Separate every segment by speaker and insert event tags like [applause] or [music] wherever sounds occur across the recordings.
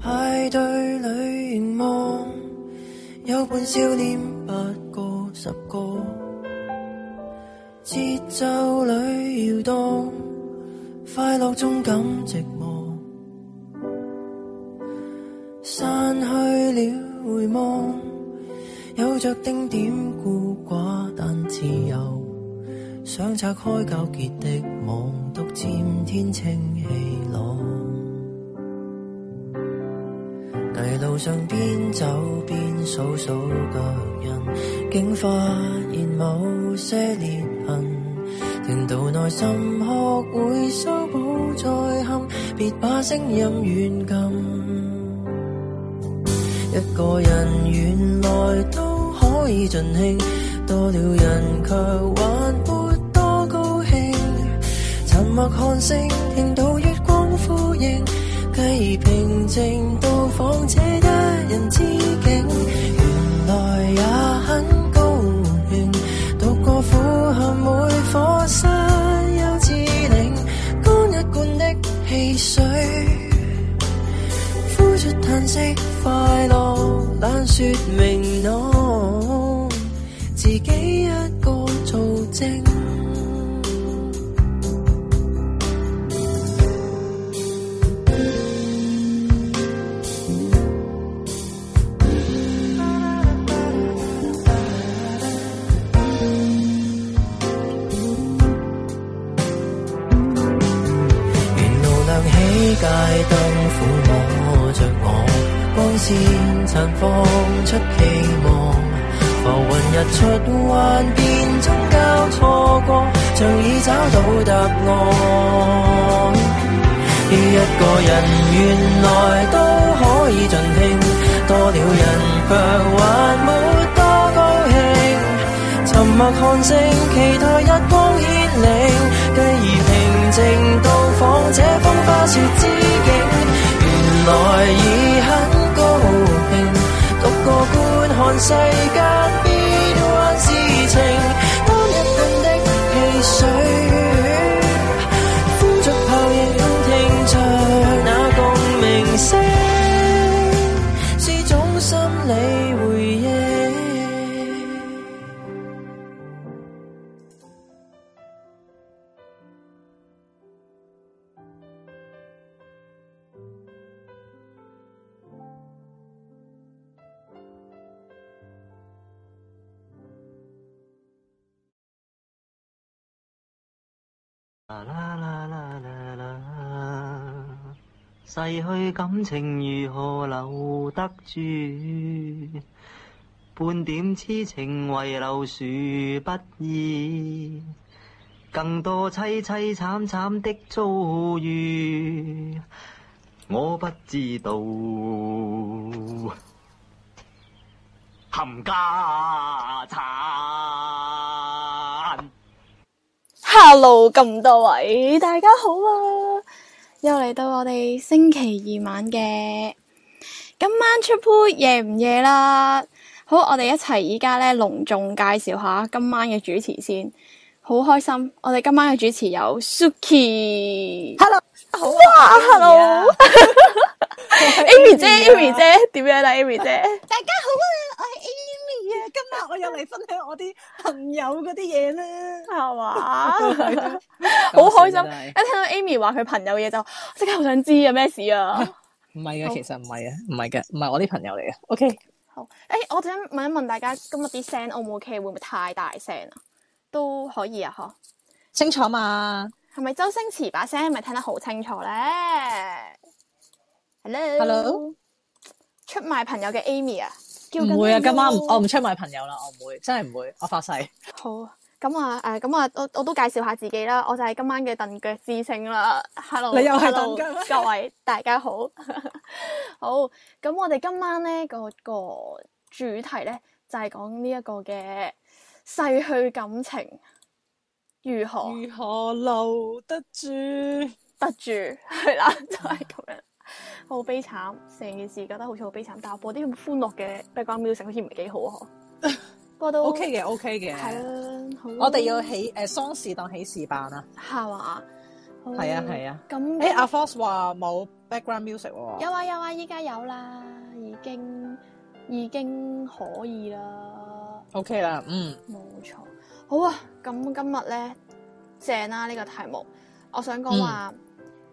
Speaker 1: 派對裏凝望，有半少年八個十個，節奏裏搖蕩，快樂中感寂寞，散去了回望，有着丁點孤寡但自由，想拆開糾結的網，獨佔天清氣朗。泥路上邊走邊數數腳印，竟發現某些裂痕。聽到內心學會修補再陷，別把聲音軟禁。一個人原來都可以盡興，多了人卻還沒多高興。沉默看星，聽到月光呼應。繼而平靜到訪這一人之境，原來也很高興。渡過苦夏每顆山丘之嶺，乾一罐的汽水，呼出嘆息快樂，懶說明朗，自己一個做證。街燈撫摸着我，光線綻放出期望。浮雲日出幻變中交錯過，像已找到答案。一個人原來都可以盡興，多了人卻還沒多高興。沉默看星，期待日光牽領，繼而平靜到。訪這風花雪之境，原來已很高興。獨個觀看世間變幻事情，當一罐的汽水，呼出泡影，聽着那共鳴聲，是種心理回應。
Speaker 2: 啦啦啦啦啦啦，逝去感情如何留得住？半點痴情唯留殊不易，更多凄凄慘慘的遭遇，我不知道。冚家鏟。
Speaker 3: Hello，咁多位大家好啊！又嚟到我哋星期二晚嘅今晚出 pool 夜唔夜啦？好，我哋一齊依家咧隆重介紹下今晚嘅主持先，好開心！我哋今晚嘅主持有 Suki。
Speaker 4: Hello，好
Speaker 3: 啊
Speaker 4: 啊
Speaker 3: Hello [laughs] Amy 姐，Amy 姐點樣啦？Amy 姐，
Speaker 4: 大家好啊，我係 Amy 啊，今日我又嚟分享我啲朋友嗰啲嘢
Speaker 3: [laughs]
Speaker 5: 啊
Speaker 4: 啦。
Speaker 3: 係嘛？好開心！一聽到 Amy 話佢朋友嘢就即刻好想知啊，咩事
Speaker 5: [laughs]
Speaker 3: 啊？
Speaker 5: 唔係嘅，其實唔係嘅，唔係嘅，唔係我啲朋友嚟嘅。OK，
Speaker 3: 好，誒、我想問一問大家，今日啲聲 O 唔 OK？會唔會太大聲啊？都可以啊，嗬。
Speaker 5: 清楚嘛
Speaker 3: 係咪周星馳把聲咪聽得好清楚咧？Hello。
Speaker 5: Hello？
Speaker 3: 出賣朋友嘅 Amy 啊，叫緊
Speaker 5: 唔會啊，
Speaker 3: 你
Speaker 5: 今晚唔
Speaker 3: 喎
Speaker 5: 我唔出賣朋友啦，我唔會，真係唔會，我發誓。
Speaker 3: 好。咁啊，誒，咁啊，我我都介紹下自己啦，我就係今晚嘅蹬腳之星啦。Hello，
Speaker 4: 你又係蹬
Speaker 3: hello，
Speaker 4: 腳咩
Speaker 3: 各位大家好， [laughs] 好。咁我哋今晚咧嗰個主題咧就係講呢一個嘅逝去感情如何
Speaker 5: 如何留得住？
Speaker 3: 得住，係啦，就係咁樣。好悲慘，成件事覺得好似好悲慘，但我播啲咁歡樂嘅 background music 好似唔係幾好啊，嗬不過
Speaker 5: [laughs]
Speaker 3: 都
Speaker 5: OK 嘅，OK 嘅。
Speaker 3: 係啦，好。
Speaker 5: 我哋要起誒喪事當喜事辦啊！
Speaker 3: 係嘛？
Speaker 5: 係啊係啊
Speaker 3: 咁
Speaker 5: 誒，阿 Force 話冇
Speaker 1: background music 喎。
Speaker 3: 有啊有啊，依家有啦，已經已經可以啦，
Speaker 1: OK 啦，嗯，
Speaker 3: 冇錯。好啊，咁今日咧正啊啦、呢、個題目，我想講話、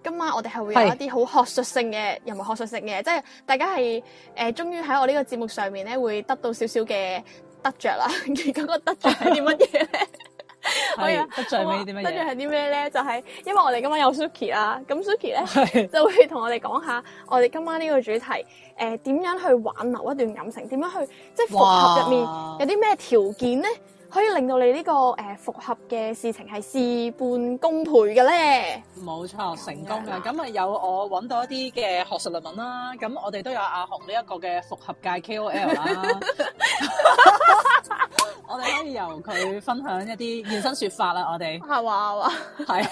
Speaker 3: 今晚我哋係會有
Speaker 1: 嗯係
Speaker 3: 一啲好學術性嘅，又唔係學術性嘅，即係大家係誒、呃，終於喺我呢個節目上面咧會得到少少嘅得着啦。 [laughs] 而嗰個得着係啲乜嘢咧？
Speaker 1: [laughs]
Speaker 3: 可以啊
Speaker 1: 係得罪尾啲乜
Speaker 3: 得着
Speaker 1: 嘢？
Speaker 3: 係啲咩咧？就係、因為我哋今晚有 Suki 啦，咁 Suki 咧。
Speaker 1: 係
Speaker 3: 就會同我哋講下我哋今晚呢個主題，誒、點樣去挽留一段感情，點樣去即係復合入面
Speaker 1: 哇
Speaker 3: 有啲咩條件咧，可以令到你呢、個誒、復合嘅事情係事半功倍嘅咧？
Speaker 1: 冇錯，成功啦。咁啊有我揾到一啲嘅學術論文啦，咁我哋都有阿紅呢一個嘅複合界 KOL
Speaker 3: [laughs]
Speaker 1: 啦。我哋可以由佢分享一啲現身說法啦，我
Speaker 3: [laughs]
Speaker 1: 哋
Speaker 3: 係話係話，
Speaker 1: 係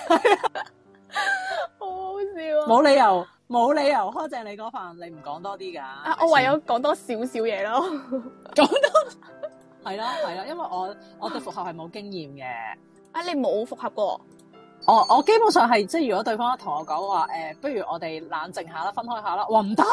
Speaker 3: 好好笑啊！
Speaker 1: 冇理由冇理由開正你嗰飯，你唔講多啲㗎。
Speaker 3: 啊，我唯有講多少少嘢咯。
Speaker 1: [laughs] 講多係啦係啦，因為我我對複合係冇經驗嘅。
Speaker 3: 啊，你冇復合過？
Speaker 1: 我我基本上係即係，如果對方同我講話誒，不如我哋冷靜下啦，分開下啦，哇唔得！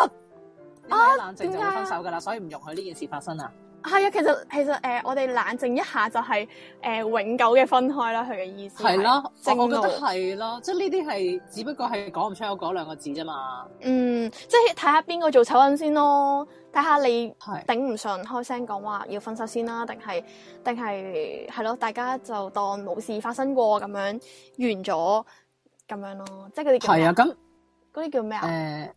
Speaker 1: 啊，冷靜就
Speaker 3: 點解
Speaker 1: 會
Speaker 3: 啊
Speaker 1: 分手噶啦，所以唔容許呢件事發生啊！
Speaker 3: 係啊，其實其實誒、我哋冷靜一下就係、誒、永久嘅分開啦。佢嘅意思
Speaker 1: 係，咯，我
Speaker 3: 正路
Speaker 1: 我覺得係咯，即係呢啲係只不過係講唔出口嗰兩個字啫嘛，
Speaker 3: 嗯，即係睇下邊個做醜人先咯，睇下你
Speaker 1: 係
Speaker 3: 頂唔順，開聲講話要分手先啦，定係定係係咯，大家就當冇事發生過咁樣完咗咁樣咯，即係嗰啲叫咩
Speaker 1: 係啊，咁
Speaker 3: 嗰啲叫咩啊？
Speaker 1: 誒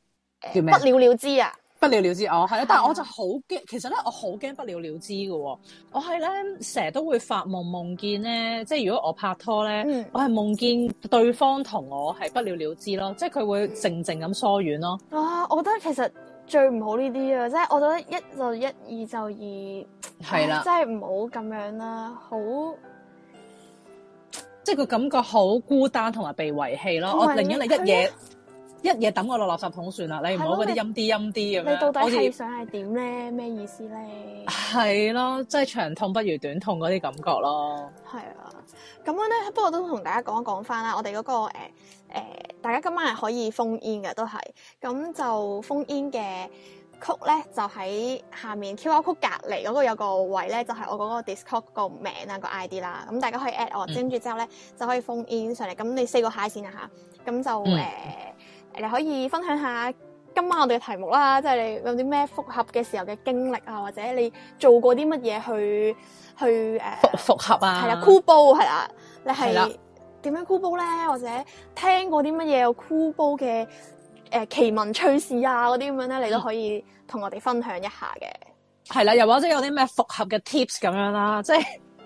Speaker 3: 誒
Speaker 1: 叫咩啊
Speaker 3: 不了了之啊！
Speaker 1: 不了了之，我係啊，但
Speaker 3: 係啊
Speaker 1: 係我就好驚，其實咧我好驚不了了之嘅喎，我係咧成日都會發夢夢見咧，即係如果我拍拖咧。
Speaker 3: 嗯，
Speaker 1: 我係夢見對方同我係不了了之咯，即係佢會靜靜咁疏遠咯。
Speaker 3: 啊，我覺得其實最唔好呢啲啊，即係我覺得一就一，二就二，
Speaker 1: 係啦
Speaker 3: 唉，真係唔好咁樣啦，好
Speaker 1: 即係個感覺好孤單同埋被遺棄咯。
Speaker 3: 同
Speaker 1: 我
Speaker 3: 埋
Speaker 1: 寧願你
Speaker 3: 你
Speaker 1: 一嘢一嘢抌我落垃圾桶算啦，你唔好
Speaker 3: 係咯
Speaker 1: 嗰啲陰啲陰啲咁樣。
Speaker 3: 你到底
Speaker 1: 好似
Speaker 3: 係想係點咧？咩意思咧？
Speaker 1: 係咯，即係長痛不如短痛嗰啲感覺咯。
Speaker 3: 係啊，咁樣咧，不過都同大家講一講翻啦，我哋嗰、個誒、呃大家今晚係可以 phone in 嘅，都係咁就 phone in 嘅曲咧，就喺下面 QR code 隔離嗰個有個位咧，就係、我嗰個 Discord 個名啊、個 ID 啦，咁大家可以 at 我，
Speaker 1: 嗯
Speaker 3: 跟住之後咧就可以 phone in 上嚟，咁你四個 high 先啊嚇，咁就誒、
Speaker 1: 嗯
Speaker 3: 呃你可以分享下。今晚我哋嘅題目啦，即係你有啲咩復合嘅時候嘅經歷啊，或者你做過啲乜嘢去去誒、呃
Speaker 1: 復復合啊，
Speaker 3: 係啦，箍煲係啦，你
Speaker 1: 係啦
Speaker 3: 係點樣箍煲咧？或者聽過啲乜嘢有箍煲嘅誒奇聞趣事啊嗰啲咁樣咧，
Speaker 1: 嗯
Speaker 3: 你都可以同我哋分享一下嘅。
Speaker 1: 係啦，又或者有啲咩復合嘅 tips 咁樣啦，即係。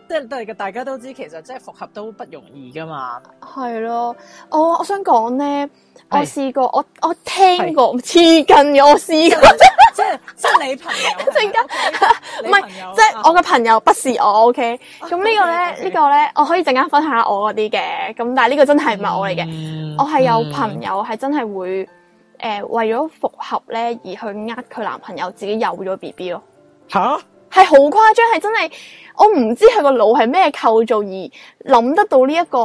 Speaker 1: 即係大家都知，其實即係復合都不容易噶嘛。
Speaker 3: 係咯，哦我我想講咧，我
Speaker 1: 係
Speaker 3: 試過，我我聽過，黐筋嘅，我試
Speaker 1: [laughs]
Speaker 3: 過，
Speaker 1: 即係即係你朋
Speaker 3: [laughs]
Speaker 1: 友，
Speaker 3: 陣間
Speaker 1: 間
Speaker 3: 唔係
Speaker 1: 哦
Speaker 3: 即
Speaker 1: 啊
Speaker 3: 係我嘅朋友不是我，OK？咁呢個
Speaker 1: [laughs]
Speaker 3: 咧，呢個咧，我可以陣間分享下我嗰啲嘅，咁但係呢個真係唔係我嚟嘅。
Speaker 1: 嘅
Speaker 3: 我係有朋
Speaker 1: 嗯
Speaker 3: 友係真係會誒、呃、為咗復合咧而去呃佢男朋友自己有咗 B B 咯，
Speaker 1: 吓，
Speaker 3: 係好誇張，係真係我唔知佢個腦係咩構造而諗得到呢、一個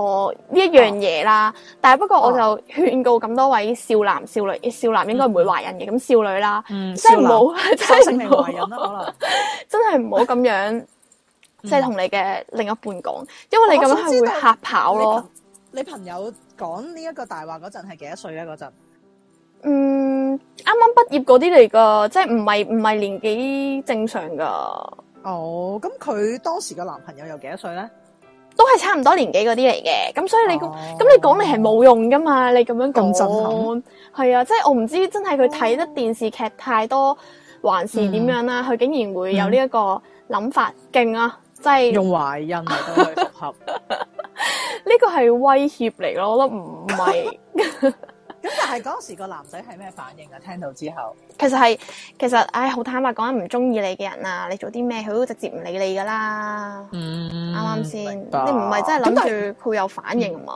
Speaker 3: 呢一樣嘢啦。但係不過我
Speaker 1: 哦
Speaker 3: 就勸告咁多位少男少女，少男應該唔會懷孕嘅，咁少女啦，
Speaker 1: 嗯
Speaker 3: 真係唔好， [laughs] 真
Speaker 1: 收成
Speaker 3: 係
Speaker 1: 你
Speaker 3: 唔好
Speaker 1: 懷。孕啦，可能。
Speaker 3: 真係唔好咁樣， [laughs] 即
Speaker 1: 嗯
Speaker 3: 係同你嘅另一半講，因為你咁樣係會嚇跑咯。
Speaker 1: 嗯你朋友講呢一個大話嗰陣係幾多歲咧？嗰陣
Speaker 3: 嗯，啱啱畢業嗰啲嚟噶，即係唔係唔係年紀正常噶，
Speaker 1: 哦，咁佢當時嘅男朋友有幾多歲咧？
Speaker 3: 都係差唔多年紀嗰啲嚟嘅。咁所以你咁
Speaker 1: 哦
Speaker 3: 咁你講你係冇用噶嘛？你咁樣
Speaker 1: 咁震
Speaker 3: 講
Speaker 1: 撼，
Speaker 3: 係啊，即係我唔知真係佢睇得電視劇太多，還是點樣
Speaker 1: 嗯
Speaker 3: 啦？佢竟然會有呢一個諗法，勁啊！即係
Speaker 1: 用懷孕嚟到去復合，
Speaker 3: 呢個係威脅嚟咯，我覺得唔
Speaker 1: [laughs]
Speaker 3: 係。
Speaker 1: 咁但係嗰時個男仔係咩反應啊？聽到之後，
Speaker 3: 其實係，其實，唉，好坦白講，啊唔中意你嘅人啊，你做啲咩佢都直接唔理你噶啦，
Speaker 1: 嗯
Speaker 3: 啱啱先？
Speaker 1: 明
Speaker 3: 你
Speaker 1: 白
Speaker 3: 唔係真係
Speaker 1: 咁但係
Speaker 3: 諗住佢有反應啊嘛？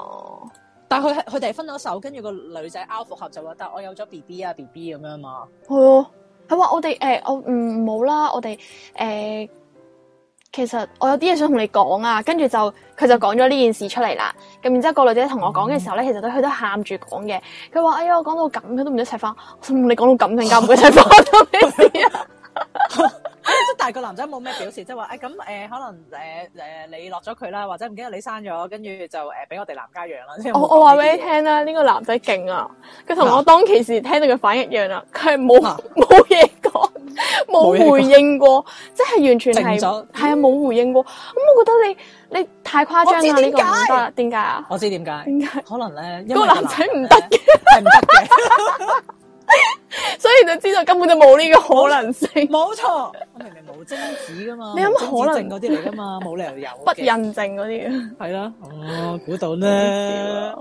Speaker 1: 但係佢係佢哋分咗手，跟住個女仔 out 復合就話：但我有咗 B B 啊 B B 咁樣嘛。
Speaker 3: 啊嗯係喎，佢話我哋誒，我唔冇啦，我哋誒其實我有啲嘢想同你講啊，跟住就佢就
Speaker 1: 嗯
Speaker 3: 講咗呢件事出嚟啦。咁然之後個女仔同我講嘅時候咧，其實都佢都喊住講嘅。佢話：哎呀，我講到咁，佢都唔一齊翻。我心諗你講到咁，更加唔一齊翻，有咩事啊？
Speaker 1: 即係但係個男仔冇咩表示，即係話誒咁誒，可能誒誒你落咗佢啦，或者唔記得你刪咗，跟住就誒俾我哋男家養啦。即係
Speaker 3: 我
Speaker 1: 冇
Speaker 3: 哦我話
Speaker 1: 講呢啲
Speaker 3: 俾
Speaker 1: 嘢
Speaker 3: 你聽啦，呢、個男仔勁啊！佢同我當其時聽到嘅反應一樣啦，佢係冇冇嘢講，
Speaker 1: 啊冇嘢講
Speaker 3: 冇回應過，
Speaker 1: [laughs]
Speaker 3: 即係完全係
Speaker 1: 靜咗
Speaker 3: 係啊冇回應過。咁我覺得你你太誇張
Speaker 6: 我知
Speaker 3: 啦，呢
Speaker 6: 點
Speaker 3: 個唔
Speaker 6: 解
Speaker 3: 得，點解啊？
Speaker 1: 我知點解，
Speaker 3: 點解
Speaker 1: 可能咧，因為
Speaker 3: 個男仔唔得
Speaker 1: 嘅，係唔得嘅，
Speaker 3: [laughs] 所以就知道根本就冇呢個可能性，
Speaker 1: 冇錯。我明明冇精子噶嘛，
Speaker 3: 你有乜可能
Speaker 1: 冇精子症嗰啲嚟噶嘛，冇理由有
Speaker 3: 不
Speaker 1: 嘅
Speaker 3: 孕症嗰啲，
Speaker 1: 係啦，哦，估到咧，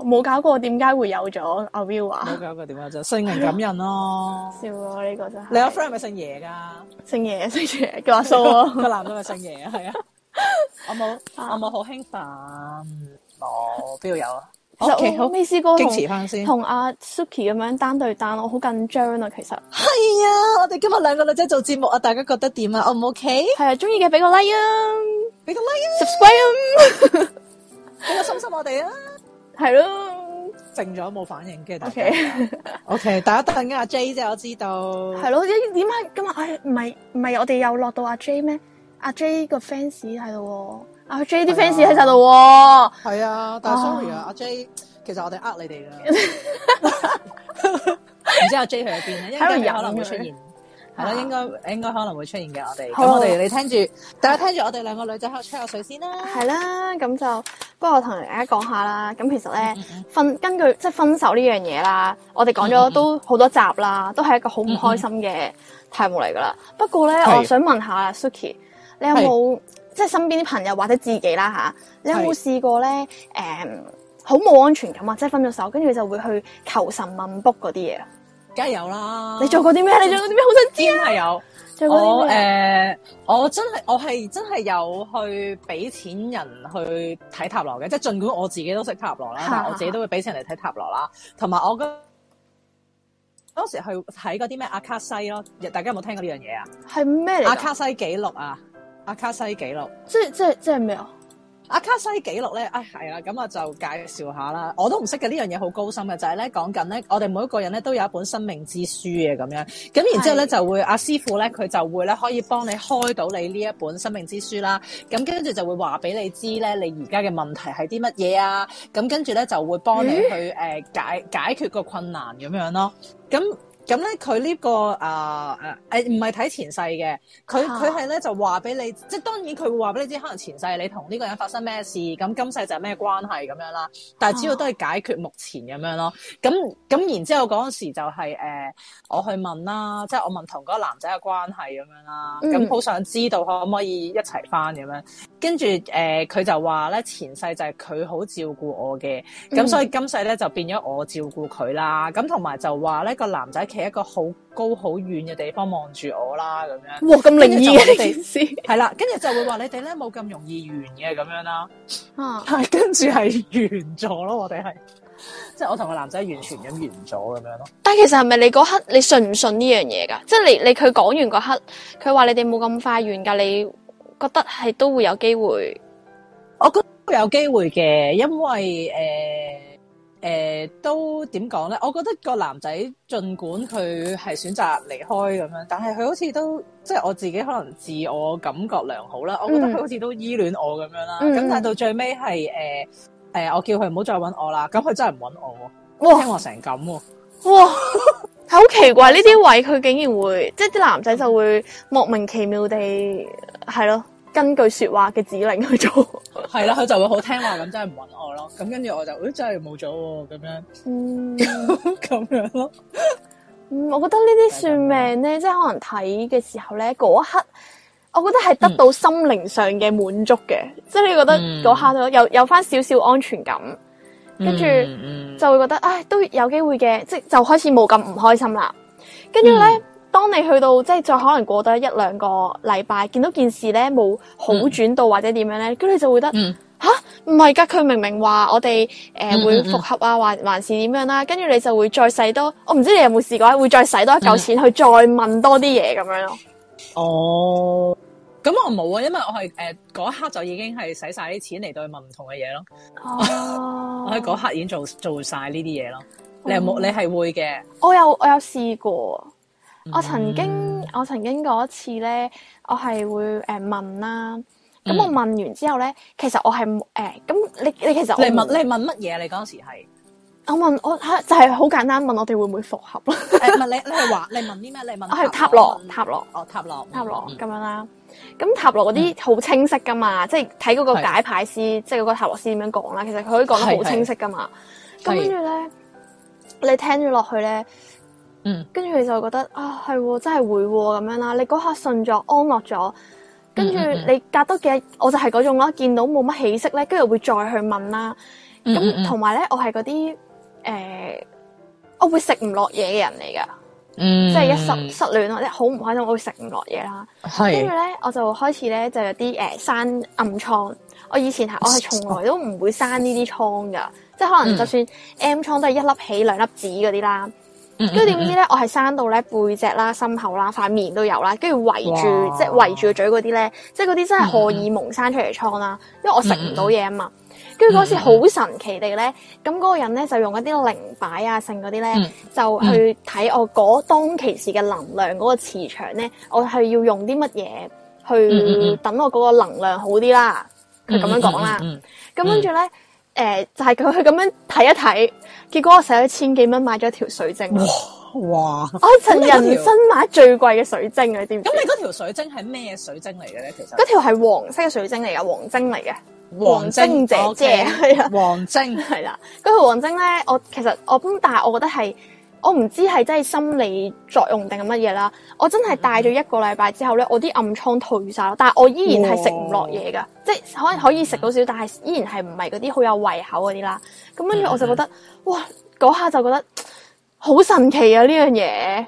Speaker 3: 冇搞過點解會有咗阿 Will
Speaker 1: 冇
Speaker 3: 啊？
Speaker 1: 搞過點啊，就聖靈感人咯。
Speaker 3: 笑啊！呢個真係
Speaker 1: 你有 friend 係咪姓爺噶？
Speaker 3: 姓爺姓爺叫阿
Speaker 1: [laughs]
Speaker 3: 蘇啊！
Speaker 1: 個男嘅咪姓爺啊，係啊。我冇，我冇好興奮，冇邊度有啊
Speaker 3: 其實
Speaker 1: OK，
Speaker 3: 我
Speaker 1: 好
Speaker 3: 未試過
Speaker 1: 矜持啊
Speaker 3: 同
Speaker 1: 翻先。
Speaker 3: 同阿 Suki 咁樣單對單，我好緊張啊！其實。
Speaker 6: 系啊，我哋今日兩個女仔做節目啊，大家覺得點啊？O 唔 OK？
Speaker 3: 系啊，中意嘅俾個 like 啊
Speaker 6: 俾個 like 啊，
Speaker 3: ，subscribe 啊，
Speaker 6: 俾個心心我哋啊！
Speaker 3: 係咯，
Speaker 1: 靜咗冇反應嘅。 [laughs]
Speaker 3: OK
Speaker 1: O K，
Speaker 6: 大家等緊阿 J 啫，我知道。
Speaker 3: 係咯，點點解今日唉唔係唔係我哋又落到阿 J 咩？阿 J 個 fans 喺度喎，阿 J 啲 fans 喺晒度喎，
Speaker 1: 係啊，但係 sorry 啊
Speaker 3: 啊，
Speaker 1: 阿 J，其實我哋呃你哋㗎， [laughs] 唔知阿 J 去咗邊啊咧？應
Speaker 3: 喺
Speaker 1: 該
Speaker 3: 度忍
Speaker 1: 可能會
Speaker 3: 佢
Speaker 1: 出現，係啦，
Speaker 3: 啊
Speaker 1: 應該應該可能會出現嘅。我哋
Speaker 3: 好
Speaker 1: 咁我哋你聽住，大家聽住我哋兩個女仔喺度吹下水先啦。
Speaker 3: 係啦，咁就不過我同大家講下啦。咁其實咧，分根據即係分手呢樣嘢啦，我哋講咗都好多集啦，都係一個好唔開心嘅題目嚟噶啦。不過咧，
Speaker 1: 係
Speaker 3: 我想問下 Suki，你有冇即係身邊啲朋友或者自己啦吓，你有冇試過咧？誒、好冇安全感啊！即係分咗手，跟住就會去求神問卜嗰啲嘢啊。
Speaker 1: 梗係有啦，
Speaker 3: 你做過啲咩？哦你做過啲咩？好想知
Speaker 1: 堅
Speaker 3: 啊！
Speaker 1: 係有。
Speaker 3: 做過啲
Speaker 1: 哦我誒、
Speaker 3: 咩？
Speaker 1: 我真係我係真係有去俾錢人去睇塔羅嘅，即係儘管我自己都識塔羅啦，但係我自己都會俾錢人嚟睇塔羅啦，同埋我嗰當時去睇嗰啲咩阿卡西咯，大家有冇聽過呢樣嘢啊？
Speaker 3: 係咩
Speaker 1: 阿
Speaker 3: 嚟㗎？
Speaker 1: 卡西記錄啊，阿卡西記錄。
Speaker 3: 即係即係即係咩啊？
Speaker 1: 阿卡西記錄咧，唉係啦，咁啊就介紹下啦。我都唔識嘅呢樣嘢好高深嘅，就係咧講緊咧，我哋每一個人咧都有一本生命之書嘅咁樣。咁然之後咧
Speaker 3: 係
Speaker 1: 就會阿師傅咧佢就會咧可以幫你開到你呢一本生命之書啦。咁跟住就會話俾你知咧，你而家嘅問題係啲乜嘢啊？咁跟住咧就會幫你去誒、呃解解決個困難咁樣咯。咁咁咧佢呢個啊誒誒唔係睇前世嘅。佢
Speaker 3: 啊
Speaker 1: 佢係咧就話俾你，即係當然佢會話俾你知，可能前世你同呢個人發生咩事，咁今世就係咩關係咁樣啦。但
Speaker 3: 啊
Speaker 1: 係主要都係解決目前咁樣咯。咁咁然之後嗰陣時就係、呃我去問啦，即係我問同嗰個男仔嘅關係咁樣啦。
Speaker 3: 嗯
Speaker 1: 咁好、想知道可唔可以一齊翻咁樣。跟住誒，呃佢、就話咧前世就係佢好照顧我嘅，咁、
Speaker 3: 嗯
Speaker 1: 所以今世咧就變咗我照顧佢啦。咁同埋就話咧個男仔企喺一個好高好遠嘅地方望住我啦咁樣。
Speaker 3: 哇！咁靈異
Speaker 1: 跟
Speaker 3: 嘅
Speaker 1: 住就
Speaker 3: 呢件事
Speaker 1: 係啦，跟住就會話你哋咧冇咁容易完嘅咁樣啦，
Speaker 3: 啊！
Speaker 1: 係跟住係完咗咯，我哋係，即係我同個男仔完全咁完咗咁樣咯。
Speaker 3: 但其實係咪你嗰刻你信唔信呢樣嘢㗎？即係你你佢講完嗰刻，佢話你哋冇咁快完㗎，你覺得係都會有機會
Speaker 1: 我覺得有機會嘅，因為誒誒、都點講咧？我覺得個男仔儘管佢係選擇離開咁樣，但係佢好似都即係我自己可能自我感覺良好啦，我覺得佢好似都依戀我咁樣啦。
Speaker 3: 嗯
Speaker 1: 咁、但係到最尾係誒誒，我叫佢唔好再揾我啦，咁佢真係唔揾我喎，
Speaker 3: 哇
Speaker 1: 聽我成咁喎。
Speaker 3: 哇！ [laughs] 係好奇怪呢啲位佢竟然會，即係啲男仔就會莫名其妙地係咯，根據説話嘅指令去做。
Speaker 1: 係啦，佢就會好聽話咁，真係唔揾我咯。咁跟住我就，誒真係冇咗喎，咁樣
Speaker 3: 嗯，
Speaker 1: 咁樣 [laughs] 咯。
Speaker 3: [laughs] 嗯我覺得呢啲算命咧，即係可能睇嘅時候咧，嗰一刻我覺得係得到心靈上嘅滿足嘅，即係你覺得
Speaker 1: 嗯
Speaker 3: 嗰刻都有有翻少少安全感。跟住
Speaker 1: 嗯
Speaker 3: 就會覺得唉都有機會嘅，即就開始冇咁唔開心啦。跟住
Speaker 1: 嗯
Speaker 3: 咧，當你去到即係再可能過得一兩個禮拜，見到件事咧冇好轉到或者點樣咧，跟住你就會覺得
Speaker 1: 嗯
Speaker 3: 吓唔係㗎，佢明明話我哋誒、呃
Speaker 1: 嗯嗯
Speaker 3: 會
Speaker 1: 嗯
Speaker 3: 復合啊，還還是點樣啦、跟住你就會再使多，我唔知你有冇啊試過，會再使多一嚿錢去再問多啲嘢咁樣咯。
Speaker 1: 哦，咁我冇啊，因為我係誒嗰一刻就已經係使晒啲錢嚟到去問唔同嘅嘢咯。
Speaker 3: 哦
Speaker 1: [laughs] 我喺嗰刻已經做做晒呢啲嘢咯。你有冇？你係會嘅。
Speaker 3: 我有我有試過，
Speaker 1: 嗯
Speaker 3: 我曾經我曾經嗰一次咧，我係會誒、呃、問啦。咁
Speaker 1: 嗯
Speaker 3: 我問完之後咧，其實我係冇誒咁你你其實
Speaker 1: 你
Speaker 3: 我
Speaker 1: 問
Speaker 3: 冇
Speaker 1: 你問乜嘢啊？你 [laughs] 嗰時係
Speaker 3: 我問我嚇就係好簡單問我哋會唔會復
Speaker 1: [laughs]
Speaker 3: 合啦？
Speaker 1: 誒問你你係話你問啲咩？你問
Speaker 3: 我係塔羅塔羅
Speaker 1: 羅哦塔羅
Speaker 3: 塔羅
Speaker 1: 嗯
Speaker 3: 咁樣啦。咁塔羅嗰啲好清晰噶嘛，即係睇嗰個
Speaker 1: 係
Speaker 3: 解牌師，即係嗰個塔羅師點樣講啦。其實佢可以講得
Speaker 1: 係
Speaker 3: 好
Speaker 1: 係
Speaker 3: 清晰噶嘛。咁
Speaker 1: 係
Speaker 3: 跟住咧，你聽咗落去咧，
Speaker 1: 嗯
Speaker 3: 跟住你就覺得啊，係喎，真係會喎咁樣啦。你嗰下順咗安樂咗，跟住
Speaker 1: 嗯嗯嗯
Speaker 3: 你隔多幾日，我就係嗰種啦，見到冇乜起色咧，跟住會再去問啦。
Speaker 1: 嗯嗯嗯
Speaker 3: 咁同埋咧，我係嗰啲誒，我會食唔落嘢嘅人嚟噶，
Speaker 1: 嗯嗯
Speaker 3: 即係一失失戀咯，即係好唔開心，我會食唔落嘢啦。跟住
Speaker 1: 係
Speaker 3: 咧，我就開始咧就有啲誒、呃生暗瘡。我以前係我係從來都唔會生呢啲瘡噶，即係可能
Speaker 1: 嗯
Speaker 3: 就算 M 瘡都係一粒起兩粒止嗰啲啦。
Speaker 1: 跟
Speaker 3: 跟住點知咧，我係生到咧背脊啦、心口啦、塊面都有啦，跟住圍住
Speaker 1: 哇
Speaker 3: 即係圍住個嘴嗰啲咧，即係嗰啲真係荷爾蒙生出嚟嘅瘡
Speaker 1: 嗯
Speaker 3: 啦，因為我食唔到嘢啊嘛。跟住嗰次好神奇地咧，咁嗰個人咧就用一啲靈擺啊、剩嗰啲咧，
Speaker 1: 嗯
Speaker 3: 就去睇我嗰當其時嘅能量嗰個磁場咧，我係要用啲乜嘢
Speaker 1: 嗯嗯
Speaker 3: 去
Speaker 1: 嗯
Speaker 3: 等我嗰個能量好啲啦。佢咁樣講啦。
Speaker 1: 嗯嗯嗯
Speaker 3: 咁跟住咧，誒、就係佢去咁樣睇一睇，結果我使咗千幾蚊買咗條水晶。
Speaker 1: 嗯哇！
Speaker 3: 我曾人生買最貴嘅水晶啊，你知唔知？
Speaker 1: 咁你嗰條水晶係咩水晶嚟嘅咧？其實
Speaker 3: 嗰條係黃色嘅水晶嚟噶，黃晶嚟嘅，
Speaker 1: 黃晶
Speaker 3: 晶哦姐姐係啦，
Speaker 1: 黃晶
Speaker 3: 係啦。嗰條黃晶咧，我其實我咁，但係我覺得係，我唔知係真係心理作用定係乜嘢啦。我真係戴咗一個禮拜之後咧，我啲暗瘡退晒咯，但係我依然係食唔落嘢噶，即係可能可以食到少少，但係依然係唔係嗰啲好有胃口嗰啲啦。咁跟住我就覺得，哇！嗰下就覺得好神奇啊！呢樣嘢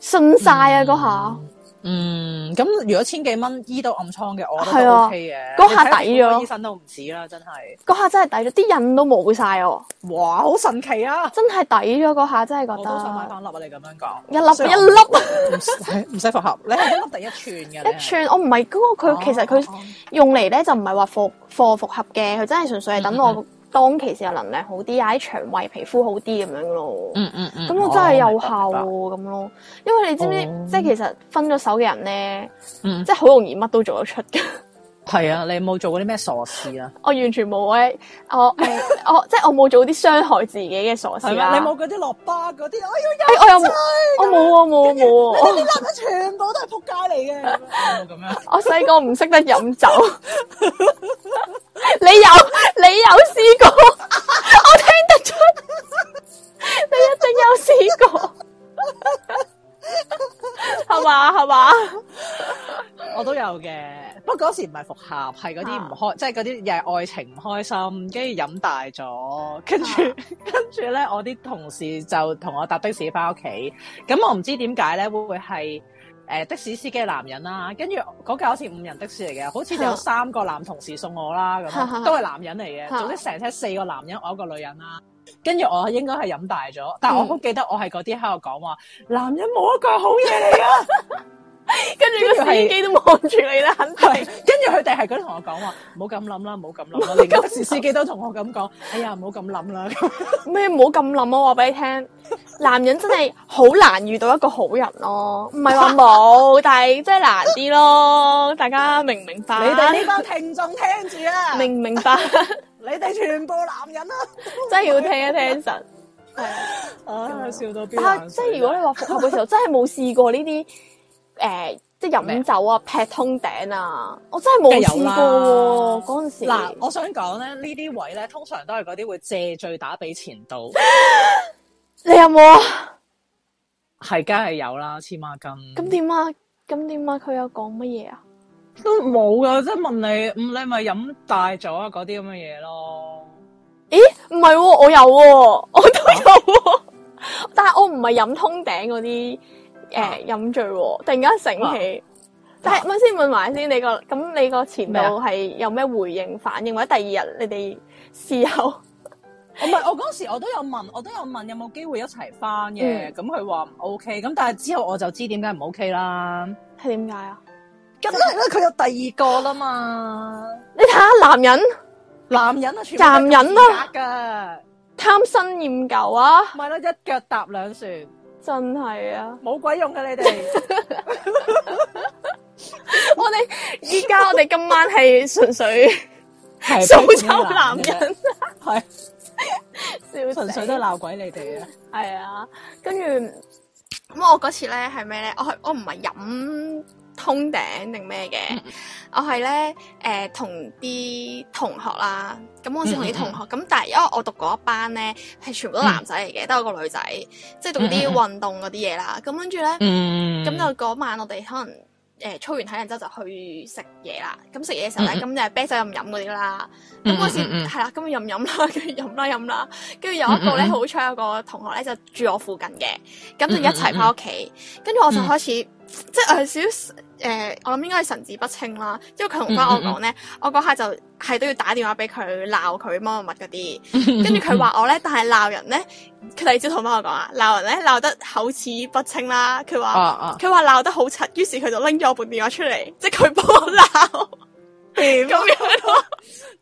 Speaker 3: 信晒啊！嗰下。
Speaker 1: 嗯，咁如果千幾蚊醫到暗瘡嘅，我覺
Speaker 3: 係
Speaker 1: 得
Speaker 3: 啊
Speaker 1: O K 嘅。
Speaker 3: 嗰下
Speaker 1: 你睇
Speaker 3: 抵
Speaker 1: 你
Speaker 3: 咗
Speaker 1: 個醫生都唔止啦，真係。
Speaker 3: 嗰下真係抵咗，啲印都冇晒哦，
Speaker 1: 哇，好神奇啊！
Speaker 3: 真係抵咗嗰下，真係
Speaker 1: 我
Speaker 3: 覺
Speaker 1: 都想買
Speaker 3: 得
Speaker 1: 翻粒啊！你咁樣講，
Speaker 3: 一粒
Speaker 1: 雖
Speaker 3: 一
Speaker 1: 然
Speaker 3: 粒
Speaker 1: 唔使唔使復合，你係一粒第一串嘅，
Speaker 3: 一串，哦我唔係嗰個
Speaker 1: 你係。
Speaker 3: 佢其實佢
Speaker 1: 哦
Speaker 3: 用嚟咧就唔係話貨貨復合嘅，佢真係純粹係等
Speaker 1: 嗯
Speaker 3: 我當其時嘅能量好啲啊，啲腸胃皮膚好啲咁樣咯。
Speaker 1: 嗯嗯嗯，
Speaker 3: 咁我真係有效
Speaker 1: 哦
Speaker 3: 喎咁咯，因為你知唔
Speaker 1: 哦
Speaker 3: 知？即係其實分咗手嘅人
Speaker 1: 明白
Speaker 3: 咧，
Speaker 1: 明白嗯，
Speaker 3: 即係好容易乜都做得出嘅。 [laughs]
Speaker 1: 係啊，你有冇做過啲咩傻事啊？
Speaker 3: 我完全冇我我誒我即係我冇做啲傷害自己嘅傻事
Speaker 1: 係
Speaker 3: 啦。
Speaker 1: 咪？你冇嗰啲落巴嗰啲，哎呀，
Speaker 3: 啊哎？我又冇，我冇啊冇啊冇啊！我
Speaker 7: 啲男人全部都係仆街嚟嘅，
Speaker 1: [laughs] 有冇哦咁樣。
Speaker 3: 我細個唔識得飲酒，你有你有試過，我聽得出，你一定有試過，係嘛係嘛？
Speaker 1: 我都有嘅，啊不過嗰時唔係復合，係嗰啲唔開，即係嗰啲又係愛情唔開心，跟住飲大咗，跟住 [laughs] 跟住咧，我啲同事就同我搭的士翻屋企，咁我唔知點解咧，會唔會係誒的士司機係男人啦，跟住嗰架好似五人的士嚟嘅，好似有
Speaker 3: 啊
Speaker 1: 三個男同事送我啦，咁樣都係男人嚟嘅，總之成車四個男人，我一個女人啦。跟住我應該係飲大咗，但我好記得我係嗰啲喺度講話，男人冇一個係好嘢嚟啊！
Speaker 3: 跟住個司機都望住你啦，肯定
Speaker 1: 係，跟住佢哋係咁同我講話，唔好咁諗啦，唔好咁諗啦。連嗰時司機都同我咁講，哎呀，唔好咁諗啦。咁
Speaker 3: 咩唔好咁諗啊！話俾你聽，男人真係好難遇到一個好人咯，唔係話
Speaker 1: [laughs]
Speaker 3: 冇，但係真係難啲咯。大家明唔明白？
Speaker 1: 你哋
Speaker 7: 呢班聽眾聽住啊！
Speaker 3: 明唔明白？
Speaker 7: 你哋全部男人啦，
Speaker 3: 真係要聽一聽神。
Speaker 1: 啊，笑到邊
Speaker 3: 但係即係如果你話復合嘅時候，真係冇試過呢啲誒，即係
Speaker 1: 咩
Speaker 3: 飲酒啊、劈通頂啊，我真係冇試過喎。嗰陣時
Speaker 1: 嗱，我想講咧，呢啲位咧，通常都係嗰啲會借醉打俾前度，
Speaker 3: 你有冇啊？
Speaker 1: 係梗係有啦，黐孖筋。
Speaker 3: 咁點啊？咁點啊？佢有講乜嘢啊？
Speaker 1: 都冇噶，即係問你，嗯，你咪飲大咗啊，嗰啲咁嘅嘢咯。
Speaker 3: 咦，唔係喎，我有喎，我都有喎，但係我唔係飲通頂嗰啲
Speaker 1: 啊
Speaker 3: 誒飲醉喎，突然間醒起。但係咪先問埋先，你個咁你個前度
Speaker 1: 咩啊
Speaker 3: 係有啊咩回應反應，或者第二日你哋事後？
Speaker 1: 我 [laughs] 唔係，我嗰時我都有問，我都有問有冇機會一齊翻嘅，
Speaker 3: 嗯
Speaker 1: 咁佢話唔 OK，咁但係之後我就知點解唔 OK 啦。
Speaker 3: 係點解啊？
Speaker 8: 咁咧佢有第二個
Speaker 1: 个啦嘛，
Speaker 3: 你睇下男人
Speaker 1: 男人啊，全部
Speaker 3: 男人啊
Speaker 1: 噶，
Speaker 3: 貪新厭舊啊，
Speaker 1: 咪咯，一腳踏兩船，
Speaker 3: 真係啊！
Speaker 1: [laughs]
Speaker 8: 冇鬼用嘅你哋，
Speaker 3: 我哋依家我哋今晚係純粹
Speaker 1: [laughs]
Speaker 3: [laughs]
Speaker 1: 係
Speaker 3: 數臭男人，啊
Speaker 1: 係純
Speaker 3: [laughs] 笑
Speaker 1: 粹
Speaker 3: 死
Speaker 1: 都鬧鬼你哋啊！
Speaker 3: 係啊，跟住咁我嗰次咧係咩咧？我係我唔係飲通頂定咩嘅，
Speaker 1: 嗯
Speaker 3: 我係咧誒同啲同學啦。咁我先
Speaker 1: 嗯
Speaker 3: 同啲同學，咁、但係因為我讀嗰一班咧係全部都男仔嚟嘅，得、我個女仔，即係讀啲
Speaker 1: 嗯嗯嗯嗯
Speaker 3: 運動嗰啲嘢啦。咁跟住咧。
Speaker 1: 嗯
Speaker 3: 咁就嗰晚我哋可能誒操完體能之後就去食嘢啦。咁食嘢嘅時候咧，
Speaker 1: 嗯
Speaker 3: 咁就係啤酒飲飲嗰啲啦。咁嗰時
Speaker 1: 嗯嗯嗯
Speaker 3: 係啦，咁飲飲啦，跟住飲啦飲啦，跟住有一個咧
Speaker 1: 嗯嗯嗯
Speaker 3: 好彩有個同學咧就住我附近嘅，咁就
Speaker 1: 嗯嗯嗯
Speaker 3: 一齊翻屋企。跟住我就開始即係我有少少誒，我諗應該係神志不清啦。因為佢同翻
Speaker 1: 嗯
Speaker 3: 我講咧，我嗰下就係都要打電話俾佢鬧佢乜乜乜嗰
Speaker 1: [laughs]
Speaker 3: 啲。跟住佢話我咧，但係鬧人咧，佢第二朝同翻我講啊，鬧人咧鬧得口齒不清啦。佢話
Speaker 1: [laughs] 啊。啊，
Speaker 3: 佢話鬧得好柒，於是佢就拎咗我部電話出嚟，即係佢幫我鬧
Speaker 1: 啊
Speaker 8: 點
Speaker 3: 咁樣咯。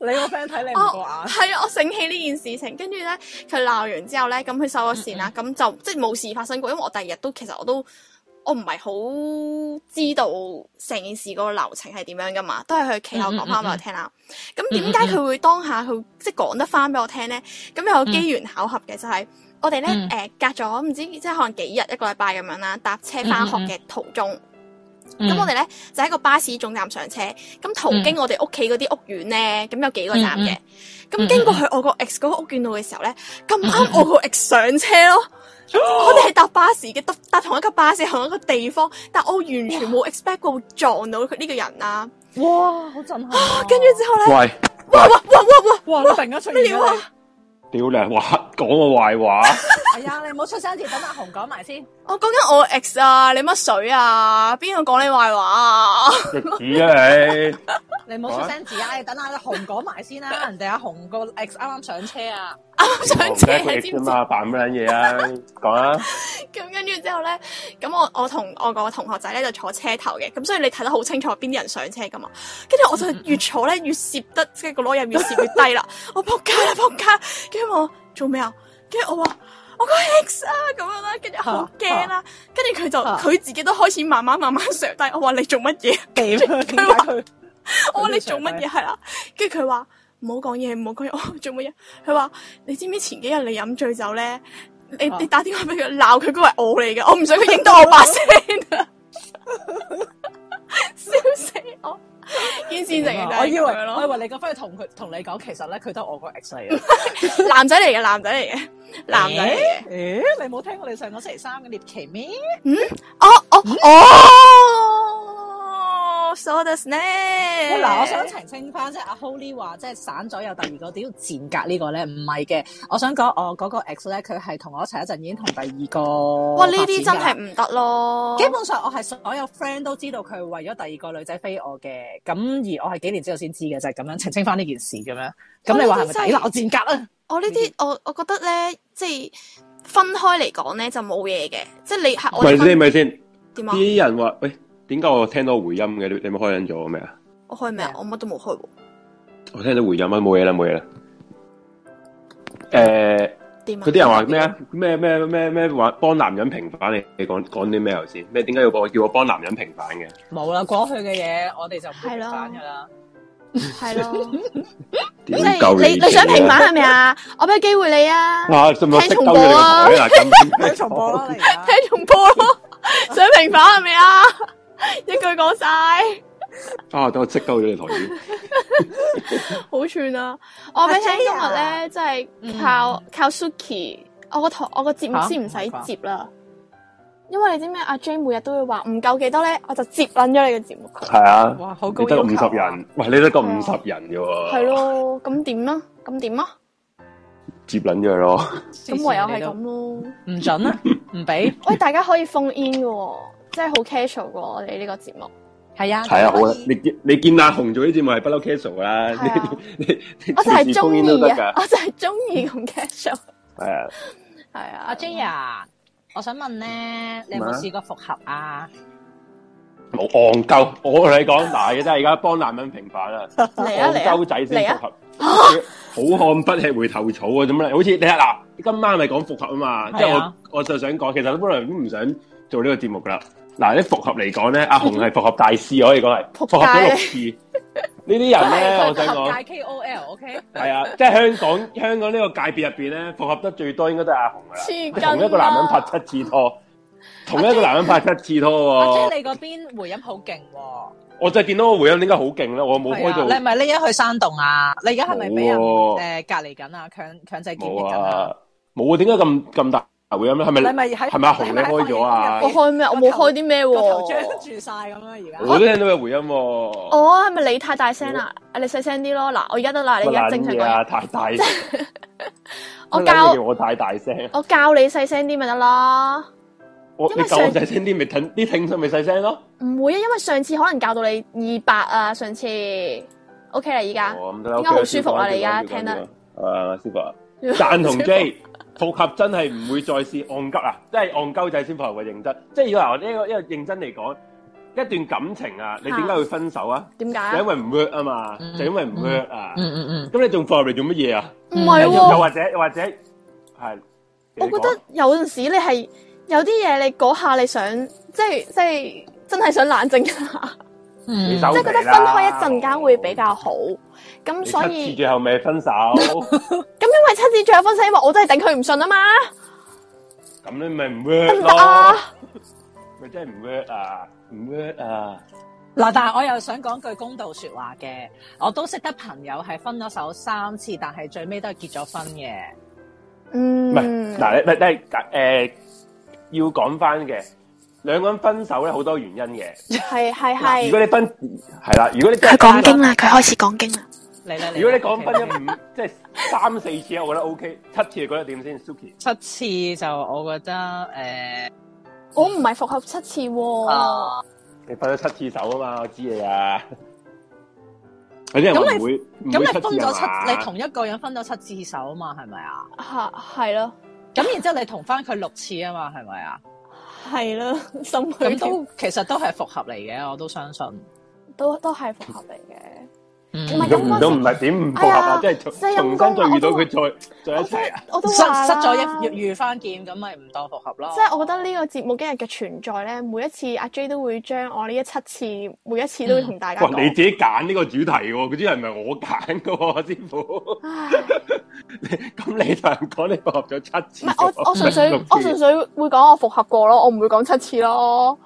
Speaker 1: 你個 friend 睇你唔過
Speaker 3: 我
Speaker 1: 眼，
Speaker 3: 係啊，我醒起呢件事情，跟住咧佢鬧完之後咧，咁佢收咗線啦，咁就即係冇事發生過。因為我第二日都其實我都我唔係好知道成件事個流程係點樣噶嘛，都係佢企後講翻俾我聽啦。咁點解佢會當下佢即係講得翻俾我聽咧？咁有個機緣巧合嘅就係、我哋咧
Speaker 1: 嗯
Speaker 3: 誒隔咗唔知即係可能幾日一個禮拜咁樣啦，搭車翻學嘅途中。
Speaker 1: 嗯
Speaker 3: 咁、我哋咧就喺個巴士總站上車，咁途經我哋屋企嗰啲屋苑咧，咁有幾個站嘅。咁、經過去我個 ex 嗰個屋苑度嘅時候咧，咁啱我個 ex 上車咯。我哋係搭巴士嘅，搭搭同一架巴士同一個地方，但我完全冇 expect 過會撞到佢呢個人啦。
Speaker 1: 哇，好震撼 [laughs] 啊！
Speaker 3: 跟住之後咧，
Speaker 2: 喂，
Speaker 3: 哇哇哇哇哇！
Speaker 1: 哇，你突然間出
Speaker 3: 咩
Speaker 1: 現
Speaker 3: 料
Speaker 1: 咗你
Speaker 3: 啊！
Speaker 2: 屌你話講我壞話，
Speaker 1: [laughs] 哎呀，你唔好出聲住，等阿紅講埋先。
Speaker 3: 我講緊我 ex 啊，你乜水啊？邊個講你壞話啊？
Speaker 2: 逆子啊你！
Speaker 1: 你唔好出聲字啊！你等下阿紅講埋先
Speaker 3: [laughs]
Speaker 1: 啦，人哋阿紅個 ex 啱啱上車啊！
Speaker 3: 上
Speaker 2: 我唔
Speaker 3: 車
Speaker 2: 使佢
Speaker 3: 知
Speaker 2: 啫
Speaker 3: 唔知？
Speaker 2: 嘛，扮乜撚嘢啊？講啊！
Speaker 3: 咁跟住之後咧，咁我我同我個同學仔咧就坐車頭嘅，咁所以你睇得好清楚邊啲人上車噶嘛。跟住我就越坐咧越攝得，即係個攞入越攝越低啦。我仆街啦仆街！跟住我做咩啊？跟住我話我個 ex 啊咁樣啦，跟住好驚啦。跟住佢就
Speaker 1: 啊
Speaker 3: 佢自己都開始慢慢慢慢上低。我話你做乜嘢？
Speaker 1: [laughs] 點啊？點解佢？
Speaker 3: 我哦話你做乜嘢係啦？跟住佢話唔好講嘢，唔好講嘢。 [laughs] 我話做乜嘢？佢話你知唔知前幾日你飲醉酒咧？你
Speaker 1: 啊
Speaker 3: 你打電話俾佢鬧佢，嗰個係我嚟嘅，我唔想佢影到我把聲啊！笑死我！件事情就係
Speaker 1: 啊我以為
Speaker 3: 咁樣
Speaker 1: 我以
Speaker 3: 咯，
Speaker 1: 為你個 friend 同佢同你講，其實咧佢都係我
Speaker 3: [laughs]
Speaker 1: 個 ex 嚟嘅。
Speaker 3: 男仔嚟嘅，男仔嚟嘅，男仔嚟嘅。
Speaker 1: [laughs] 誒你冇聽過你上個星期三嘅獵奇咩？
Speaker 3: 哦哦哦，so the snake。
Speaker 1: 嗱，我想澄清翻即係阿 Holy 話即係散咗有第二個屌賤格呢個咧，唔係嘅。我想講我嗰個 ex 咧，佢係同我一齊一陣已經同第二個
Speaker 3: 哇，呢啲真
Speaker 1: 發展㗎
Speaker 3: 係唔得咯。
Speaker 1: 基本上我係所有 friend 都知道佢為咗第二個女仔飛我嘅，咁而我係幾年之後先知嘅，就係、咁樣澄清翻呢件事咁樣。咁哦你話係咪抵鬧賤格啊？
Speaker 3: 哦我呢
Speaker 2: 嗯
Speaker 3: 啲我我覺得咧，即係分開嚟講咧就冇嘢嘅，即係你係我
Speaker 2: 咪
Speaker 3: 哋
Speaker 2: 先
Speaker 3: 分
Speaker 2: 咪先，
Speaker 3: 點啊？
Speaker 2: 啲人話喂，點解我聽到回音嘅？你你咪開緊咗咩啊？
Speaker 3: 我開咩
Speaker 1: 咩
Speaker 3: 啊
Speaker 1: 啊？
Speaker 3: 我乜都冇開喎，
Speaker 2: 我聽到回音啊，冇嘢啦，冇嘢啦。誒，
Speaker 3: 點啊？
Speaker 2: 嗰啲人話咩啊？咩咩咩咩話幫男人平反？你你講講啲咩頭先？咩點解要我叫我幫男人平反嘅？
Speaker 1: 冇啦，過去嘅嘢我哋就唔會講翻噶 [laughs] 啦。
Speaker 3: 係
Speaker 2: [laughs]
Speaker 3: 咯，即
Speaker 2: 屌
Speaker 3: 係
Speaker 2: 鳩
Speaker 3: 你你想
Speaker 2: 死啊
Speaker 3: 平反係咪啊？我俾個機會你啊，
Speaker 2: 啊？使唔使
Speaker 3: 聽
Speaker 2: 識
Speaker 3: 重
Speaker 2: 鳩咗
Speaker 3: 播
Speaker 2: 你個
Speaker 3: 啊
Speaker 2: 台啦？ [laughs] 咁
Speaker 1: 你重播啦，你而家 [laughs]
Speaker 3: 聽重播咯，想平反係咪啊？一句講晒，
Speaker 2: 啊，等我識鳩咗你台先。
Speaker 3: 好串啊！我俾你聽
Speaker 8: 阿
Speaker 3: 今
Speaker 8: J
Speaker 3: 日
Speaker 8: 啊
Speaker 3: 咧，真係靠靠 Suki，我個台我個節目
Speaker 1: 嚇
Speaker 3: 先唔使接啦。因為你知唔知阿 J 每日都會話唔夠幾多咧，我就接撚咗你嘅節目。
Speaker 2: 係啊，
Speaker 1: 哇，好高
Speaker 2: 你得
Speaker 1: 要
Speaker 2: 個
Speaker 1: 求
Speaker 2: 五十
Speaker 1: 啊
Speaker 2: 人，喂，你得個五十人嘅喎，
Speaker 3: 係，咯，咁點啊？咁點啊？
Speaker 2: 接撚咗佢咯。
Speaker 3: 咁唯有係咁，咯。
Speaker 1: 唔準 [laughs] 啦，唔俾。
Speaker 3: 喂，大家可以封煙嘅喎，即係好 casual 嘅喎我哋呢個
Speaker 2: [laughs]
Speaker 3: 節目。
Speaker 1: 係啊，
Speaker 2: 係啊，好
Speaker 1: 可
Speaker 2: 啊
Speaker 1: 以，
Speaker 2: 你見你見阿紅做啲節目係不嬲 casual 㗎啦， [laughs]
Speaker 3: 係啊
Speaker 2: 你你你
Speaker 3: 我就係
Speaker 2: 隨時封
Speaker 3: 中
Speaker 2: 煙都
Speaker 3: 意
Speaker 2: 得
Speaker 3: 啊
Speaker 2: 㗎，，
Speaker 3: [laughs] 我就係中意咁 casual。
Speaker 2: 係啊，
Speaker 3: 係啊，
Speaker 1: 阿 J 啊，我想問咧，你有冇
Speaker 2: 咩啊
Speaker 1: 試過復合啊？
Speaker 2: 冇戇鳩，我同你講，嗱，真係而家幫男人平反啊！
Speaker 3: 嚟啊嚟啊
Speaker 2: 戇鳩仔
Speaker 3: 嚟
Speaker 2: 先
Speaker 3: 啊
Speaker 2: 復合，好漢不吃回頭草啊！咁咧，好似你睇嗱，今晚咪講復合啊嘛，即係
Speaker 1: 係
Speaker 2: 我
Speaker 1: 啊
Speaker 2: 我就想講，其實我本來都唔想做呢個節目噶啦。嗱，啲復合嚟講咧，阿紅係復合大師，可以講係
Speaker 3: 仆
Speaker 2: 復合咗
Speaker 3: 街
Speaker 2: 六
Speaker 3: [laughs]
Speaker 2: 次。呢啲人咧，我想講。
Speaker 1: 界 KOL，OK？
Speaker 2: 系啊，即系香港香港呢個界別入边咧，复合得最多應該都係阿紅噶啦。
Speaker 3: 黐筋
Speaker 2: 同
Speaker 3: 啊
Speaker 2: 一個男人拍七次拖，同一個男人拍七次
Speaker 1: 阿
Speaker 2: 拖喎。
Speaker 1: J，你嗰邊回音好勁喎。
Speaker 2: 我就見到個回音點解好勁咧？我冇
Speaker 1: 係
Speaker 2: 開
Speaker 1: 啊，你係
Speaker 2: 到，
Speaker 1: 咪匿咗去山洞啊？你而家係咪俾人
Speaker 2: 冇喎
Speaker 1: 誒隔離緊啊？強強制檢疫
Speaker 2: 冇
Speaker 1: 緊啊？
Speaker 2: 啊，冇啊，點解咁咁大回音咧？係咪
Speaker 1: 你咪喺
Speaker 2: 啊係咪阿紅你開咗啊
Speaker 3: 我？開咩？我冇開啲咩
Speaker 1: 個頭張
Speaker 3: 喎。
Speaker 1: 住晒咁啊！而
Speaker 2: 我
Speaker 1: 家
Speaker 2: 都聽到佢回音喎。
Speaker 3: 哦，係咪你太大聲啦？啊你細聲啲咯。嗱，我而家得啦，你而家
Speaker 2: 乜
Speaker 3: 正常
Speaker 2: 撚
Speaker 3: 講
Speaker 2: 嘢啊？
Speaker 3: 嘢。
Speaker 2: 太大，
Speaker 3: 我
Speaker 2: 乜撚嘢
Speaker 3: 教
Speaker 2: 叫我太大聲。
Speaker 3: 我教你細聲啲咪得啦。
Speaker 2: 我
Speaker 3: 因為
Speaker 2: 你教我
Speaker 3: 上
Speaker 2: 細聲啲，咪聽啲聽眾咪細聲咯。
Speaker 3: 唔會啊，因為上次可能教到你二百啊，上次 OK 啦，而家
Speaker 2: 哦咁得啦
Speaker 3: 應該好
Speaker 2: OK
Speaker 3: 舒服啦，你而家
Speaker 2: 舒服
Speaker 3: 聽得。
Speaker 2: 啊，舒
Speaker 3: [laughs]
Speaker 2: 服啊！贊同 J 復合真係唔會再試戇鳩啊！真係戇鳩仔先復合嘅認真，即係要嗱呢個呢個認真嚟講，一段感情啊，你點解會分手啊？
Speaker 3: 點解
Speaker 2: 就
Speaker 3: 啊
Speaker 2: 因？為唔 work 啊嘛，就因為唔 work 啊。
Speaker 1: 嗯嗯嗯。
Speaker 2: 咁你仲復合嚟做乜嘢啊？
Speaker 3: 唔係
Speaker 2: 又
Speaker 3: 喎
Speaker 2: 又。或者又或者係，
Speaker 3: 我覺得有陣時你係有啲嘢，你嗰下你想即係即係真係想冷靜
Speaker 2: [laughs]
Speaker 3: 一下，
Speaker 2: 你
Speaker 1: 嗯
Speaker 2: 手
Speaker 3: 即係覺得分開一陣間會比較好。咁所
Speaker 2: 你七次
Speaker 3: 以
Speaker 2: 最後咪
Speaker 3: [laughs]
Speaker 2: 分手，
Speaker 3: 咁因為七子最後分手，因為我真係頂佢唔順啊嘛，
Speaker 2: 咁你咪唔
Speaker 3: 得
Speaker 2: work
Speaker 3: 唔得 [laughs] 啊
Speaker 2: 咯？？咪真係唔 work 啊，唔 work 啊！
Speaker 1: 嗱，但係我又想講句公道说話嘅，我都識得朋友係分咗手三次，但係最尾都係結咗婚嘅。
Speaker 2: 唔係
Speaker 3: 嗯，
Speaker 2: 嗱，你你你誒要講翻嘅兩個人分手咧，好多原因嘅。
Speaker 3: 係係
Speaker 2: 如果
Speaker 3: 係。
Speaker 2: 你分係啦，如果你真係
Speaker 3: 佢講經
Speaker 1: 啊
Speaker 3: 啦，佢開始講經啦。
Speaker 1: 你咧，
Speaker 2: 如果你講分
Speaker 1: 咗
Speaker 2: 咗五，即係三四次，我覺得 O K。七次你覺得點先，Suki？
Speaker 1: 七次就我覺得誒
Speaker 3: 我唔係復合七次喎，
Speaker 1: 啊，
Speaker 2: 你分咗七次手啊嘛，我知你啊。有啲人話
Speaker 1: 咁你
Speaker 2: 唔會唔
Speaker 1: 咁
Speaker 2: 會
Speaker 1: 你
Speaker 2: 七
Speaker 1: 分
Speaker 2: 次
Speaker 1: 咗七，你
Speaker 2: 啊嘛？
Speaker 1: 同一個人分咗七次手啊嘛，係咪啊？
Speaker 3: 係係咯
Speaker 1: 咁然之後你同翻佢六次啊嘛，係咪啊？
Speaker 3: 係咯，心佢
Speaker 1: 咁
Speaker 3: 都
Speaker 1: 都其實都係復合嚟嘅，我都相信。
Speaker 3: 都都係復合嚟嘅。
Speaker 1: 嗯
Speaker 3: 唔係
Speaker 2: 都
Speaker 3: 咁
Speaker 2: 唔都唔係點唔復合啊？即
Speaker 3: 哎呀
Speaker 2: 係重
Speaker 3: 真係陰
Speaker 2: 重新
Speaker 3: 公啊
Speaker 2: 再遇到
Speaker 3: 我
Speaker 2: 佢再再一
Speaker 3: 我都
Speaker 2: 齊啊！
Speaker 3: 我都
Speaker 1: 失
Speaker 3: 話
Speaker 1: 失咗
Speaker 3: 啦
Speaker 1: 一遇遇翻劍，咁咪唔當復合咯。
Speaker 3: 即係我覺得呢個節目今日嘅存在咧，每一次阿 J 都會將我呢一七次，每一次都會同大家
Speaker 2: 哇！你
Speaker 3: 講。
Speaker 2: 自己揀呢個主題喎，嗰啲人唔係我揀嘅喎，師傅。
Speaker 3: [laughs] 唉
Speaker 2: 咁你同人講你復合咗七次
Speaker 3: 唔
Speaker 2: 喎，
Speaker 3: 係我我純粹
Speaker 2: 六次
Speaker 3: 我純粹會講我復合過咯，我唔會講七次咯。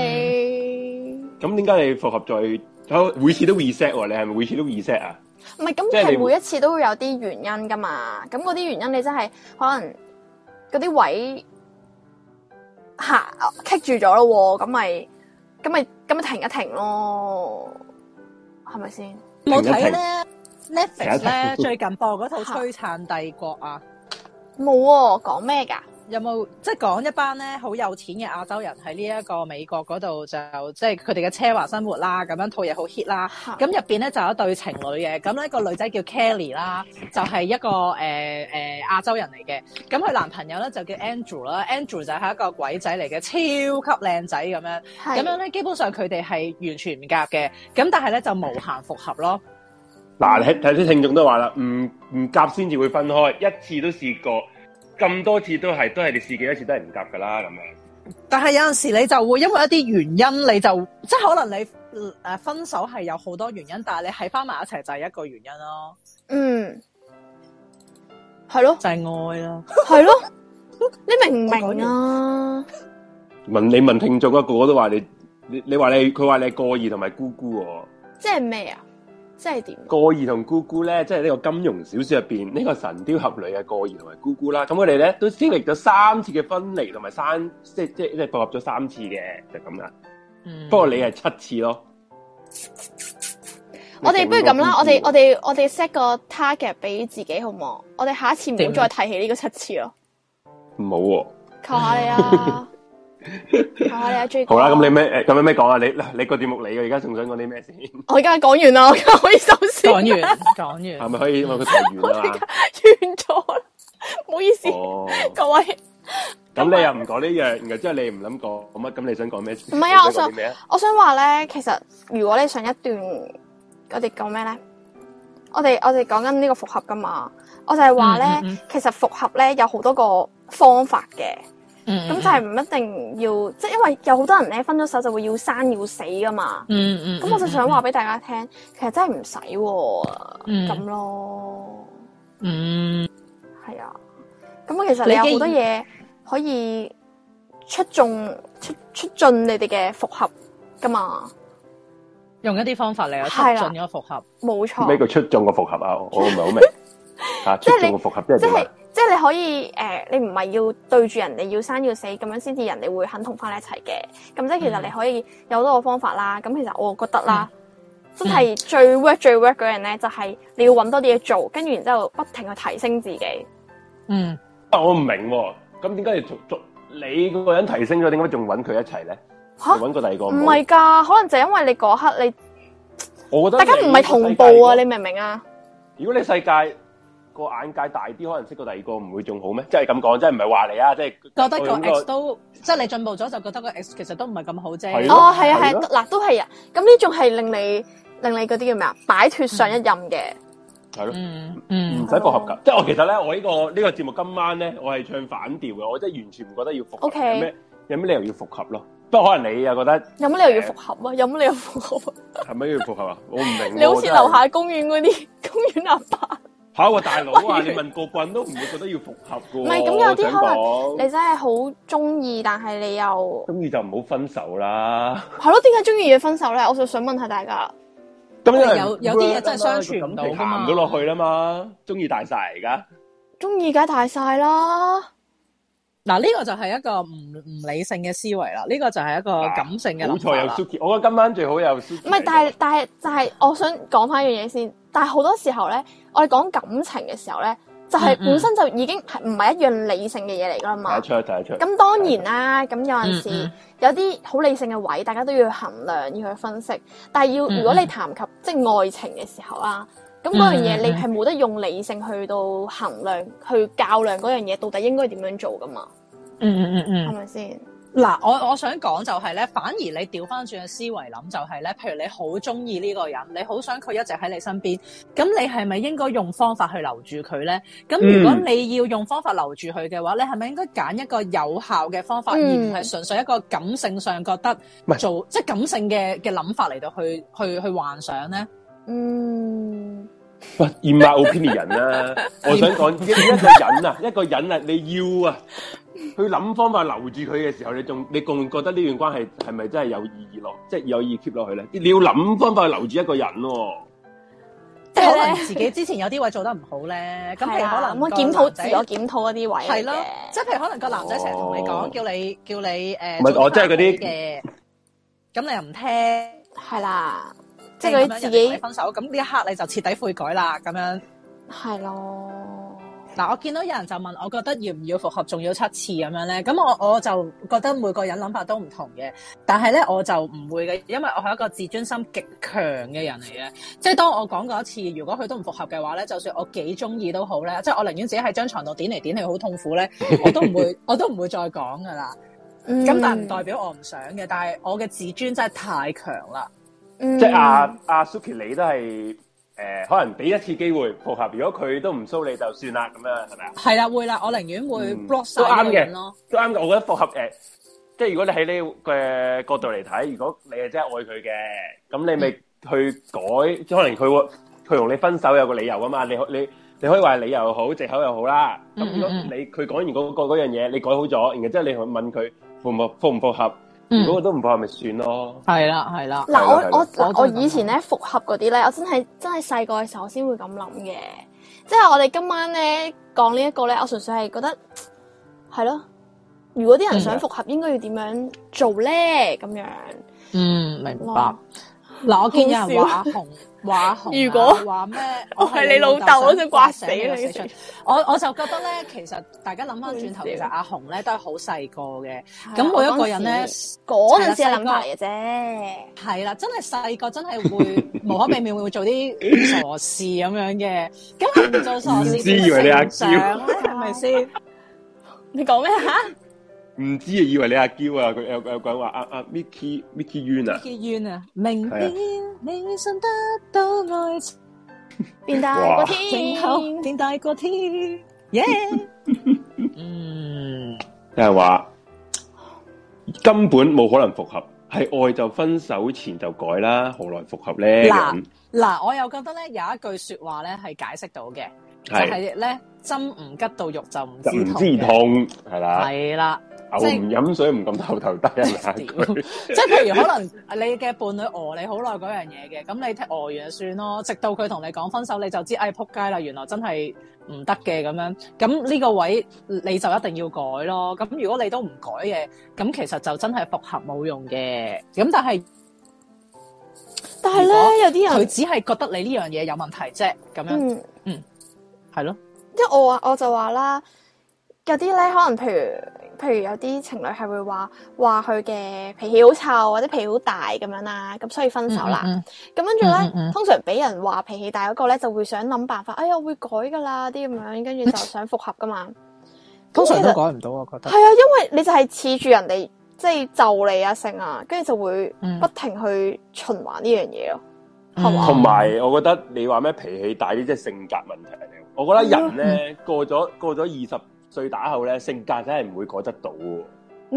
Speaker 3: OK，
Speaker 2: 咁點解你復合再好每次都 reset 喎？你係咪每次都 reset 啊？
Speaker 3: 唔係
Speaker 2: 即
Speaker 3: 咁
Speaker 2: 係你
Speaker 3: 係
Speaker 2: 會
Speaker 3: 每一次都會有啲原因噶嘛。咁嗰啲原因你真係可能嗰啲位嚇棘住咗咯喎，咁咪咁咪咁咪停一停咯，係咪先？
Speaker 1: 冇睇
Speaker 2: 停一停
Speaker 1: 咧
Speaker 2: 停一
Speaker 1: Netflix 咧
Speaker 2: 停
Speaker 1: 最近播嗰套《璀璨帝國》啊，
Speaker 3: 冇喎，講咩㗎？
Speaker 1: 有冇即係講一班咧好有錢嘅亞洲人喺呢一個美國嗰度就即係佢哋嘅奢華生活啦，咁樣套嘢好 hit 啦。咁入邊咧就有一對情侶嘅，咁、呢個女仔叫 Kelly 啦，就係、一個誒誒、呃呃亞洲人嚟嘅。咁佢男朋友咧就叫 Andrew 啦，Andrew 就係一個鬼仔嚟嘅，超級靚仔咁樣。咁
Speaker 3: 係
Speaker 1: 樣咧，基本上佢哋係完全唔夾嘅。咁但係咧就無限復合咯。
Speaker 2: 嗱，睇睇啲聽眾都話啦，唔唔夾先至會分開，一次都試過，咁多次都係都係你試幾多次都係唔夾噶啦咁樣。
Speaker 1: 但係有陣時你就會因為一啲原因，你就即係可能你誒、呃分手係有好多原因，但係你喺翻埋一齊就係一個原因咯，
Speaker 3: 嗯，係咯，
Speaker 1: 就係、愛啦。
Speaker 3: 係咯， [laughs] 你明唔明啊？
Speaker 2: 問你問聽眾啊，個個都話你你你話你佢話你係過兒同埋姑姑喎。
Speaker 3: 即係咩啊？即係點？啊
Speaker 2: 過兒同姑姑咧，即係呢個金庸小說入邊呢個神雕俠侶嘅啊過兒同埋姑姑啦。咁佢哋咧都經歷咗三次嘅分離同埋三，即係即係即係復合咗三次嘅，就咁啦。
Speaker 1: 嗯
Speaker 2: 不過你係七次咯。
Speaker 3: 我哋不如咁啦，我哋我
Speaker 2: 哋
Speaker 3: 哋我哋 set 個 target 俾自己好唔好？我哋下一次唔好再提起呢個七次咯，
Speaker 2: 冇喎。
Speaker 3: 求下你啊！求下你啊，J 哥。
Speaker 2: 好啦，咁你咩誒咁有咩講啊？你嗱你個節目嚟嘅，而家仲想講啲
Speaker 3: [laughs]
Speaker 2: 咩先？
Speaker 3: 我而家講完啦，我而家可以收線
Speaker 1: 講
Speaker 3: 啦，
Speaker 1: 完講
Speaker 2: 係
Speaker 1: 完，
Speaker 2: 咪
Speaker 1: [laughs]
Speaker 2: 可啊以因為佢台完啦？
Speaker 3: 完咗啦，唔好意思，
Speaker 2: 哦，
Speaker 3: 各位。
Speaker 2: 咁咁你又唔講呢樣，然後之後你唔諗講乜，咁你想講咩先？
Speaker 3: 唔係啊
Speaker 2: 你講啲
Speaker 3: 想
Speaker 2: 咩啊？
Speaker 3: 我想話咧，其實如果你上一段我哋講咩咧？我哋我哋講緊呢個複合噶嘛，我就係話咧，
Speaker 1: 嗯嗯嗯
Speaker 3: 其實複合咧有好多個方法嘅，
Speaker 1: 嗯
Speaker 3: 咁就係唔一定要，即係因為有好多人咧分咗手就會要生要死噶嘛。
Speaker 1: 嗯嗯，
Speaker 3: 咁我就想話俾大家聽，其實真係唔使喎
Speaker 1: 嗯
Speaker 3: 咁咯，
Speaker 1: 嗯，
Speaker 3: 係啊。咁其實
Speaker 1: 你
Speaker 3: 你有
Speaker 1: 既
Speaker 3: 好多嘢可以出眾出出進你哋嘅複合噶嘛。
Speaker 1: 用一啲方法嚟促
Speaker 3: 係啦
Speaker 1: 進咗複合，
Speaker 3: 冇錯，
Speaker 2: 咩叫出眾個復合啊？我我唔係好
Speaker 3: [laughs]
Speaker 2: 明啊！出
Speaker 3: 即係你
Speaker 2: 眾個復合即係
Speaker 3: 即
Speaker 2: 點
Speaker 3: 係
Speaker 2: 啊？
Speaker 3: 即係你可以誒、呃你唔係要對住人哋要生要死咁樣先至人哋會肯同翻你一齊嘅。咁即係其實
Speaker 1: 嗯
Speaker 3: 你可以有好多個方法啦。咁其實我覺得啦，
Speaker 2: 嗯
Speaker 3: 真係最 work 最 work 嗰樣咧，就係、你要揾多啲嘢做，跟住然之後不停去提升自己。
Speaker 1: 嗯，
Speaker 2: 啊我唔明喎，咁點解你仲仲你嗰個人提升咗，點解仲揾佢一齊咧？
Speaker 3: 嚇
Speaker 2: 仲揾個第二個
Speaker 3: 唔
Speaker 2: 啊唔好
Speaker 3: 係㗎，可能就係因為你嗰刻你
Speaker 2: 我覺得
Speaker 3: 大家唔係同步啊，你明唔明啊？
Speaker 2: 如果你世界個眼界大啲，可能識個第二個唔會仲好咩？即係咁講，即係唔係話你啊，即係
Speaker 1: 覺得個
Speaker 2: 我用個
Speaker 1: X 都即係你進步咗，就覺得個 X 其實都唔係咁好
Speaker 2: 係
Speaker 1: 啫
Speaker 2: 咯。
Speaker 3: 哦，係啊，
Speaker 2: 係
Speaker 3: 係
Speaker 2: 咯
Speaker 3: 啊嗱，都係啊。咁呢種係令你令你嗰啲叫咩啊？擺脱上
Speaker 2: 嗯
Speaker 3: 一任嘅，
Speaker 2: 係咯。
Speaker 1: 嗯
Speaker 2: 唔
Speaker 1: 嗯
Speaker 2: 使復合㗎，即係我其實咧，我呢、個呢、個節目今晚咧，我係唱反調嘅，我真係完全唔覺得要復合
Speaker 3: OK
Speaker 2: 有咩有咩理由要復合咯？不過可能你又覺得
Speaker 3: 有乜理由要復合啊？有乜理由復合啊？
Speaker 2: 係咪要復合啊？我唔明喎。
Speaker 3: 你好似
Speaker 2: 真係
Speaker 3: 樓下公園嗰啲公園阿伯，
Speaker 2: 嚇喎大佬啊！
Speaker 3: [laughs] 我以
Speaker 2: 你
Speaker 3: 為
Speaker 2: 問個個人都唔會覺得要復合㗎喎。
Speaker 3: 唔係咁有啲可能
Speaker 2: 可
Speaker 3: 你真係好中意，但係你又
Speaker 2: 中意就唔好分手啦。
Speaker 3: 係咯？點解中意要分手咧？我就想問下大家啦。
Speaker 2: 咁因為
Speaker 1: 有有啲嘢真係相處唔到㗎嘛
Speaker 2: 感情行唔到落去啦嘛，中意大晒而家。
Speaker 3: 中意梗係大晒啦，
Speaker 1: 嗱，呢個就係一個唔唔理性嘅思維啦，呢個就係一個感性嘅
Speaker 2: 好
Speaker 1: 諗
Speaker 2: 彩
Speaker 1: 法
Speaker 2: 有
Speaker 1: 啦。
Speaker 2: Suki，我覺得今晚最好有 Suki。
Speaker 3: 唔係，但係但係但係，我想講翻一樣嘢先。但係好多時候咧，我哋講感情嘅時候咧，就係、
Speaker 1: 嗯嗯
Speaker 3: 本身就已經係唔係一樣理性嘅嘢嚟㗎啦
Speaker 2: 睇得
Speaker 3: 嘛。
Speaker 2: 出，睇得出。
Speaker 3: 咁當然啦，咁有陣時、
Speaker 1: 嗯嗯
Speaker 3: 有啲好理性嘅位，大家都要衡量，要去分析。但係要
Speaker 1: 嗯
Speaker 3: 如果你談及即係愛情嘅時候啦，咁嗰樣嘢
Speaker 1: 嗯嗯
Speaker 3: 你係冇得用理性去到衡量、去較量嗰樣嘢到底應該點樣做噶嘛，
Speaker 1: 嗯嗯嗯嗯
Speaker 3: 係。咪先？
Speaker 1: 嗱，我我想講就係咧，反而你調翻轉嘅思維諗就係咧，譬如你好中意呢個人，你好想佢一直喺你身邊，咁你係咪應該用方法去留住佢咧？咁
Speaker 3: 嗯
Speaker 1: 如果你要用方法留住佢嘅話，你係咪應該揀一個有效嘅方法，
Speaker 3: 嗯
Speaker 1: 而唔係純粹一個感性上覺得
Speaker 2: 唔係
Speaker 1: 做即係感性嘅嘅諗法嚟到去去去幻想咧？
Speaker 3: 嗯，
Speaker 2: 喂，唔係 opinion 啦，
Speaker 3: [laughs]
Speaker 2: 我想講一一個人啊，一個人啊，你要啊，去諗方法留住佢嘅時候，你仲你仲覺得呢段關係係咪真係有意義咯？即係有意義 keep 落去咧？你要諗方法留住一個人喎。
Speaker 1: 即係可能
Speaker 3: 即係呢
Speaker 1: 自己之前有啲位做得唔好咧，咁譬
Speaker 3: 係
Speaker 1: 如
Speaker 3: 啊
Speaker 1: 可能
Speaker 3: 咁我
Speaker 1: 個
Speaker 3: 檢討
Speaker 1: 男
Speaker 3: 自
Speaker 1: 仔
Speaker 3: 我檢討嗰啲位
Speaker 1: 係
Speaker 3: 嚟
Speaker 1: 咯
Speaker 3: 嘅，
Speaker 1: 即係譬如可能個男仔成日同你
Speaker 2: 哦
Speaker 1: 講，叫你叫你呃誒，
Speaker 2: 唔係
Speaker 1: 做
Speaker 2: 我即係嗰
Speaker 1: 啲
Speaker 2: 啲
Speaker 1: 嘅，咁你又唔聽，
Speaker 3: 係啦，即係佢
Speaker 1: 咁樣人哋同
Speaker 3: 自
Speaker 1: 你
Speaker 3: 己
Speaker 1: 分手，咁呢一刻你就徹底悔改啦，咁樣。
Speaker 3: 係咯。
Speaker 1: 嗱，我見到有人就問，我覺得要唔要復合，仲要七次咁樣咧？咁我我就覺得每個人諗法都唔同嘅，但係咧我就唔會嘅，因為我係一個自尊心極強嘅人嚟嘅。即係當我講過一次，如果佢都唔復合嘅話咧，就算我幾中意都好咧，即係我寧願自己喺張床度點嚟點去好痛苦咧，我都唔會，我都唔會再講噶啦。
Speaker 3: 嗯
Speaker 1: 咁但係唔代表我唔想嘅，但係我嘅自尊真係太強啦。
Speaker 3: 嗯
Speaker 2: 即係
Speaker 1: 啊
Speaker 2: 阿阿 Suki，你都係誒，可能俾一次機會復合，如果佢都唔騷你就算啦，咁樣係咪啊？
Speaker 1: 係啦，會啦，我寧願會
Speaker 2: 嗯
Speaker 1: block 晒
Speaker 2: 都啱
Speaker 1: 呢個
Speaker 2: 嘅
Speaker 1: 人咯。
Speaker 2: 都啱嘅，我覺得復合誒、呃即係如果你喺呢個嘅角度嚟睇，如果你係真係愛佢嘅，咁你咪去改，即係可能佢會佢同你分手有個理由啊嘛，你可你你可以話理由又好，藉口又好啦。咁如果
Speaker 1: 嗯嗯
Speaker 2: 你佢講完嗰、個嗰樣嘢，你改好咗，然後之後你去問佢復唔復復唔復合，
Speaker 1: 嗯
Speaker 2: 如果都唔復合咪算咯。
Speaker 1: 係啦，係啦。
Speaker 3: 嗱，
Speaker 2: 係
Speaker 3: 我
Speaker 2: 咯
Speaker 1: 咯
Speaker 3: 我
Speaker 1: 我
Speaker 3: 嗱，我
Speaker 1: 都係咁
Speaker 3: 以前咧復合嗰啲咧，我真係真係細個嘅時候先會咁諗嘅。即係我哋今晚咧講呢一個咧，我純粹係覺得係咯。如果啲人想復合，應該要點樣做咧？咁樣
Speaker 1: 嗯，明白
Speaker 3: 咯。。
Speaker 1: 嗱，我見有人話
Speaker 3: 好啊
Speaker 1: 阿紅，話阿紅啊，
Speaker 3: 如果
Speaker 1: 話咩，
Speaker 3: [laughs] 我係你老豆我想刮死你
Speaker 1: 我想刮死我我就覺得咧，其實大家諗翻轉頭，
Speaker 3: 好笑
Speaker 1: 其實阿紅咧都係好細個嘅，
Speaker 3: 係啊
Speaker 1: 咁每一個人咧。
Speaker 3: 我嗰陣時
Speaker 1: 係
Speaker 3: 係
Speaker 1: 啦
Speaker 3: 諗法嚟嘅啫。
Speaker 1: 係啦，真係細個真係會無可避免會做啲傻事咁樣嘅，咁唔做傻事
Speaker 2: 唔知以為你阿嬌
Speaker 1: 點成長咧係咪先？
Speaker 3: 你講咩吓？啊
Speaker 2: 唔知啊，以為你阿嬌啊，佢有有個人話啊啊 Micky Micky Yuen 啊，
Speaker 1: 結怨啊！明
Speaker 2: 係
Speaker 1: 天你信得到愛情，
Speaker 3: 變大個
Speaker 2: 哇
Speaker 1: 靜候
Speaker 3: 天，
Speaker 1: 變大個天，耶！嗯，
Speaker 2: 有人話根本冇可能復合，係愛就分手前就改啦，何來復合咧？
Speaker 1: 嗱
Speaker 2: 咁
Speaker 1: 嗱，我又覺得咧有一句說話咧係解釋到嘅，就
Speaker 2: 係
Speaker 1: 係咧針唔吉到肉就唔
Speaker 2: 就
Speaker 1: 知
Speaker 2: 唔
Speaker 1: 痛嘅，
Speaker 2: 知痛係啦，
Speaker 1: 係啦。
Speaker 2: 牛唔飲水唔撳頭頭低啊嘛
Speaker 1: 屌
Speaker 2: 佢
Speaker 1: 即係譬如可能你嘅伴侶餓你好耐嗰樣嘢嘅，咁你聽餓完就算咯，直到佢同你講分手，你就知哎撲街啦，原來真係唔得嘅咁樣。咁呢個位你就一定要改咯。咁如果你都唔改嘅，咁其實就真係復合冇用嘅。咁但係
Speaker 3: 但係咧有啲
Speaker 1: 佢
Speaker 3: 人，
Speaker 1: 只係覺得你呢樣嘢有問題啫，咁樣
Speaker 3: 嗯，
Speaker 1: 係咯。
Speaker 3: 即係我話我就話啦，有啲咧可能譬如譬如有啲情侶係會話話佢嘅脾氣好臭或者脾氣好大咁樣啦，咁所以分手啦。
Speaker 1: 嗯，嗯
Speaker 3: 咁跟住咧，
Speaker 1: 嗯嗯嗯
Speaker 3: 通常俾人話脾氣大嗰個咧，就會想諗辦法，哎呀，我會改噶啦，啲咁樣，跟
Speaker 1: [laughs]
Speaker 3: 住就想復合噶嘛。
Speaker 1: 嗯通常
Speaker 3: 咁其
Speaker 1: 都
Speaker 3: 實
Speaker 1: 改唔到，我覺得
Speaker 3: 係。啊，因為你就係恃住人哋即係就你啊成啊，跟住就會
Speaker 1: 嗯
Speaker 3: 不停去循環呢樣嘢咯，係嘛？
Speaker 2: 同埋我覺得你話咩脾氣大啲，即係性格問題嚟。我覺得人
Speaker 3: 嗯
Speaker 2: 咧過咗過咗二十歲打後咧，性格真係唔會改得到喎，
Speaker 3: 嗯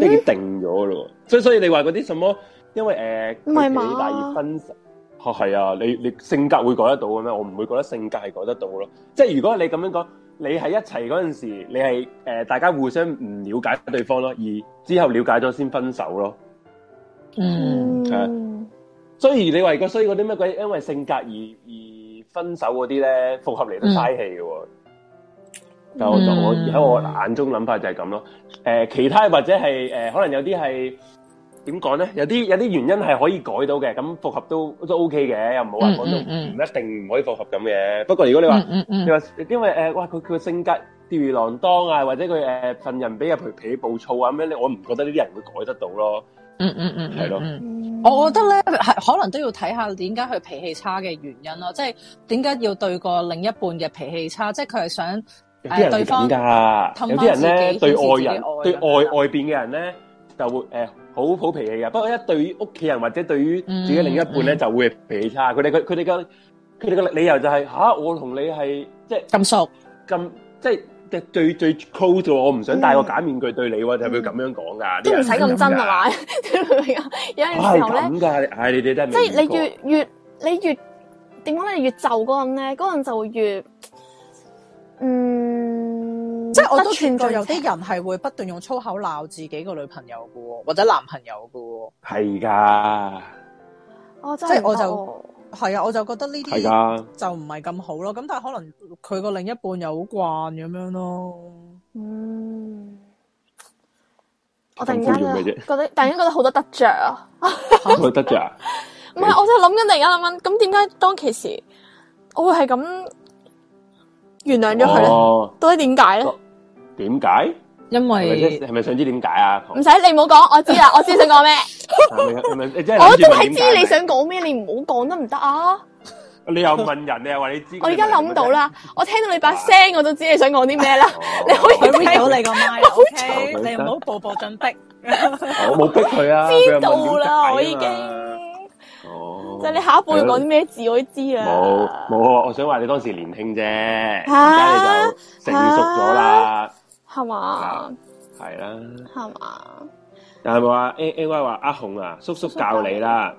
Speaker 2: 即係已經定咗咯。所以所以你話嗰啲什麼，因為
Speaker 3: 唔
Speaker 2: 誒
Speaker 3: 係
Speaker 2: 脾
Speaker 3: 嘛
Speaker 2: 氣大而分手。哦，係啊，你你性格會改得到嘅咩？我唔會覺得性格係改得到咯。即係如果你咁樣講，你喺一齊嗰陣時，你係誒、呃大家互相唔了解對方咯，而之後了解咗先分手咯。
Speaker 1: 嗯，
Speaker 3: 嗯，
Speaker 2: 所以你話個，所以嗰啲咩鬼，因為性格而而分手嗰啲咧，複合嚟都嘥氣嘅喎。但我就我
Speaker 1: 嗯
Speaker 2: 喺我眼中諗法就係咁咯。誒、其他或者係誒、可能有啲係點講咧？有啲有啲原因係可以改到嘅，咁複合都都 OK 嘅，又唔好話講到
Speaker 1: 嗯嗯
Speaker 2: 唔一定唔可以複合咁嘅。不過如果你話，
Speaker 1: 嗯嗯
Speaker 2: 你話因為誒、哇，佢佢個性格吊兒郎當啊，或者佢誒、份人比較脾脾氣暴躁啊咁樣，你我唔覺得呢啲人會改得到咯。
Speaker 1: 嗯嗯嗯，
Speaker 2: 係咯
Speaker 1: 嗯
Speaker 3: 嗯
Speaker 1: 我覺得咧，係可能都要睇下點解佢脾氣差嘅原因咯，即係點解要對個另一半嘅脾氣差，即係佢係想
Speaker 2: 有啲人
Speaker 1: 誒對
Speaker 2: 係
Speaker 1: 方
Speaker 2: 咁噶，
Speaker 1: 氹
Speaker 2: 有啲人咧
Speaker 1: 返自己
Speaker 2: 對
Speaker 1: 牽
Speaker 2: 外
Speaker 1: 涉
Speaker 2: 人
Speaker 1: 自己
Speaker 2: 對
Speaker 1: 愛咁樣啦
Speaker 2: 外外邊嘅人咧就會誒好好脾氣嘅，不過一對於屋企人或者對於自己另一半
Speaker 1: 嗯
Speaker 2: 咧、
Speaker 1: 嗯
Speaker 2: 就會脾氣差。佢哋佢佢哋嘅佢哋嘅理由就係、吓、我同你係即係
Speaker 1: 咁熟，
Speaker 2: 咁即係即係最最 close 喎，我唔想戴個假面具對你喎，就係會咁樣講噶。
Speaker 3: 都唔使咁真啊
Speaker 2: 啊
Speaker 1: [laughs]
Speaker 3: 嘛，
Speaker 1: 啊
Speaker 3: 有
Speaker 2: 係
Speaker 3: 陣時候咧。
Speaker 2: 咁㗎，唉，你哋真係
Speaker 3: 即係
Speaker 2: 未見
Speaker 3: 你
Speaker 2: 過
Speaker 3: 越越你越點講咧？你越就嗰個人咧，嗰個人就會越嗯，
Speaker 1: 即係我都
Speaker 3: 得
Speaker 1: 見
Speaker 3: 寸
Speaker 1: 過
Speaker 3: 進
Speaker 1: 有啲
Speaker 3: 尺
Speaker 1: 人係會不斷用粗口鬧自己個女朋友嘅喎，或者男朋友嘅喎。
Speaker 2: 係㗎，
Speaker 3: 我哦真
Speaker 1: 即
Speaker 3: 係
Speaker 1: 係我
Speaker 3: 唔得
Speaker 1: 就
Speaker 3: 喎
Speaker 1: 係啊，我就覺得呢啲
Speaker 2: 係㗎。
Speaker 1: 就唔係咁好咯。咁但係可能佢個另一半又好慣咁樣咯。
Speaker 3: 嗯，我突
Speaker 2: 咁
Speaker 3: 然
Speaker 2: 呼
Speaker 3: 間
Speaker 2: 做咩啫？
Speaker 3: 覺得突然間覺得好多得着啊！
Speaker 2: 我得著啊，
Speaker 3: 唔係，我就諗緊，突然間諗緊，咁點解當其時我會係咁原諒咗佢咧？
Speaker 2: 哦，
Speaker 3: 到底點解咧？
Speaker 2: 哦點解？
Speaker 1: 因
Speaker 2: 係咪
Speaker 1: 為
Speaker 2: 先係咪想知點解啊？
Speaker 3: 唔使你唔好講，我知啦，我知你想講咩，
Speaker 2: 係咪係咪你真係
Speaker 3: 我
Speaker 2: 諗住
Speaker 3: 都
Speaker 2: 問
Speaker 3: 係
Speaker 2: 點解
Speaker 3: 知你想講咩，你唔好講得唔得啊？
Speaker 2: 你又問人，你又話你知。
Speaker 3: 我而家諗到啦，我聽到你把聲，我都知你想講啲 [laughs] 咩啦。
Speaker 2: 哦。
Speaker 3: 你可以
Speaker 1: 佢 read 到
Speaker 3: 聽
Speaker 1: 你個 [laughs] 麥啦
Speaker 2: 我
Speaker 1: ，OK，
Speaker 2: 會
Speaker 1: 你唔好步步進逼。
Speaker 2: 我冇逼佢
Speaker 3: [laughs]
Speaker 2: 啊，佢又
Speaker 3: 到
Speaker 2: 問點解啊
Speaker 3: 啦，
Speaker 2: 嘛
Speaker 3: 我已經
Speaker 2: 哦。
Speaker 3: 就係你下一步要講啲咩字，我都知啦。
Speaker 2: 冇冇啊！我想話你當時年輕啫，而
Speaker 3: 啊
Speaker 2: 家你就成熟咗啦，
Speaker 3: 係嘛
Speaker 2: 啊？係啦。
Speaker 3: 係嘛？
Speaker 2: 但係咪話 A A Y 話阿紅啊，叔叔教你啦。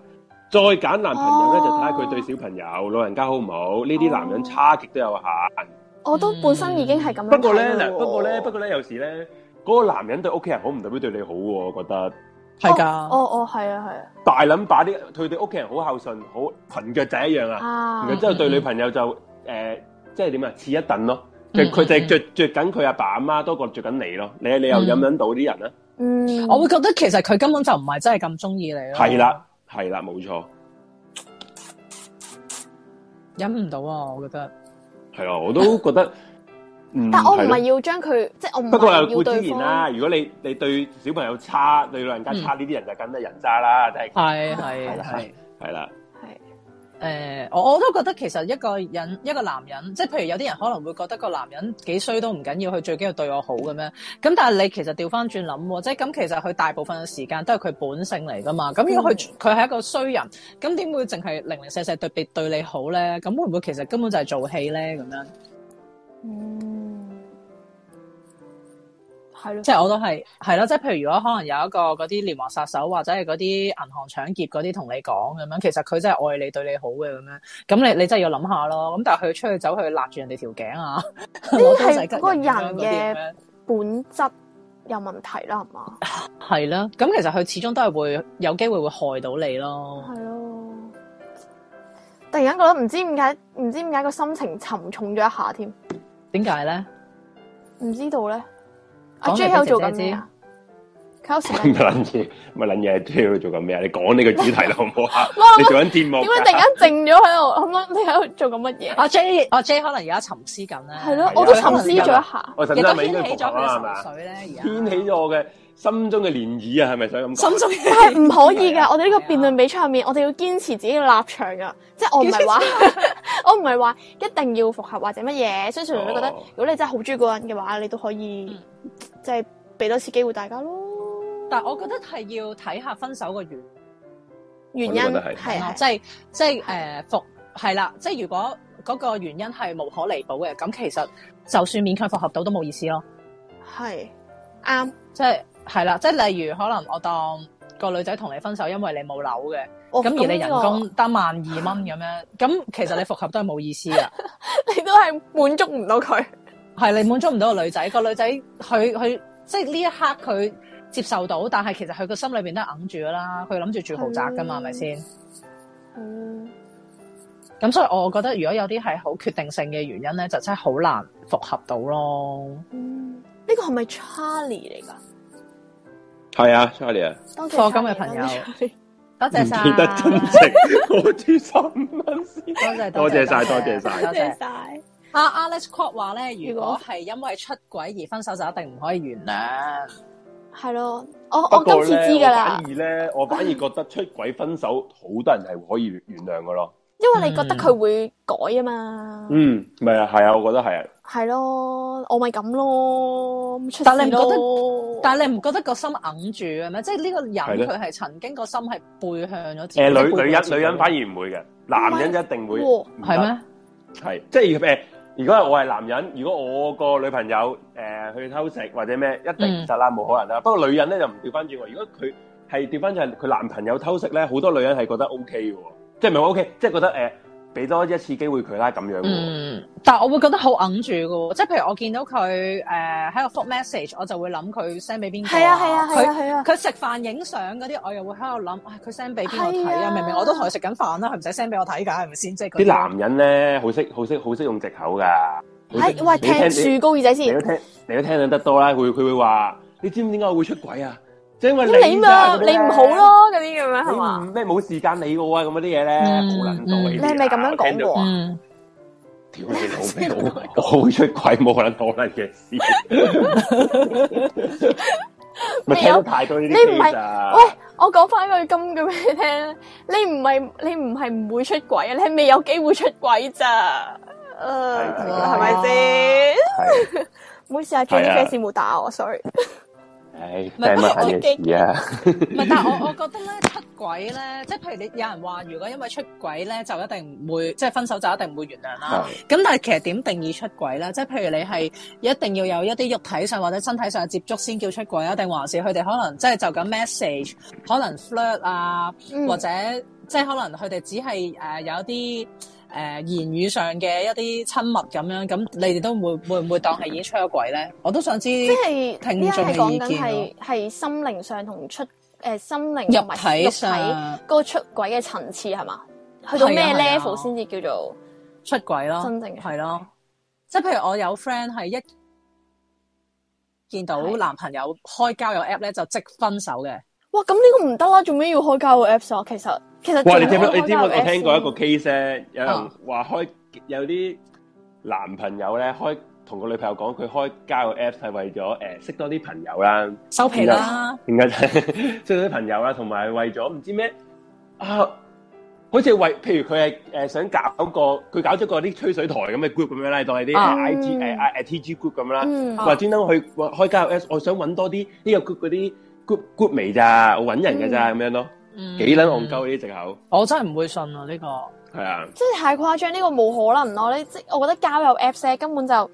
Speaker 2: 再揀男朋友咧，就
Speaker 3: 哦
Speaker 2: 睇下佢對小朋友、老人家好唔好。呢啲男人差極都有限。
Speaker 3: 我都本身已經哦係咁樣
Speaker 2: 不
Speaker 3: 睇㗎喎。
Speaker 2: 過咧，嗱，不過咧，不過咧，有時咧，嗰個男人對屋企人好，唔代表對你好喎。我覺得。
Speaker 1: 係
Speaker 3: 哦
Speaker 1: 㗎，
Speaker 3: 哦，係啊係
Speaker 2: 大撚把啲佢對屋企人好孝順，好裙腳仔一樣
Speaker 3: 啊，
Speaker 2: 啊。
Speaker 3: 啊嗯
Speaker 2: 然後之後對女朋友就誒、呃即係點啊，似一等咯。
Speaker 1: 嗯
Speaker 2: 佢佢就
Speaker 1: 嗯
Speaker 2: 係着着緊佢阿爸阿媽多過着緊你咯。你你又
Speaker 1: 嗯
Speaker 2: 飲緊到啲人啊咧？
Speaker 3: 嗯，
Speaker 1: 我會覺得其實佢根本就唔係真係咁中意你咯。
Speaker 2: 係啦，係啦，冇錯。
Speaker 1: 忍唔到啊！我覺得
Speaker 2: 係啊，我都覺
Speaker 3: [laughs]
Speaker 2: 得。嗯
Speaker 3: 但我唔
Speaker 2: 係
Speaker 3: 係
Speaker 2: 咯
Speaker 3: 要將佢，即係我唔
Speaker 2: 不過
Speaker 3: 係
Speaker 2: 又顧
Speaker 3: 要
Speaker 2: 之
Speaker 3: 對
Speaker 2: 然
Speaker 3: 方。嗯
Speaker 2: 啦，如果你你對小朋友差，對老人家差，呢啲人就梗係人渣啦，真係
Speaker 1: 係係
Speaker 2: 係啦
Speaker 1: 係。
Speaker 2: 係啦。
Speaker 3: 係
Speaker 1: 诶、我我都覺得其實一個人一個男人，即係譬如有啲人可能會覺得個男人幾衰都唔緊要，佢最緊要對我好咁樣。咁但係你其實調翻轉諗喎，即係咁其實佢大部分嘅時間都係佢本性嚟噶嘛。咁如果佢佢係一個衰人，咁點會淨係零零舍舍對別對你好咧？咁會唔會其實根本就係做戲咧？咁樣
Speaker 3: 嗯，系咯，
Speaker 1: 即係我都係係咯，即係譬如如果可能有一個嗰啲連環殺手或者係嗰啲銀行搶劫嗰啲同你講咁樣，其實佢真係愛你對你好嘅咁樣，咁你你真係要諗下咯。咁但係佢出去走去勒住人哋條頸啊， [laughs] 攞刀仔吉
Speaker 3: 係嗰個
Speaker 1: 人
Speaker 3: 人嘅
Speaker 1: 嘅
Speaker 3: 本質有問題啦，係嘛？
Speaker 1: 係啦。咁其實佢始終都係會有機會會害到你咯。
Speaker 3: 係咯，突然間覺得唔知點解，唔知點解個心情沉重咗一下添，
Speaker 1: 點解咧？
Speaker 3: 唔知道咧。阿
Speaker 1: 講嚟
Speaker 3: J
Speaker 1: 俾
Speaker 3: 喺度做
Speaker 1: 姐姐
Speaker 3: 緊咩啊？佢有時
Speaker 2: [laughs]
Speaker 3: 間
Speaker 2: 乜撚嘢？乜撚嘢？知佢做緊咩啊？你講呢個主題啦，好唔
Speaker 3: [laughs]
Speaker 2: 好啊
Speaker 3: 我？
Speaker 2: 你做緊節目㗎，
Speaker 3: 點解突然間靜咗喺度？我諗你喺度做緊乜嘢？
Speaker 1: 阿 J 阿 J 可能而家沉思緊咧，
Speaker 3: 係咯
Speaker 2: 係啊，
Speaker 3: 我都沉思咗一下。
Speaker 2: 我陣
Speaker 1: 亦
Speaker 2: 間
Speaker 1: 都
Speaker 2: 咪應
Speaker 1: 掀
Speaker 2: 該
Speaker 1: 起
Speaker 2: 復
Speaker 1: 咗
Speaker 2: 合
Speaker 1: 佢嘅
Speaker 2: 啦，係
Speaker 1: 情
Speaker 2: 咪啊
Speaker 1: 緒咧，而家
Speaker 2: 掀起咗我嘅心中嘅漣漪啊，係咪想咁講？
Speaker 1: 心中
Speaker 3: 但係唔可以
Speaker 1: [laughs] 係啊
Speaker 3: 㗎，我哋呢個辯論比賽入面，我哋要堅持自己嘅立場㗎。即係我唔係話， [laughs] 我唔係話一定要復合或者乜嘢。所以純粹覺得，
Speaker 2: 哦嗯
Speaker 3: 如果你真係好中意嗰個人嘅話，你都可以即係俾多次機會大家咯。
Speaker 1: 但我覺得係要睇下分手嘅原因
Speaker 3: 原因
Speaker 2: 我都覺得係
Speaker 3: 係啊
Speaker 1: 咯，
Speaker 3: 係
Speaker 1: 即係即係誒復係啦，即係如果嗰個原因係無可彌補嘅，咁其實就算勉強復合到都冇意思咯。
Speaker 3: 係啱。
Speaker 1: 即係係啦，即係例如可能我當個女仔同你分手，因為你冇樓嘅，
Speaker 3: 哦
Speaker 1: 咁而你
Speaker 3: 呢
Speaker 1: 人
Speaker 3: 個
Speaker 1: 工得萬二蚊咁樣，咁其實你復合都係冇意思嘅。
Speaker 3: [laughs] 你都係滿足唔到佢。
Speaker 1: 係你滿足唔到個女仔，個女仔佢佢即係呢一刻佢接受到，但係其實佢個心裏邊都係硬住㗎啦，佢諗住住豪宅㗎嘛，係咪先？
Speaker 3: 嗯，
Speaker 1: 咁所以我覺得如果有啲係好決定性嘅原因咧，就真係好難復合到咯。
Speaker 3: 嗯呢個係咪 Charlie 嚟㗎？
Speaker 2: 係啊，Charlie 啊，
Speaker 3: 多謝
Speaker 1: 課金嘅
Speaker 3: Charlie，
Speaker 1: 朋友多
Speaker 3: 多謝 [laughs] Charlie
Speaker 1: 謝晒，
Speaker 2: 記得真情，我知心蚊先。
Speaker 1: 多謝
Speaker 2: 多謝晒
Speaker 1: 多
Speaker 2: 多謝晒
Speaker 1: 多
Speaker 3: 多謝
Speaker 1: 謝。
Speaker 3: 晒。
Speaker 1: 阿 Alex Kwok 話咧，如
Speaker 3: 如果
Speaker 1: 果係因為出軌而分手，就一定唔可以原諒。
Speaker 3: 係咯，我
Speaker 2: 不
Speaker 3: 我
Speaker 2: 過
Speaker 3: 今次
Speaker 2: 咧，
Speaker 3: 知㗎啦
Speaker 2: 我反，而咧，我反而覺得出軌分手好多人係可以原諒㗎咯。
Speaker 3: 因為你覺
Speaker 1: 嗯
Speaker 3: 得佢會改啊嘛。
Speaker 2: 嗯，咪啊，係啊，我覺得係啊。
Speaker 3: 係咯，我咪咁咯，出事
Speaker 1: 但你唔覺得
Speaker 3: 咯
Speaker 1: [laughs] 但係你唔覺得個心硬住嘅咩？即係呢個
Speaker 2: 係
Speaker 1: 人
Speaker 2: 咧
Speaker 1: 佢係曾經個心係背向咗自己。
Speaker 2: 誒、女
Speaker 1: 背
Speaker 2: 女
Speaker 1: 向
Speaker 2: 人
Speaker 1: 自己
Speaker 2: 女人反而唔會嘅，男人一定會。
Speaker 3: 哇
Speaker 2: 唔得
Speaker 1: 係咩？
Speaker 2: 係，即係誒、如果係我係男人，如果我個女朋友誒、去偷食或者咩，一
Speaker 3: 嗯
Speaker 2: 定唔得啦，冇、可能啦。不過女人咧就唔調翻轉喎，如果佢係調翻轉佢男朋友偷食咧，好多女人係覺得 O K 嘅喎，即係唔係 O K，即係覺得誒俾、多一次機會佢啦咁樣喎。
Speaker 1: 嗯，但我會覺得好硬住嘅喎，即係譬如我見到佢誒喺度覆 message，我就會諗佢 send 俾邊個。
Speaker 3: 係啊係啊係啊
Speaker 1: 佢
Speaker 3: 係啊，
Speaker 1: 佢食飯影相嗰啲，我又會喺度諗，唉，佢 send 俾邊個睇
Speaker 3: 係
Speaker 1: 啊？
Speaker 3: 啊
Speaker 1: 明明我都同佢食緊飯啦，佢唔使 send 俾我睇㗎，係咪先？即係嗰
Speaker 2: 啲男啊人咧好識好識好識用藉口㗎。好識
Speaker 3: 係喂，
Speaker 2: 你聽
Speaker 3: 哎聽
Speaker 2: 你
Speaker 3: 樹高耳仔
Speaker 2: 你
Speaker 3: 先
Speaker 2: 都，聽你都聽得多啦，佢佢會話你知唔知點解我會出軌啊？即係因為
Speaker 3: 咁你
Speaker 2: 你咋
Speaker 3: 嘛，
Speaker 2: 嗰啲
Speaker 3: 你
Speaker 2: 咧
Speaker 3: 唔好，咯，嗰啲咁樣係
Speaker 2: 你
Speaker 3: 嘛？
Speaker 2: 唔咩冇時間理我啊咁嗰啲嘢咧，
Speaker 1: 嗯
Speaker 2: 好撚多呢啲啊
Speaker 3: 你係咪咁樣講過？啊？
Speaker 1: 嗯，
Speaker 2: 屌你老味，我我會出軌冇可能可
Speaker 3: [laughs]
Speaker 2: 能嘅事，咪聽得太多呢
Speaker 3: 你唔
Speaker 2: 啲
Speaker 3: 係
Speaker 2: case 啊！
Speaker 3: 喂，我講翻句金句俾你聽啦，你唔係你唔係唔會出軌啊，你係未有機會出軌咋？誒，
Speaker 2: 係
Speaker 1: 啊
Speaker 3: 係咪先？
Speaker 2: 係，
Speaker 3: 唔好意思啊，J
Speaker 2: 係
Speaker 3: D
Speaker 2: 啊
Speaker 3: fans 冇打我，sorry。
Speaker 2: 唉，
Speaker 1: 唔係
Speaker 2: 真係乜撚嘢事啊！
Speaker 1: 唔係，但係
Speaker 2: [laughs]
Speaker 1: 我我覺得咧出軌咧，即係譬如你有人話，如果因為出軌咧，就一定唔會，即係分手就一定唔會原諒啦。
Speaker 2: 係
Speaker 1: 咁但係其實點定義出軌咧？即係譬如你係一定要有一啲肉體上或者身體上嘅接觸先叫出軌啊，定還是佢哋可能即係就咁 message，可能 flirt 啊，
Speaker 3: 嗯
Speaker 1: 或者即係可能佢哋只係誒、呃有啲誒、呃言語上嘅一啲親密咁樣，咁你哋都會會唔會當係已經出咗軌咧？我都想知，
Speaker 3: 即係
Speaker 1: 聽
Speaker 3: 呢家
Speaker 1: 眾嘅
Speaker 3: 係講
Speaker 1: 意
Speaker 3: 緊
Speaker 1: 見
Speaker 3: 係
Speaker 1: 咯
Speaker 3: 係心靈上同出誒、呃心靈同
Speaker 1: 肉
Speaker 3: 埋
Speaker 1: 體
Speaker 3: 肉
Speaker 1: 上
Speaker 3: 嗰個出軌嘅層次係嘛？去到咩
Speaker 1: 係啊係啊
Speaker 3: level 先至叫做
Speaker 1: 出軌咯，
Speaker 3: 真正嘅
Speaker 1: 係咯，即係譬如我有 friend 係一見到
Speaker 3: 係
Speaker 1: 男朋友開交友 app 咧就即分手嘅，
Speaker 3: 哇？咁呢個唔得啦，做咩要開交友 apps 啊？其實其實
Speaker 2: 哇！
Speaker 3: 做
Speaker 2: 你知唔
Speaker 3: 咩要
Speaker 2: 知？你知唔
Speaker 3: 開
Speaker 2: 知
Speaker 3: 交友
Speaker 2: 我
Speaker 3: apps
Speaker 2: 聽過一
Speaker 3: 先
Speaker 2: 個 case 咧，有人
Speaker 1: 啊
Speaker 2: 話開有啲男朋友咧開同個女朋友講佢開交友 Apps 係為咗誒、呃、識多啲朋友啦，
Speaker 1: 收皮啦，
Speaker 2: [laughs] 點解就係識多啲朋友啦，同埋為咗唔知咩啊好似為，譬如佢係誒想搞個，佢搞咗個啲吹水台咁嘅 group 咁樣啦，當係啲
Speaker 1: 啊
Speaker 2: I T 誒 I T G group 咁啦，
Speaker 3: 嗯
Speaker 2: 話專登去話開加入 S，我想揾多啲呢個 group 嗰啲 group group 嚟咋，我揾人㗎咋咁樣咯，幾撚戇鳩呢啲藉口，
Speaker 1: 嗯我真係唔會信啊呢個。
Speaker 2: 係啊，
Speaker 3: 即係太誇張，呢、個冇可能咯。你即我覺得交友 Apps 呢根本就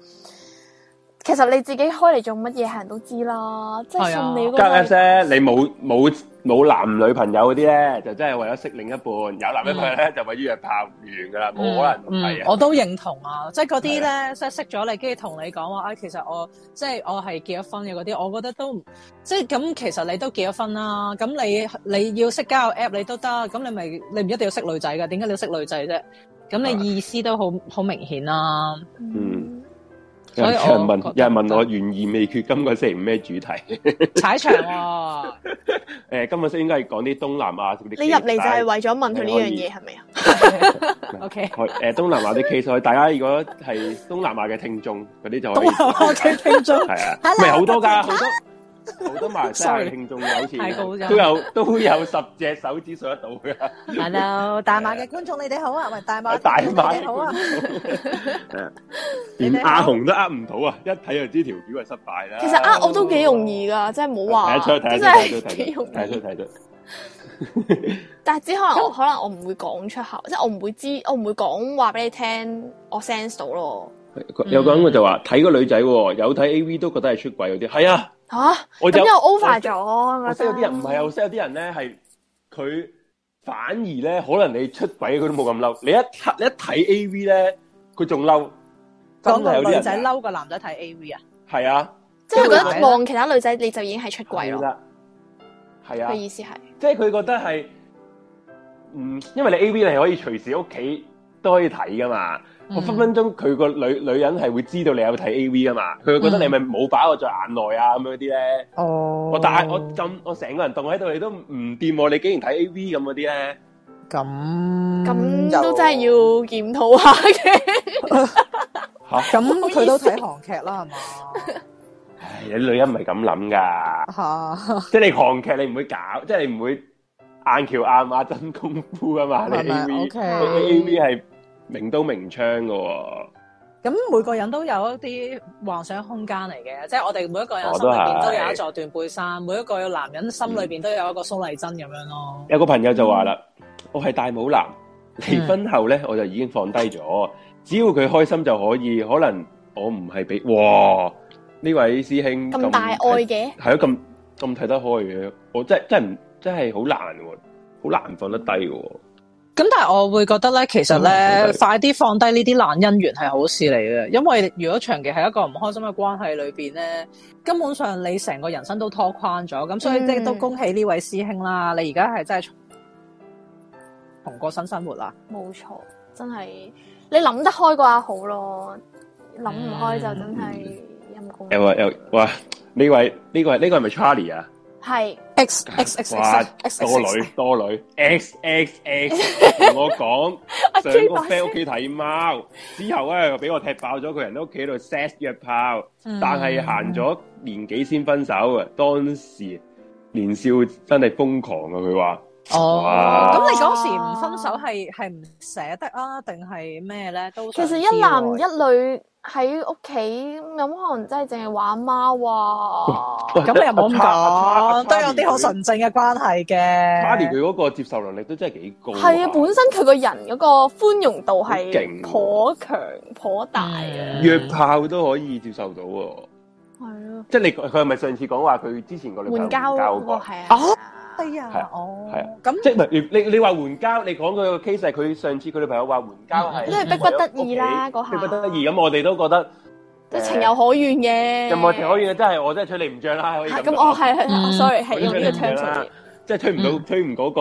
Speaker 3: 其實你自己開嚟做乜嘢，係人都知啦。即係
Speaker 1: 係啊
Speaker 3: 信你嗰
Speaker 2: 加入
Speaker 3: 個
Speaker 2: S 咧，你冇冇冇男女朋友嗰啲咧，就真係為咗識另一半，有男女朋友咧就為咗約炮完㗎啦，冇可能唔
Speaker 1: 嗯
Speaker 2: 係啊，
Speaker 1: 我都認同啊！即係嗰啲咧，即係識咗你，跟住同你講話，啊，其實我即係我係結咗婚嘅嗰啲，我覺得都唔即係咁。其實你都結咗婚啦，咁你你要識交友 app 你都得，咁你咪你唔一定要識女仔噶，點解你要識女仔啫？
Speaker 2: 啊
Speaker 1: 咁你意思都好好明顯
Speaker 2: [laughs]
Speaker 1: 啦、
Speaker 2: 嗯有
Speaker 1: 所以
Speaker 2: 人
Speaker 1: 我
Speaker 2: 問
Speaker 1: 覺得
Speaker 2: 有人問我懸疑未決，今個星期五咩主題？ [laughs]
Speaker 1: 踩場喎、啊，
Speaker 2: 誒、今日先應該係講啲東南亞嗰啲 case，
Speaker 3: 你入嚟就係為咗問佢呢樣
Speaker 2: 你可以
Speaker 3: 嘢係咪啊？
Speaker 2: 但係
Speaker 1: OK
Speaker 2: 可誒東南亞啲 case，所以大家如果係東南亞嘅聽眾嗰啲就可以
Speaker 1: 我嘅聽眾
Speaker 2: 係啊，
Speaker 9: Hello，
Speaker 2: 唔係好多㗎，
Speaker 9: 大家
Speaker 2: 好多好多馬來西亞嘅聽眾嘅好
Speaker 1: Sorry，太高
Speaker 2: 似
Speaker 1: 咗
Speaker 2: 都有都有十隻手指數得到㗎，
Speaker 1: ，Hello，
Speaker 9: 大馬嘅觀眾你哋好啊，喂，大馬
Speaker 2: 大
Speaker 9: 嘅觀眾
Speaker 2: 馬
Speaker 9: 你哋好啊，
Speaker 2: [laughs] 連
Speaker 9: 你哋
Speaker 2: 阿
Speaker 9: 好
Speaker 2: 紅都呃唔到啊！一睇就知條橋係失敗啦。
Speaker 3: 其實呃我都幾容易㗎，即係冇話
Speaker 2: 睇得出，睇
Speaker 3: 真 [laughs]
Speaker 2: 得出，
Speaker 3: 係
Speaker 2: 睇
Speaker 3: 幾
Speaker 2: 得出，
Speaker 3: 容
Speaker 2: 睇得出，睇得出
Speaker 3: 易。
Speaker 2: 睇得出。
Speaker 3: 但係只可能我可能我唔會講出口，即係我唔會知，我唔會講話俾你聽，我 sense 到咯。
Speaker 2: 佢有個人佢就話睇個女仔喎，有睇 A V 都覺得係出軌嗰啲，係啊，
Speaker 3: 嚇、
Speaker 2: 我
Speaker 3: 咁
Speaker 2: 有
Speaker 3: 又 over
Speaker 2: 我
Speaker 3: 咗，
Speaker 2: 識有啲人唔係，我識有啲人咧係佢反而咧，可能你出軌佢都冇咁嬲。你一睇你一睇 A V 咧，佢仲嬲，真
Speaker 1: 講
Speaker 2: 係有
Speaker 1: 個
Speaker 2: 啲
Speaker 1: 女
Speaker 2: 人
Speaker 1: 仔嬲個男仔睇 AV 啊，
Speaker 2: 係啊，
Speaker 3: 即係佢覺
Speaker 1: 因為
Speaker 3: 得望其他女仔你就已經係出軌
Speaker 2: 係啊
Speaker 3: 咯。
Speaker 2: 啦，係啊
Speaker 3: 佢，意思係，
Speaker 2: 即係佢覺得係，嗯，因為你 A V 你係可以隨時屋企都可以睇噶嘛，
Speaker 1: 嗯
Speaker 2: 我分分鐘佢個女女人係會知道你有睇 A V 噶嘛，佢會覺得你係咪冇把我在眼內啊咁樣嗰啲咧，
Speaker 1: 哦
Speaker 2: 我但係我咁我成個人凍喺度，你都唔掂我，你竟然睇 A V 咁嗰啲咧。
Speaker 1: 咁
Speaker 3: 咁都真係要檢討下嘅。
Speaker 2: 吓、
Speaker 1: 咁
Speaker 3: 好意思
Speaker 1: 佢都睇韓劇啦，係嘛？
Speaker 3: [laughs]
Speaker 2: 唉，有啲女人唔係咁諗噶，
Speaker 1: 嚇，
Speaker 2: 即係你韓劇你唔會搞，即係你唔會硬橋硬馬真功夫啊嘛，你
Speaker 1: 係
Speaker 2: à,
Speaker 1: 咪
Speaker 2: A V，
Speaker 1: ？OK，
Speaker 2: 你 A V 係明刀明槍噶、喎，
Speaker 1: 咁每個人都有一啲幻想空間嚟嘅，即係我哋每一個人
Speaker 2: 我
Speaker 1: 心
Speaker 2: 都
Speaker 1: 裏
Speaker 2: 係
Speaker 1: 邊都有一座斷背山，每一個男人心
Speaker 2: 嗯
Speaker 1: 裏邊都有一個蘇麗珍咁樣咯。
Speaker 2: 有個朋友就話啦，我係大帽男，離婚後咧我就已經放低咗，只要佢開心就可以。可能我唔係俾，哇！呢位師兄
Speaker 3: 咁大愛嘅，
Speaker 2: 係咯，咁咁睇得開嘅，我真係真係唔真係好難喎，好難放得低嘅喎。
Speaker 1: 咁但係我會覺得咧，其實
Speaker 2: 嗯
Speaker 1: 咧
Speaker 2: 明白
Speaker 1: 快啲放低呢啲爛姻緣係好事嚟嘅，因為如果長期喺一個唔開心嘅關係裏邊咧，根本上你成個人生都拖垮咗，咁所以即係
Speaker 3: 嗯
Speaker 1: 都恭喜呢位師兄啦，你而家係真係重重過新生活啦。
Speaker 3: 冇錯，真係你諗得開嘅話好咯，諗唔開就真係陰公。
Speaker 2: 有啊有哇！呢位呢個係呢個係咪 Charlie 啊？
Speaker 3: 係
Speaker 1: X X X
Speaker 2: 哇
Speaker 1: X X！
Speaker 2: 多女多女 X X
Speaker 3: [laughs]
Speaker 2: X 同我講
Speaker 3: 阿
Speaker 2: 上
Speaker 3: J
Speaker 2: 個
Speaker 3: 把
Speaker 2: friend
Speaker 3: 聲
Speaker 2: 屋企睇貓，之後咧又俾我踢爆咗佢人喺屋企喺度 sex 約炮，
Speaker 1: 嗯
Speaker 3: 嗯
Speaker 2: 但係行咗年幾先分手啊！當時年少真係瘋狂啊！佢話
Speaker 1: 哦，
Speaker 2: 哇
Speaker 1: 咁你嗰時唔分手係係唔捨得啊，定係咩咧？都
Speaker 3: 其
Speaker 1: 想
Speaker 3: 實
Speaker 1: 知
Speaker 3: 一
Speaker 1: 喎
Speaker 3: 男一女喺屋企咁，可能真係淨係玩貓啊。
Speaker 1: 咁你又冇咁講，
Speaker 2: 阿 Charlie-
Speaker 1: 都有啲好純正嘅關係嘅。
Speaker 2: Charlie 佢嗰個接受能力都真係幾高，
Speaker 3: 係啊，本身佢個人嗰個寬容度係
Speaker 2: 勁
Speaker 3: 頗強頗大嘅，
Speaker 1: 嗯
Speaker 2: 約炮都可以接受到喎。
Speaker 3: 係咯，
Speaker 2: 即係你佢係咪上次講話佢之前個女朋友
Speaker 3: 換交
Speaker 2: 換
Speaker 3: 嗰
Speaker 2: 交
Speaker 3: 個
Speaker 2: 過？
Speaker 3: 係啊，
Speaker 1: 哦，係啊，哦，
Speaker 2: 係啊
Speaker 1: 咁
Speaker 2: 即係唔係你你你話援交，你講佢個 case 係佢上次佢女朋友話援交係，
Speaker 3: 因為逼不得已啦嗰下
Speaker 2: 逼不得已咁，我哋都覺得
Speaker 3: 都情有可原嘅。
Speaker 2: 有冇情可原？真係我真係吹你唔漲啦，可以
Speaker 3: 係
Speaker 2: 咁
Speaker 3: 咁，
Speaker 2: 講。
Speaker 3: 我係係
Speaker 1: 嗯
Speaker 3: sorry 係用呢
Speaker 2: 我
Speaker 3: 個
Speaker 2: 呢
Speaker 3: term
Speaker 2: 個
Speaker 3: 出
Speaker 2: 啦
Speaker 3: 現。
Speaker 2: 即係吹唔到，吹唔嗰個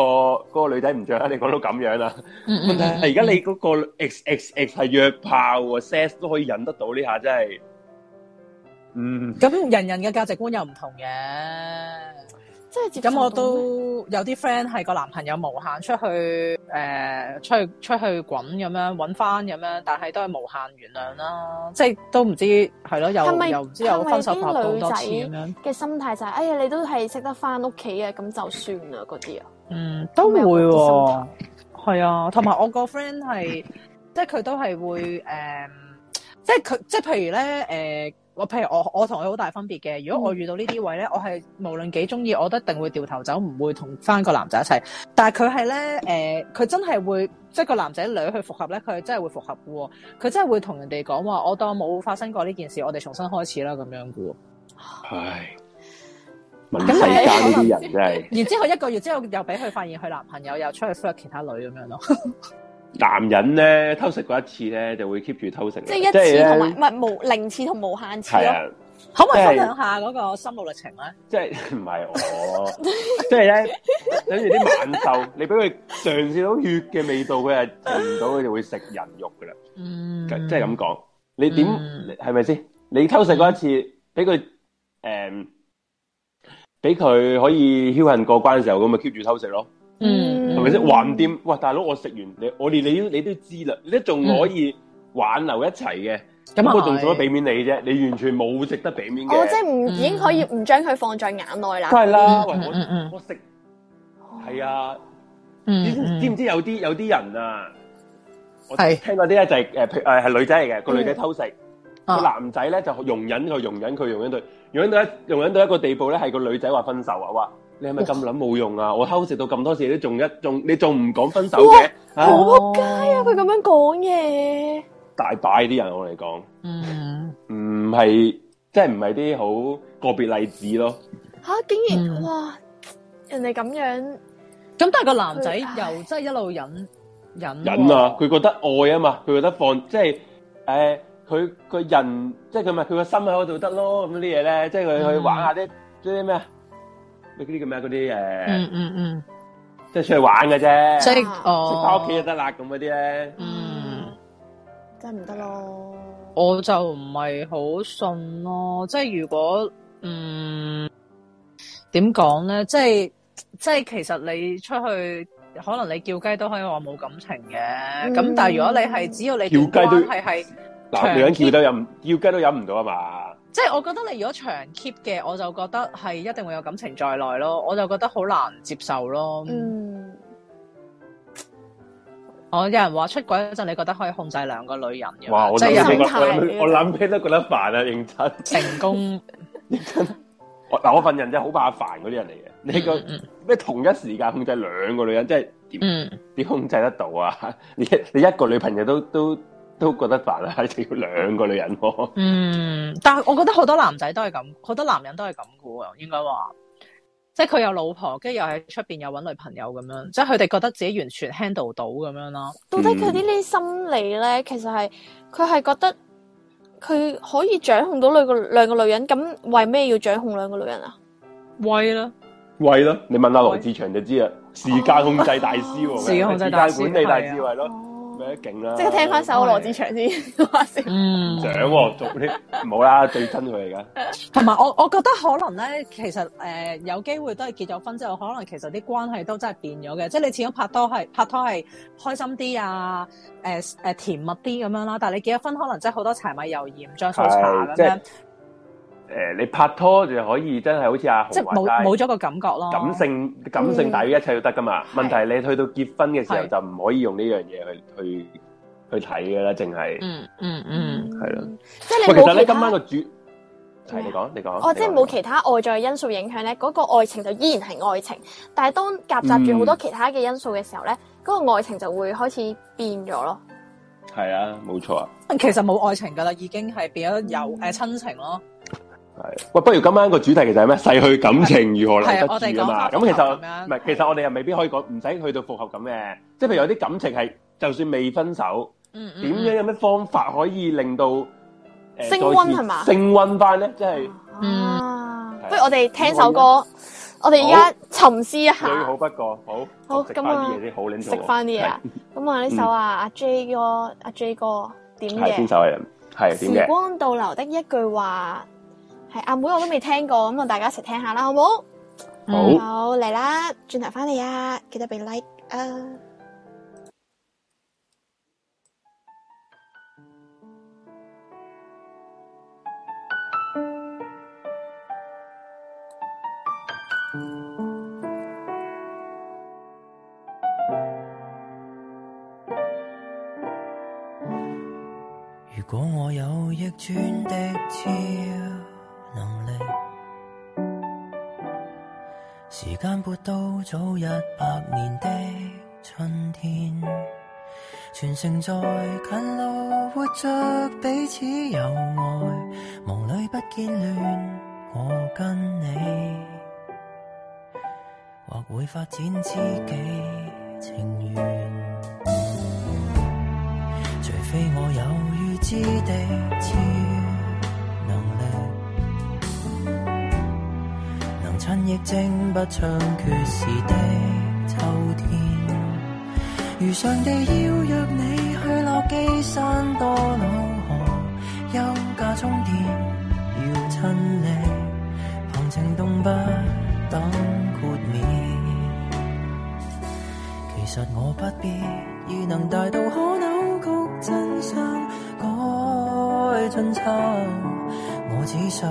Speaker 2: 嗰個女仔唔漲啦。你講到咁樣啦，
Speaker 3: 嗯
Speaker 2: 問題係而家你嗰個 X X X 係約炮喎，sex 都可以忍得到呢下，真係嗯。
Speaker 1: 咁人人嘅價值觀又唔同嘅。
Speaker 3: 即係接受
Speaker 1: 咁我
Speaker 3: 到咩
Speaker 1: 都有啲 friend 係個男朋友無限出去，誒、出去出去滾咁樣揾翻咁樣，但係都係無限原諒啦，即係都唔知係咯，
Speaker 3: 係
Speaker 1: 又
Speaker 3: 咪
Speaker 1: 又唔知有分手拍到
Speaker 3: 係
Speaker 1: 好
Speaker 3: 咪
Speaker 1: 多次
Speaker 3: 啲
Speaker 1: 咁
Speaker 3: 女
Speaker 1: 樣，
Speaker 3: 嘅心態就係、哎呀，你都係識得翻屋企嘅，咁就算啦嗰啲啊。
Speaker 1: 嗯，都會喎、係啊，同埋我個 friend 係， [laughs] 即係佢都係會誒、即係佢即係譬如咧誒，我、譬如我我同佢好大分別嘅。如果我遇到呢啲位咧，我係無論幾中意，我都一定會掉頭走，唔會同翻個男仔一齊。但係佢係咧誒，佢、真係會即係個男仔女去復合咧，佢係真係會復合嘅喎。佢真係會同人哋講話，我當冇發生過呢件事，我哋重新開始啦咁樣嘅喎。
Speaker 2: 唉，問世間呢啲人真係，
Speaker 1: 然之後一個月之後又俾佢發現佢男朋友又出去 flirt 其他女咁樣咯。
Speaker 2: 男人咧偷食過一次咧，就會 keep 住偷食啊啦，
Speaker 3: 即係一次同埋
Speaker 2: 咧
Speaker 3: 唔係無零次同無限次
Speaker 2: 係
Speaker 3: 咯。
Speaker 2: 啊。
Speaker 1: 可唔可以
Speaker 2: 即係
Speaker 1: 分享下嗰個心路歷程啊咧？
Speaker 2: 即係唔係我，即係 [laughs] 咧，等住啲猛獸，你俾佢嘗試到血嘅味道，佢係停唔到，佢就會食人肉噶啦。
Speaker 1: 嗯
Speaker 2: 即係咁講，你點
Speaker 1: 嗯
Speaker 2: 係咪先？你偷食嗰一次，俾佢誒，俾、佢可以僥倖過關嘅時候，咁咪 keep 住偷食咯，
Speaker 1: 嗯
Speaker 2: 係咪先？話唔掂，喂，大佬，我食完你，我哋你都你都知啦，你都仲
Speaker 3: 嗯
Speaker 2: 可以挽留一齊嘅，咁、
Speaker 1: 咁啊
Speaker 2: 我仲做
Speaker 1: 係
Speaker 2: 咗
Speaker 1: 哦
Speaker 2: 俾面你啫，你完全冇值得俾面嘅。
Speaker 3: 我即係唔已經可以唔將佢放在眼內啦。
Speaker 2: 梗係啦，
Speaker 1: 嗯
Speaker 2: 喂，
Speaker 1: 嗯嗯
Speaker 2: 我我食係啊，你知知
Speaker 1: 嗯
Speaker 2: 唔知有啲有啲人啊？我
Speaker 1: 係嗯
Speaker 2: 聽過啲咧就係誒，譬誒係女仔嚟嘅，個女仔偷食，
Speaker 1: 啊
Speaker 2: 個男仔咧就容忍佢，容忍佢，容忍佢，容忍到一容忍到一個地步咧，係個女仔話分手啊！哇，你係咪咁撚冇用啊？我偷食到咁多次，你都仲一仲你仲唔講分手嘅？啊
Speaker 3: 好仆街啊！佢咁樣講嘢，
Speaker 2: 大把呢啲人我嚟講，
Speaker 1: 嗯
Speaker 2: 唔係即係唔係啲好個別例子咯。
Speaker 3: 吓竟然
Speaker 1: 嗯
Speaker 3: 哇！人哋咁樣，
Speaker 1: 咁但係個男仔
Speaker 3: 佢唉
Speaker 1: 又真係一路忍忍
Speaker 2: 忍
Speaker 1: 喎
Speaker 2: 啊，佢覺得愛啊嘛，佢覺得放即係誒，佢、個人即係佢咪佢個心喺嗰度得咯，咁啲嘢咧，即係佢去
Speaker 1: 嗯
Speaker 2: 玩下啲即係啲咩啊，嗰啲叫咩啊嗰啲誒，
Speaker 1: 嗯嗯嗯，
Speaker 2: 即係出去玩嘅啫，
Speaker 1: 即
Speaker 2: 即
Speaker 1: 係
Speaker 3: 啊
Speaker 1: 哦，
Speaker 2: 翻屋企就得啦咁嗰啲咧，
Speaker 1: 嗯，
Speaker 3: 真係唔得咯。
Speaker 1: 我就唔係好信咯，即係如果嗯點講咧，即係即係其實你出去。可能你叫雞都可以話冇感情嘅，咁、
Speaker 3: 嗯
Speaker 1: 但係如果你係只要你
Speaker 2: 叫雞都
Speaker 1: 係係
Speaker 2: 嗱
Speaker 1: 長
Speaker 2: 女人叫
Speaker 1: 啲
Speaker 2: 都飲，叫雞都飲唔到啊嘛，
Speaker 1: 即係我覺得你如果長 keep 嘅，我就覺得係一定會有感情在內咯，我就覺得好難接受咯。
Speaker 3: 嗯，
Speaker 1: 哦我有人話出軌嗰陣，你覺得可以控制兩個女人嘅，
Speaker 2: 哇！我
Speaker 1: 即
Speaker 2: 諗
Speaker 1: 係
Speaker 2: 起
Speaker 1: 有
Speaker 3: 心
Speaker 2: 都
Speaker 1: 冇
Speaker 3: 態
Speaker 2: 覺得我諗起都覺得煩啊，認真。
Speaker 1: 成功。
Speaker 2: 我嗱我份人真係好怕煩嗰啲人嚟嘅， [laughs] 你個
Speaker 1: 嗯嗯
Speaker 2: 咩同一時間控制兩個女人，真係點？啊
Speaker 1: 嗯，
Speaker 2: 點控制得到啊？ [laughs] 你你一個女朋友都都都覺得煩啊， [laughs] 你要兩個女人喎、
Speaker 1: 嗯，但係我覺得好多男仔都係咁，好多男人都係咁嘅喎，應該話，即係佢有老婆，跟住又喺出邊又揾女朋友咁樣，即係佢哋覺得自己完全 handle 到咁樣啦。
Speaker 3: 到底
Speaker 2: 嗯
Speaker 3: 佢啲呢心理咧，其實係佢係覺得佢可以掌控到兩個兩個女人，咁為咩要掌控兩個女人啊？
Speaker 1: 威啦，
Speaker 2: 喂咯，你問下羅志祥就知啦，時間控制大師喎、
Speaker 1: 時間控制大師
Speaker 2: 時間管理大師係咯，啊
Speaker 3: 哦，
Speaker 2: 咪勁啦！
Speaker 3: 即係聽翻首羅志祥先
Speaker 2: [laughs]
Speaker 3: 話先。
Speaker 1: 嗯，
Speaker 2: 獎喎，做啲 [laughs] 唔好啦，最憎佢嚟噶，
Speaker 1: 同埋我我覺得可能咧，其實誒、呃有機會都係結咗婚之後，可能其實啲關係都真係變咗嘅，即係你始終拍拖係拍拖係開心啲啊，誒、呃、呃甜蜜啲咁樣啦，但係你結咗婚可能真係好多柴米油鹽醬醋茶咁
Speaker 2: 即係
Speaker 1: 樣
Speaker 2: 誒、，你拍拖就可以真係好似阿
Speaker 1: 即係
Speaker 2: 紅
Speaker 1: 冇
Speaker 2: 話
Speaker 1: 冇
Speaker 2: 齋，
Speaker 1: 咗個感覺咯。
Speaker 2: 感性感性大於一切都得噶嘛。問題你去到結婚嘅時候
Speaker 1: 係
Speaker 2: 就唔可以用呢樣嘢去去去睇嘅啦，淨係。
Speaker 1: 嗯嗯嗯，
Speaker 2: 係咯，
Speaker 3: 即
Speaker 2: 喂，
Speaker 3: 係你
Speaker 2: 其實
Speaker 3: 冇
Speaker 2: 咧
Speaker 3: 其
Speaker 2: 今晚
Speaker 3: 他
Speaker 2: 個主係你講，你講。
Speaker 3: 哦，即係
Speaker 2: 你講
Speaker 3: 冇其他外在因素影響咧，嗰、個愛情就依然係愛情，但係當夾雜
Speaker 1: 嗯
Speaker 3: 住好多其他嘅因素嘅時候咧，嗰、個愛情就會開始變咗咯。
Speaker 2: 係啊，冇錯啊，
Speaker 1: 其實冇愛情㗎啦，已經係變咗有誒親情咯。
Speaker 2: 係。喂，不如今晚個主題其實係咩？逝去感情如何留
Speaker 1: 係我
Speaker 2: 得
Speaker 1: 哋
Speaker 2: 住啊嘛。
Speaker 1: 講
Speaker 2: 咁其實
Speaker 1: 復合咁樣
Speaker 2: 唔係，其實我哋又未必可以講，唔使去到復合咁嘅。即係譬如有啲感情係，就算未分手，
Speaker 1: 嗯
Speaker 2: 點樣有咩方法可以令到呃
Speaker 3: 升溫
Speaker 2: 再次
Speaker 3: 係嘛
Speaker 2: 升溫翻咧，即係啊
Speaker 1: 嗯
Speaker 3: 啊
Speaker 2: 係，
Speaker 3: 不如我哋聽首歌，我哋而家沉思一下，
Speaker 2: 最好不過好。
Speaker 3: 好
Speaker 2: 我食翻
Speaker 3: 咁啊
Speaker 2: 啲嘢先，好拎
Speaker 3: 食翻啲嘢啊。咁啊呢首啊阿 J 哥，阿 J 哥點
Speaker 2: 嗯係邊
Speaker 3: 嘅？
Speaker 2: 首係？係點
Speaker 3: 時
Speaker 2: 嘅？
Speaker 3: 光倒流的一句話，係阿妹我都未聽過，咁啊大家一齊聽下啦，好冇？
Speaker 2: 好
Speaker 3: 好嚟啦，轉頭翻嚟啊，記得俾 like 啊！
Speaker 10: Hãy subscribe cho kênh Ghiền Mì Gõ Để không bỏ lỡ
Speaker 11: 逆轉的超能力。時間撥到早一百年的春天，全城在近路活着，彼此有愛，無侶不見亂，我跟你，或會發展知己情緣。除非我有預知的超能力，能趁疫症不猖獗時的秋天，如上地邀約你去落基山多瑙河，休假充電要親你，旁情動不等豁免。其實我不必異能大到可扭曲真相，改進秋。我只想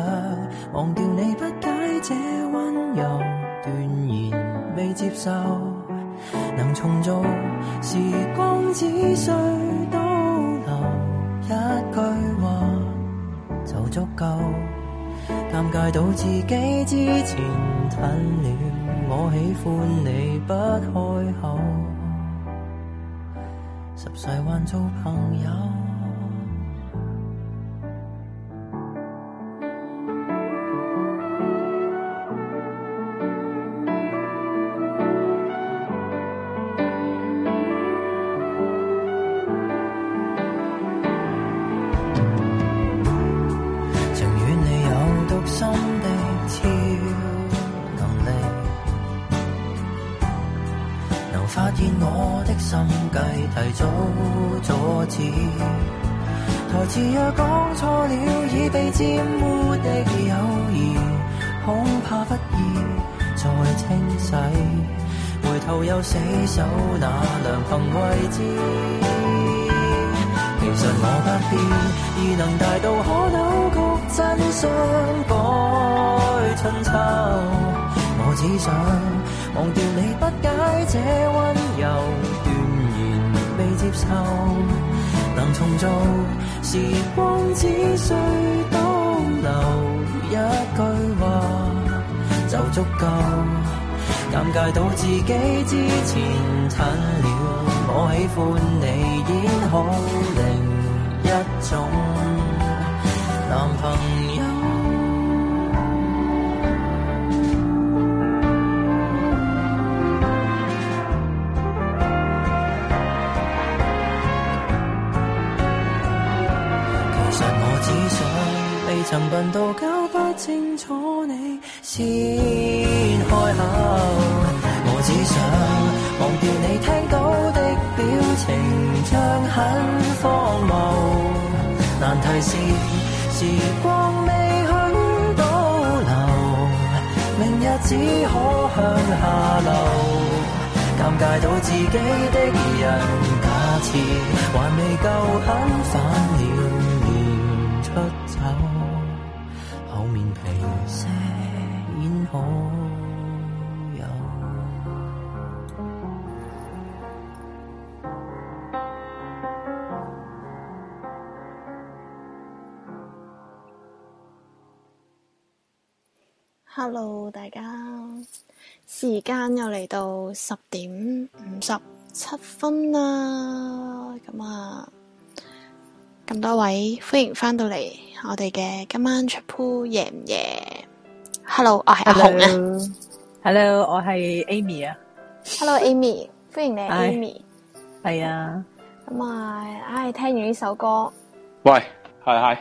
Speaker 11: 忘掉你不解這溫柔斷言未接受，能重做時光只需倒流一句話就足夠。尷尬到自己之前吞了，我喜歡你不開口，十世還做朋友。情願你有獨心的超能力，能發現我的心計，提早阻止。台詞若講錯了，已被沾污的友誼，恐怕不易再清洗。回頭又死守那良朋位置。其實我不變，異能大到可扭曲真相改春秋。我只想忘掉你不解這溫柔斷言未接受，能重做時光只需倒流一句話就足夠。尷尬到自己之前吞了，我喜歡你演好另一種男朋友。其實我只想未曾笨到搞不清楚你先開口，我只想忘掉你聽到的表情，將很荒謬。難題是時光未許倒流，明日只可向下流。尷尬到自己的人，假設還未夠狠，反了面出走，厚面皮些演好友。
Speaker 12: Hello，大家，時間又嚟到十點五十七分啦，咁啊，咁多位歡迎翻到嚟我哋嘅今晚出 pool 夜唔夜？Hello，我係阿紅啊
Speaker 1: Hello，我係 Amy 啊，
Speaker 3: Hello，Amy，歡迎你
Speaker 1: 唉
Speaker 3: ，Amy。
Speaker 1: 係啊
Speaker 3: 咁啊，唉，聽完呢首歌，
Speaker 2: 喂，係系，
Speaker 3: 嚇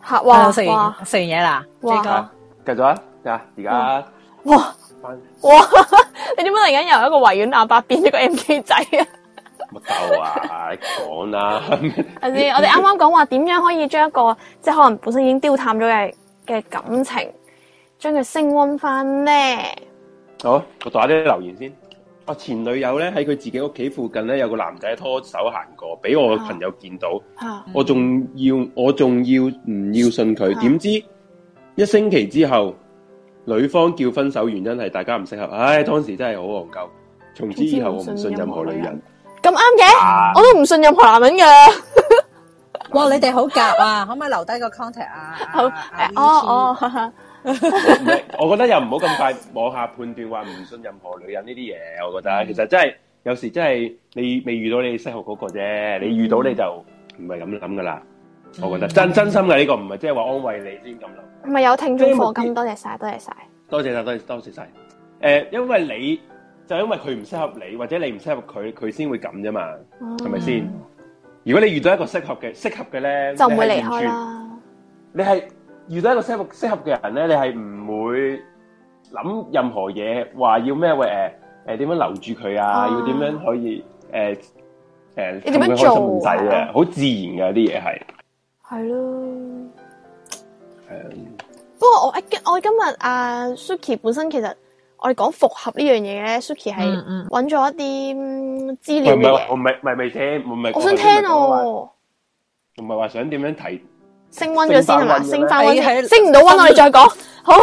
Speaker 1: ，Hello，
Speaker 3: 哇
Speaker 1: 食
Speaker 3: 哇
Speaker 1: 完食完嘢啦，呢
Speaker 3: 哇
Speaker 2: 係
Speaker 1: 個
Speaker 2: 繼續啊，啊，而家
Speaker 3: 哇
Speaker 2: 翻
Speaker 3: 哇！ [laughs] 你點解突然間由一個維園阿伯變咗個 M K 仔啊？
Speaker 2: 乜鬥啊， [laughs] 講啦，
Speaker 3: 係咪先？我哋啱啱講話點樣可以將一個即係可能本身已經丟淡咗嘅嘅感情，將佢升温翻咧。
Speaker 2: 好，我讀下啲留言先。我前女友咧喺佢自己屋企附近咧有個男仔拖手行過，俾我嘅朋友見到，
Speaker 3: 啊
Speaker 2: 我仲要我仲要唔要信佢？
Speaker 3: 啊
Speaker 2: 點知一星期之後，女方叫分手，原因係大家唔適合。唉，當時真係好戇鳩。從此以後我唔信任何女人。
Speaker 3: 咁啱嘅，
Speaker 2: 啊
Speaker 3: 我都唔信任何男人嘅。
Speaker 1: 哇！你哋好夾啊，可唔可以留低個 contact 啊？
Speaker 3: 好
Speaker 1: 啊
Speaker 3: 誒哦哦，
Speaker 2: 唔係，我覺得又唔好咁快網下判斷話唔信任何女人呢啲嘢，我覺得其實真係有時真係你未遇到你適合嗰個啫，你遇到你就唔係咁諗噶啦。我覺得真真心嘅呢個唔係即係話安慰你先咁諗。
Speaker 3: 唔係有聽眾課金，多謝晒，多謝晒。
Speaker 2: 多謝晒，多謝多謝晒。誒、因為你就因為佢唔適合你，或者你唔適合佢，佢先會咁啫嘛，係
Speaker 3: 嗯
Speaker 2: 咪先？如果你遇到一個適合嘅，適合嘅咧，
Speaker 3: 就唔會
Speaker 2: 你係
Speaker 3: 離開
Speaker 2: 完全
Speaker 3: 啦。
Speaker 2: 你係遇到一個適合適合嘅人咧，你係唔會諗任何嘢，話要咩喂誒誒點樣留住佢啊？
Speaker 3: 啊
Speaker 2: 要點樣可以誒誒
Speaker 3: 你點樣
Speaker 2: 氹佢開心唔使
Speaker 3: 做啊
Speaker 2: 嘅，好自然嘅啲嘢係。
Speaker 3: 係咯。
Speaker 2: 誒
Speaker 3: 不過我我今日啊 Suki 本身其實我哋講復合呢樣嘢咧，Suki 係
Speaker 1: 嗯嗯
Speaker 3: 揾咗一啲嗯資
Speaker 2: 喂
Speaker 3: 料
Speaker 2: 唔係
Speaker 3: 嘅
Speaker 2: 話我
Speaker 3: 嘢，
Speaker 2: 唔係唔係未聽，唔係
Speaker 3: 我想聽，哦。
Speaker 2: 唔係話想點樣提
Speaker 3: 升温咗先係嘛？升
Speaker 2: 升
Speaker 3: 翻
Speaker 2: 返
Speaker 3: 温
Speaker 1: 溫咗
Speaker 3: 先，
Speaker 1: 咧
Speaker 3: 升唔到温我哋再講。好，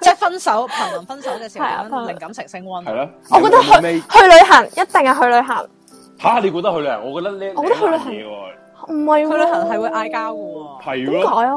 Speaker 1: 即係分手，頻臨分手嘅時候，
Speaker 3: 係啊
Speaker 1: 咁
Speaker 3: 分
Speaker 1: 靈感成升温。
Speaker 2: 係咯？
Speaker 3: 我覺得
Speaker 2: 有冇咩
Speaker 3: 去去旅行一定係去旅行，
Speaker 2: 吓你覺得去旅行？我覺得呢，
Speaker 3: 我覺得去旅行
Speaker 2: 呢樣嘢喎
Speaker 3: 唔係
Speaker 1: 去
Speaker 3: 喎
Speaker 1: 旅行係會嗌交嘅喎，
Speaker 2: 係
Speaker 3: 點
Speaker 2: 咯。
Speaker 3: 解啊？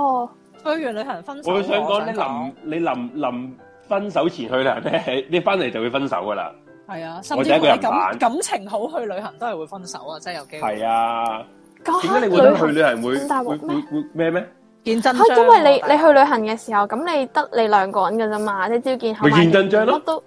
Speaker 1: 去完旅行分手喎。
Speaker 2: 我想講你
Speaker 1: 諗
Speaker 2: 臨你臨臨分手前去旅行咧，你翻嚟就會分手噶啦。
Speaker 1: 係啊，甚
Speaker 2: 我
Speaker 1: 至
Speaker 2: 就一
Speaker 1: 乎
Speaker 2: 個人
Speaker 1: 你感
Speaker 2: 玩
Speaker 1: 感情好去旅行都係會分手啊，真係有機會。
Speaker 2: 係啊。
Speaker 3: 講
Speaker 2: 點
Speaker 3: 下
Speaker 2: 解你覺得去
Speaker 3: 行
Speaker 2: 旅行會
Speaker 3: 咁大鑊
Speaker 2: 會
Speaker 3: 咩
Speaker 2: 會會咩咩？
Speaker 1: 見真章
Speaker 3: 嚇
Speaker 1: 喎。
Speaker 3: 因為你
Speaker 1: 大佬
Speaker 3: 你去旅行嘅時候，咁你得你兩個人嘅啫嘛，你只要見下
Speaker 2: 咪見真章咯
Speaker 3: 乜都。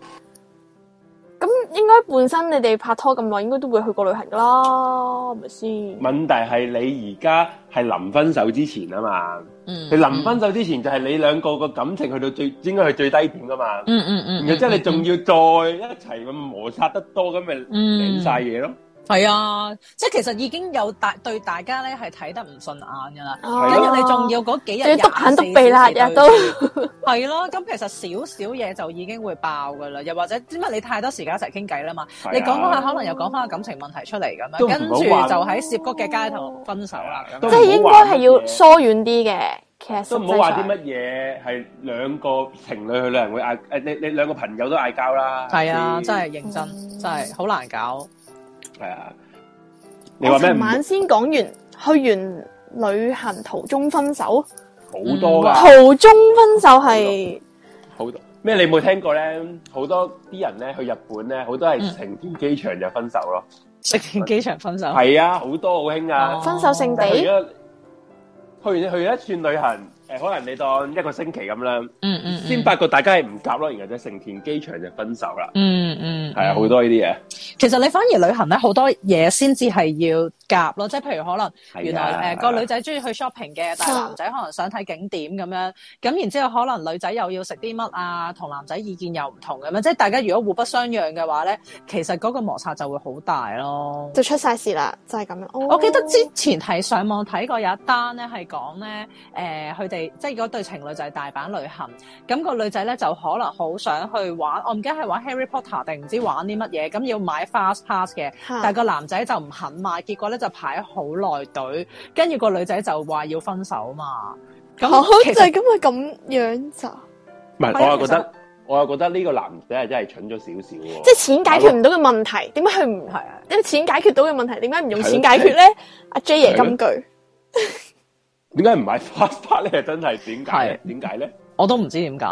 Speaker 3: 咁應該本身你哋拍拖咁耐，應該都會去過旅行噶啦，係咪先？
Speaker 2: 問題係你而家係臨分手之前啊嘛，
Speaker 1: 嗯
Speaker 2: 你臨分手之前就係你兩個個感情去到最應該係最低點噶嘛，
Speaker 1: 嗯嗯嗯，
Speaker 2: 然後之後你仲要再一齊咁摩擦得多咁咪
Speaker 1: 嗯
Speaker 2: 領晒嘢咯，
Speaker 1: 係啊，即係其實已經有大對大家咧係睇得唔順眼㗎啦。
Speaker 3: 哦
Speaker 1: 跟住你仲要嗰幾日
Speaker 3: 仲要篤眼篤鼻啦，日日都 [laughs]
Speaker 1: 都係咯。咁其實少少嘢就已經會爆㗎啦。又或者因為你太多時間一齊傾偈啦嘛，
Speaker 2: 係啊
Speaker 1: 你講講下可能又講翻個感情問題出嚟咁樣，
Speaker 2: 都唔
Speaker 1: 跟住
Speaker 2: 好話
Speaker 1: 就喺涉谷嘅街頭分手啦。咁
Speaker 2: 都
Speaker 1: 樣
Speaker 2: 唔
Speaker 3: 即
Speaker 2: 好
Speaker 3: 係應該係要疏遠啲嘅。其實
Speaker 2: 都
Speaker 3: 實
Speaker 2: 唔好
Speaker 3: 際
Speaker 2: 話啲
Speaker 3: 上
Speaker 2: 乜嘢係兩個情侶去旅行會嗌，誒你你兩個朋友都嗌交啦，
Speaker 1: 係啊，
Speaker 2: 咪
Speaker 1: 真
Speaker 2: 先
Speaker 1: 係認真，真係好難搞。
Speaker 2: 係啊，你
Speaker 3: 我
Speaker 2: 話咩
Speaker 3: 尋
Speaker 2: 唔
Speaker 3: 晚先講完，去完旅行途中分手，
Speaker 2: 好多㗎？
Speaker 3: 途中分手係
Speaker 2: 好多咩？你有冇聽過咧？好多啲人咧去日本咧，好多係成田機場就分手咯。
Speaker 1: 食完機場分手，
Speaker 2: 係、啊，好多好興啊！
Speaker 1: 哦
Speaker 3: 分手聖
Speaker 2: 但係去
Speaker 3: 地，
Speaker 2: 咗去完去完一轉旅行，誒、可能你當一個星期咁啦，
Speaker 1: 嗯嗯，
Speaker 2: 先發覺大家係唔夾咯，然後就成田機場就分手啦。
Speaker 1: 嗯嗯，
Speaker 2: 係啊，好多呢啲嘢。
Speaker 1: 其實你反而旅行咧，好多嘢先至係要夾咯，即係譬如可
Speaker 2: 係啊
Speaker 1: 能原來誒個女仔中意去 shopping 嘅，但係男仔可能想睇景點咁樣，咁然之後可能女仔又要食啲乜啊，同男仔意見又唔同咁樣，即係大家如果互不相讓嘅話咧，其實嗰個摩擦就會好大咯。
Speaker 3: 就出晒事啦，就係咁樣。哦
Speaker 1: 我記得之前係上網睇過有一單咧，係講咧，誒佢哋呃即係嗰對情侶就係大阪旅行，咁、個女仔咧就可能好想去玩，我唔記得係玩 Harry Potter 定唔知玩啲乜嘢，咁要買 Fast Pass 嘅，
Speaker 3: 嚇
Speaker 1: 但係個男仔就唔肯買，結果咧就排好耐隊，跟住個女仔就話要分手嘛，咁
Speaker 3: 好
Speaker 1: 其
Speaker 3: 就
Speaker 1: 實
Speaker 3: 係咁啊咁樣咋，
Speaker 2: 唔係，
Speaker 1: 係啊
Speaker 2: 我又覺
Speaker 1: 其
Speaker 2: 得，我又覺得呢個男仔係真係蠢咗少少喎。
Speaker 3: 即係錢解決唔到嘅問題，點解佢唔
Speaker 1: 係啊，
Speaker 3: 因為錢解決到嘅問題，點解唔用
Speaker 2: 係咯
Speaker 3: 錢解決咧？阿 J 爺
Speaker 2: 係咯
Speaker 3: 金句，
Speaker 2: 點解唔 [laughs] 買 fast pass 咧？真係點解咧？點解咧？
Speaker 1: 我都唔知點解。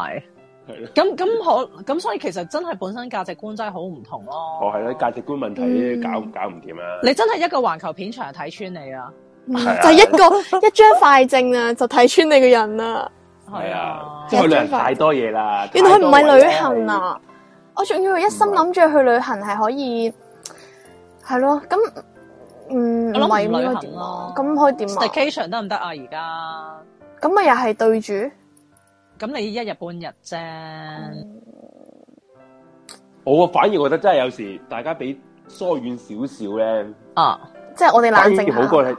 Speaker 2: 係啊咯，
Speaker 1: 咁咁可咁所以其實真係本身價值觀真係好唔同咯。
Speaker 2: 哦係咯，價值觀問題搞搞唔掂啊！
Speaker 1: 你真係一個環球片場睇穿你啊！
Speaker 3: 嗯
Speaker 2: 係啊
Speaker 3: 就係一個 [laughs] 一張快證啊，就睇穿你個人啊！
Speaker 2: 係啊，即
Speaker 3: 係
Speaker 2: 係去旅行太多嘢啦。
Speaker 3: 哦原來佢唔
Speaker 2: 太多
Speaker 3: 係
Speaker 2: 位
Speaker 3: 旅
Speaker 2: 呢
Speaker 3: 行！啊！我仲要一心諗住去旅行係可以，係咯咁，嗯，
Speaker 1: 我諗唔
Speaker 3: 係
Speaker 1: 旅行
Speaker 3: 應該點啊
Speaker 1: 咯？
Speaker 3: 咁可以點啊？
Speaker 1: Staycation 得唔得啊？而家
Speaker 3: 咁咪又係對住，
Speaker 1: 咁你一日半日啫，
Speaker 3: 嗯
Speaker 2: 我反而覺得真係有時大家比疏遠少少咧，
Speaker 1: 啊，
Speaker 3: 即係我哋冷
Speaker 2: 反
Speaker 3: 靜
Speaker 2: 嗯而好過
Speaker 3: 下。
Speaker 2: 你。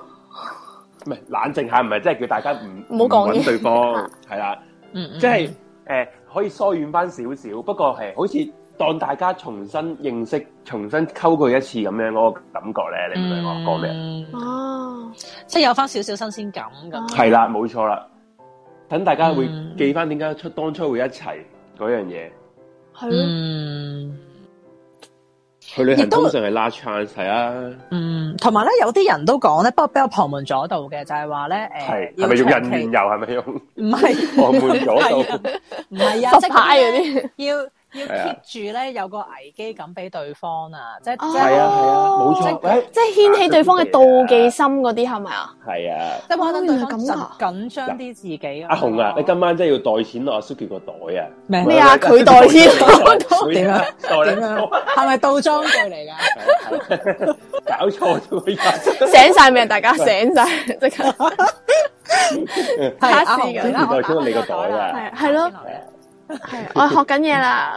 Speaker 2: 唔係冷靜下，唔係真係叫大家唔
Speaker 3: 唔好講嘢
Speaker 2: 揾對
Speaker 3: [laughs]
Speaker 2: 方，係啦，
Speaker 1: 嗯嗯，
Speaker 2: 即係誒可以疏遠翻少少，不過係好似當大家重新認識、重新溝佢一次咁樣嗰個感覺
Speaker 1: 嗯
Speaker 2: 咧，你明唔明我講咩？啊
Speaker 1: 咩？
Speaker 3: 哦，
Speaker 1: 嗯即係有翻少少新鮮感咁。
Speaker 3: 嗯
Speaker 2: 係啦，冇錯啦，等大家會
Speaker 1: 嗯
Speaker 2: 記翻點解出
Speaker 3: 嗯
Speaker 2: 當初會一齊嗰樣嘢。
Speaker 3: 係咯，
Speaker 1: 嗯，
Speaker 2: 去旅
Speaker 1: 亦
Speaker 2: 行
Speaker 1: 都
Speaker 2: 通常係 last chance 係啊，
Speaker 1: 嗯，同埋咧，有啲人都講咧，不過比較旁門左道嘅，就係話咧，
Speaker 2: 係
Speaker 1: 誒，
Speaker 2: 係咪用
Speaker 1: 要長
Speaker 2: 人
Speaker 1: 期
Speaker 2: 面油？係咪用
Speaker 1: 唔係
Speaker 2: 旁門左道？
Speaker 1: 係啊唔係啊，
Speaker 3: 佛
Speaker 1: 即係
Speaker 3: 牌
Speaker 1: 咁
Speaker 3: 嗰
Speaker 1: 咧
Speaker 3: 啲，
Speaker 1: 要要
Speaker 2: 係啊
Speaker 1: keep 住咧有個危機感俾對方啊，即係
Speaker 3: 哦
Speaker 1: 即
Speaker 2: 係啊係啊，冇
Speaker 1: 即
Speaker 2: 錯
Speaker 1: 係。
Speaker 2: 喂，
Speaker 3: 即係掀起對方嘅妒忌心嗰啲係咪啊？
Speaker 2: 係啊。
Speaker 1: 即係可能對方
Speaker 3: 哦原來咁
Speaker 1: 緊
Speaker 3: 㗎
Speaker 1: 緊張啲自己。
Speaker 2: 阿紅啊，你今晚真係要袋錢落阿 Suki 個袋啊！
Speaker 1: 咩
Speaker 3: 咩啊佢袋錢落
Speaker 1: [laughs]
Speaker 2: 袋
Speaker 1: 點啊
Speaker 2: 袋
Speaker 1: 點
Speaker 2: 咧？
Speaker 1: 樣？係咪倒裝句嚟
Speaker 2: [laughs]
Speaker 1: 㗎？
Speaker 2: 搞錯咗呀！
Speaker 3: 醒晒未啊？大家醒
Speaker 1: [laughs]
Speaker 3: 晒，即刻
Speaker 1: 係阿紅嚟啦，我打
Speaker 2: 袋錢
Speaker 3: 卡士㗎
Speaker 2: 落
Speaker 1: 開
Speaker 2: 你個
Speaker 1: 個袋
Speaker 2: 袋啊
Speaker 1: 啦，！
Speaker 3: 係係咯，係我學緊嘢啦。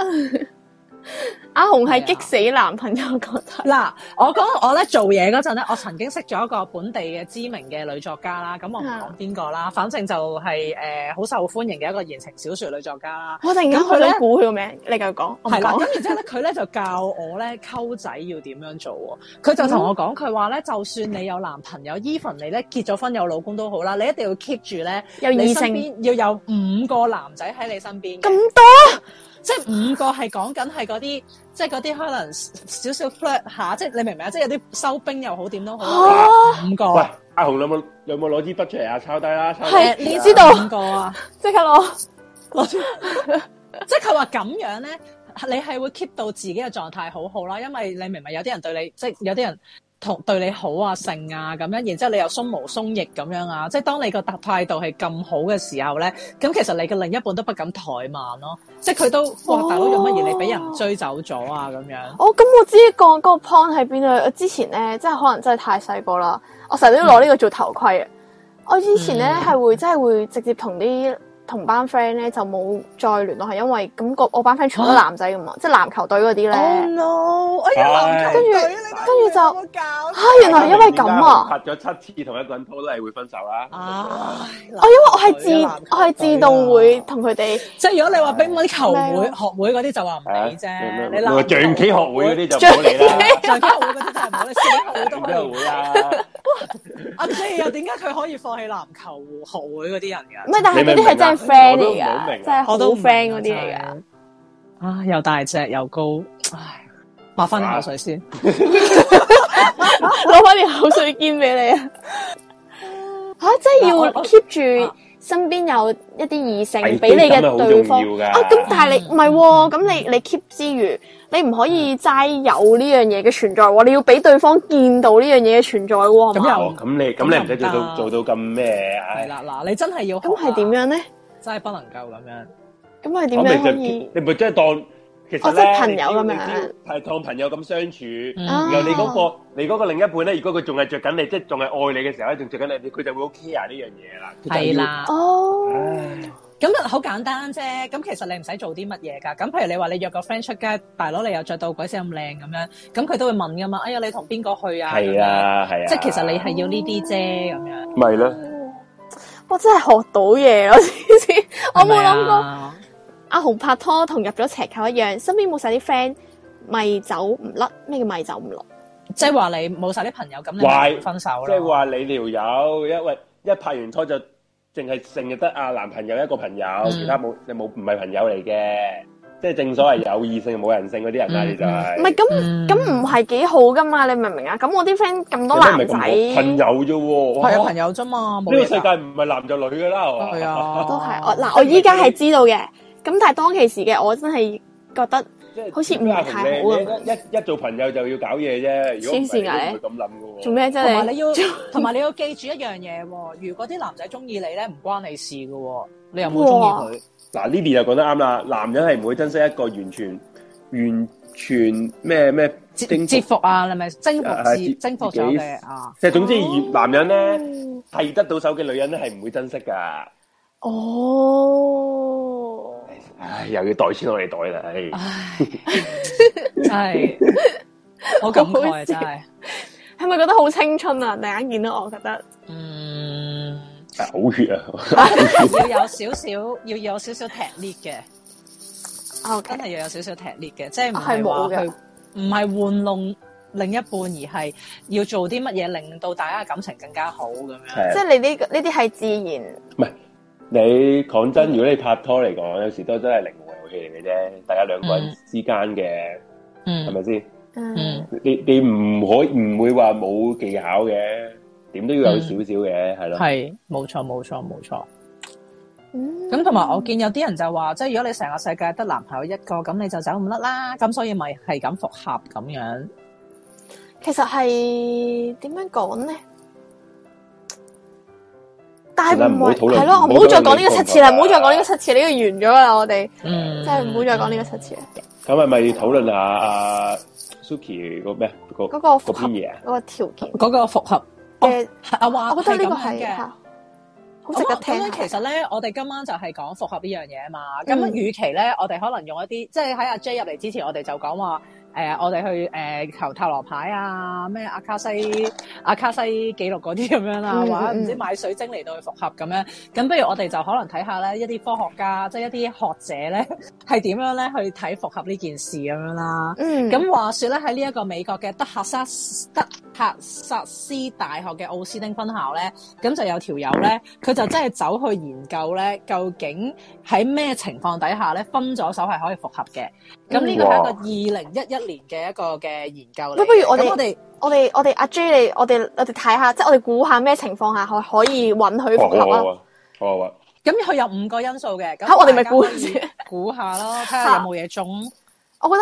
Speaker 3: 阿紅係激死男朋友嗰題。
Speaker 1: 嗱，我講我咧做嘢嗰陣咧，我曾經識咗一個本地嘅知名嘅女作家啦，咁我唔
Speaker 3: 啊
Speaker 1: 講邊個啦，反正就係誒好受歡迎嘅一個言情小說女作家啦。
Speaker 3: 我突然間好想估佢個名，你繼續講，哦我唔
Speaker 1: 係啦，
Speaker 3: 講。
Speaker 1: 咁然之後咧，佢咧就教我咧溝仔要點樣做喎。佢就同我講，佢話咧，就算你有男朋友，even 你咧結咗婚有老公都好啦，你一定要 keep 住咧，
Speaker 3: 有
Speaker 1: 你
Speaker 3: 異
Speaker 1: 身
Speaker 3: 性
Speaker 1: 邊要有五個男仔喺你身邊嘅。
Speaker 3: 咁多，
Speaker 1: 即係五個係講緊係嗰啲，即係嗰啲可能少少 flirt 下，即係你明唔明啊？即係有啲收兵又好點都好啦，五個
Speaker 2: 喂，阿紅有冇有冇攞支筆出嚟啊？抄低啦，抄低
Speaker 3: 係
Speaker 1: 誒
Speaker 3: 你
Speaker 1: 呢
Speaker 3: 知道
Speaker 1: 五個啊，
Speaker 3: 即刻攞。
Speaker 1: [laughs] 即係佢話咁樣咧，你係會 keep 到自己嘅狀態好好啦，因為你明唔明有啲人對你，即係有啲人。同對你好啊、性啊咁樣，然之後你又鬆毛鬆翼咁樣啊，即係當你個態度係咁好嘅時候咧，咁其實你嘅另一半都不敢怠慢咯，即係佢都哇大佬做乜嘢？你俾人追走咗啊咁樣。
Speaker 3: 哦，咁我知個嗰個 point 喺邊啊！我之前咧，即係可能真係太細個啦，我成日都攞呢個做頭盔啊！我以前
Speaker 2: 嗯
Speaker 3: 咧係會真係會直接同啲同班 friend 咧就冇再聯絡，係因為咁個我班 friend 全部都男仔噶
Speaker 2: 哦
Speaker 3: 嘛，即係籃球隊嗰啲咧。
Speaker 13: no！我
Speaker 3: 哎
Speaker 2: 係
Speaker 13: 跟
Speaker 3: 跟住
Speaker 13: 住跟住
Speaker 3: 跟住就
Speaker 13: 就搞
Speaker 3: 啊，原來係因為咁啊！
Speaker 2: 拍咗七次同一個人拖都係會分手啦。
Speaker 1: 啊！
Speaker 3: 我哦
Speaker 2: 哦
Speaker 3: 因為我係
Speaker 2: 啊
Speaker 3: 自我係自動會同佢哋
Speaker 1: 即係如果你話乒乓球會
Speaker 3: 咩啊
Speaker 1: 學會嗰啲就話唔
Speaker 2: 啊
Speaker 1: 理啫，你
Speaker 2: 話
Speaker 1: 籃
Speaker 2: 象棋學會嗰啲就唔好理啦，
Speaker 1: 啲， [laughs] 象棋學會嗰啲真係冇，你小學會都可
Speaker 2: 象棋
Speaker 1: 以。
Speaker 2: 學會啊，
Speaker 1: 阿 J 又點解佢可以放棄籃球學會嗰啲人
Speaker 3: 唔係，但係嗰啲係真係
Speaker 2: 你明
Speaker 3: friend
Speaker 2: 唔明啊我都
Speaker 3: 嚟
Speaker 2: 唔係好
Speaker 3: 㗎，
Speaker 2: 明啊
Speaker 3: 真係
Speaker 1: 㗎？
Speaker 3: 好
Speaker 1: 我都唔明啊
Speaker 3: friend 嗰啲嚟㗎。。
Speaker 1: 真係啊，又大隻又高，唉，抹翻啲
Speaker 2: 啊
Speaker 1: 口水先。
Speaker 3: [laughs] 攞翻條口水肩俾你 [laughs] 啊！吓，即啊係
Speaker 1: 嗱我
Speaker 3: 要
Speaker 1: 我
Speaker 3: keep 住身邊有一啲異性
Speaker 2: 危機
Speaker 3: 俾你
Speaker 2: 感係
Speaker 3: 嘅
Speaker 2: 好
Speaker 3: 對
Speaker 2: 重
Speaker 3: 方
Speaker 2: 要㗎
Speaker 3: 啊！咁但係你唔係喎，咁你你 keep 之餘，你唔可
Speaker 2: 嗯
Speaker 3: 以齋有呢樣嘢嘅存在喎，你要俾對方見到呢樣嘢嘅存在喎，係
Speaker 1: 咁
Speaker 3: 嘛？
Speaker 2: 哦，
Speaker 1: 又
Speaker 2: 咁你咁你唔使做到做到咁咩？
Speaker 1: 係
Speaker 2: 唉，
Speaker 1: 啦，嗱，你真係要
Speaker 3: 咁係點
Speaker 1: 樣？
Speaker 3: 樣咧？
Speaker 1: 真係不能夠咁樣。
Speaker 3: 咁係點
Speaker 2: 我咪
Speaker 3: 樣可
Speaker 2: 就
Speaker 3: 以？
Speaker 2: 你咪真係當其實
Speaker 3: 哦即係朋
Speaker 2: 咧，
Speaker 3: 友咁樣
Speaker 2: 係當朋友咁相處。
Speaker 1: 嗯
Speaker 3: 啊
Speaker 2: 然後你嗰、個你嗰個另一半咧，如果佢仲係着緊你，即係仲係愛你嘅時候咧，仲着緊你，佢就會好 care 呢樣嘢啦。佢就要
Speaker 1: 係，啦。
Speaker 3: 哦，
Speaker 1: 咁啊，好簡單啫。咁其實你唔使做啲乜嘢㗎。咁譬如你話你約個 friend 出街，大佬你又着到鬼死咁靚咁樣，咁佢都會問㗎嘛。哎呀，你同邊個去啊？
Speaker 2: 係啊，係
Speaker 1: 咁
Speaker 2: 啊。
Speaker 1: 樣，即係其實你係要呢啲啫咁樣。
Speaker 2: 咪咯，
Speaker 3: 我真係學到嘢咯！黐線我冇諗過。
Speaker 1: 過。
Speaker 3: 阿紅拍拖同入咗邪教一樣，身邊冇晒啲 friend，咪走唔甩。咩叫咪走唔甩？
Speaker 1: 即係話你冇晒啲朋友，咁你
Speaker 2: 壞
Speaker 1: 咪分手咯。
Speaker 2: 即係話你條友，因為一拍完拖就淨係成日得啊男朋友一個朋友，
Speaker 1: 嗯
Speaker 2: 其他冇你冇唔係朋友嚟嘅。即係正所謂有異性冇人性嗰啲人啦，
Speaker 1: 嗯
Speaker 2: 你就係
Speaker 3: 唔係咁
Speaker 1: 嗯
Speaker 3: 咁唔係幾好噶嘛？你明唔明啊？咁我啲 friend 咁多
Speaker 2: 有
Speaker 3: 男
Speaker 2: 啲
Speaker 3: 仔，
Speaker 2: 唔係咁好朋友啫喎。哇
Speaker 1: 係有朋友啫嘛，冇
Speaker 2: 呢個
Speaker 1: 嘢
Speaker 2: 世
Speaker 1: 㗎。
Speaker 2: 界唔係男就女㗎啦，係嘛
Speaker 1: 係啊，
Speaker 3: 都係我嗱，我依家係知道嘅。咁但係當其時嘅我真係覺得
Speaker 2: 即係
Speaker 3: 好似唔係太好咁樣
Speaker 2: 你一一一做朋友就要搞嘢啫，如果唔
Speaker 3: 黐線㗎
Speaker 2: 係
Speaker 3: 你
Speaker 2: 你都唔會咁諗嘅喎。
Speaker 3: 做咩啫？
Speaker 1: 同埋
Speaker 3: 你
Speaker 1: 你要，同埋你要記住一樣嘢喎。如果啲男仔中意你咧，唔關你事㗎喎。你又冇中意佢，
Speaker 2: 嗱，Lily 就講得啱啦，男人係唔會珍惜一個完全完全咩咩
Speaker 1: 折折服啊，你咪征服
Speaker 2: 啊
Speaker 1: 自
Speaker 2: 自
Speaker 1: 征服
Speaker 2: 自己
Speaker 1: 咗嘅
Speaker 3: [laughs]
Speaker 1: 啊。
Speaker 2: 即係總之，男人咧係得到手嘅女人咧係唔會珍惜噶。
Speaker 3: 哦，
Speaker 2: 唉，又要袋錢落你袋啦，唉。
Speaker 1: 唉，真係好感慨啊！真係，
Speaker 3: 係咪覺得好青春啊？突然間見到我，覺得
Speaker 1: 嗯，
Speaker 2: 好血啊！
Speaker 1: 要有少少，要有少少踢 lift 嘅，
Speaker 3: 啊，OK，
Speaker 1: 真係要有少少踢 lift 嘅，即係唔
Speaker 3: 啊係
Speaker 1: 係
Speaker 3: 冇
Speaker 1: 話
Speaker 3: 嘅
Speaker 1: 去，唔係玩弄另一半，而係要做啲乜嘢令到大家嘅感情更加好咁樣。
Speaker 3: 即
Speaker 2: 係
Speaker 3: 係你呢個呢啲係自然。
Speaker 2: 你講真，如果你拍拖嚟講，有時都真係零和遊戲嚟嘅啫，大家兩個人之間嘅，係
Speaker 1: 嗯，
Speaker 2: 咪先？
Speaker 3: 嗯，
Speaker 1: 嗯，
Speaker 2: 你你唔可唔會話冇技巧嘅，點都要有
Speaker 1: 嗯
Speaker 2: 少少嘅，係咯。
Speaker 1: 係冇錯冇錯冇錯。
Speaker 3: 嗯
Speaker 1: 咁同埋我見有啲人就話，即係如果你成個世界得男朋友一個，咁你就走唔甩啦。咁所以咪係咁復合咁樣。
Speaker 3: 其實係點樣講咧？但係唔係
Speaker 2: 好啦唔好討論
Speaker 3: 係咯，
Speaker 2: 唔好
Speaker 3: 唔好再講呢個
Speaker 2: 討論
Speaker 3: 七次啦，
Speaker 2: 呢
Speaker 3: 唔
Speaker 2: 個
Speaker 3: 好再講呢個七次，呢個完咗啦，我哋
Speaker 1: 嗯，
Speaker 3: 真係唔好再講呢個七次啦。
Speaker 2: 咁係咪討論下阿 Suki 個咩個
Speaker 3: 嗰個
Speaker 2: 個
Speaker 3: 複合
Speaker 2: 篇嘢啊？
Speaker 3: 嗰個條件
Speaker 1: 嗰個復合。
Speaker 3: 嘅，
Speaker 1: 係啊，話
Speaker 3: 我覺得呢個
Speaker 1: 係咁
Speaker 3: 係
Speaker 1: 樣嘅
Speaker 3: 嚇好值得聽
Speaker 1: 咁
Speaker 3: 下
Speaker 1: 咧，其實咧，我哋今晚就係講複合呢樣嘢啊嘛。咁、
Speaker 3: 嗯
Speaker 1: 與其咧，我哋可能用一啲，即係喺阿 J 入嚟之前，我哋就講話誒，我哋去誒、呃求塔羅牌啊，咩阿卡
Speaker 3: [laughs]
Speaker 1: 西阿卡西記錄嗰啲咁樣啦，
Speaker 3: 嗯嗯
Speaker 1: 或者唔知
Speaker 3: 嗯
Speaker 1: 買水晶嚟到去複合咁樣。咁不如我哋就可能睇下咧，一啲科學家即係一啲學者咧， [laughs] 係點樣咧去睇複合呢件事咁樣啦。
Speaker 3: 嗯
Speaker 1: 咁話說咧，喺呢一個美國嘅德克薩斯德克薩斯大學嘅奧斯丁分校咧，咁就有條友咧，佢就真係走去研究咧，究竟喺咩情況底下咧分咗手係可以復合嘅？咁呢個係一個
Speaker 2: 哇
Speaker 1: 二零一一年嘅一個嘅研究嚟嘅。
Speaker 3: 喂不如我哋
Speaker 1: 咁我哋
Speaker 3: 我哋我哋阿 J 你我哋我哋睇下，即係我哋估下咩情況下可可以允許
Speaker 2: 好
Speaker 3: 復
Speaker 2: 啊好
Speaker 3: 合
Speaker 2: 啊好
Speaker 3: 啊？
Speaker 2: 啊好啊，
Speaker 1: 咁佢有五個因素嘅，咁
Speaker 3: 嚇我哋
Speaker 1: 大
Speaker 3: 咪
Speaker 1: 家
Speaker 3: 估
Speaker 1: 可以
Speaker 3: 先
Speaker 1: 估下
Speaker 3: [laughs]
Speaker 1: 咯，睇下有冇嘢中。
Speaker 3: 我覺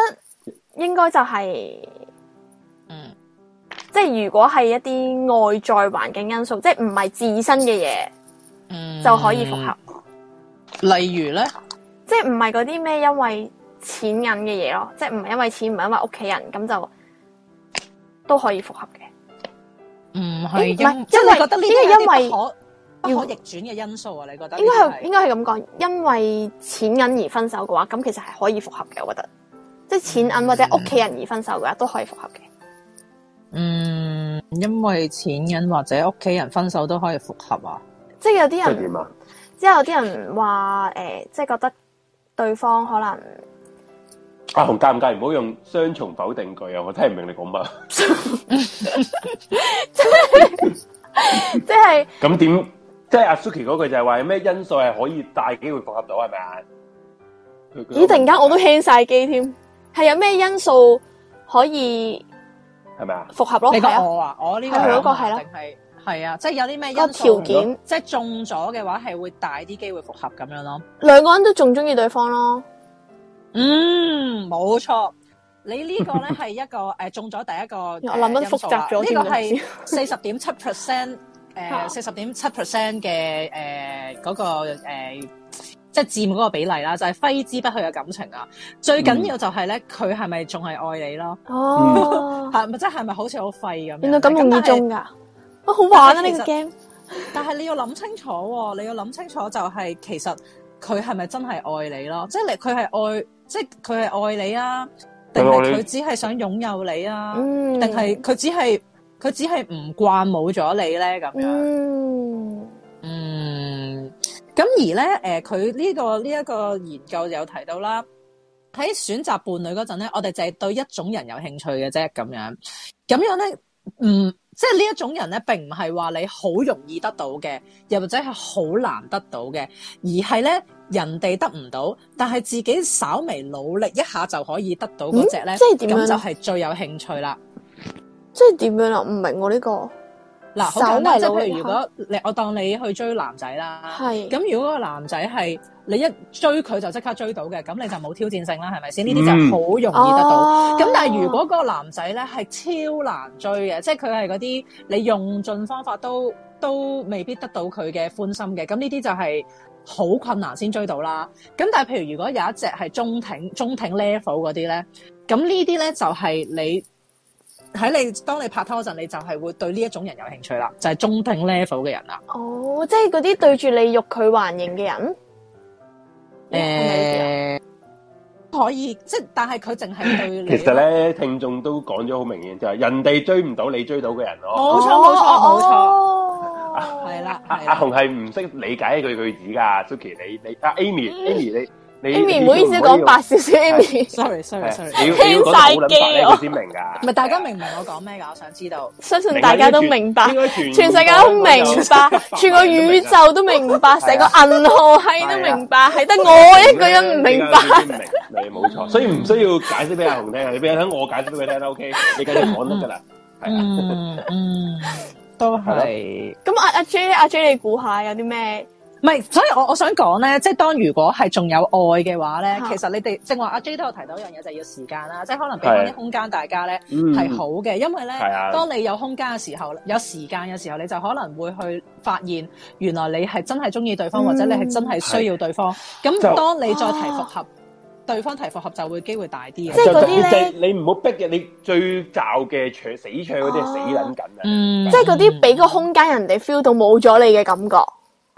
Speaker 3: 得應該就係、
Speaker 1: 嗯。
Speaker 3: 即係如果係一啲外在環境因素，即係唔係自身嘅嘢
Speaker 1: 嗯
Speaker 3: 就可以復合，，
Speaker 1: 例如咧，
Speaker 3: 即係唔係嗰啲咩因為錢銀嘅嘢咯，即係唔係因為錢，唔係因為屋企人，咁就都可以復合嘅。
Speaker 1: 唔係
Speaker 3: 咦唔係
Speaker 1: 因，即係你覺得呢啲係
Speaker 3: 因為
Speaker 1: 一啲不可
Speaker 3: 因為
Speaker 1: 不可逆轉嘅因素啊？你覺得呢
Speaker 3: 應該
Speaker 1: 啲係
Speaker 3: 係應該係咁講，因為錢銀而分手嘅話，咁其實係可以復合嘅，我覺得。即係錢銀或者屋企人而分手嘅話，都可以復合嘅。
Speaker 1: 嗯，因為錢銀或者屋企人分手都可以復合啊。
Speaker 3: 即係有啲
Speaker 2: 即係
Speaker 3: 人
Speaker 2: 點啊？
Speaker 3: 之後有啲人話誒、呃即係覺得對方
Speaker 2: [laughs]
Speaker 3: 可能
Speaker 2: 阿紅介唔介意唔好用雙重否定句啊！我聽唔明你講乜。 [laughs]
Speaker 3: 即係
Speaker 2: 咁點？即係阿 Suki 嗰句就係話有咩因素係可以大機會復合到係咪啊？佢佢
Speaker 3: 咦，突然間我都輕晒機添，係有咩因素可以
Speaker 2: 係咪啊？
Speaker 3: 復合咯？
Speaker 1: 你
Speaker 3: 係
Speaker 1: 講
Speaker 3: 啊，
Speaker 1: 我啊，我呢個
Speaker 3: 係
Speaker 2: 佢嗰
Speaker 3: 個係咯
Speaker 1: 定係係啊，即係有啲咩因
Speaker 3: 個條
Speaker 1: 素
Speaker 3: 件，
Speaker 1: 即係中咗嘅話係會大啲機會復合咁樣咯。
Speaker 3: 兩個人都仲中意對方咯。
Speaker 1: 嗯，冇錯。你呢個咧係一個誒、呃中咗第一個，我
Speaker 3: [laughs] 我諗得複雜咗
Speaker 1: 啊呢
Speaker 3: 添
Speaker 1: 個係 [laughs] 四十點七 percent 誒，四十點七 percent 嘅誒嗰個呃即係佔嗰個比例啦，就係、揮之不去嘅感情啊！最
Speaker 3: 嗯
Speaker 1: 緊要就係咧，佢係咪仲係愛你咯？
Speaker 2: 嗯
Speaker 3: 哦，
Speaker 1: 係咪即係咪好似好廢咁樣？
Speaker 3: 原來咁容易
Speaker 1: 但係
Speaker 3: 中㗎，啊好玩啊
Speaker 1: 但係
Speaker 3: 呢個
Speaker 1: 其
Speaker 3: game。
Speaker 1: 但係你要諗清楚喎，你要諗清楚就係其實佢係咪真係愛你咯？即係你佢係愛，即係佢係愛你啊，定係
Speaker 2: 佢愛你
Speaker 1: 佢只係想擁有你啊？
Speaker 3: 嗯，
Speaker 1: 定係佢只係佢只係唔慣冇咗你咧咁樣？
Speaker 3: 嗯
Speaker 1: 嗯，咁而咧誒，佢、呢、個呢一、個研究有提到啦。喺選擇伴侶嗰陣咧，我哋就係對一種人有興趣嘅啫，咁樣咁樣咧，唔即係呢一種人咧，並唔係話你好容易得到嘅，又或者係好難得到嘅，而係咧人哋得唔到，但係自己稍微努力一下就可以得到嗰只咧，
Speaker 3: 嗯即係點樣
Speaker 1: 咁
Speaker 3: 呢
Speaker 1: 就係最有興趣啦。
Speaker 3: 即係點樣啊？唔明我呢個
Speaker 1: 嗱，好簡單，即
Speaker 3: 稍
Speaker 1: 係
Speaker 3: 微
Speaker 1: 譬
Speaker 3: 努
Speaker 1: 如
Speaker 3: 力
Speaker 1: 如果你我當你去追男仔啦，
Speaker 3: 係
Speaker 1: 咁如果個男仔係你一追佢就即刻追到嘅，咁你就冇挑戰性啦，係咪先？呢啲就係好容易得
Speaker 3: Ờ.
Speaker 1: 到。
Speaker 3: 哦
Speaker 1: 咁但係如果嗰個男仔咧係超難追嘅，即係佢係嗰啲你用盡方法都都未必得到佢嘅歡心嘅，咁呢啲就係好困難先追到啦。咁但係譬如如果有一隻係中挺中挺 level 嗰啲咧，咁呢啲咧就係你喺你當你拍拖嗰陣，你就係會對呢一種人有興趣啦，就係、中挺 level 嘅人啦。
Speaker 3: 哦，即係嗰啲對住你欲拒還迎嘅人，
Speaker 1: 誒、
Speaker 3: 係咪呢啲啊
Speaker 1: 可以即係，但係佢淨係對你。
Speaker 2: 其實咧，聽眾都講咗好明顯，就係人哋追唔到你追到嘅人咯。
Speaker 1: 冇錯冇錯冇錯，
Speaker 3: 錯
Speaker 1: 係啦
Speaker 2: 阿
Speaker 1: 係
Speaker 2: 阿
Speaker 1: 啦。
Speaker 2: 紅係唔識理解佢句子㗎，Suki 你你阿 Amy Amy 你你
Speaker 3: Amy 唔好意思講白少少，Amy
Speaker 1: ，sorry sorry sorry，
Speaker 2: 你啊要你要講得好撚白咧，
Speaker 3: 輕晒機啊
Speaker 2: 佢先
Speaker 3: [laughs]
Speaker 2: 明噶。
Speaker 1: 唔係大家明唔明我講咩㗎？我想知道。
Speaker 3: 相信大家都明白
Speaker 2: 應該，全
Speaker 3: 全世界都明白，全個宇宙都明白，成個銀河系都明白，係得我一個人唔明白。
Speaker 2: 你冇錯， [laughs] 所以唔需要解釋俾阿紅聽，你俾等我解釋俾佢聽啦。OK，你繼續講得噶啦，係啊。
Speaker 1: 嗯嗯，都係。
Speaker 3: 咁阿阿 J 咧，阿 J 你估下有啲咩？
Speaker 1: 唔係，所以我我想講咧，即係當如果係仲有愛嘅話咧，
Speaker 3: 嚇
Speaker 1: 其實你哋正話阿 J 都有提到一樣嘢，就係要時間啦，即係可能俾翻
Speaker 2: 係
Speaker 1: 啲空間大家咧
Speaker 2: 嗯
Speaker 1: 係好嘅，因為咧
Speaker 2: 係啊，
Speaker 1: 當你有空間嘅時候，有時間嘅時候，你就可能會去發現原來你係真係中意對
Speaker 3: 嗯
Speaker 1: 方，或者你係真係需要對方。
Speaker 2: 就
Speaker 1: 咁當你再提復合，對方提復合就會機會大啲
Speaker 3: 即係
Speaker 1: 嘅。
Speaker 2: 就
Speaker 3: 嗰
Speaker 2: 就
Speaker 3: 啲呢
Speaker 2: 就你唔好逼嘅，你最罩嘅搶死搶嗰啲係死撚緊啊！
Speaker 1: 嗯，
Speaker 3: 即係嗰啲俾個空間人哋 feel 到冇咗你嘅感覺，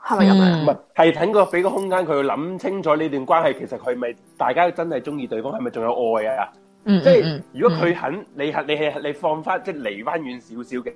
Speaker 3: 係咪咁樣？
Speaker 1: 嗯
Speaker 2: 唔係，係等個俾個空間佢諗清楚呢段關係，其實佢咪大家真係中意對方，係咪仲有愛啊？
Speaker 1: 嗯，
Speaker 2: 即係
Speaker 1: 嗯
Speaker 2: 如果佢肯，你係你係你放翻即係離翻遠少少嘅，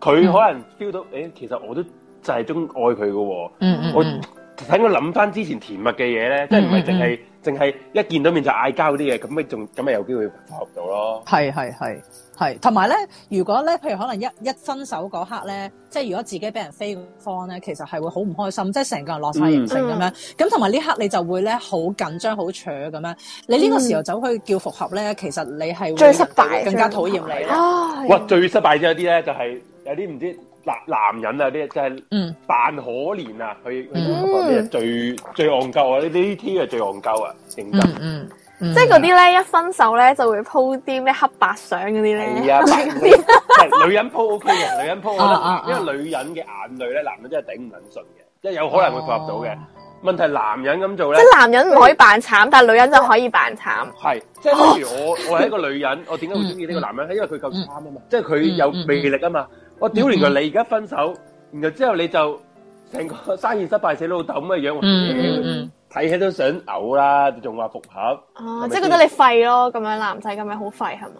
Speaker 2: 佢
Speaker 1: 嗯
Speaker 2: 可能 feel 到，誒、其實我都就係中愛佢嘅喎。
Speaker 1: 嗯嗯
Speaker 2: 我
Speaker 1: 嗯
Speaker 2: 等佢諗翻之前甜蜜嘅嘢咧，即係唔係淨係淨係一見到面就嗌交啲嘢，咁咪仲咁咪有機會復合到咯。
Speaker 1: 係係係係，同埋咧，如果咧，譬如可能一一分手嗰刻咧，即係如果自己俾人飛方咧，其實係會好唔開心，即係成個人落晒
Speaker 3: 嗯
Speaker 1: 形成咁樣。咁同埋呢刻你就會咧好緊張、好扯咁樣。你呢個時候走去叫復合咧，其實你係會
Speaker 3: 最失敗
Speaker 1: 更加討厭你咯。
Speaker 3: 啊，
Speaker 2: 哇！最失敗咗有啲咧，就係、有啲唔知男男人啊，啲就係、
Speaker 1: 嗯
Speaker 2: 扮可憐啊，佢佢
Speaker 1: 嗯
Speaker 2: 呢啲係最最戇鳩啊！呢啲呢啲係最戇鳩啊，認真。
Speaker 1: 嗯嗯嗯，
Speaker 3: 即係嗰啲咧，一分手咧就會 po 啲咩黑白相嗰啲咧，
Speaker 1: [laughs]
Speaker 2: 係啊，扮可憐係女人鋪 OK 嘅，女人鋪我覺
Speaker 1: 啊啊啊
Speaker 2: 得，因為女人嘅眼淚咧，男人真係頂唔撚順嘅，即係有可能會復合到嘅
Speaker 1: 哦。
Speaker 2: 問題係男人咁做
Speaker 3: 即
Speaker 2: 咧，
Speaker 3: 係男人唔可以
Speaker 2: [laughs]
Speaker 3: 扮慘，但係女人就可以扮慘。
Speaker 2: 係即係譬如我我係一個女人，我點解會中意呢個男人？係因為佢夠慘啊嘛，即係佢有魅力啊嘛。我屌，原來你而家分手，然後之後你就成個生意失敗死老豆咁嘅樣，
Speaker 1: 嗯嗯嗯
Speaker 2: 睇起都想嘔啦，仲話復合，係
Speaker 3: 哦，
Speaker 2: 咪嗯
Speaker 3: 即係覺得你廢咯，咁樣男仔咁樣好廢係嘛？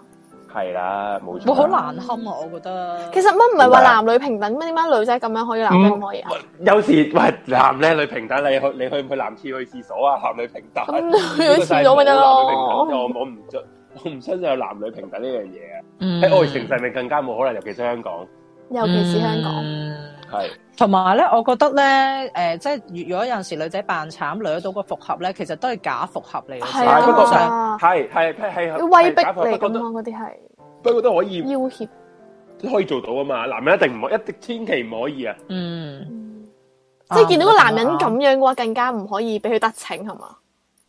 Speaker 2: 係啦，冇錯。
Speaker 1: 會好難堪啊！我覺得。
Speaker 3: 其實乜唔係話男女平等咩？點解女仔咁樣可以，男仔唔可以啊？
Speaker 2: 喂有時喂男靚女平等，你去你去唔去男廁去廁所啊？ [laughs] 男女平等，
Speaker 3: 咁去咗廁所咪得
Speaker 2: 呢個
Speaker 3: 咯
Speaker 2: 世界冇男女平等我我唔信，我唔相信有男女平等呢樣嘢啊！
Speaker 1: 喺
Speaker 2: 喺愛情上面更加冇可能，尤其是香港，
Speaker 3: 尤其是香港，
Speaker 1: 嗯
Speaker 2: 係
Speaker 1: 同埋咧，我覺得咧，誒、即係如如果有陣時女仔扮慘掠到個復合咧，其實都係假復合嚟嘅。
Speaker 3: 係
Speaker 2: 啊
Speaker 3: 啊
Speaker 2: 不過
Speaker 1: 係啊
Speaker 2: 係係係係
Speaker 3: 要威逼
Speaker 2: 係
Speaker 3: 嚟
Speaker 2: 不過
Speaker 3: 咁
Speaker 2: 都
Speaker 3: 嘛，嗰啲係
Speaker 2: 不過都可以
Speaker 3: 要挾。
Speaker 2: 可以做到啊嘛！男人一定唔可，一定千祈唔可以啊！
Speaker 1: 嗯，
Speaker 3: 嗯即係見到個
Speaker 1: 啊
Speaker 3: 男人咁
Speaker 1: 啱，
Speaker 3: 樣嘅話，更加唔可以俾佢得逞係嘛？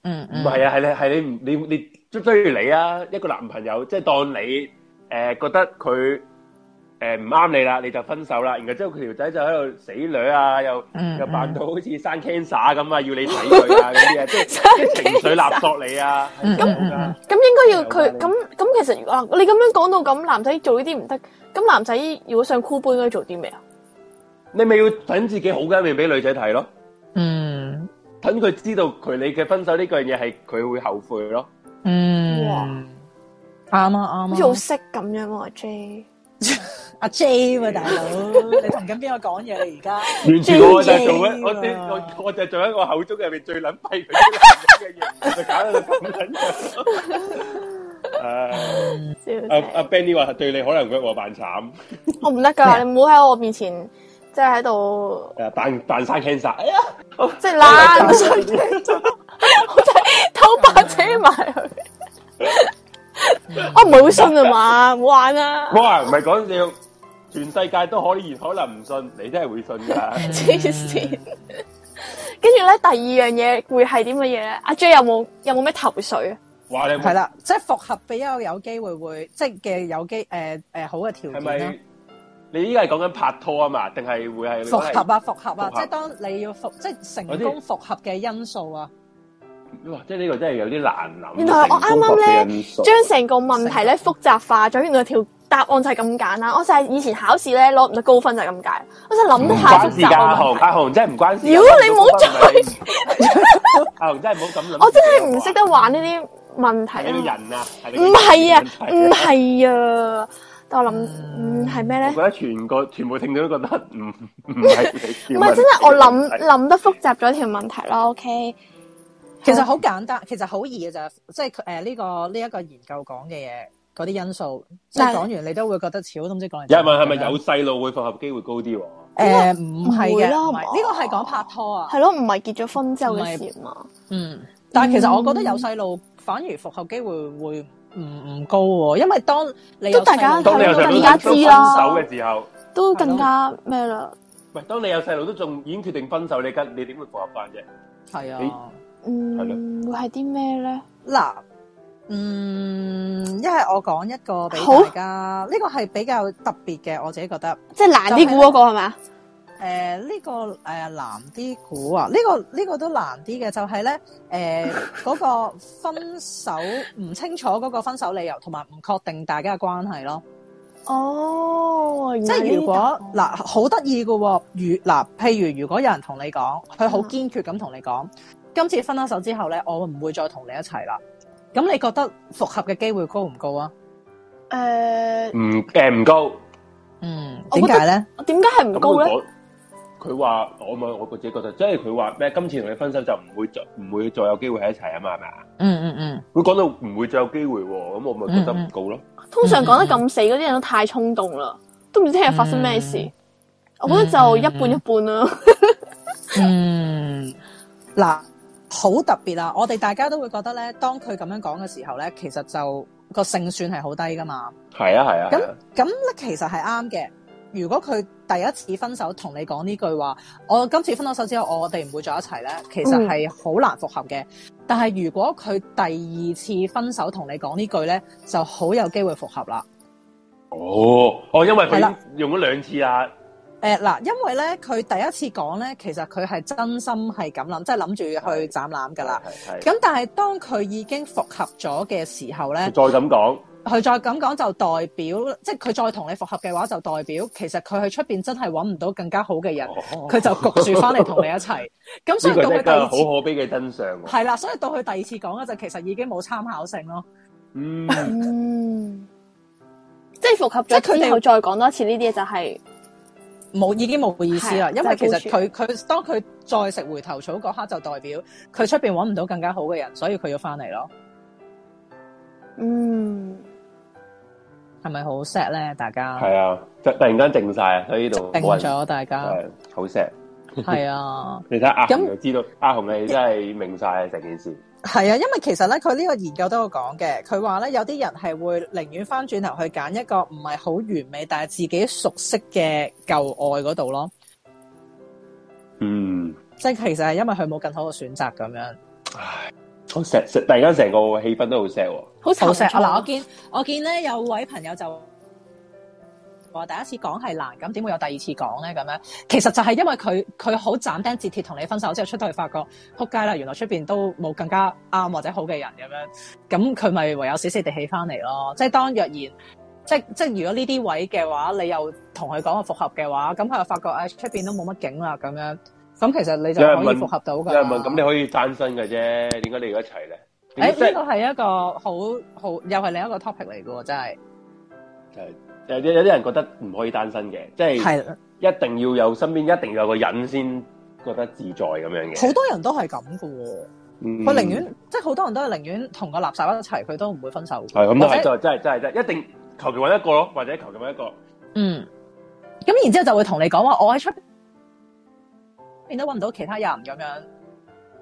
Speaker 1: 嗯
Speaker 2: 唔
Speaker 1: 嗯，
Speaker 2: 係啊，係你係你唔你你即係譬如你啊，一個男朋友即係當你誒、呃、覺得佢誒唔啱你啦，你就分手啦，然後之後佢條仔就喺度死女啊，又
Speaker 1: 嗯
Speaker 2: 又扮到好似生 cancer 咁啊，要你睇佢啊嗰啲啊，即
Speaker 1: [laughs]
Speaker 2: 係即係 [laughs] 情緒勒索你啊，係
Speaker 1: 嗯
Speaker 2: 咁噶，
Speaker 3: [laughs] 咁應該要
Speaker 2: 有
Speaker 3: 佢
Speaker 2: 道
Speaker 3: 咁咁，其實啊，你咁樣講到咁，男仔做呢啲唔得，咁男仔如果想箍杯應該做啲咩啊？
Speaker 2: 你咪要等自己好嘅一面俾女仔睇咯，
Speaker 1: 嗯
Speaker 2: 等佢知道佢你嘅分手呢個嘢係佢會後悔咯。
Speaker 1: 嗯，
Speaker 3: 哇
Speaker 1: 啱啊
Speaker 2: 嗯
Speaker 3: 好似
Speaker 1: 啱
Speaker 3: 好
Speaker 1: 啊，
Speaker 3: 識咁樣喎，J。
Speaker 1: 阿 J 喎大 [laughs] 佬，你同緊邊個講嘢你而家？
Speaker 2: 完全我就係做一，
Speaker 1: 專
Speaker 2: 我
Speaker 1: 業啊
Speaker 2: 我我就係做一個口中入面最撚弊佢啲男人嘅嘢，就搞到佢咁撚 À, 樣。
Speaker 3: 笑
Speaker 2: 誒，阿阿
Speaker 3: 死
Speaker 2: Benny 話對你可能 work 喎扮慘，
Speaker 3: 我唔得
Speaker 1: 咩啊
Speaker 3: 㗎，你唔好喺我面前即係
Speaker 2: [laughs]
Speaker 3: 喺度
Speaker 2: 誒扮扮生 cancer，哎呀，
Speaker 3: 即係啦，我真 [laughs] 係偷拍車埋
Speaker 2: [laughs]
Speaker 3: 佢。我唔係好信啊嘛，唔好玩啦
Speaker 2: 我，話唔係講笑，全世界都可以，可能唔信，你真係會信㗎。
Speaker 3: 黐線。跟住咧，第二樣嘢會係啲乜嘢咧？阿 J 有冇有冇咩頭緒啊？
Speaker 2: 話你有冇
Speaker 1: [laughs] 係，啦，即係復合比較有機會會，即係嘅有機誒誒好嘅條件
Speaker 2: 係
Speaker 1: 啦
Speaker 2: 咪。？你依家係講緊拍拖啊嘛，定係會係
Speaker 1: 復合？啊，復合
Speaker 2: 合
Speaker 1: 啊，即係當你要復，即係成
Speaker 2: 嗰啲
Speaker 1: 功復合嘅因素啊。
Speaker 2: 哇！即係呢個真係有啲難諗。
Speaker 3: 原來我啱啱咧
Speaker 2: 咧
Speaker 3: 將成個問題咧複雜化咗，原來條答案就係咁簡單。我就係以前考試咧攞唔到高分就係咁解，我就諗得
Speaker 2: 唔
Speaker 3: 太
Speaker 2: 關
Speaker 3: 複
Speaker 2: 事
Speaker 3: 雜啊
Speaker 2: 㗎，阿
Speaker 3: 啦。
Speaker 2: 紅，阿紅真係唔關事㗎。
Speaker 3: 妖你唔好
Speaker 2: 再，阿紅真係唔好咁諗。
Speaker 3: 我真係唔識得玩呢啲問
Speaker 2: 係你
Speaker 3: 題
Speaker 2: 個
Speaker 3: 啊！
Speaker 2: 人啊，係你個
Speaker 3: 唔
Speaker 2: 人
Speaker 3: 係啊，唔
Speaker 2: 問題
Speaker 3: 係啊，但我諗，嗯，係咩
Speaker 2: 我
Speaker 3: 咧
Speaker 2: 覺？得全個全部聽眾都覺得唔唔係你
Speaker 3: 唔
Speaker 2: 叫問
Speaker 3: 係
Speaker 2: 題嗯
Speaker 3: 真係我諗諗得複雜咗條問題咯。OK，
Speaker 1: 其實好簡單，其實好易嘅咋，即係誒呢個呢一、個研究講嘅嘢嗰啲因素，即係
Speaker 12: 但係
Speaker 1: 講完你都會覺得超，都唔知講嚟。
Speaker 2: 有人問係咪有？細路會復合機會高啲
Speaker 1: 誒
Speaker 2: 喎？
Speaker 1: 唔係
Speaker 3: 唔會
Speaker 1: 嘅，
Speaker 3: 啦
Speaker 1: 唔
Speaker 3: 係嘛
Speaker 1: 係呢個係講拍拖啊。
Speaker 3: 係咯，唔係結咗婚之後嘅事嘛。
Speaker 1: 嗯，但係其實我覺得有細路反而復合機會會唔唔高喎，因為當你有
Speaker 3: 都大家
Speaker 1: 細路
Speaker 2: 當你有
Speaker 3: 係
Speaker 2: 細
Speaker 3: 更
Speaker 2: 路都
Speaker 3: 加知
Speaker 2: 分
Speaker 3: 啦
Speaker 2: 手嘅時候，
Speaker 3: 都更加咩啦？
Speaker 2: 唔係當你有細路都仲已經決定分手，你跟你點會復合翻啫？
Speaker 1: 係
Speaker 2: 你
Speaker 1: 啊。
Speaker 2: 係
Speaker 3: 嗯，會係啲咩咧？
Speaker 1: 嗱，嗯，一係我講一個俾
Speaker 3: 好
Speaker 1: 大家，呢個係比較特別嘅，我自己覺得。
Speaker 3: 即係難啲估嗰個係嘛？
Speaker 1: 誒呃呢個誒難啲估啊，呢個呢個都難啲嘅，就係咧誒嗰個分手
Speaker 3: [laughs]
Speaker 1: 唔清楚嗰個分手理由，同埋唔確定大家嘅關係咯。
Speaker 3: 哦，
Speaker 1: 即係如果嗱好得意嘅喎，如嗱譬如如果有人同你講，佢好堅決咁同你講，
Speaker 3: 嗯
Speaker 1: 今次分咗手之後咧，我唔會再同你一齊啦。咁你覺得復合嘅機會高唔高啊？
Speaker 3: 誒，
Speaker 2: 唔誒唔高，
Speaker 1: 嗯，
Speaker 3: 我
Speaker 1: 點
Speaker 3: 覺得
Speaker 1: 解咧？
Speaker 3: 點解係唔
Speaker 2: 咁
Speaker 3: 高
Speaker 2: 佢
Speaker 3: 咧？
Speaker 2: 講佢話我咪我自己覺得，即係佢話咩？今次同你分手就唔會再唔會再有機會喺一齊啊嘛，係咪啊？
Speaker 1: 嗯嗯嗯，
Speaker 2: 佢講到唔會再有機會喎，咁我咪覺得
Speaker 1: 嗯
Speaker 2: 唔
Speaker 1: 嗯
Speaker 2: 高咯。
Speaker 3: 通常講得咁死嗰啲人都太衝動啦，都唔知聽日發生咩事
Speaker 1: 嗯。
Speaker 3: 我覺得就一半一半啦。
Speaker 1: 嗯，嗱，好特別啊！我哋大家都會覺得咧，當佢咁樣講嘅時候咧，其實就個勝算係好低噶嘛。
Speaker 2: 係啊係啊，係啊
Speaker 1: 咁咧其實係啱嘅。如果佢第一次分手同你講呢句話，我今次分咗手之後，我哋唔會再一齊咧，其實係好難復合嘅。但係如果佢第二次分手同你講呢句咧，就好有機會復合啦。
Speaker 2: 哦哦，因為佢
Speaker 1: 係
Speaker 2: 已
Speaker 1: 啦
Speaker 2: 經用咗兩次啊啦，
Speaker 1: 誒嗱，因為咧佢第一次講咧，其實佢係真心係咁諗，即係諗住去斬攬㗎啦。
Speaker 2: 係，係係
Speaker 1: 咁但係當佢已經復合咗嘅時候
Speaker 2: 佢
Speaker 1: 咧，
Speaker 2: 再咁講，
Speaker 1: 佢再咁講就代表，即係佢再同你復合嘅話，就代表其實佢喺出邊真係揾唔到更加好嘅人，
Speaker 2: 哦
Speaker 1: 佢就焗住翻嚟同你一齊。咁所
Speaker 2: 呢
Speaker 1: 以
Speaker 2: 個
Speaker 1: 到
Speaker 2: 真
Speaker 1: 佢
Speaker 2: 係
Speaker 1: 第二次
Speaker 2: 好可悲嘅真相喎。
Speaker 1: 係啦，所以到佢第二次講咧，就其實已經冇參考性咯。
Speaker 2: 嗯，
Speaker 3: 嗯，即係復合
Speaker 1: 即
Speaker 3: 咗
Speaker 1: 係佢哋
Speaker 3: 之後再講多次呢啲嘢就係
Speaker 1: 冇已經冇意思啦，
Speaker 3: 係
Speaker 1: 因為其實
Speaker 3: 真
Speaker 1: 佢佢當佢再食回頭草嗰刻，就代表佢出邊揾唔到更加好嘅人，所以佢要翻嚟咯，
Speaker 3: 嗯。
Speaker 1: 係咪好 sad 咧？大家
Speaker 2: 係啊，突突然間靜晒啊，所以呢度
Speaker 1: 定
Speaker 2: 冇人
Speaker 1: 咗，大家
Speaker 2: 係好 sad。
Speaker 1: 係啊，
Speaker 2: 你睇下阿
Speaker 1: 咁
Speaker 2: 紅就知道，阿紅你真係明晒啊成件事。
Speaker 1: 係啊，因為其實咧，佢呢個研究都有講嘅，佢話咧有啲人係會寧願翻轉頭去揀一個唔係好完美，但係自己熟悉嘅舊愛嗰度咯，
Speaker 2: 嗯，
Speaker 1: 即係其實係因為佢冇更好嘅選擇咁樣。
Speaker 2: 好 sad，sad- 突然間成個氣氛都好 sad 喎。
Speaker 1: 好
Speaker 3: 好慘
Speaker 1: 石啊！嗱，我
Speaker 3: 啊！
Speaker 1: 見我見咧有位朋友就話第一次講係難，咁點會有第二次講咧？咁樣其實就係因為佢佢好斬釘截鐵同你分手之後，出到去發覺撲街啦，原來出邊都冇更加啱或者好嘅人咁樣，咁佢咪唯有死死地氣翻嚟咯。即係當若然。即即如果呢啲位嘅話，你又同佢講個復合嘅話，咁佢又發覺誒出邊都冇乜景啦咁樣，咁其實你就
Speaker 2: 有人
Speaker 1: 可以
Speaker 2: 問
Speaker 1: 復合到
Speaker 2: 有
Speaker 1: 㗎。
Speaker 2: 人問咁你可以單身嘅啫，點解你而家一齊咧？
Speaker 1: 誒呢
Speaker 2: 即係
Speaker 1: 個係一個好好又係另一個 topic 嚟嘅喎，真係
Speaker 2: 有有有啲人覺得唔可以單身嘅，即係
Speaker 1: 係
Speaker 2: 一定要有身邊一定要有個人先覺得自在咁樣嘅。
Speaker 1: 好多人都係咁嘅喎，
Speaker 2: 嗯
Speaker 1: 佢寧願即係好多人都係寧願同個垃圾一齊，佢都唔會分手
Speaker 2: 係
Speaker 1: 嘅。
Speaker 2: 咁都係
Speaker 1: 或者
Speaker 2: 真係真係真係真係一定求其揾一個咯，或者求其揾一個。
Speaker 1: 嗯，咁然之後就會同你講話，我喺出邊都揾唔到其他人咁樣，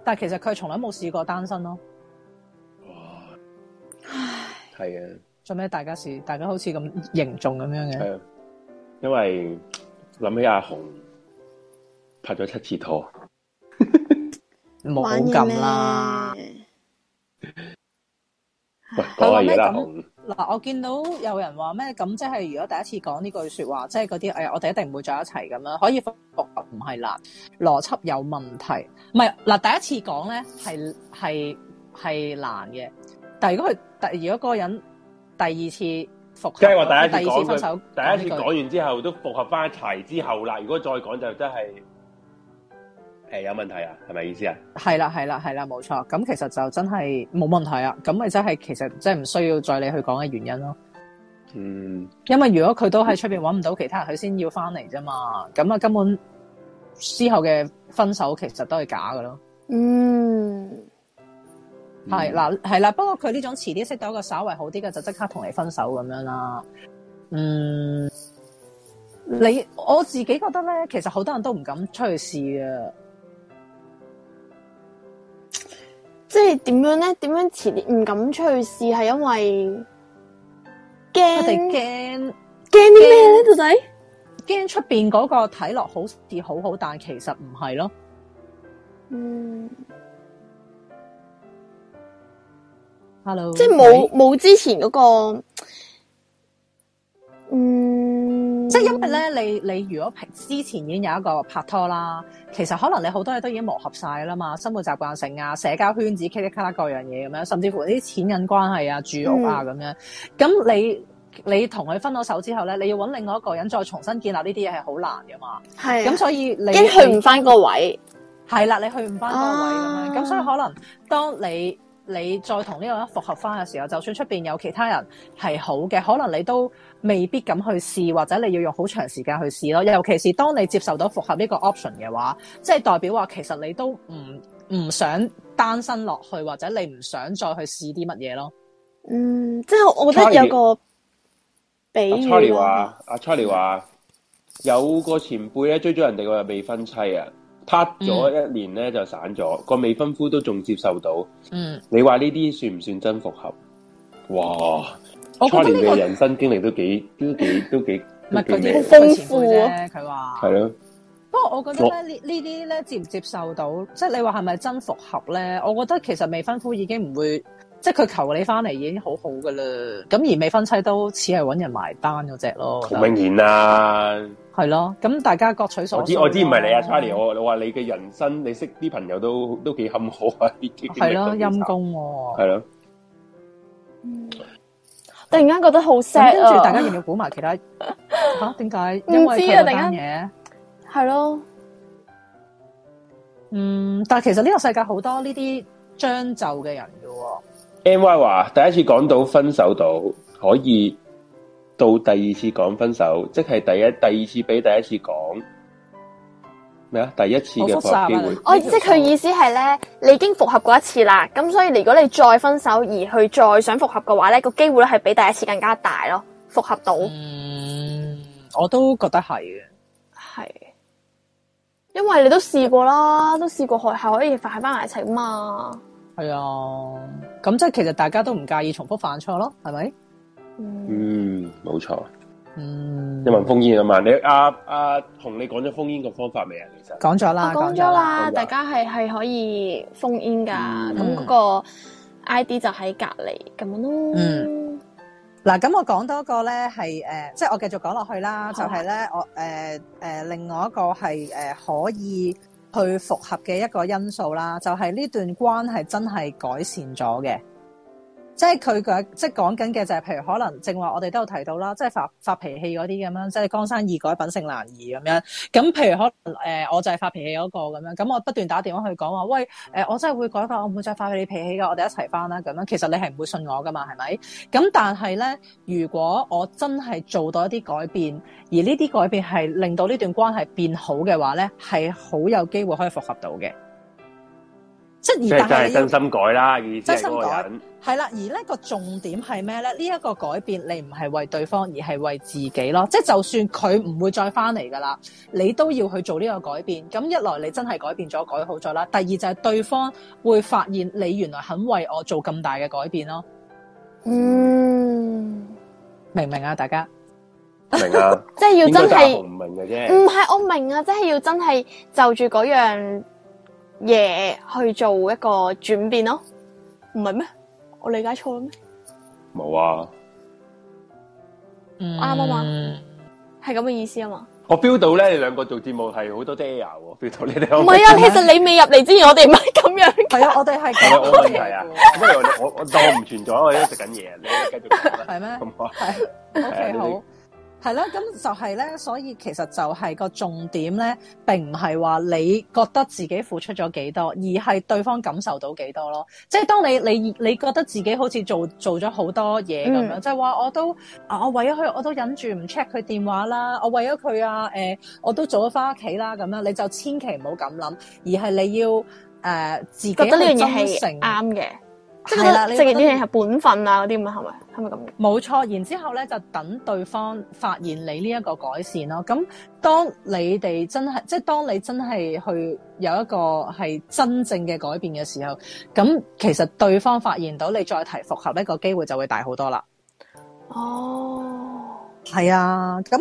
Speaker 1: 但係其實佢從來冇試過單身咯。
Speaker 2: 哇，係啊，
Speaker 1: 做咩大家是大家好似咁凝重咁樣嘅？
Speaker 2: 係啊，因為諗起阿紅拍咗七次
Speaker 1: [laughs]
Speaker 2: 拖，
Speaker 1: 冇
Speaker 3: 玩嘢咩
Speaker 1: 咁啦。
Speaker 2: 喂，講下嘢啦，
Speaker 1: 佢話咩咁
Speaker 2: 紅。
Speaker 1: 嗱，我見到有人話咩咁，即係如果第一次講呢句説話，即係嗰啲哎誒，我哋一定唔會再一齊咁樣，可以復合唔係難，邏輯有問題，唔係嗱，第一次講咧係係係難嘅，但係如果佢第如果嗰個人第二次復合，
Speaker 2: 即係話第一次
Speaker 1: 第二
Speaker 2: 講
Speaker 1: 次分手，
Speaker 2: 佢，第
Speaker 1: 呢
Speaker 2: 一次
Speaker 1: 句
Speaker 2: 講完之後都復合翻一齊之後啦。如果再講就真係誒、有問題啊，係咪意思啊？
Speaker 1: 係啦係啦係啦，冇錯，咁其實就真係冇問題啊，咁咪真係其實真係唔需要再你去講嘅原因咯。
Speaker 2: 嗯，
Speaker 1: 因為如果佢都喺出邊揾唔到其他人，佢先要翻嚟啫嘛。咁啊，根本之後嘅分手其實都係假嘅咯。
Speaker 3: 嗯，
Speaker 1: 係嗱，係啦。不過佢呢種遲啲識到一個稍為好啲嘅，就即刻同你分手咁樣啦。嗯，你我自己覺得咧，其實好多人都唔敢出去啊試嘅。
Speaker 3: 即係點樣咧？點樣遲啲唔敢出去試，係因為
Speaker 1: 佢哋
Speaker 3: 驚
Speaker 1: 驚
Speaker 3: 驚啲咩咧？到底
Speaker 1: 驚出邊嗰個睇落好似好好，但其實唔係咯。
Speaker 3: 嗯，
Speaker 1: Hello，
Speaker 3: 即係冇冇之前嗰個嗯，
Speaker 1: 即係因為咧，你你如果平之前已經有一個拍拖啦，其實可能你好多嘢都已經磨合晒啦嘛，生活習慣性啊、社交圈子、噼里咔啦各樣嘢咁樣，甚至乎啲錢銀關係啊、住屋
Speaker 3: 嗯
Speaker 1: 啊咁樣。咁你你同佢分咗手之後咧，你要揾另外一個人再重新建立呢啲嘢係好難噶嘛。
Speaker 3: 係啊
Speaker 1: 咁所以你
Speaker 3: 驚去唔翻個位，
Speaker 1: 係啦，你去唔翻嗰個位咁樣，咁、
Speaker 3: 啊
Speaker 1: 所以可能當你你再同呢個人復合翻嘅時候，就算出邊有其他人係好嘅，可能你都未必咁去試，或者你要用好長時間去試咯。尤其是當你接受到復合呢個 option 嘅話，即係代表話其實你都唔唔想單身落去，或者你唔想再去試啲乜嘢咯。
Speaker 3: 嗯，即係我覺得
Speaker 2: Charlie
Speaker 3: 有個比
Speaker 2: 阿
Speaker 3: 喻
Speaker 2: Charlie
Speaker 1: 哎
Speaker 3: 啦，
Speaker 2: 話：阿 Charlie 話有個前輩咧追咗人哋個未婚妻啊，拍咗一年咧就散咗，個未婚夫都仲接受到。
Speaker 1: 嗯，
Speaker 2: 你話呢啲算唔算真復合？哇
Speaker 1: 我覺得
Speaker 2: ！Charlie
Speaker 1: 呢、
Speaker 2: 嘅
Speaker 1: 個
Speaker 2: 人生經歷都幾都幾都幾
Speaker 1: 唔
Speaker 2: 都
Speaker 1: 係
Speaker 2: 幾
Speaker 1: 佢
Speaker 2: 咩
Speaker 1: 啲
Speaker 2: 喎？
Speaker 3: 豐
Speaker 1: 前
Speaker 3: 富
Speaker 1: 輩
Speaker 3: 啊
Speaker 1: 啫，佢話
Speaker 2: 係咯，
Speaker 1: 不過我覺得咧，呢呢啲咧接唔接受到，即係你話係咪真復合咧？我覺得其實未婚夫已經唔會，即係佢求你翻嚟已經好好噶啦。咁而未婚妻都似係揾人埋單嗰只咯，我覺
Speaker 2: 好
Speaker 1: 得
Speaker 2: 明顯啦。
Speaker 1: 係咯。咁大家各取所
Speaker 2: 我
Speaker 1: 需
Speaker 2: 知
Speaker 1: 啦
Speaker 2: 我知唔係你啊，Charlie，我我話你嘅人生，你識啲朋友都都幾坎坷啊，呢啲
Speaker 1: 係咯，
Speaker 2: 經歷都幾
Speaker 1: 陰
Speaker 2: 慘
Speaker 1: 公喎。
Speaker 2: 係咯，
Speaker 3: 突然間覺得好
Speaker 1: 咁
Speaker 3: sad
Speaker 1: 跟住大家
Speaker 3: 啊，
Speaker 1: 要唔要估埋
Speaker 3: [laughs]
Speaker 1: 其他吓？點解？
Speaker 3: 唔
Speaker 1: 因為
Speaker 3: 知
Speaker 1: 佢
Speaker 3: 啊
Speaker 1: 嗰
Speaker 3: 突然
Speaker 1: 單嘢。
Speaker 3: 係咯，
Speaker 1: 嗯，但係其實呢個世界好多呢啲將就嘅人嘅喎。
Speaker 2: M Y 話第一次講到分手到，可以到第二次講分手，即係第一第二次比第一次講咩啊？第一次嘅
Speaker 1: 好
Speaker 2: 復
Speaker 1: 複雜啊
Speaker 2: 合機會
Speaker 1: 你
Speaker 3: 哦我即係佢意思係咧，你已經復合過一次啦，咁所以如果你再分手而去再想復合嘅話咧，個機會咧係比第一次更加大咯，復合到
Speaker 1: 嗯，我都覺得係嘅。
Speaker 3: 係，因為你都試過啦，都試過學校可以快翻埋一齊嘛，
Speaker 1: 系啊，咁即系其實大家都唔介意重複犯錯咯，係咪？
Speaker 3: 嗯，
Speaker 2: 嗯，冇錯。
Speaker 1: 嗯
Speaker 2: 一問封煙啊嘛，你阿阿同你講咗封煙個方法未啊？其實
Speaker 1: 講咗
Speaker 3: 我
Speaker 1: 啦，
Speaker 3: 講
Speaker 1: 講
Speaker 3: 咗
Speaker 1: 咗啦，
Speaker 3: 啦，
Speaker 2: 講咗
Speaker 3: 大家係係可以封煙噶，
Speaker 2: 嗯
Speaker 3: 咁嗰個 I D 就喺隔離咁樣咯，
Speaker 1: 嗯嗱，咁我講多個咧係誒，即係我繼續講落去啦，就
Speaker 3: 好啊
Speaker 1: 係咧我誒誒、呃另外一個係誒、呃可以去復合嘅一個因素啦，就係、呢段關係真係改善咗嘅。即係佢嘅，即係講緊嘅就係，譬如可能正話我哋都有提到啦，即係發發脾氣嗰啲咁樣，即係江山易改，品性難移咁樣。咁譬如可能誒、呃我就係發脾氣嗰、個咁樣，咁我不斷打電話去講話，喂誒、呃我真係會改翻，我唔會再發你脾氣噶，我哋一齊翻啦咁樣。其實你係唔會信我噶嘛，係咪？咁但係咧，如果我真係做到一啲改變，而呢啲改變係令到呢段關係變好嘅話咧，係好有機會可以復合到嘅。即
Speaker 2: 即
Speaker 1: 係而
Speaker 2: 係真
Speaker 1: 但係
Speaker 2: 係
Speaker 1: 你要
Speaker 2: 真心改啦，意思係
Speaker 1: 真心
Speaker 2: 嗰
Speaker 1: 改
Speaker 2: 個人
Speaker 1: 係啦，而呢個重點係咩咧？呢、一個改變，你唔係為對方，而係為自己咯。即係就算佢唔會再翻嚟噶啦，你都要去做呢個改變。咁一來你真係改變咗，改好咗啦；第二就係對方會發現你原來肯為我做咁大嘅改變咯。
Speaker 3: 嗯，
Speaker 1: 明唔明啊？大家 [laughs]
Speaker 2: 明啊，
Speaker 3: 即係要
Speaker 2: 應該
Speaker 3: 真
Speaker 2: 都係阿
Speaker 3: 係
Speaker 2: 紅。唔明嘅啫。
Speaker 3: 唔係我明啊，即係要真係就住嗰樣嘢去做一個轉變咯，唔係咩？我理解錯啦咩？
Speaker 2: 冇啊，
Speaker 1: 啱
Speaker 3: 啊嘛係咁嘅意思啊嘛？
Speaker 2: 我 feel 到咧，你兩個做節目係好多啲 air 喎，feel 到你哋
Speaker 3: 唔
Speaker 2: 有冇
Speaker 3: 係啊，其實你未入嚟之前，我哋唔係咁樣。
Speaker 1: 係啊，我哋係
Speaker 2: 係咪我
Speaker 1: 講
Speaker 2: 問題啊？因為我哋我我當我唔存在，啊我喺度食緊嘢，你繼續講啦。
Speaker 1: 係咩？
Speaker 2: 咁
Speaker 3: [laughs]
Speaker 2: 啊，
Speaker 1: 係 OK
Speaker 2: 你
Speaker 1: 好。係啦，咁就係咧，所以其實就係個重點咧，並唔係話你覺得自己付出咗幾多，而係對方感受到幾多咯。即係當你你你覺得自己好似做做咗好多嘢
Speaker 3: 嗯
Speaker 1: 咁樣，即係話我都啊，我為咗佢我都忍住唔 check 佢電話啦，我為咗佢啊，誒、我都早咗翻屋企啦，咁樣你就千祈唔好咁諗，而係你要誒、呃自己
Speaker 3: 覺得呢樣
Speaker 1: 去
Speaker 3: 嘢
Speaker 1: 真誠
Speaker 3: 係啱嘅，即係
Speaker 1: 係啦
Speaker 3: 覺得
Speaker 1: 你
Speaker 3: 食
Speaker 1: 覺
Speaker 3: 完
Speaker 1: 得
Speaker 3: 啲嘢係本分啊嗰啲咁啊，係咪？係咪咁？
Speaker 1: 冇錯，然之後咧就等對方發現你呢一個改善咯。咁當你哋真係，即係當你真係去有一個係真正嘅改變嘅時候，咁其實對方發現到你再提復合呢個機會就會大好多啦。
Speaker 3: 哦，
Speaker 1: 係啊，咁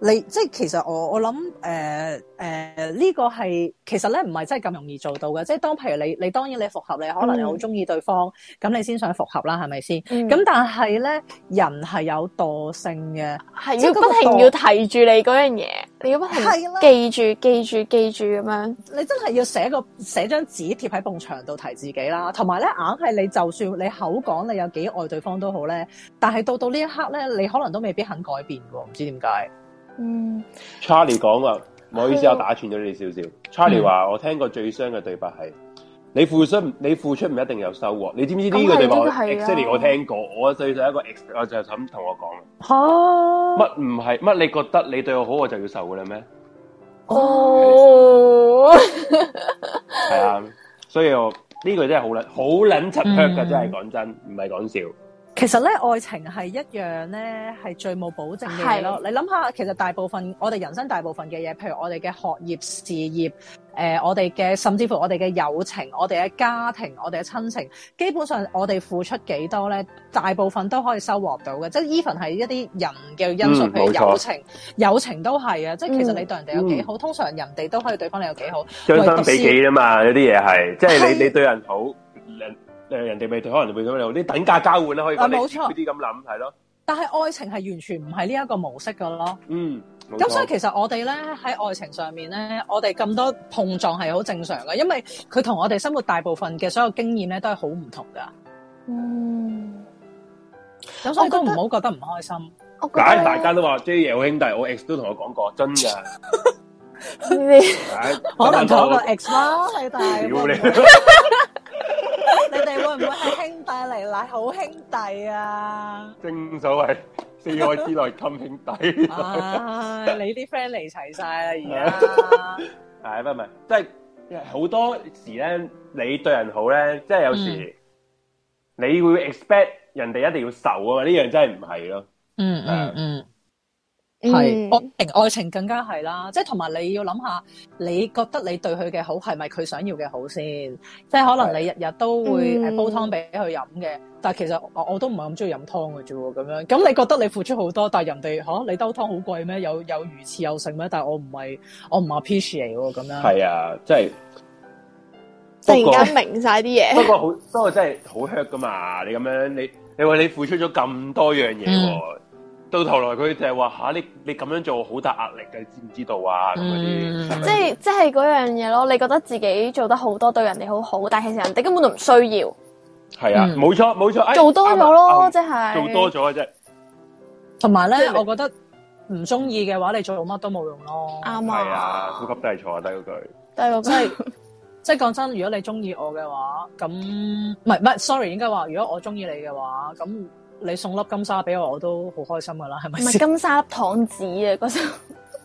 Speaker 1: 你即係其實我我諗誒誒呢個係其實咧唔係真係咁容易做到嘅，即係當譬如你你當然你復合你可能你好中意對方，咁、你先想復合啦，係咪先？咁、
Speaker 3: 咁
Speaker 1: 但係咧人係有惰性嘅，
Speaker 3: 係
Speaker 1: 即係
Speaker 3: 要
Speaker 1: 嗰個
Speaker 3: 不停
Speaker 1: 惰
Speaker 3: 要提住你嗰樣嘢，你要不停
Speaker 1: 係啦
Speaker 3: 記住記住記住咁樣。
Speaker 1: 你真係要寫個寫張紙貼喺埲牆度提自己啦，同埋咧硬係你就算你口講你有幾愛對方都好咧，但係到到呢一刻咧，你可能都未必肯改變喎，唔知點解。
Speaker 3: 嗯，
Speaker 2: Charlie 講啊，唔好意思，
Speaker 3: 係啊
Speaker 2: 我打斷咗你少少。Charlie
Speaker 3: 嗯
Speaker 2: 話：我聽過最傷嘅對白係你付出唔，你付出唔一定有收穫。你知唔知呢個對白
Speaker 3: 咁係呢個係啊
Speaker 2: exactly 我聽過，我對上一個 ex 我就咁同我講啦啊
Speaker 1: 嚇、
Speaker 2: 乜唔係乜？你覺得你對我好，我就要受嘅啦
Speaker 3: [laughs]
Speaker 2: 咩？
Speaker 3: 哦，
Speaker 2: 係啊，所以我呢、個真係好撚好撚柒 hurt 噶，
Speaker 1: 嗯
Speaker 2: 真係講真，唔係講笑。
Speaker 1: 其實咧，愛情係一樣咧，係最冇保證嘅嘢咯。你諗下，其實大部分我哋人生大部分嘅嘢，譬如我哋嘅學業、事業，誒、我哋嘅甚至乎我哋嘅友情、我哋嘅家庭、我哋嘅親情，基本上我哋付出幾多咧，大部分都可以收穫到嘅。即係 even 係一啲人嘅因素，
Speaker 2: 嗯
Speaker 1: 譬如
Speaker 2: 冇錯
Speaker 1: 友情，友情都係啊。即係其實
Speaker 3: 嗯
Speaker 1: 你對人哋有幾好，通常人哋都可以對翻你有幾好。
Speaker 2: 將心比己啊嘛，有啲嘢係，即係
Speaker 1: 係
Speaker 2: 你你對人好，人人哋咪對可能會對你好，啲等價交換啦，可以講
Speaker 1: 啊
Speaker 2: 你
Speaker 1: 冇錯
Speaker 2: 呢啲咁諗係咯，
Speaker 1: 但係愛情係完全唔係呢一個模式噶咯。
Speaker 2: 嗯，冇
Speaker 1: 咁所以
Speaker 2: 錯，
Speaker 1: 其實我哋咧喺愛情上面咧，我哋咁多碰撞係好正常嘅，因為佢同我哋生活大部分嘅所有經驗咧都係好唔同噶，
Speaker 3: 嗯，
Speaker 1: 咁所以
Speaker 3: 我覺
Speaker 1: 都
Speaker 3: 得
Speaker 1: 唔好覺得唔開心。
Speaker 3: 我覺
Speaker 2: 哦解
Speaker 3: 得
Speaker 2: 大家
Speaker 3: 呢
Speaker 2: 都話 J 爺好兄弟，我 ex 都同我講過，真㗎，
Speaker 3: 啲
Speaker 2: 解
Speaker 1: [laughs] 可能同一個
Speaker 2: 我
Speaker 1: ex 啦，你哋
Speaker 2: 屌
Speaker 1: 會
Speaker 2: 你
Speaker 1: 唔會，
Speaker 13: 你哋會唔會係兄弟嚟奶好兄弟啊？
Speaker 2: [laughs] 正所謂四愛之內襟兄
Speaker 1: [laughs]
Speaker 2: 弟，
Speaker 1: 啊唉，你啲 friend 離齊晒
Speaker 2: [laughs]
Speaker 1: 啦
Speaker 2: 係唔係？即係好多時咧，你對人好咧，即係有
Speaker 1: 嗯
Speaker 2: 時你會 expect 人哋一定要受啊嘛，呢樣真係唔係咯，
Speaker 1: 而家。嗯嗯嗯，
Speaker 3: 嗯
Speaker 1: 係愛哦情愛情更加係啦，即係同埋你要諗下，你覺得你對佢嘅好係咪佢想要嘅好先？即係可能你日日都會
Speaker 3: 嗯
Speaker 1: 誒煲湯俾佢飲嘅，但係其實我我都唔係咁中意飲湯嘅啫喎，咁樣咁你覺得你付出好多，但係人哋吓、你兜湯好貴咩？有有魚翅有剩咩？但係我唔係我唔 appreciate 喎，咁樣
Speaker 2: 係啊，即係。
Speaker 3: 突
Speaker 2: 不過
Speaker 3: 然間明晒啲嘢。
Speaker 2: 不過好，不過真係好 hurt 噶嘛！你咁樣，你你話你付出咗咁多樣
Speaker 3: 嗯
Speaker 2: 嘢、喎，到頭來佢就係話吓你你咁樣做好大壓力嘅，你知唔知道啊？咁嗰
Speaker 1: 嗯
Speaker 2: 啲係咪
Speaker 3: 即係即係嗰樣嘢咯，你覺得自己做得好多，對人哋好好，但係其實人哋根本就唔需要，
Speaker 2: 係啊，
Speaker 1: 嗯
Speaker 2: 冇錯冇錯，哎
Speaker 3: 做多咗咯，
Speaker 2: 啱
Speaker 3: 即
Speaker 2: 啊
Speaker 3: 係
Speaker 2: 啱做多咗啫，
Speaker 1: 同埋
Speaker 2: 即
Speaker 1: 咧，
Speaker 2: 係你
Speaker 1: 我覺得唔中意嘅話，你做乜都冇用咯。
Speaker 3: 啱
Speaker 2: 係啊，呼
Speaker 3: 啊，
Speaker 2: 吸都係錯啊，低嗰句。
Speaker 3: 都係
Speaker 1: 真
Speaker 3: 嗰句
Speaker 1: 係即係講真，如果你中意我嘅話，咁唔係唔係，sorry，應該話如果我中意你嘅話，咁你送粒金沙俾我，我都好開心噶啦，係咪
Speaker 3: 唔係
Speaker 1: 先？
Speaker 3: 金沙粒糖紙啊，嗰首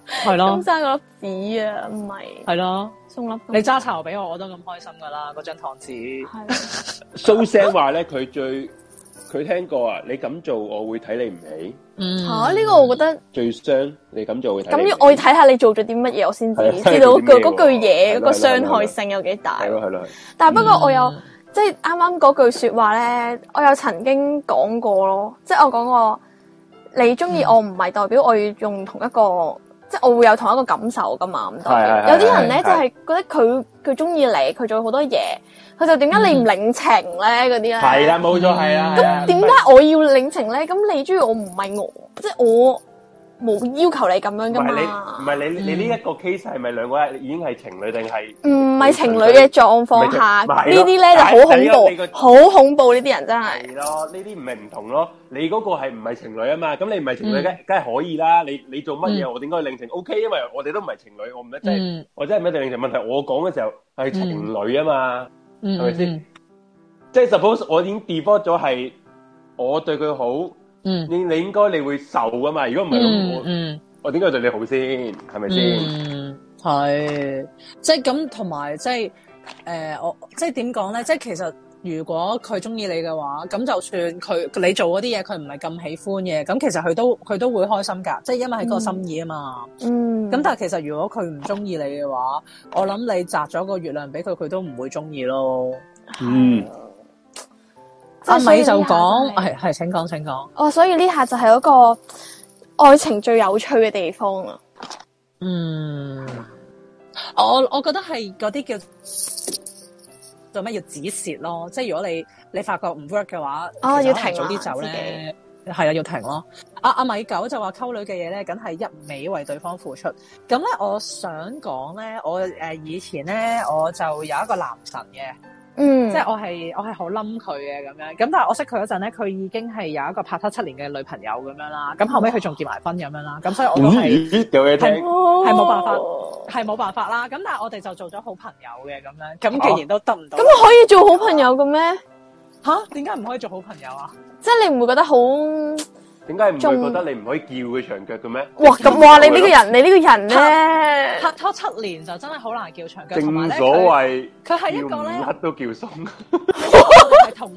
Speaker 1: 係咯
Speaker 2: 哦
Speaker 3: 金，沙嗰粒紙啊，唔係
Speaker 1: 係咯，
Speaker 3: 送粒
Speaker 1: 你揸茶俾我，我都咁開心噶啦，嗰張糖紙。
Speaker 3: 係啊
Speaker 2: 蘇聲話咧，佢最佢聽過啊，你咁做我會睇你唔起，
Speaker 1: 嗯，
Speaker 3: 嚇呢個我覺得
Speaker 2: 最傷你咁做會睇你唔
Speaker 3: 咁
Speaker 2: 起。
Speaker 3: 要我要睇下你做咗啲乜嘢，我先知
Speaker 2: 係啊
Speaker 3: 知道
Speaker 2: 睇你做
Speaker 3: 嗰句嗰
Speaker 2: 啲
Speaker 3: 句
Speaker 2: 咩喎
Speaker 3: 嘢嗰個傷害性有幾大
Speaker 2: 係。咯係咯，係
Speaker 3: 但係不過我又
Speaker 1: 嗯
Speaker 3: 即係啱啱嗰句説話咧，我有曾經講過咯，即係我講過你中意我唔係代表我要用同一個，即係我會有同一個感受噶嘛，唔代表
Speaker 2: 係係係
Speaker 3: 有啲人咧
Speaker 2: 係
Speaker 3: 就係覺得佢佢中意你，佢做好多嘢，佢就點解你唔領情咧嗰啲咧？
Speaker 2: 係啦，冇錯係啦。係啊啦
Speaker 3: 點解我要領情咧？咁你中意我唔係我，即係我冇要求你咁樣
Speaker 2: 唔
Speaker 3: 噶
Speaker 2: 係你唔
Speaker 3: 嘛，
Speaker 2: 係你
Speaker 1: 嗯
Speaker 2: 你呢一個 case 係咪兩個已經係情侶定係？
Speaker 3: 唔係情侶嘅狀況下，
Speaker 2: 唔係
Speaker 3: 呢
Speaker 2: 咯
Speaker 3: 啲咧就
Speaker 2: 但係
Speaker 3: 好
Speaker 2: 你
Speaker 3: 恐
Speaker 2: 個
Speaker 3: 怖，好恐怖呢啲人真係。
Speaker 2: 係咯，呢啲唔係唔同咯。你嗰個係唔係情侶啊嘛？咁你唔係
Speaker 1: 嗯
Speaker 2: 情侶，梗梗係可以啦。你你做乜嘢，我點解領情？O K，因為我哋都唔係情侶，我唔一即係
Speaker 1: 嗯
Speaker 2: 我真係唔一定領情。問題我講嘅時候係情侶啊嘛，
Speaker 1: 嗯，
Speaker 2: 係咪先？即係 suppose 我已經 default 咗係我對佢好，
Speaker 1: 嗯？嗯
Speaker 2: 你你應該你會受啊嘛。如果唔係咁，
Speaker 1: 嗯
Speaker 2: 我
Speaker 1: 嗯
Speaker 2: 我點解對你好先？係咪先？
Speaker 1: 嗯，係，即係咁，同埋即係誒，我即係點講咧？即係其實如果佢中意你嘅話，咁就算佢你做嗰啲嘢佢唔係咁喜歡嘅，咁其實佢都佢都會開心㗎，即係因為係嗰個心意啊嘛。
Speaker 3: 嗯，
Speaker 1: 咁但係其實如果佢唔中意你嘅話，我諗你摘咗個月亮俾佢，佢都唔會中意咯。
Speaker 2: 嗯，
Speaker 3: 即係
Speaker 1: 阿
Speaker 3: 所以
Speaker 1: 米
Speaker 3: 呢
Speaker 1: 就
Speaker 3: 下
Speaker 1: 講，
Speaker 3: 係
Speaker 1: 係係請講請講，
Speaker 3: 哦，所以呢下就係嗰個愛情最有趣嘅地方啦。
Speaker 1: 嗯，我我覺得係嗰啲叫做咩叫止蝕咯，即係如果你你發覺唔 work 嘅話，
Speaker 3: 哦
Speaker 1: 其實可能
Speaker 3: 要停啦
Speaker 1: 早啲走
Speaker 3: 自己
Speaker 1: 咧，係啊要停咯。阿阿米九就話溝女嘅嘢咧，梗係一味為對方付出。咁咧，我想講咧，我誒、呃以前咧我就有一個男神嘅。
Speaker 3: 嗯，
Speaker 1: 即係我係我係好冧佢嘅咁樣，咁但係我識佢嗰陣咧，佢已經係有一個拍拖七年嘅女朋友咁樣啦，咁後尾佢仲結埋婚咁樣啦，咁所以我都係
Speaker 2: 咦有嘢聽，
Speaker 3: 係
Speaker 1: 係冇辦法係冇辦法啦，咁但係我哋就做咗好朋友嘅咁
Speaker 2: 哦
Speaker 1: 樣，咁既然都得唔到，
Speaker 3: 咁可以做好朋友嘅咩？
Speaker 1: 吓點解唔可以做好朋友
Speaker 2: 嗯
Speaker 1: 啊？
Speaker 3: 即係你唔會覺得好哇？
Speaker 2: 點解唔
Speaker 3: 仲
Speaker 2: 會覺得你唔可以叫佢長腳嘅咩？
Speaker 3: 咁哇！你呢個人，你呢個人咧，
Speaker 1: 拍拖七年就真係好難叫長腳，同埋
Speaker 2: 正
Speaker 1: 咧
Speaker 2: 所
Speaker 1: 佢
Speaker 2: 謂
Speaker 1: 佢係一個咧
Speaker 2: 叫唔甩都叫鬆，
Speaker 1: 我
Speaker 2: [laughs]
Speaker 1: 哋係同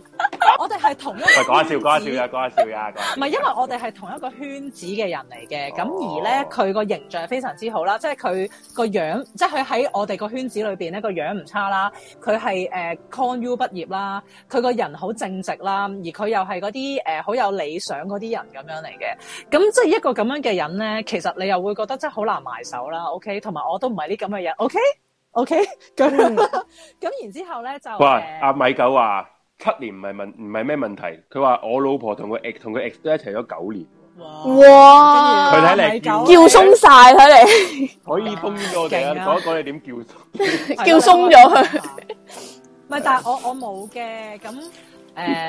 Speaker 1: 我哋係同一個
Speaker 2: 喂，講下笑，講下
Speaker 1: 圈子
Speaker 2: 笑呀，講下笑呀，講下笑
Speaker 1: 唔係，因為我哋係同一個圈子嘅人嚟嘅，咁、
Speaker 2: 哦
Speaker 1: 而咧佢個形象非常之好啦，即係佢個樣，即係佢喺我哋個圈子裏邊咧個樣唔差啦，佢係誒 con u 畢業啦，佢個人好正直啦，而佢又係嗰啲誒好有理想嗰啲人咁樣嚟嘅，咁即係一個咁樣嘅人咧，其實你又會覺得真係好難埋手啦，OK，同埋我都唔係啲咁嘅人，OK。OK，咁樣咁然之後咧就呃
Speaker 2: 喂，
Speaker 1: 誒
Speaker 2: 阿米九話七年唔係問唔係咩問題，佢話我老婆同佢 ex 同佢 ex 都一齊咗九年，
Speaker 3: 哇！
Speaker 2: 佢睇嚟
Speaker 1: 米九
Speaker 2: 叫
Speaker 3: 叫鬆晒睇嚟，
Speaker 2: 可以封咗我哋啊！
Speaker 1: 勁啊
Speaker 2: 講一講你點叫鬆，
Speaker 1: 係
Speaker 3: 叫
Speaker 1: 咯
Speaker 3: 鬆咗佢。
Speaker 1: 唔係，但係我我冇嘅，咁誒、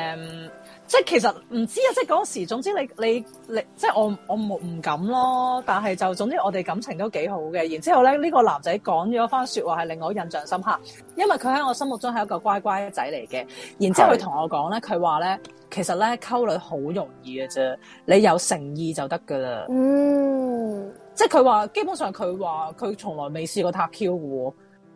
Speaker 1: 即係其實唔知啊，即係嗰時，總之你你你，即係我我冇唔敢咯。但係就總之我哋感情都幾好嘅。然之後咧，呢、個男仔講咗番説話係令我印象深刻，因為佢喺我心目中係一個乖乖仔嚟嘅。然之後
Speaker 2: 係
Speaker 1: 佢同我講咧，佢話咧，其實咧溝女好容易嘅啫，你有誠意就得㗎啦。
Speaker 3: 嗯，
Speaker 1: 即係佢話，基本上佢話佢從來未試過塔 Q 嘅喎。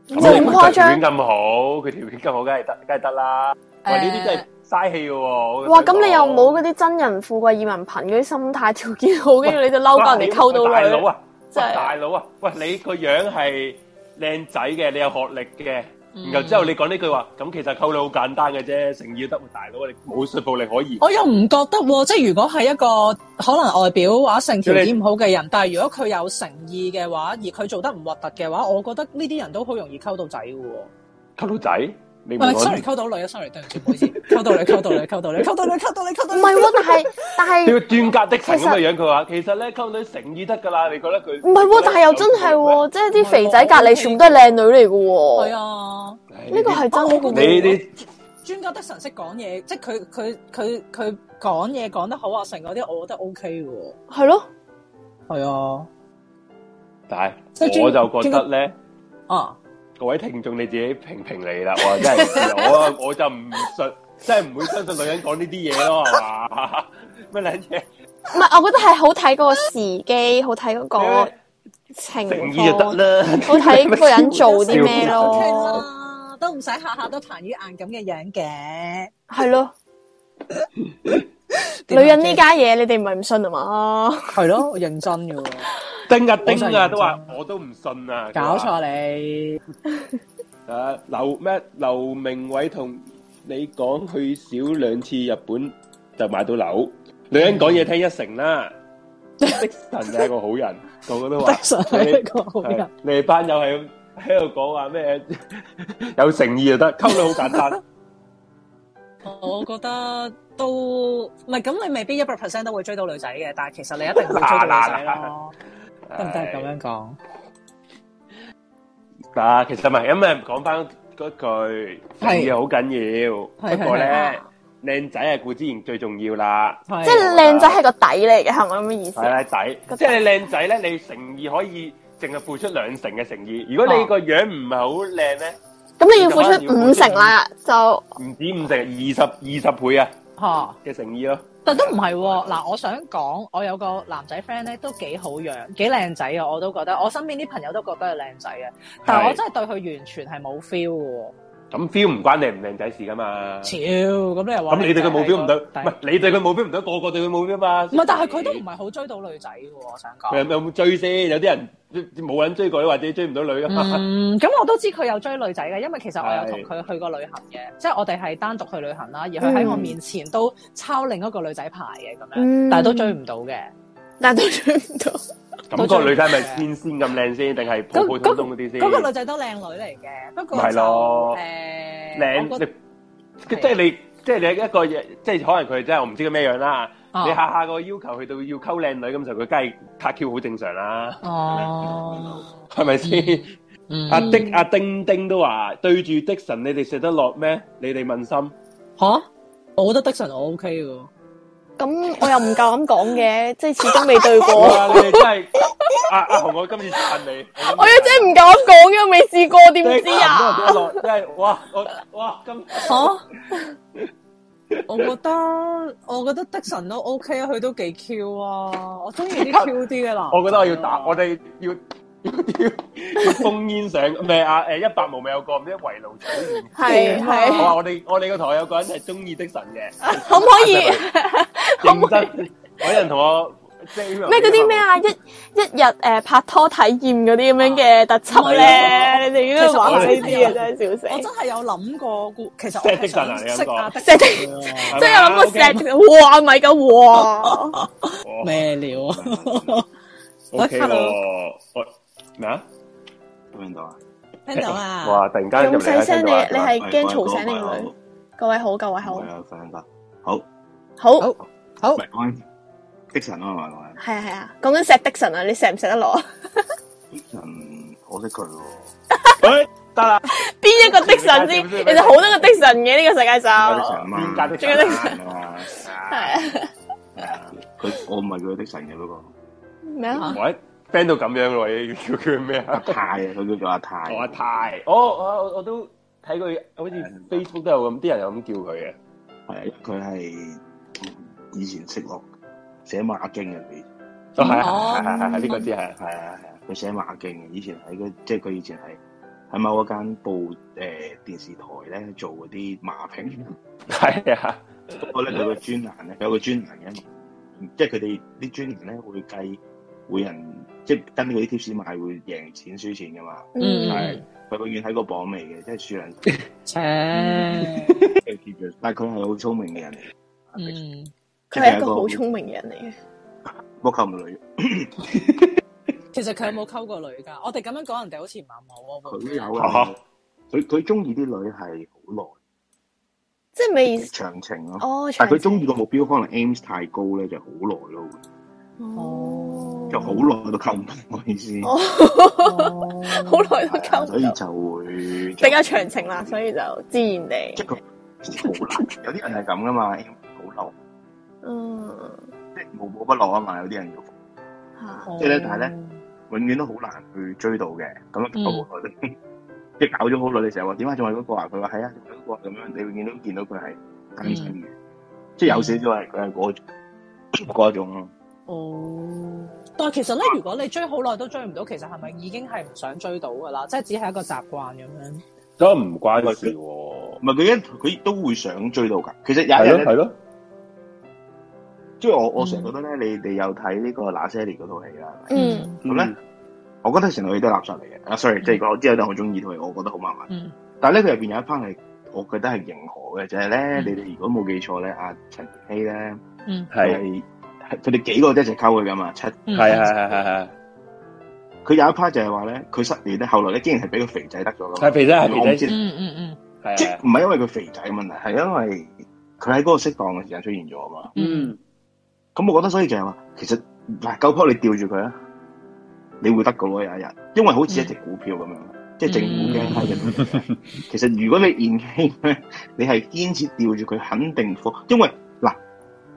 Speaker 3: 即係
Speaker 2: 咁
Speaker 3: 咁
Speaker 2: 你
Speaker 3: 誇
Speaker 2: 條件
Speaker 3: 張。
Speaker 2: 咁好，佢條件咁好，梗係得，梗係得啦。喂，呢啲真係嘥氣嘅喎。
Speaker 3: 哇！咁你又冇嗰啲真人富貴移民貧嗰啲心態，條件好，跟住你就嬲
Speaker 2: 哇
Speaker 3: 到人哋溝
Speaker 2: 你大
Speaker 3: 到
Speaker 2: 佬
Speaker 3: 女，
Speaker 2: 啊！
Speaker 3: 真係
Speaker 2: 喂，大佬啊！喂，你個樣係靚仔嘅，你有學歷嘅，
Speaker 1: 嗯
Speaker 2: 然後之後你講呢句話，咁其實溝女好簡單嘅啫，誠意得喎，大佬啊你冇說服力可以。
Speaker 1: 我又唔覺得喎，即係如果係一個可能外表或者性條件唔好嘅人，但係如果佢有誠意嘅話，而佢做得唔核突嘅話，我覺得呢啲人都好容易溝到仔嘅喎。唔
Speaker 2: 溝到仔，你唔
Speaker 1: 係
Speaker 2: 講
Speaker 1: ，sorry，。溝到女啊，sorry，對唔住，唔好意思，溝到女，溝到女，溝到女，溝到女，溝到女，溝到
Speaker 3: 唔
Speaker 1: 女。
Speaker 3: 係喎，但係但
Speaker 2: 你
Speaker 3: 係
Speaker 2: 個專家的神咁嘅
Speaker 3: 其
Speaker 2: 樣，佢話其實咧溝女誠意得㗎啦，你覺得佢
Speaker 3: 唔係喎，但係又真係喎，即係啲肥仔隔離全部都係靚女嚟嘅喎。
Speaker 1: 係啊，
Speaker 2: 唉
Speaker 3: 呢個係真嘅
Speaker 2: 你
Speaker 3: 喎。
Speaker 2: 啲
Speaker 1: 專家得神識講嘢，即係佢佢佢佢講嘢講得好啊，成嗰啲我覺得 OK 嘅喎。
Speaker 3: 係咯，
Speaker 1: 係啊，
Speaker 2: 但
Speaker 1: 即係
Speaker 2: 係
Speaker 1: 專
Speaker 2: 我就覺得咧，
Speaker 1: 啊，
Speaker 2: 各位聽眾你自己評評理啦，我真
Speaker 3: [laughs]
Speaker 2: 係我啊我就唔信，真係唔會相信女人講呢啲嘢咯，係
Speaker 3: [laughs]
Speaker 2: 嘛？乜撚嘢？
Speaker 3: 唔係，我覺得係好睇嗰個時機，好睇嗰個情
Speaker 2: 誠意就
Speaker 3: 況，
Speaker 2: 得啦。
Speaker 3: 好睇嗰個人做
Speaker 2: [laughs]
Speaker 3: 啲咩
Speaker 1: 傾
Speaker 3: 咯。
Speaker 1: 啦，都唔使下下都彭于晏咁嘅樣嘅。
Speaker 3: 係咯，女
Speaker 1: 點啊
Speaker 3: 人呢家嘢你哋唔係唔信啊嘛？
Speaker 1: 係咯， [laughs] 我認真嘅喎，
Speaker 2: 丁啊丁
Speaker 1: 我真
Speaker 2: 啊，
Speaker 1: 係
Speaker 2: 都話我都唔信啊！
Speaker 1: 搞
Speaker 2: 佢話！
Speaker 1: 錯你，
Speaker 2: 誒，劉咩？劉明偉同你講去少兩次日本就買到樓，女人講嘢聽一成啦。的神你係一個好人，個個都話
Speaker 1: 的神係一個好人
Speaker 2: 係你哋班友係咁喺度講話咩？ [laughs] 有誠意就得，溝女好簡單。
Speaker 1: 我覺得都唔係咁，你未必一百 percent 都會追到女仔嘅，但係其實你一定會追到女仔咯， [laughs] 得唔得？咁樣講，
Speaker 2: 嗱，其實唔係，因為講翻嗰句誠意好緊要，
Speaker 1: 係
Speaker 2: 不
Speaker 1: 係
Speaker 2: 過咧，靚仔係固之然最重要啦。
Speaker 3: 即係靚仔係個底嚟嘅，係咪咁嘅意思
Speaker 2: 係？啊啦，仔，即係你靚仔咧，你誠意可以淨係付出兩成嘅誠意。如
Speaker 1: 啊
Speaker 2: 果你個樣唔係好靚咧，
Speaker 3: 咁你要付出五成啦，就
Speaker 2: 唔止五成，二十二十倍啊
Speaker 1: 嚇。
Speaker 2: 嘅誠意咯。
Speaker 1: 哦但都唔係喎，嗱，我想講，我有個男仔 friend 咧，都幾好樣，幾靚仔啊啊，我都覺得，我身邊啲朋友都覺得佢靚仔嘅，但係我真係對佢完全係冇 feel 嘅喎，
Speaker 2: 咁 feel 唔關你唔靚仔事噶嘛。
Speaker 1: 超咁你又話
Speaker 2: 咁你對佢冇 feel 唔到，
Speaker 1: 得，
Speaker 2: 唔係你對佢冇 feel 唔到，個個對佢冇 feel 嘛。
Speaker 1: 唔係，但係佢都唔係好追到女仔嘅喎，我想
Speaker 2: 佢有
Speaker 1: 講。
Speaker 2: 有冇追先？有啲人冇人追過，或者追唔到女啊 [laughs] 噶嘛。
Speaker 1: 嗯，咁我都知佢有追女仔嘅，因為其實我有同
Speaker 2: 係
Speaker 1: 佢去過旅行嘅，即係我哋係單獨去旅行啦，而
Speaker 2: 嗯
Speaker 1: 佢喺我面前都抄另一個女仔牌嘅咁樣，
Speaker 3: 嗯
Speaker 1: 但係都追唔到嘅。
Speaker 3: 但都追唔到。
Speaker 2: 咁個女仔係咪天仙咁靚先，定係普普通通嗰啲先？
Speaker 1: 嗰個女仔都靚女嚟嘅，不過
Speaker 2: 咪係
Speaker 1: 就
Speaker 2: 咯
Speaker 1: 誒
Speaker 2: 靚
Speaker 1: 我覺
Speaker 2: 你，即係你，即係你一個，即係可能佢真係我唔知佢咩樣啦。
Speaker 1: 啊
Speaker 2: 你下下個要求去到要溝靚女咁時候，佢梗係卡 Q 好正常啦，
Speaker 1: 哦，
Speaker 2: 係咪先？
Speaker 1: 嗯
Speaker 2: 阿的阿丁丁都話對住的神，你哋食得落咩？你哋問心，
Speaker 1: 吓，我覺得的神我 OK 嘅，
Speaker 3: 咁我又唔夠膽講嘅，即係始終未對過。
Speaker 2: [laughs] 哇！你哋真係阿阿紅，我今次撐你，
Speaker 3: [laughs] 我又真係唔夠膽講嘅，未試過點
Speaker 2: 的
Speaker 3: 知
Speaker 2: 神都
Speaker 3: 啊
Speaker 2: 食？得落，真係哇！我哇今
Speaker 1: 吓，我覺得我覺得的神都 OK 啊，佢都幾 Q 啊，我中意
Speaker 2: [laughs]
Speaker 1: 啲 Q 啲嘅男。
Speaker 2: 我覺得我要打，我哋要 [laughs] 要要要封煙上，唔係啊誒一百毛咪有個唔知圍爐取暖。
Speaker 3: 哦啊 [laughs] 係
Speaker 2: 我
Speaker 3: 係，
Speaker 2: 話我哋我哋個台有個人係中意的神嘅，
Speaker 3: 可唔可以啊
Speaker 2: 認真有人同我即係
Speaker 3: 咩嗰啲咩？啊？一一日誒拍拖體驗嗰啲咁樣嘅特輯咧，你哋應該玩下呢啲嘅啊真係
Speaker 1: 我
Speaker 3: 笑死
Speaker 1: 真。係有諗過，其實我係想識阿的
Speaker 3: 石
Speaker 1: 神
Speaker 3: 的
Speaker 2: Ờ,
Speaker 1: 嘅
Speaker 3: 即係有諗過石，哇咪咁哇，
Speaker 1: 咩料
Speaker 14: [laughs]
Speaker 1: 啊？
Speaker 2: O
Speaker 1: 喂
Speaker 2: K
Speaker 1: ，hello
Speaker 2: 喎，我咩啊？
Speaker 14: 聽唔到啊？
Speaker 1: [laughs] 聽到啊？
Speaker 2: [laughs] 哇！突然間入
Speaker 3: 咁
Speaker 2: 嚟
Speaker 3: 細聲你
Speaker 2: 啊
Speaker 3: 你係驚
Speaker 14: 喂
Speaker 3: 嘈醒
Speaker 14: 喂
Speaker 3: 靚
Speaker 14: 喂
Speaker 3: 女？各位好，各位好
Speaker 14: 我，有上得，好，唔
Speaker 3: 好
Speaker 1: 好好
Speaker 3: 係
Speaker 14: 係講緊的神啊嘛，講緊
Speaker 3: 啊係啊，講緊石的神啊，你食唔食得 [laughs] 落啊？
Speaker 14: 的神，我識佢喎，
Speaker 2: 喂，得啦，
Speaker 3: 邊一個的神先？其實好多個的神嘅呢個世界
Speaker 14: 我的神啊
Speaker 3: 上，
Speaker 14: 嘛，
Speaker 2: 邊間的
Speaker 14: 神啊嘛，
Speaker 3: 係啊
Speaker 14: 係啊佢我唔係佢的神嘅嗰個
Speaker 3: 咩啊？
Speaker 2: 喂，friend 到咁樣咯，你叫佢咩
Speaker 14: 阿
Speaker 2: 啊？
Speaker 14: 泰啊，佢叫做阿泰，
Speaker 2: 我阿泰，我我我我都睇佢，好似 Facebook 都有咁，啲人有咁叫佢嘅。
Speaker 14: 係啊，因為佢係以前識落寫馬經嘅佢。
Speaker 2: 都係
Speaker 1: 哦
Speaker 2: 係係 [laughs] 係係呢個知係。
Speaker 14: 係啊係啊，佢寫馬經嘅，以前喺嗰即係佢以前係喺某一間報誒、呃、電視台咧做嗰啲馬評，
Speaker 2: 係啊，
Speaker 14: 不過咧佢個專欄咧有個專欄嘅，即係佢哋啲專欄咧會計每人即係跟嗰啲 tips 買會贏錢輸錢噶嘛，
Speaker 1: 嗯
Speaker 14: 係佢永遠喺個榜尾嘅，即係輸人
Speaker 1: 切，
Speaker 14: 佢 keep 住，但係佢係好聰明嘅人嚟，
Speaker 1: [laughs] 嗯，
Speaker 14: 即
Speaker 3: 佢係一
Speaker 14: 個
Speaker 3: 個好聰明嘅人嚟嘅。
Speaker 14: 波球女，
Speaker 1: 其實佢有冇溝過女㗎？我哋咁樣講人哋好似唔係冇啊，會唔
Speaker 14: 佢
Speaker 1: 會
Speaker 14: 都有
Speaker 2: 啊
Speaker 14: 啊，佢佢中意啲女係好
Speaker 3: 即係未
Speaker 14: 耐長情咯。
Speaker 3: 哦，
Speaker 14: 但係佢
Speaker 3: 長
Speaker 14: 中
Speaker 3: 情
Speaker 14: 意個目標可能 aims 太高咧，就好耐咯，
Speaker 3: 嗯哦，
Speaker 14: 就好耐都溝唔到我意思，
Speaker 3: 哦好耐都
Speaker 14: 係啊所
Speaker 3: 溝
Speaker 14: 以
Speaker 3: 唔到，
Speaker 14: 就會
Speaker 3: 比較長情啦，所以就自然地，
Speaker 14: 即係佢好難。有啲人係咁噶嘛，好
Speaker 3: 嗯
Speaker 14: 耐，即係無寶不落啊嘛。有啲人
Speaker 3: 嚇，
Speaker 1: 哦
Speaker 14: 即係咧但係咧啊永遠都好難去追到嘅，咁樣搞好耐都，即係搞咗好耐。你成日話點解仲係嗰個啊？佢話係啊，仲係嗰個咁樣，你永遠都見到佢係單身
Speaker 2: 嗯
Speaker 14: 嘅，即係有少少係佢係嗰嗰一種咯。
Speaker 1: 哦，但係其實
Speaker 14: 啊
Speaker 1: 咧，如果你追好耐都追唔到，其實係咪已經係唔想追到㗎啦？即係只係一個習慣咁樣。
Speaker 2: 都唔關事喎。
Speaker 14: 唔係佢一佢都會想追到㗎。其實有一
Speaker 2: 係
Speaker 14: 日
Speaker 2: 咯
Speaker 14: 咧
Speaker 2: 係。咯，
Speaker 14: 即係我我成日覺得
Speaker 2: 嗯
Speaker 14: 咧，你哋有睇呢個《那些年》嗰套戲啦，係咪
Speaker 3: 嗯，
Speaker 14: 咁咧，我覺得成套戲都係垃圾嚟嘅。啊，sorry，即係我知有啲人好中意套戲，我覺得好麻煩。
Speaker 1: 嗯
Speaker 14: 但係咧，佢入邊有一 part 係我覺得係認可嘅，就係咧，
Speaker 1: 嗯
Speaker 14: 你哋如果冇記錯咧，阿陳妍希咧
Speaker 1: 嗯，
Speaker 2: 係
Speaker 14: 係係 [laughs] 佢哋幾個都一齊溝佢噶嘛，七
Speaker 1: 嗯
Speaker 2: 係係係係係。
Speaker 14: 佢有一 part 就係話咧，佢失戀咧，後來咧竟然係俾個肥仔得咗噶
Speaker 2: 係
Speaker 14: 嘛，
Speaker 2: 肥仔，係
Speaker 14: 我唔
Speaker 2: 肥仔
Speaker 14: 知，
Speaker 1: 嗯嗯
Speaker 2: 係
Speaker 14: 即
Speaker 2: 啊
Speaker 14: 係唔係因為佢肥仔嘅問題，係因為佢喺嗰個適當嘅時間出現咗啊嘛。
Speaker 1: 嗯
Speaker 2: 嗯，
Speaker 14: 咁我覺得所以就係話，其實嗱，九鋪你吊住佢啊，你會得噶咯有一日，因為好似一隻股票咁樣，
Speaker 1: 嗯
Speaker 14: 即係正股嘅係嘅。 [laughs] 其實如果你 in game 咧， [laughs] 你係堅持吊住佢，肯定貨，因為嗱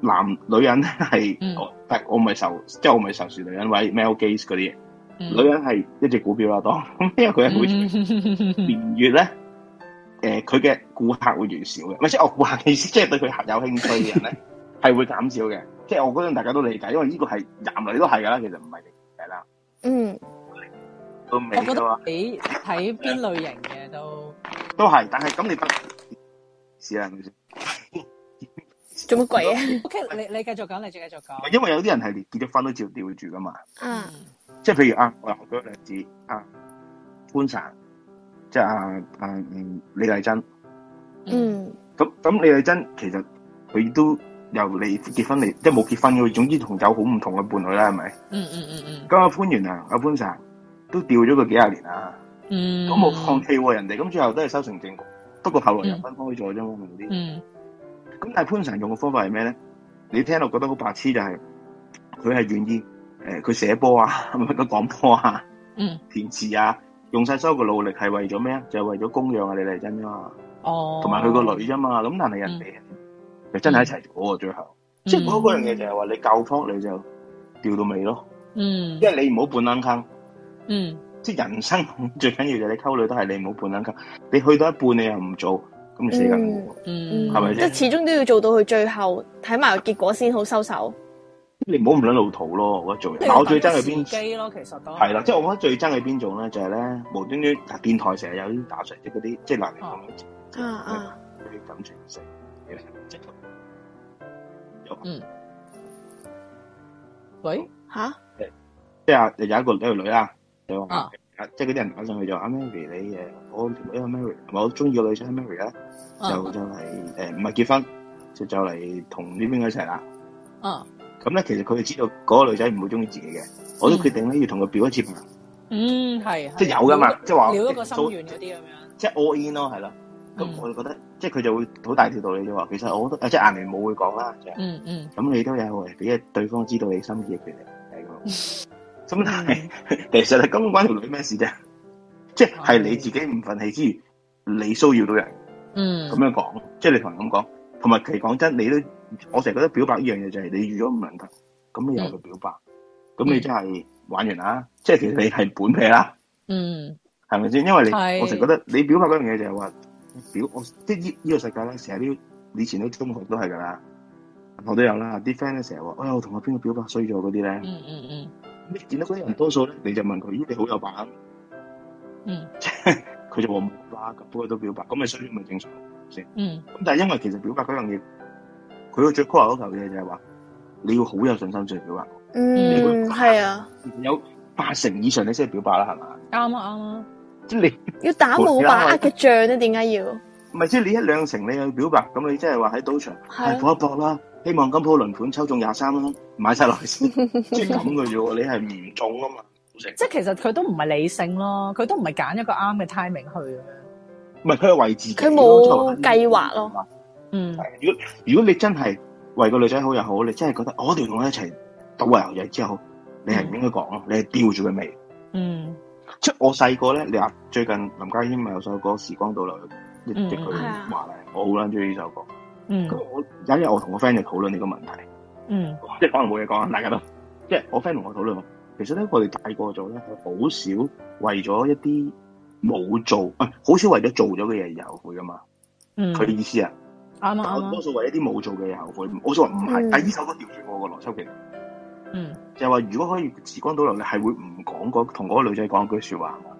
Speaker 14: 男女人咧係，
Speaker 1: 嗯
Speaker 14: 我但我唔係仇，即係我唔係仇視女人或者 male gaze 嗰啲嘢，
Speaker 1: 嗯，
Speaker 14: 女人係一隻股票啦，當 [laughs] 因為佢係會
Speaker 1: 嗯 [laughs]
Speaker 14: 年月咧。誒佢嘅顧客會越少嘅，唔係即係我顧客嘅意思，即係對佢有興趣嘅人
Speaker 1: [laughs]
Speaker 14: 咧係會減少嘅。即係我嗰陣大家都理解，因為呢個係男女都係㗎啦，其實唔係你係啦，
Speaker 3: 嗯，
Speaker 14: 都
Speaker 1: 我
Speaker 14: 未
Speaker 1: 覺得
Speaker 14: 㗎嘛。
Speaker 1: 睇睇邊類型嘅都
Speaker 14: 都係，但係咁你得事啦，係咪先？
Speaker 3: 做乜鬼啊？
Speaker 1: OK，你你繼續講，你繼續講。嗯
Speaker 14: 因為有啲人係連結咗婚都照吊住噶嘛，
Speaker 3: 啊，
Speaker 14: 即係譬如啊，我舉個例子啊，潘 Sir，即係啊啊嗯李麗珍，
Speaker 3: 嗯，
Speaker 14: 咁咁李麗珍其實佢都由離結婚嚟，即係冇結婚嘅，總之同有好唔同嘅伴侶啦，係咪？
Speaker 1: 嗯嗯嗯嗯
Speaker 14: 咁阿潘源良、啊阿潘 Sir 都吊咗佢幾廿年啦。
Speaker 1: 嗯。
Speaker 14: 咁冇放棄喎人哋，咁最後都係修成正果。不過後來又分開咗啫嘛，嗰啲。
Speaker 1: 嗯
Speaker 14: 咁但係潘神用嘅方法係咩咧？你聽落覺得好白痴，就係佢係願意誒，佢、寫波啊， [laughs] 佢講波啊，
Speaker 1: 嗯。
Speaker 14: 填詞啊，用晒所有嘅努力係為咗咩啊？就係、為咗供養啊李麗珍啫嘛，
Speaker 1: 哦。嗯
Speaker 14: 同埋佢個女啫嘛。咁但係人哋就真係一齊咗喎，最後。即係嗰嗰樣嘢就係話你教科你就調到尾咯，
Speaker 1: 嗯。
Speaker 14: 因為你唔好半撚坑。
Speaker 1: 嗯
Speaker 14: 即係人生最緊要就係你溝女都係你唔好半撚鳩，你去到一半你又唔做，咁你死梗㗎喎。
Speaker 1: 嗯。
Speaker 14: 係咪
Speaker 3: 嗯，即
Speaker 14: 先
Speaker 3: 係始終都要做到佢最後，睇埋個結果先好收手。
Speaker 14: 你唔好唔撚老土咯，我做人。但我最憎係邊？
Speaker 1: 機咯，其實都
Speaker 14: 係啦，即係我覺得最憎係邊種咧，就係咧無端端嗱電台成日有啲打上即係嗰啲即係男人咁樣
Speaker 3: 啊啊，
Speaker 14: 嗰啲感情性嘅即係
Speaker 1: 喂，
Speaker 3: 吓，
Speaker 14: 即係啊有一個有一個女啦，就話
Speaker 1: 啊
Speaker 14: 啊即係嗰啲人打上去就話阿 Mary 你誒我條女阿啊 Mary，我中意個女仔阿 Mary 啊啦，
Speaker 1: 嗯
Speaker 14: 就就係誒唔係結婚，就就嚟同呢邊個一齊啦。
Speaker 1: 啊，
Speaker 14: 咁咧，其實佢哋知道嗰個女仔唔會中意自己嘅，我都決定咧要同佢表一次白，
Speaker 1: 嗯係，
Speaker 14: 即係有噶嘛，即係話
Speaker 1: 撩一個心願
Speaker 14: 即
Speaker 1: 嗰
Speaker 14: 係
Speaker 1: 啲咁樣，
Speaker 14: 即係 all in 咯，係啦。咁
Speaker 1: 嗯
Speaker 14: 我就覺得，即係佢就會好大條道理啫話，其實我都呃即係顏聯冇會講啦，就係
Speaker 1: 嗯嗯
Speaker 14: 咁你都有誒俾對方知道你心意嘅權利，係咁。
Speaker 1: [laughs]
Speaker 14: 咁但係其實係根本關條女咩事啫？即
Speaker 1: 哦
Speaker 14: 係係你自己唔憤氣之餘，你騷擾到人。
Speaker 1: 嗯，
Speaker 14: 咁樣講，即係你同人咁講，同埋其實講真，你都我成日覺得表白呢樣嘢就係你預咗唔能得，咁你又去表白，
Speaker 1: 嗯
Speaker 14: 咁你真係玩完啦，即係其實你係本撇啦，
Speaker 1: 嗯
Speaker 14: 係咪先？因為你
Speaker 1: 係
Speaker 14: 我成日覺得你表白嗰樣嘢就係話表我即係呢呢個世界咧，成日都以前都中學都係㗎啦，我都有啦，啲 friend 咧成日話，哎呀我同我邊個表白衰咗嗰啲咧，
Speaker 1: 嗯嗯嗯
Speaker 14: 你見到嗰啲人多數咧，你就問佢，咦你好有把握，
Speaker 1: 嗯
Speaker 14: [laughs] 佢就話冇啦，咁不過都表白，咁咪衰咗咪正常。
Speaker 1: 嗯
Speaker 14: 咁但係因為其實表白嗰樣嘢，佢個最 core 嗰嚿嘢就係話，你要好有信心先去表白。
Speaker 3: 嗯，係啊，
Speaker 14: 有八成以上你先去表白啦，係嘛？
Speaker 1: 啱啊啱啊，
Speaker 14: 即係
Speaker 3: 要打冇把握嘅仗咧，點解要？
Speaker 14: 你唔係即係你一兩成你去表白，咁你即係話喺賭場
Speaker 3: 係
Speaker 14: 係
Speaker 3: 啊
Speaker 14: 搏一搏啦，希望金鋪輪盤抽中廿三啦，買晒落
Speaker 3: [laughs]
Speaker 14: 去先，即係咁嘅啫喎。你係唔中啊嘛，
Speaker 1: 即係其實佢都唔係理性咯，佢都唔係揀一個啱嘅 timing 去咁樣，
Speaker 14: 唔係佢係為自己咯。
Speaker 3: 佢冇計劃咯
Speaker 14: 即係話
Speaker 1: 嗯
Speaker 14: 係如果如果你真係為個女仔好又好，你真係覺得哦我哋同佢一齊賭遊嘢之後，你係唔應該講咯，你係吊住佢尾。
Speaker 1: 嗯
Speaker 14: 即係我細個咧，你話最近林家謙咪有首歌《時光倒流》，即
Speaker 1: 嗯
Speaker 14: 係佢
Speaker 3: 係啊
Speaker 14: 話咧，我好撚中意呢首歌。
Speaker 1: 嗯
Speaker 14: 咁我有一日我同我 friend 就討論呢個問題，
Speaker 1: 嗯
Speaker 14: 即係可能冇嘢講啊，大家都即係我 friend 同我討論話，其實咧我哋大個咗咧，係好少為咗一啲冇做，唔係好少為咗做咗嘅嘢而後悔噶嘛。
Speaker 1: 嗯，
Speaker 14: 佢嘅意思啊，
Speaker 1: 啱啊
Speaker 14: 我
Speaker 1: 啱
Speaker 14: 多
Speaker 1: 啊，
Speaker 14: 數為一啲冇做嘅嘢後悔。我就話唔係
Speaker 3: 嗯，
Speaker 14: 但係呢首歌調轉我個邏輯嘅，
Speaker 1: 嗯
Speaker 14: 就係話如果可以時光倒流，你係會唔講嗰同嗰個女仔講句説話嘛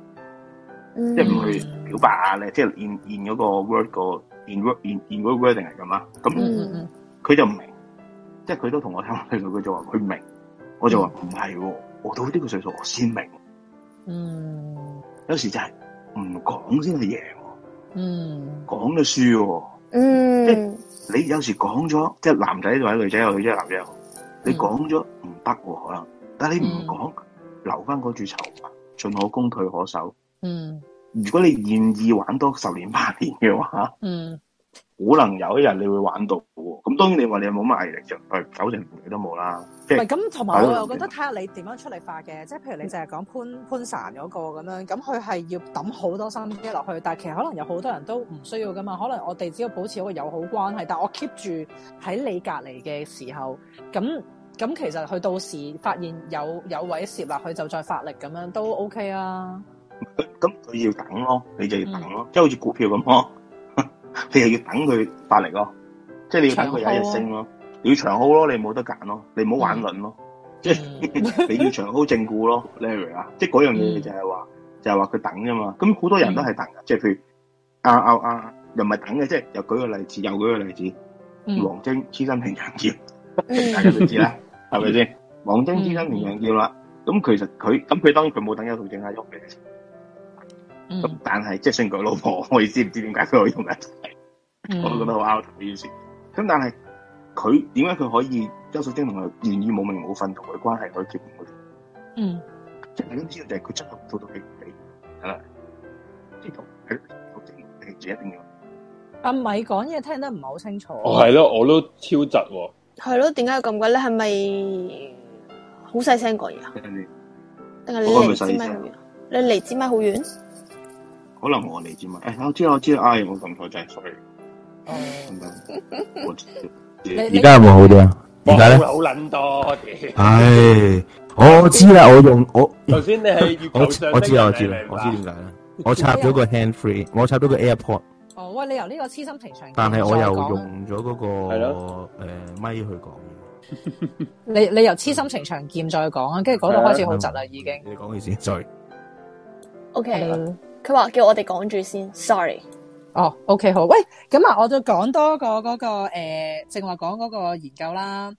Speaker 3: 嗯
Speaker 14: 即係唔去表白啊，你即係 in in 嗰個 word 個 in word in in 嗰個 wording 嚟咁啊。咁
Speaker 3: 嗯
Speaker 1: 嗯嗯
Speaker 14: 佢就唔明，即係佢都同我聽落去，佢就話佢唔明，我就話唔係喎，我到呢個歲數我先明，
Speaker 1: 嗯
Speaker 14: 有時就係唔講先係贏喎，
Speaker 1: 嗯
Speaker 14: 講就輸喎。
Speaker 3: 嗯，
Speaker 14: 你有時講咗，即係男仔或者女仔又好，女仔又男仔又好，你講咗唔得喎可能，但係你唔講，留翻嗰注籌碼，進可攻退可守。
Speaker 1: 嗯
Speaker 14: 如果你願意玩多十年八年嘅話，
Speaker 1: 嗯
Speaker 14: 可能有一日你會玩到喎。咁當然你話你有冇乜毅力就誒九成幾都冇啦。即
Speaker 1: 唔係
Speaker 14: 係
Speaker 1: 咁，同埋我又覺得睇下你點樣出嚟化嘅，即係譬如你淨係講潘潘啊神嗰個咁樣，咁佢係要抌好多心機落去，但係其實可能有好多人都唔需要噶嘛，可能我哋只要保持一個友好關係，但我 keep 住喺你隔離嘅時候，咁咁其實佢到時發現有有位攝啦，佢就再發力咁樣都 OK 啊，
Speaker 14: 咁佢要等咯，你就要等咯，即係好似股票咁咯， [laughs] 你又要等佢發力咯，即係你要等佢有一日升咯，你要長 hold 咯，你冇得揀咯，你唔好玩輪咯，即係你要長 hold 正股咯，你明唔明啊？即係嗰樣嘢就係話就係話佢等啫嘛。咁好多人都係等㗎，即係譬如。
Speaker 10: 啊啊啊！又唔係等嘅，即係又舉個例子，又舉個例子，
Speaker 1: 嗯
Speaker 10: 王晶痴心平陽劍，
Speaker 3: 嗯
Speaker 10: 大家都知啦，係咪先？王晶痴心平陽劍啦，咁其實佢咁佢當然佢冇等邱淑貞阿喐嘅，咁
Speaker 1: 嗯
Speaker 10: 但係即係雖然佢老婆，我意思唔知點解佢可以用緊，
Speaker 1: 嗯
Speaker 10: 我都覺得好 out 嘅意思。咁但係佢點解佢可以邱淑貞同佢願意冇名冇份同佢關係可以結唔到？
Speaker 1: 嗯
Speaker 10: 即係大家都知道就係佢真係做到佢你係啦，呢度係邱淑貞記住一定要。
Speaker 1: 阿米講嘢聽得唔係好清楚。
Speaker 2: 哦，係咯，我都超窒喎。
Speaker 3: 係咯，點解要咁嘅咧？係咪好細聲講嘢啊？
Speaker 10: 真係
Speaker 3: 定係你
Speaker 10: 我係咪
Speaker 3: 離
Speaker 10: 細
Speaker 3: 支
Speaker 10: 聲
Speaker 3: 咪好遠？你離支咪好遠？
Speaker 10: 可能我嚟知嘛？誒、哎我知我知，唉、我撳錯掣，sorry，
Speaker 1: 哦
Speaker 10: 咁樣我知
Speaker 1: 你
Speaker 14: 而家有冇好啲啊？
Speaker 2: 哇，
Speaker 14: 點解咧？
Speaker 2: 好撚多，屌！
Speaker 14: 唉，哎我知啦，我用我
Speaker 2: 頭先你係月
Speaker 14: 我
Speaker 2: 球
Speaker 14: 知
Speaker 2: 上
Speaker 14: 我知
Speaker 2: 的
Speaker 14: 啦，
Speaker 2: 人
Speaker 14: 我
Speaker 2: 嚟，
Speaker 14: 知
Speaker 2: 你明白
Speaker 14: 啦，我知點解啦。我插咗個 hand free，我插咗個 AirPod，
Speaker 1: 哦，喂，你由呢個痴心平常，
Speaker 14: 但係我
Speaker 1: 再
Speaker 14: 又
Speaker 1: 講
Speaker 14: 用咗嗰
Speaker 2: 係
Speaker 14: 個誒咪去講嘢。
Speaker 1: 你你由痴心情長劍再講
Speaker 14: 嗯
Speaker 1: 啊，跟住嗰度開始好窒啦，已經。
Speaker 14: 你講件事，sorry。啊
Speaker 3: OK，佢話叫我哋講住先，sorry。
Speaker 1: 哦，OK 好，喂，咁啊，我再講多個嗰、個诶、呃正話講嗰個研究啦。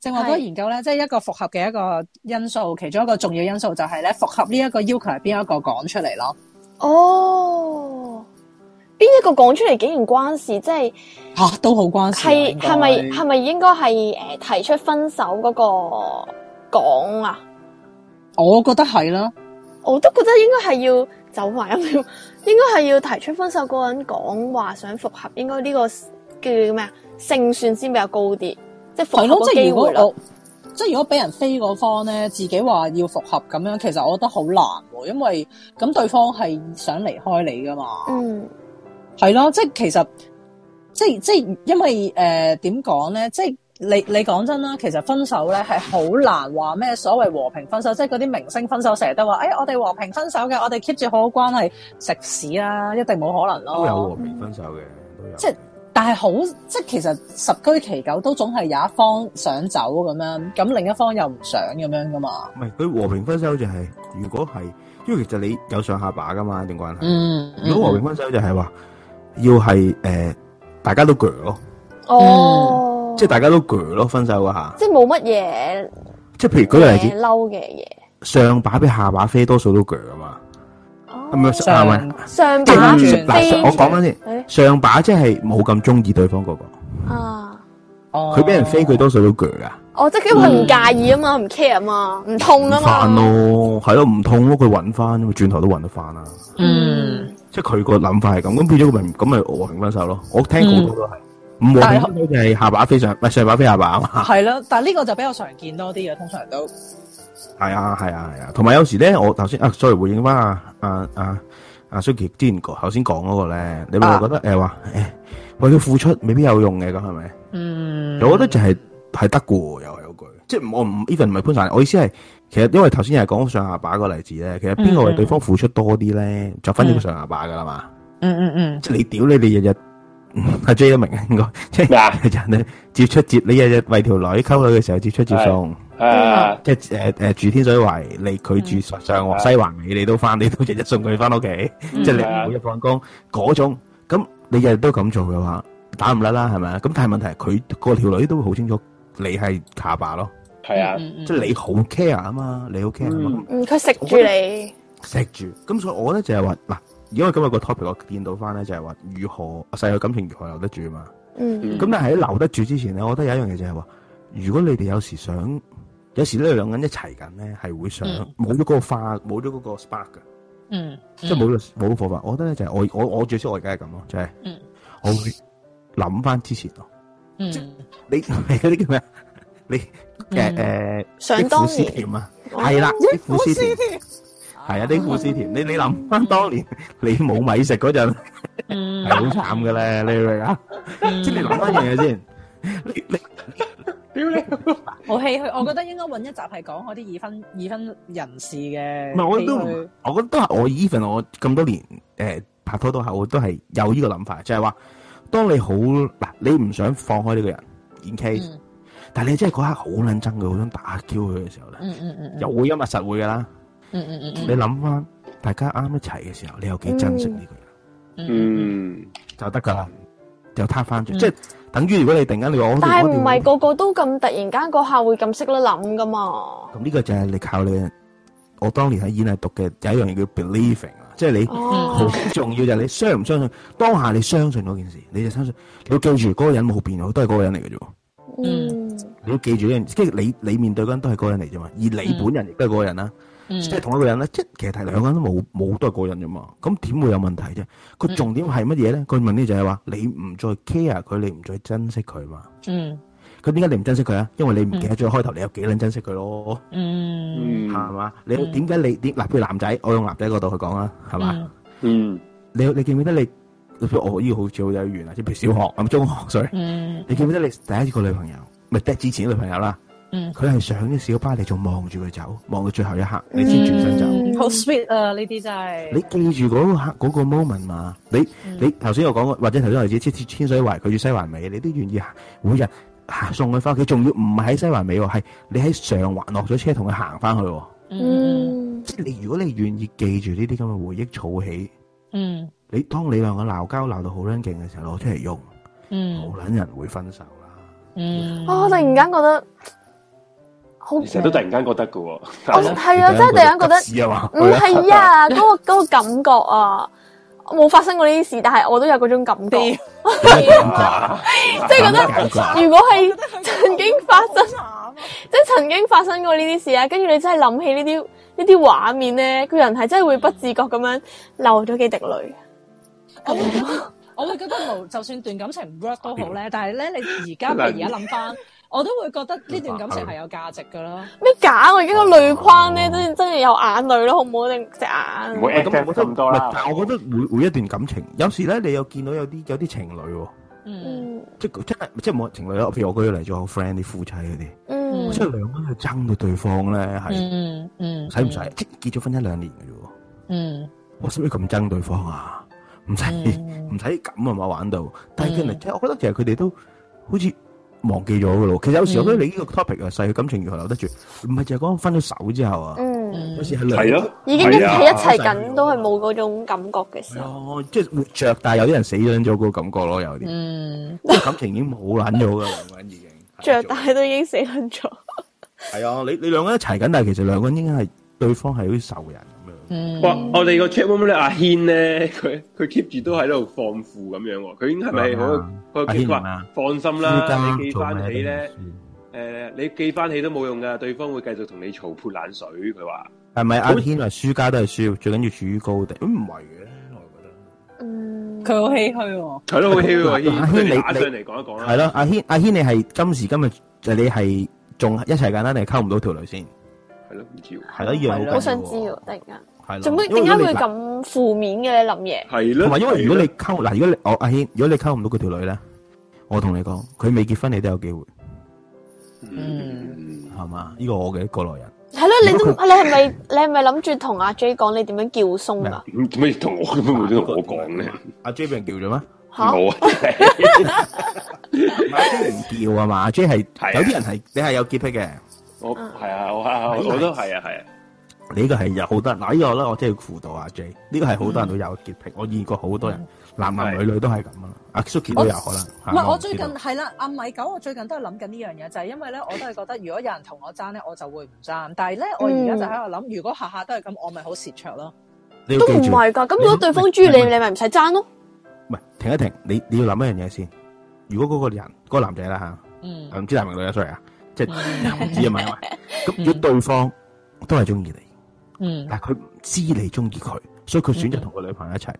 Speaker 1: 正話嗰個
Speaker 3: 係
Speaker 1: 研究咧，即係一個複合嘅一個因素，其中一個重要因素就係咧，複合呢一個要求係邊一個講出嚟咯。
Speaker 3: 哦，邊一個講出嚟竟然關事？即係
Speaker 1: 吓、都好關事啊。
Speaker 3: 係
Speaker 1: 應該
Speaker 3: 係咪係咪應該係誒提出分手嗰個講啊？
Speaker 1: 我覺得係啦。
Speaker 3: 我都覺得應該係要走埋一 [laughs] 秒，應該係要提出分手嗰個人講話想復合，應該呢個叫咩啊勝算先比較高啲，即係
Speaker 1: 係
Speaker 3: 復合
Speaker 1: 咯，
Speaker 3: 個
Speaker 1: 即係
Speaker 3: 機
Speaker 1: 如果
Speaker 3: 會咯。
Speaker 1: 我即係如果俾人飛嗰方咧，自己話要復合咁樣，其實我覺得好難喎，因為咁對方係想離開你噶嘛。
Speaker 3: 嗯
Speaker 1: 係咯，即係其實，即係即係，因為誒點講咧，即係你你講真啦，其實分手咧係好難話咩所謂和平分手，即係嗰啲明星分手成日都話，誒、哎我哋和平分手嘅，我哋 keep 住好好關係，食屎啦，一定冇可能咯。
Speaker 14: 都有和平分手嘅，都有。
Speaker 1: 哦即係但係好，即係其實十居其九都總係有一方想走咁樣，咁另一方又唔想咁樣噶嘛。
Speaker 14: 唔係佢和平分手就係、如果係，因為其實你有上下把噶嘛一段關係。
Speaker 1: 嗯，
Speaker 14: 如果和平分手就係話要係誒、呃大家都鋸咯，
Speaker 3: 嗯哦，
Speaker 14: 即係大家都鋸咯，分手嗰下。
Speaker 3: 即係冇乜嘢
Speaker 14: 即係譬如舉個例
Speaker 3: 嘢
Speaker 14: 子，
Speaker 3: 嬲嘅嘢。
Speaker 14: 上把比下把飛多數都鋸啊嘛，係咪？
Speaker 3: 哦，
Speaker 14: 係咪？
Speaker 3: 上
Speaker 14: 即
Speaker 3: 把
Speaker 1: 打
Speaker 14: 係
Speaker 1: 轉
Speaker 14: 嗱，上
Speaker 3: 飛哎
Speaker 14: 我講翻先，
Speaker 3: 誒
Speaker 14: 上把即係冇咁中意對方嗰、
Speaker 3: 啊！
Speaker 1: 哦
Speaker 14: 個，佢俾人飛佢多數都鋸啊噶，
Speaker 3: 哦，即係因為佢唔介意啊嘛，唔 care 啊嘛，唔痛啊
Speaker 14: 唔翻
Speaker 3: 嘛。
Speaker 14: 咯，係咯，唔痛咯，佢揾翻，轉頭都揾得翻啦。
Speaker 1: 嗯，
Speaker 14: 即係佢個諗法係咁，咁變咗佢咪咁咪和平分手咯。我聽好多都係唔
Speaker 3: 嗯
Speaker 14: 和
Speaker 1: 但係
Speaker 14: 平分手就係下把飛上，唔係上把飛下把啊嘛。
Speaker 1: 係咯，但係呢個就比較常見多啲啊嘅，通常都
Speaker 14: 係啊，係啊，係啊。同埋有時咧，我頭先啊，sorry，回應翻啊啊啊啊 Suki 之前講頭先講嗰個咧，你咪
Speaker 1: 啊
Speaker 14: 會覺得誒話誒為佢付出未必有用嘅咁係咪？
Speaker 1: 嗯，
Speaker 14: 我覺得就係係得嘅喎，又係嗰句，即係我唔 even 唔係潘晒，我意思係其實因為頭先又係講上下把個例子咧，其實邊個為對方付出多啲咧，就分咗個上下把噶啦嘛。
Speaker 1: 嗯嗯嗯。
Speaker 14: 即係你屌你，你日日阿 J 都明啊，應該即
Speaker 2: 咩
Speaker 14: 係
Speaker 2: 啊？
Speaker 14: 人哋接出接，你日日為條女溝女嘅時候接出接送，
Speaker 2: 誒，
Speaker 14: 即係誒誒住天水圍，你佢住上上環
Speaker 2: 嗯
Speaker 14: 西環尾，你都翻，你都日日送佢翻屋企，
Speaker 2: 嗯
Speaker 14: 即係你
Speaker 2: 係啊
Speaker 14: 每日放工嗰種，咁你日日都咁做嘅話，打唔甩啦，係咪啊？咁但係問題係佢個條女都會好清楚你係下巴咯，
Speaker 2: 係啊，
Speaker 1: 嗯
Speaker 14: 即係你好 care 啊嘛，你好 care 啊嘛
Speaker 2: 嗯，
Speaker 3: 嗯，佢食住你，
Speaker 14: 錫住，咁所以我咧就係話嗱，因為今日個 topic 我見到翻咧就係話如何細個感情如何留得住啊嘛。
Speaker 3: 嗯
Speaker 14: 咁但係喺留得住之前咧，我覺得有一樣嘢就係話，如果你哋有時想，有時呢兩個人一齊緊咧，係會想
Speaker 1: 嗯
Speaker 14: 冇咗嗰個化，冇咗嗰個 spark 嘅，
Speaker 1: 嗯，
Speaker 14: 即係冇咗冇咗火花。我覺得咧就係我我我最少我而家係咁咯，就係、
Speaker 1: 嗯
Speaker 14: 我會諗翻之前咯。
Speaker 1: 嗯
Speaker 14: 你 [laughs] 係嗰啲叫咩啊？你誒
Speaker 1: 嗯
Speaker 14: 誒
Speaker 3: 想
Speaker 14: 苦
Speaker 3: 當
Speaker 14: 思
Speaker 3: 年
Speaker 14: 甜啊，係啦，憶苦思甜。係啊，啲苦思甜，你你諗翻當 [laughs] 年你冇米食嗰陣
Speaker 1: 嗯
Speaker 14: 係好慘 [laughs] 嘅咧，你明唔明啊？即係你諗翻樣嘢先，你你
Speaker 2: 屌你！
Speaker 1: 好唏嘘，我覺得應該揾一集係講嗰啲已婚已婚人士嘅唏噓。
Speaker 14: 唔係，我都唔，我覺得都係我 even 我咁多年誒、呃拍拖都係，我都係有呢個諗法，就係、話，當你好嗱，你唔想放開呢個人，in case，、
Speaker 1: 嗯
Speaker 14: 但係你真係嗰刻好撚憎佢，好想打 Q 佢嘅時候咧，
Speaker 1: 嗯嗯嗯，
Speaker 14: 又會因為實會噶啦。
Speaker 1: 嗯嗯嗯
Speaker 14: 你諗翻大家啱一齊嘅時候，你有幾珍惜呢個人？
Speaker 2: 嗯，
Speaker 14: 就得噶啦，就攤翻住，
Speaker 1: 嗯
Speaker 14: 即係等於如果你啊突然間你話我條
Speaker 3: 哦但係
Speaker 14: 我
Speaker 3: 唔
Speaker 14: 條
Speaker 3: 係個個都咁突然間嗰下會咁識得諗噶嘛？
Speaker 14: 咁呢個就係你靠你，我當年喺演藝讀嘅有一樣嘢叫 believing 啦，即係你好
Speaker 3: 哦，
Speaker 14: 重要就係你相唔相信，當下你相信嗰件事，你就相信。你要記住嗰個人冇變，都係嗰個人嚟嘅啫喎。
Speaker 3: 嗯，
Speaker 14: [laughs] 你要記住呢樣，即係你你面對嗰人都係嗰個人嚟啫嘛，而你本人亦都係嗰個人啦，即係同一個人啦。即係其實係兩個人都冇冇都係嗰個人啫嘛，咁點會有問題啫？個重點係乜嘢咧？佢問呢就係話你唔再 care 佢，你唔再珍惜佢嘛。
Speaker 1: 嗯
Speaker 14: 咁點解你唔珍惜佢啊？因為你唔記得咗開頭你有幾撚珍惜佢咯。
Speaker 2: 嗯
Speaker 14: 係嘛？你點解你點嗱？譬如男仔，我用男仔嗰度去講啦，啊係嘛？
Speaker 2: 嗯
Speaker 14: 你你記唔記得你？譬如哦我呢個好似好有緣啊，即係譬如小學咁中學，sorry，你記唔記得你第一個女朋友，唔係即係之前嘅女朋友啦？
Speaker 1: 嗯
Speaker 14: 佢係上咗小巴，你仲望住佢走，望到最後一刻，你先轉
Speaker 3: 嗯
Speaker 14: 身走。
Speaker 1: 好 sweet 啊！呢啲真係
Speaker 14: 你記住嗰刻嗰個 moment 嘛？你你頭先我講過，或者頭先我哋知千千水圍佢住西環尾，你都願意行每日行送佢翻屋企，仲要唔係喺西環尾喎，係你喺上環落咗車同佢行翻去喎。
Speaker 3: 嗯，
Speaker 14: 即係你如果你願意記住呢啲咁嘅回憶儲起，
Speaker 1: 嗯
Speaker 14: 你當你兩個鬧交鬧到好撚勁嘅時候攞出嚟用，
Speaker 1: 嗯
Speaker 14: 冇撚人會分手啦。
Speaker 1: 嗯
Speaker 3: 啊，我突然間覺得好，
Speaker 2: 你成日都突然間覺得嘅喎，
Speaker 3: 我係啊，真係突然間覺得。
Speaker 14: 屎啊嘛，
Speaker 3: 唔係啊，嗰、個嗰個感覺啊，冇發生過呢啲事，但係我都有嗰種感覺。
Speaker 14: 即
Speaker 3: [laughs] 係覺得
Speaker 14: [laughs]
Speaker 3: 如果係曾經發生，
Speaker 13: 好慘啊！
Speaker 3: 即係曾經發生過呢啲事啊，跟住你真係諗起呢啲呢啲畫面咧，個人係真係會不自覺咁樣流咗幾滴淚。
Speaker 1: 我會覺得我會覺得無，就算段感情唔 work 都好咧，但係咧，你而家譬如而家諗
Speaker 14: [laughs]
Speaker 1: 翻，我都會覺得呢段感情係有價值㗎啦。
Speaker 3: 咩假？我而家個淚框咧，真真係有眼淚咯，好唔好？定隻眼啊
Speaker 2: 唔好？
Speaker 14: 咁
Speaker 2: at
Speaker 14: 我覺得
Speaker 2: 咁多啦
Speaker 14: 唔係。但係我覺得每每一段感情，有時咧你又見到有啲有啲情侶喎，
Speaker 1: 嗯
Speaker 3: 嗯
Speaker 14: 即係真係即係冇情侶啦。譬如我舉個例做好 friend 啲夫妻嗰啲，
Speaker 3: 嗯
Speaker 14: 即係兩個人去爭到對方咧，係
Speaker 1: 嗯嗯，
Speaker 14: 使唔使？即係結咗婚一兩年嘅啫喎。
Speaker 1: 嗯？
Speaker 14: 我使唔使咁憎對方啊？唔使
Speaker 1: 嗯
Speaker 14: 唔使咁啊嘛玩到，但係佢嚟
Speaker 1: 嗯
Speaker 14: 即係我覺得其實佢哋都好似忘記咗噶咯。其實有時候咧，
Speaker 1: 嗯
Speaker 14: 你呢個 topic 啊，逝去感情如何留得住，唔係淨係講分咗手之後啊，
Speaker 3: 嗯，
Speaker 1: 嗯
Speaker 14: [laughs] 有時係兩
Speaker 2: 係啊，
Speaker 3: 已經一喺
Speaker 2: 係
Speaker 3: 一
Speaker 2: 啊
Speaker 3: 齊緊都係冇嗰種感覺嘅時
Speaker 14: 係
Speaker 3: 候。
Speaker 14: 啊，即係活着，但係有啲人死咗咗嗰個感覺咯，有啲
Speaker 1: 嗯
Speaker 14: 即係感情已經冇撚咗噶，兩個人已經
Speaker 3: [laughs] 着但係都已經死撚咗，
Speaker 14: 係啊，你你兩個人一齊緊，但係其實兩個人應該係對方係好似仇人咁樣。
Speaker 1: 嗯，
Speaker 2: 哇！我哋個 chat room 咧，阿軒咧，佢佢 keep 住都喺度放負咁樣喎。佢應該係咪好
Speaker 14: 啊？
Speaker 2: 佢
Speaker 14: 阿
Speaker 2: 佢
Speaker 14: 軒點
Speaker 2: 話
Speaker 14: 啊
Speaker 2: 放心
Speaker 14: 夫
Speaker 2: 啦，
Speaker 14: 家
Speaker 2: 你記
Speaker 14: 做
Speaker 2: 翻
Speaker 14: 咩
Speaker 2: 起
Speaker 14: 都冇
Speaker 2: 咧
Speaker 14: 事，
Speaker 2: 誒你記翻起都冇用噶，對方會繼續同你嘈潑冷水。佢話
Speaker 14: 係咪阿
Speaker 2: 好
Speaker 14: 軒話輸家都係輸，最緊要處於高地？咁唔係嘅，我覺得。
Speaker 3: 嗯，
Speaker 1: 佢好唏噓喎。
Speaker 2: 係咯，好囂喎，阿
Speaker 14: 阿
Speaker 2: 軒
Speaker 14: 軒
Speaker 2: 你
Speaker 14: 你
Speaker 2: 打上嚟講一講啦。
Speaker 14: 系咯，阿軒阿軒，你係今時今日就你係仲一齊簡單定係溝唔到條女先？
Speaker 2: 係咯，唔知喎。
Speaker 14: 係咯，一樣緊要喎
Speaker 3: 好想知喎，突然間。
Speaker 14: 係咯，
Speaker 3: 做咩？
Speaker 14: 因為
Speaker 3: 點
Speaker 14: 如
Speaker 3: 解
Speaker 14: 果你
Speaker 3: 會？咁負面嘅林爺？
Speaker 2: 係
Speaker 1: [laughs]
Speaker 2: 咯，
Speaker 14: 同埋
Speaker 1: 哎
Speaker 14: 因為如果你溝嗱，如果你我哦阿軒，如果你溝唔到佢條女咧，我同你講，佢未結婚你都有機會，
Speaker 2: 嗯
Speaker 14: 係嘛？呢個我嘅過來人，
Speaker 3: 係咯，你都
Speaker 14: 如
Speaker 3: 你係咪你係咪諗住同阿 J 講你點樣叫鬆
Speaker 14: 咩
Speaker 3: 㗎？
Speaker 2: 咁做咩同我咁樣會同我講咧？
Speaker 14: 阿 J 俾人叫
Speaker 1: [laughs]
Speaker 14: 咗咩？
Speaker 3: 吓？
Speaker 2: 冇啊！
Speaker 14: 唔係阿 J 唔叫啊嘛，阿 J 係
Speaker 2: 係啊
Speaker 14: 有啲人係你係有潔癖嘅，
Speaker 2: 我係啊，我啊我都係啊，係啊。
Speaker 14: 你呢個係有好多人嗱，呢個咧我真係要輔導阿 J，呢個係好多人都有潔癖，我見過好多人，男男女女都係咁啊，阿 Suki 都有可能。
Speaker 1: 唔
Speaker 14: 係
Speaker 1: 係，嗯我
Speaker 14: 啊知
Speaker 1: 最近
Speaker 14: 道
Speaker 1: 係啦，阿米九，我最近都係諗緊呢樣嘢，就係因為咧，我都係
Speaker 14: [laughs]
Speaker 1: 覺得如果有人同我爭咧，我就會唔爭。但係咧，我而家就喺度諗，如果下下都係咁，我咪好蝕灼咯。
Speaker 14: 你要
Speaker 3: 都
Speaker 14: 記
Speaker 3: 唔
Speaker 14: 住
Speaker 3: 係㗎。咁如果對方中意你，你咪唔使爭咯。
Speaker 14: 唔係停一停，你你要諗一樣嘢先。如果嗰個人，嗰、個男仔啦
Speaker 1: 嗯
Speaker 14: 吓，唔知男定女啊，sorry 啊，即係
Speaker 1: 嗯
Speaker 14: 唔知啊嘛，因為咁如果對方都係中意你，
Speaker 1: 嗯
Speaker 14: 但係佢唔知你中意佢，所以佢選擇同個女朋友一齊，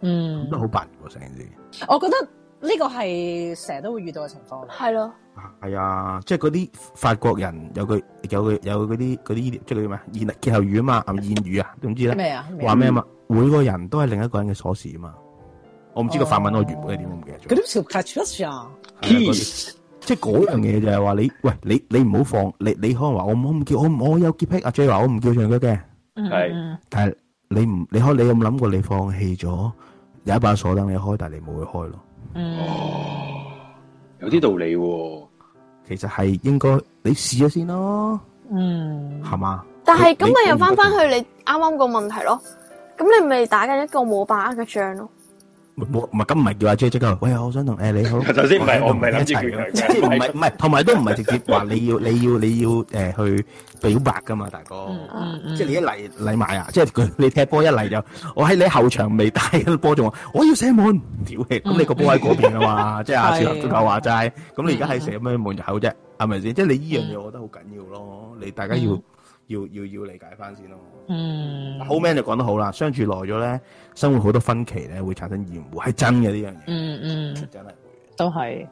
Speaker 1: 嗯
Speaker 14: 都好笨喎成件事。
Speaker 1: 我覺得呢個係成日都會遇到嘅情況。
Speaker 3: 係咯，
Speaker 14: 係啊，即係嗰啲法國人有句有句有嗰啲嗰啲即係叫咩諺歇後語啊嘛，啊諺語啊，總之咧
Speaker 1: 咩啊？
Speaker 14: 話咩啊嘛，每個人都係另一個人嘅鎖匙啊嘛。我唔知個法文
Speaker 1: 哦
Speaker 14: 我原本係點，我唔記得咗
Speaker 1: 嗰。啲條 c a t 啊？
Speaker 14: 係啊嗰啲即係嗰樣嘢就係話你，喂你你唔好放，你你可能話我唔我唔叫我唔我有潔癖，阿 J 話我唔叫唱歌嘅，
Speaker 2: 係
Speaker 1: 嗯
Speaker 14: 但係你唔你可你有冇諗過你放棄咗有一把鎖等你開，但係你冇去開咯。
Speaker 1: 嗯
Speaker 2: 有啲道理喎、
Speaker 14: 其實係應該你試咗先咯，
Speaker 1: 嗯
Speaker 14: 係嘛？
Speaker 3: 但係
Speaker 14: 你
Speaker 3: 咁咪又翻翻，
Speaker 14: 你
Speaker 3: 去你啱啱個問題咯。咁你咪打緊一個冇把握嘅仗咯。
Speaker 14: 冇唔係咁唔係叫阿 J 即刻話，喂，我想同誒你好。
Speaker 2: 首先唔係我唔係諗住
Speaker 14: 想同你一齊
Speaker 2: 叫佢
Speaker 14: 即係唔係唔係，同埋都唔係直接話你要你要你要誒去表白噶嘛，大
Speaker 1: 嗯
Speaker 14: 哥。
Speaker 1: Ừ.
Speaker 14: 哦即係你一嚟嚟埋啊！即係佢你踢波一嚟就，我喺你後場未帶個波仲話，我要射門，屌你！咁你個波喺嗰邊啊嘛，即係阿小林足球話齋，咁你而家係射咩門口啫？係咪先？即係你依樣嘢，我覺得好緊要咯。你大家要要要要理解翻先咯。
Speaker 1: 嗯
Speaker 14: 好 man 就講得好啦，相處耐咗咧，生活好多分歧咧，會產生厭惡，係真嘅呢樣嘢，
Speaker 1: 嗯嗯，
Speaker 14: 真係
Speaker 1: 都係
Speaker 14: 會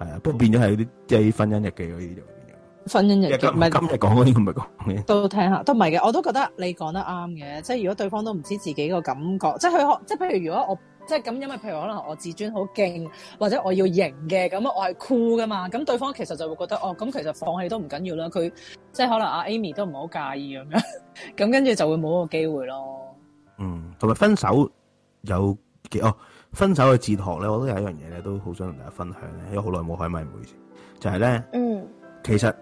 Speaker 14: 係啊。不過變咗係啲即係婚姻日記嗰啲就
Speaker 1: 婚姻日
Speaker 14: 變
Speaker 1: 記
Speaker 14: 咗，
Speaker 1: 唔
Speaker 14: 因為
Speaker 1: 係
Speaker 14: 今今日講嗰啲唔係講嘅，
Speaker 1: 都聽下，都唔係嘅，我都覺得你講得啱嘅。即係如果對方都唔知自己個感覺，即係佢可，即係譬如如果我即係咁，因為譬如可能我自尊好勁，或者我要型嘅，咁我係酷噶嘛，咁對方其實就會覺得哦，咁其實放棄都唔緊要啦。佢即係可能阿 Amy 都唔好介意咁樣，咁跟住就會冇個機會咯。
Speaker 14: 嗯，同埋分手有幾哦，分手嘅哲學咧，我都有一樣嘢咧，都好想同大家分享咧，因為好耐冇開咪，唔好意思，就係咧，
Speaker 3: 嗯，
Speaker 14: 其實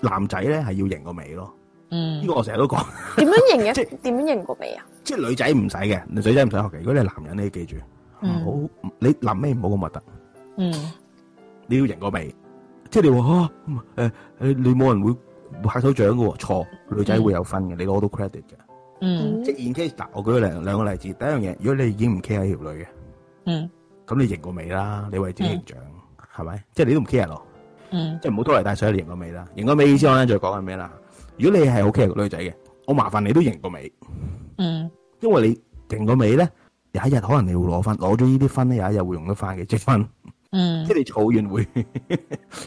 Speaker 14: 男仔咧係要型個尾咯，呢
Speaker 1: 嗯
Speaker 14: 個我成日都講。
Speaker 3: 點樣型
Speaker 14: 即
Speaker 3: 嘅？點樣型過尾啊？
Speaker 14: [laughs] 即係女仔唔使嘅，女仔唔使學嘅。如果你係男人咧，你記住，唔
Speaker 1: 嗯
Speaker 14: 好你臨尾唔好咁核突，
Speaker 1: 嗯
Speaker 14: 你要型個味。即係你話啊，誒、誒、你冇人會拍手掌嘅喎，錯，女仔會有分嘅，你攞到 credit 嘅。
Speaker 1: 嗯
Speaker 14: 即係 in case 嗱，我舉兩兩個例子，第一樣嘢，如果你已經唔 care 條女嘅，
Speaker 1: 嗯
Speaker 14: 咁你型個味啦，你為自己形象係咪？即係你都唔 care 咯，
Speaker 1: 嗯
Speaker 14: 即係唔好拖泥帶水，你型個味啦。型個味之後咧，再講係咩啦？如果你係好 care 個女仔嘅，我麻煩你都型個味。
Speaker 1: 嗯
Speaker 14: 因為你定個尾咧，有一日可能你會攞翻，攞咗呢啲分咧，有一日會用得翻嘅積分，
Speaker 1: 嗯
Speaker 14: 即係你儲完會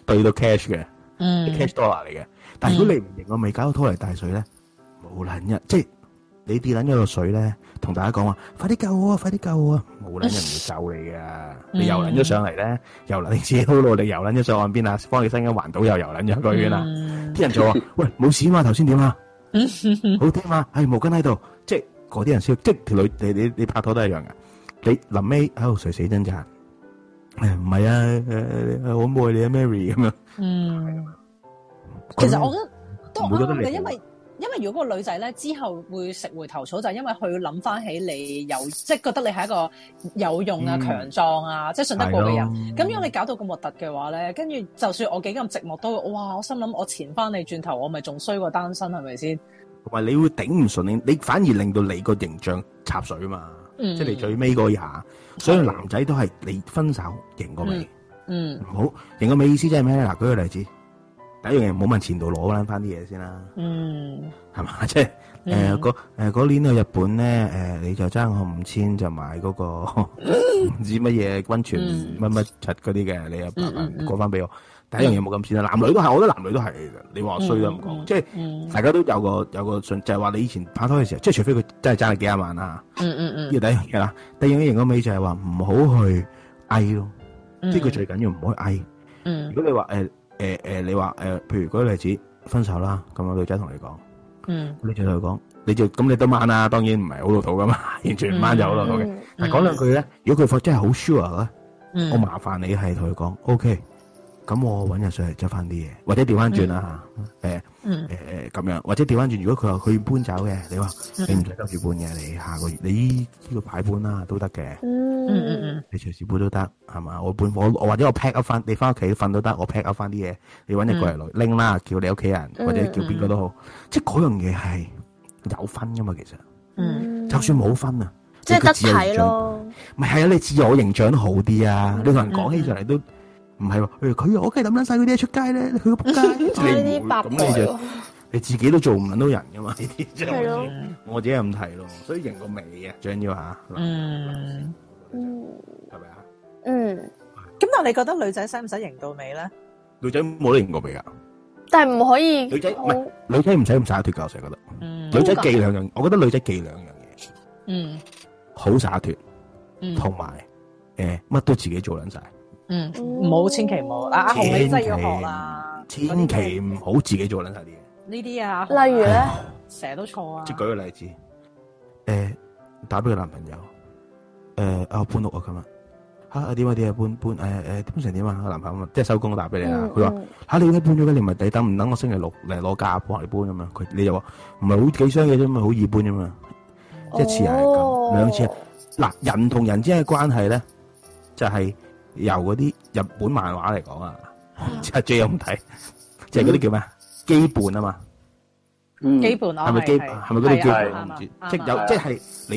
Speaker 14: 對到 cash 嘅、
Speaker 1: 嗯
Speaker 14: cash dollar 嚟嘅。但係如果你唔定個尾，搞到拖泥帶水咧，冇撚一，即係你跌撚咗個水咧，同大家講話，快啲救我啊，快啲救我啊，冇撚人會救你噶，你游撚咗上嚟咧，游撚你自己好努力游撚咗上岸邊啊，幫你身緊環島又游撚咗一
Speaker 1: Ừ.
Speaker 14: 個圈啦。啲人就話：喂，冇事嘛，頭先點啊？
Speaker 1: 嗯
Speaker 14: 好添啊，係毛巾喺度，即係嗰啲人先，即係條女，你你你拍拖都係一樣嘅。你臨尾喺度垂死掙扎，誒唔係啊，誒誒我愛你啊，Mary 咁樣。
Speaker 1: 嗯。其實我覺得都
Speaker 14: 唔會覺得
Speaker 1: 啱嘅，
Speaker 14: 你
Speaker 1: 因為因為如果個女仔咧之後會食回頭草，就係因為佢諗翻起你有，即係覺得你係一個有用啊、
Speaker 14: 嗯
Speaker 1: 強壯啊，即係信得過嘅人。咁如果你搞到咁核突嘅話咧，跟住就算我幾咁寂寞都會，哇！我心諗我前翻你轉頭，我咪仲衰過單身係咪先？
Speaker 14: 同埋你會頂唔順，你你反而令到你個形象插水啊嘛，
Speaker 1: 嗯
Speaker 14: 即係你最尾嗰一下。所以男仔都係你分手贏過尾，
Speaker 1: 嗯
Speaker 14: 唔好贏過尾意思即係咩咧？嗱，舉個例子，第一樣嘢唔好問前度攞翻翻啲嘢先啦。
Speaker 1: 嗯
Speaker 14: 係嘛？即係
Speaker 1: 嗯
Speaker 14: 誒嗰誒嗰年去日本咧，誒、你就爭我五千就買嗰、個唔知乜嘢温泉
Speaker 1: 嗯
Speaker 14: 乜乜柒嗰啲嘅，你又麻
Speaker 1: 嗯
Speaker 14: 煩過翻俾我。第一樣嘢冇咁錢啦，男女都係，我覺得男女都係嘅。你話衰都唔講，
Speaker 1: 嗯嗯
Speaker 14: 即係
Speaker 1: 嗯
Speaker 14: 大家都有個有個信，就係、話你以前拍拖嘅時候，即係除非佢真係爭你幾廿萬啦，
Speaker 1: 嗯嗯
Speaker 14: 呢個第一樣嘢啦。第二樣嘢嗰尾就係話唔好去翳咯，
Speaker 1: 嗯，
Speaker 14: 即係佢最緊要唔好去翳。
Speaker 1: 嗯
Speaker 14: 如果你話誒誒誒，你話誒、譬如舉個例子分手啦，咁個女仔同你講。
Speaker 1: 嗯
Speaker 14: 你就同佢講，你就咁你都掹啦，當然唔係好老土噶嘛， [laughs] 完全唔掹就好老土嘅。
Speaker 3: 嗯
Speaker 14: 但係講兩句咧，如果佢真係好 sure 咧，
Speaker 1: 嗯，
Speaker 14: 我麻煩你係同佢講，OK，咁我揾日上嚟執翻啲嘢，或者調翻轉啦嚇，誒
Speaker 1: 嗯
Speaker 14: 誒誒咁樣，或者調翻轉，如果佢話佢要搬走嘅，你話你唔使急住搬嘅，你下個月你呢個排搬啦都得嘅，
Speaker 1: 嗯嗯
Speaker 3: 嗯
Speaker 1: 嗯
Speaker 14: 你隨時搬都得係嘛？我搬我我或者我 pack up 翻，你翻屋企瞓都得，我 pack up 翻啲嘢，你揾日過嚟拎啦，叫你屋企人或者叫邊個都好，即係嗰樣嘢係有分噶嘛，其實。
Speaker 1: 嗯
Speaker 14: 就算冇分啊，
Speaker 3: 即係得
Speaker 14: 你個自我形
Speaker 3: 睇
Speaker 14: 象，
Speaker 3: 咯。
Speaker 14: 咪係啊？你自我形象都好啲啊！你同人講起上嚟都唔係話，誒佢我梗係抌撚晒嗰啲嘢出街咧，
Speaker 1: [laughs]
Speaker 14: 佢個仆街，
Speaker 3: 我呢
Speaker 14: 你唔
Speaker 3: 啲
Speaker 14: 會
Speaker 3: 八
Speaker 14: 咁你
Speaker 3: 代
Speaker 14: 就
Speaker 3: 咯，
Speaker 14: 你自己都做唔撚到人噶嘛？呢啲真
Speaker 3: 係咯
Speaker 14: 係，我自己係咁睇咯，所以型個味啊，最緊要嚇，
Speaker 1: 嗯。
Speaker 3: 嗯
Speaker 14: 係咪啊？
Speaker 3: 嗯，
Speaker 1: 咁但係你覺得女仔使唔使型到尾咧？
Speaker 14: 女仔冇得型個味噶，
Speaker 3: 但係唔可以
Speaker 14: 女仔唔
Speaker 3: 好
Speaker 14: 係女仔唔使咁灑脱噶，我成日覺得
Speaker 1: 嗯
Speaker 14: 女仔忌兩樣，我覺得女仔忌兩樣嘢，
Speaker 1: 嗯
Speaker 14: 好灑脱，
Speaker 1: 嗯
Speaker 14: 同埋誒乜都自己做撚晒。
Speaker 1: 嗯，唔好，千祈唔好。嗱，阿紅你真係要學啦，
Speaker 14: 千祈唔好自己做撚晒啲嘢。
Speaker 1: 呢啲啊，
Speaker 3: 例如咧，
Speaker 1: 成日都錯啊
Speaker 14: 即係。舉個例子，誒、打俾個男朋友，誒、啊我搬屋啊今日，嚇啊點啊點啊搬搬誒誒、搬成點啊個男朋友問即係收工打俾你啦
Speaker 3: 嗯，
Speaker 14: 佢話嚇你而家搬咗嘅，你咪你等唔等我星期六嚟攞假幫你搬咁樣，佢你就話唔係好幾箱嘅啫嘛，好易搬啫嘛，一次又係咁，兩次又係咁。嗱，人同人之間嘅關係咧，就係由嗰啲日本漫畫嚟講啊，即係 J 有冇睇？就係嗰啲叫咩啊？基本啊嘛，
Speaker 2: 嗯
Speaker 1: 基本
Speaker 14: 係
Speaker 1: 我
Speaker 14: 咪基
Speaker 1: 係
Speaker 14: 係咪嗰啲基
Speaker 1: 係
Speaker 14: 本？
Speaker 1: 啊
Speaker 14: 我唔
Speaker 1: 啱啊
Speaker 14: 知
Speaker 1: 啱啊，
Speaker 14: 即係
Speaker 2: 係啊
Speaker 14: 有即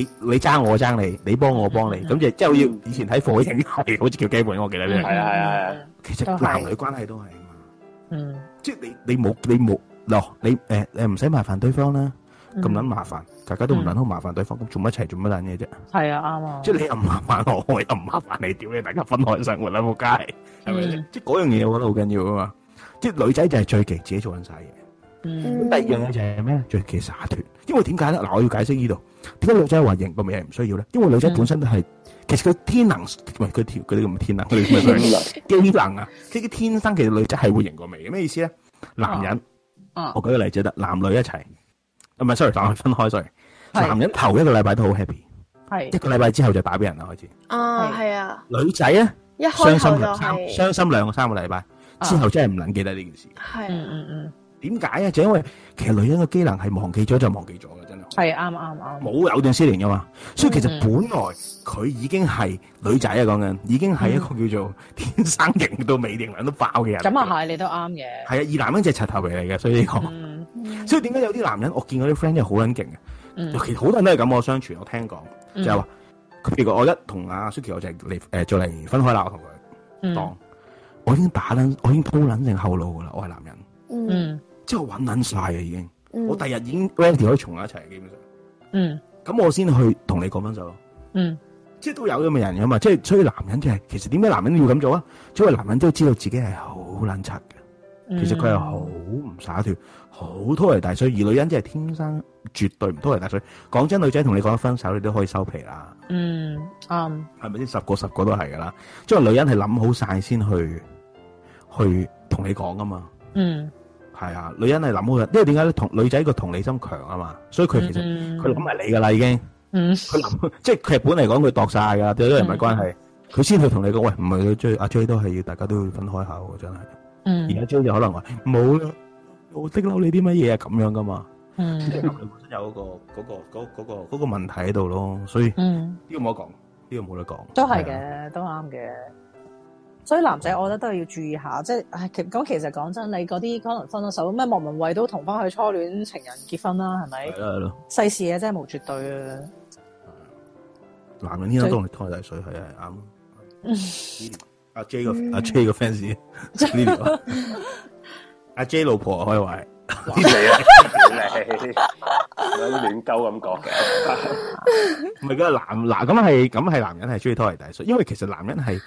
Speaker 14: 係你你爭我爭你，你幫我幫你，咁就即係好似以前睇火影 [laughs] 係好似叫基本，我記得呢樣
Speaker 2: 係啊係啊係啊，
Speaker 14: 其實
Speaker 1: 都係
Speaker 14: 男女關係都係啊嘛。
Speaker 1: 嗯
Speaker 14: 即係你你冇你冇嗱，你誒誒唔使麻煩對方啦，咁撚麻煩，大家都唔撚好麻煩對方，咁做乜一齊做乜撚嘢啫？
Speaker 1: 係啊啱啊，
Speaker 14: 即係你又唔麻煩我，我又唔麻煩你，屌你，大家分開生活啦，仆街，係咪
Speaker 1: 嗯
Speaker 14: 先？即係嗰樣嘢，我覺得好緊要啊嘛。即係女仔就係最忌自己做緊晒嘢。
Speaker 1: 嗯
Speaker 14: 咁第二樣嘢就係咩咧？最忌灑脱，因為點解咧？嗱，我要解釋呢度點解女仔話型個嘢唔需要咧？因為女仔本身都係其實佢天能，唔係佢條嗰啲咁嘅天能，佢哋咩
Speaker 2: 天能
Speaker 14: 機能啊，即係天生其實女仔係會型個味嘅。咩意思咧？男人，
Speaker 1: 啊
Speaker 14: 我舉個例子得，男女一齊，啊唔係 sorry，男女分開 sorry。
Speaker 1: 係
Speaker 14: 男人頭一個禮拜都好 happy，一
Speaker 1: 係
Speaker 14: 個禮拜之後就打俾人啦開始。
Speaker 3: 啊，係啊，
Speaker 14: 女仔咧
Speaker 3: 一
Speaker 14: 傷
Speaker 3: 開
Speaker 14: 心啊
Speaker 3: 頭就
Speaker 14: 兩三
Speaker 3: 係、
Speaker 14: 傷心兩個三個禮拜之後真係唔撚記得呢件事。
Speaker 3: 係
Speaker 1: 嗯
Speaker 3: 啊，
Speaker 1: 嗯嗯
Speaker 14: 點解啊？就因為其實女人嘅機能係忘記咗就忘記咗嘅，真係
Speaker 1: 係啱啱啱
Speaker 14: 冇藕斷絲連噶嘛。所以其實
Speaker 1: 嗯
Speaker 14: 本來佢已經係女仔啊，講緊已經係一個叫做天生型到美型人都爆嘅人。哦
Speaker 1: 咁啊係你都啱嘅，
Speaker 14: 係啊，而男人隻柒頭皮嚟嘅，所以呢個。
Speaker 1: 嗯
Speaker 14: 所以點解有啲男人我見我啲 friend 真係好撚勁嘅，
Speaker 1: 嗯
Speaker 14: 其實好多人都係咁我相傳，我聽講就
Speaker 1: 嗯
Speaker 14: 係話佢譬如我一同阿 Suki 我就係離誒就嚟分開啦，我同佢
Speaker 1: 嗯
Speaker 14: 當我已經打撚，我已經鋪撚定後路噶啦，我係男人，
Speaker 3: 嗯
Speaker 1: 嗯
Speaker 14: 即係我揾撚晒啊已經，
Speaker 3: 嗯，
Speaker 14: 我第日已經 ready 可以從一齊，基本上
Speaker 1: 嗯
Speaker 14: 咁我先去同你講分手咯。
Speaker 1: 嗯
Speaker 14: 即係都有咁嘅人噶嘛，即係所以男人就係、其實點解男人要咁做啊？因為男人都知道自己係好撚柒嘅。
Speaker 1: 嗯，
Speaker 14: 其實佢係好唔灑脱，好拖泥帶水。而女人即係天生絕對唔拖泥帶水。講真，女仔同你講分手，你都可以收皮啦，
Speaker 1: 嗯啱
Speaker 14: 係咪先？十個十個都係噶啦。即係女人係諗好晒先去去同你講噶嘛。
Speaker 1: 嗯
Speaker 14: 係啊，女人係諗好嘅，因為點解咧？同女仔個同理心強啊嘛，所以佢其實
Speaker 1: 嗯
Speaker 14: 佢諗埋你噶啦已經。
Speaker 1: 嗯
Speaker 14: 佢諗即係劇本嚟講，佢度晒噶，對咗人物關係，佢先去同你講喂，唔係追阿 J 都係要大家都要分開下喎，真係。而
Speaker 1: 嗯
Speaker 14: 家 J 就可能話冇啦，我激嬲你啲乜嘢啊咁樣噶嘛。即係
Speaker 1: 嗯
Speaker 14: 男女本身有嗰、個嗰、個嗰、嗰個嗰、個問題喺度咯，所以呢 [laughs]
Speaker 1: 嗯。
Speaker 14: 個冇得講，呢、個冇得講。
Speaker 1: 都係
Speaker 14: 係啊，
Speaker 1: 嘅，都啱嘅。所以男仔，我覺得都係要注意下，即係唉其咁。其實講真，你嗰啲可能分咗手，咩莫文蔚都同翻佢初戀情人結婚啦，係咪
Speaker 14: 係？啊啦係啦，
Speaker 1: 世事嘢真係無絕對啊！
Speaker 14: 男人天生都係拖泥帶水，係係啱咯。阿 J 個阿 J 個 fans 呢條，阿 J 老婆啊可以話係
Speaker 2: 你啊，屌你，有啲亂鳩咁講嘅，
Speaker 14: 唔係嘅男男咁係咁係男人係中意拖泥帶水，因為其實男人係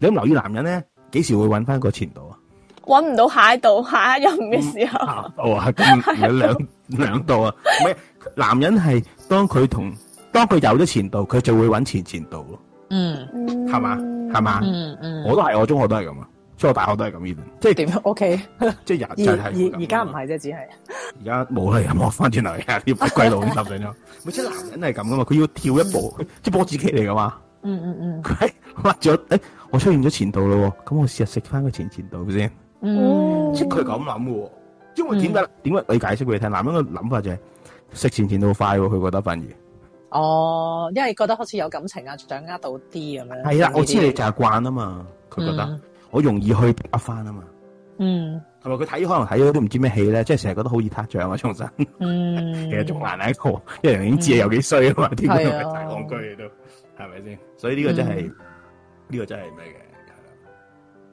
Speaker 14: 你有冇留意男人咧幾時會揾翻個前度啊？
Speaker 3: 揾唔到下一度下一任嘅時候，
Speaker 14: 啊，我話咁有兩兩度啊，唔係男人係當佢同當佢有咗前度，佢就會揾前前度咯，
Speaker 1: 嗯
Speaker 14: 係嘛係嘛？
Speaker 1: 嗯嗯，
Speaker 14: 我都係，我中學都係咁啊，所以我大學都係咁 even，即係
Speaker 1: 點樣？O K，
Speaker 14: [laughs] 即係
Speaker 1: 而
Speaker 14: 人就係會咁
Speaker 1: 而而家唔，係啫，只係
Speaker 14: 而家冇啦，又摸翻轉頭啊！
Speaker 1: [laughs]
Speaker 14: 啲鬼佬啲搭上咗，咪即係男人係咁噶嘛，佢要跳一步，
Speaker 1: [laughs]
Speaker 14: 即係波子棋嚟噶嘛。
Speaker 1: 嗯嗯嗯
Speaker 14: 佢係挖咗，誒、我出現咗前度咯喎，咁我試下食翻個前前度先。
Speaker 1: 嗯
Speaker 14: 即係佢係咁諗嘅喎，因為點解？點解、你解釋俾你聽？男人嘅諗法就係、食前前度快喎，佢覺得反而
Speaker 1: 哦，因為覺得好似有感情啊，掌握到啲咁樣。
Speaker 14: 係啦，我知你
Speaker 1: 啊呢啲
Speaker 14: 就係慣啊嘛，佢覺得、
Speaker 1: 嗯
Speaker 14: 我容易去呃翻啊嘛，
Speaker 1: 嗯
Speaker 14: 係咪？佢睇可能睇咗都唔知咩戲咧，即係成日覺得好易撻著啊嘛，重新
Speaker 1: 嗯，
Speaker 14: 其實仲難係一個，因為人已經知你有幾衰啊嘛，啲觀眾
Speaker 1: 係啊
Speaker 14: 太戇居嘅都係咪先？所以呢個真係呢、個真係咩嘅？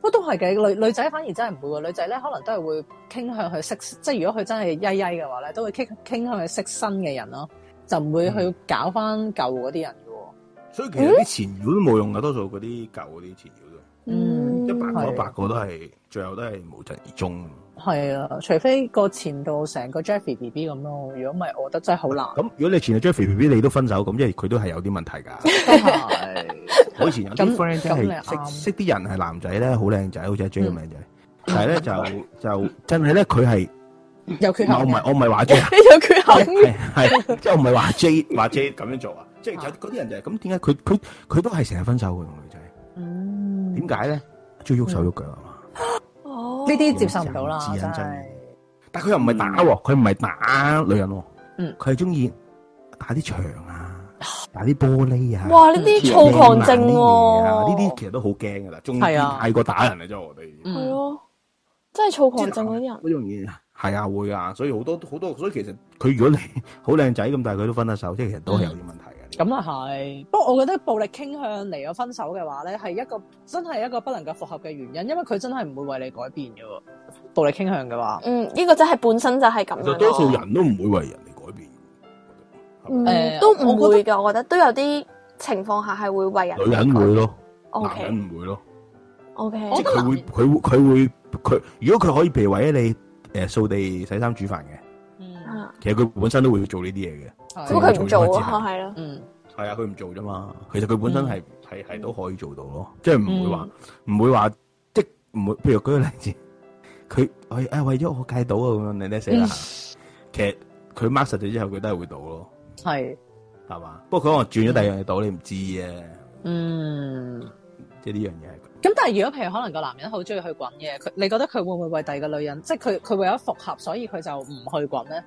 Speaker 1: 不過都係嘅，女女仔反而真係唔會喎，女仔咧可能都係會傾向去識，即係如果佢真係曳曳嘅話咧，都會傾傾向去識新嘅人咯，就唔會去搞翻舊嗰啲人嘅喎。
Speaker 14: 所以其實啲前妖都冇用噶，多數嗰啲舊嗰啲前妖都。
Speaker 1: 嗯
Speaker 14: 一百個
Speaker 1: 係
Speaker 14: 一百個都係，最後都係無疾而終。
Speaker 1: 係啊，除非個前度成個 Jeffy B B 咁咯，如果唔係，我覺得真係好難。
Speaker 14: 咁如果你前度 Jeffrey B B 你都分手，咁即係佢都係有啲問題㗎。
Speaker 1: 都係，
Speaker 14: 我以前有啲
Speaker 1: 咁
Speaker 14: friend 真
Speaker 1: 咁你
Speaker 14: 係
Speaker 1: 啱
Speaker 14: 識識啲人係男仔咧，好靚仔，好似阿 J 咁靚仔，但係咧就就真係咧佢係，
Speaker 1: 有缺陷
Speaker 14: 我唔係
Speaker 1: 嘅。
Speaker 14: 我唔係話 J，
Speaker 3: 有缺
Speaker 14: 係
Speaker 3: 口。
Speaker 14: 係係即係我唔係話 J 話 J 咁樣做啊，即係有嗰啲人就係咁，點解佢佢佢都係成日分手嘅同女仔？
Speaker 1: 嗯，
Speaker 14: 點解咧？中意喐手喐腳啊嘛。
Speaker 3: 哦
Speaker 1: 呢啲接受唔到啦，
Speaker 14: 人
Speaker 1: 真
Speaker 14: 之人
Speaker 1: 係。
Speaker 14: 但佢又唔係打喎，佢唔係打女人喎，
Speaker 1: 嗯
Speaker 14: 佢係中意打啲牆啊，但係啲玻璃啊，
Speaker 3: 哇！呢啲躁狂症喎，
Speaker 14: 呢啲其實都好驚噶啦，仲
Speaker 1: 係啊
Speaker 14: 太過打人啦，真係我哋。
Speaker 3: 係
Speaker 1: 嗯，
Speaker 3: 咯，真係躁狂症嗰啲人，
Speaker 14: 嗰樣嘢係啊會啊，所以好多好多，所以其實佢如果你 [laughs] 好靚仔咁，但係佢都分得手，即係其實都係有啲問題嘅。
Speaker 1: 咁啊係。不過我覺得暴力傾向嚟咗分手嘅話咧，係一個真係一個不能夠復合嘅原因，因為佢真係唔會為你改變嘅喎。暴力傾向嘅話，
Speaker 3: 嗯，呢個真係本身就係咁
Speaker 14: 其實
Speaker 3: 樣
Speaker 14: 多
Speaker 3: 咯，
Speaker 14: 數人都唔會為人哋改變。
Speaker 3: 嗯，
Speaker 1: 誒
Speaker 3: 都
Speaker 1: 我
Speaker 3: 唔
Speaker 1: 覺得
Speaker 3: 會㗎，我覺得都有啲情況下係會為人
Speaker 14: 女人會咯，
Speaker 3: ，O
Speaker 14: 男
Speaker 3: K
Speaker 14: 人唔會咯，
Speaker 3: O K，
Speaker 1: 我
Speaker 14: 即
Speaker 1: 覺
Speaker 14: 係
Speaker 1: 得
Speaker 14: 佢會佢會佢會佢，如果佢可以譬如為咗你誒掃地、洗衫、煮飯嘅，
Speaker 1: 嗯，
Speaker 14: 其實佢本身都會做呢啲嘢嘅。
Speaker 1: 係
Speaker 3: 只啊不過佢唔做啊，
Speaker 14: 做
Speaker 3: 係咯，
Speaker 1: 嗯
Speaker 14: 係啊，佢唔做啫嘛。
Speaker 3: 嗯
Speaker 14: 其實佢本身係係係都可以做到咯，即係唔會話
Speaker 3: 嗯
Speaker 14: 唔會話即係唔會。譬如舉個例子，佢佢誒為咗我戒到啊咁樣，你咧死
Speaker 3: 嗯
Speaker 14: 啦。其實佢 mark 實咗之後，佢都係會到咯，
Speaker 1: 嗯係
Speaker 14: 係嘛？不過佢可能轉咗第二樣嘢到，你唔知嘅，
Speaker 1: 嗯。
Speaker 14: 即係呢樣嘢係咁。
Speaker 1: 咁但係如果譬如可能個男人好中意去滾嘅，佢你覺得佢會唔會為第二個女人，即係佢佢為咗復合，所以佢就唔去滾咧？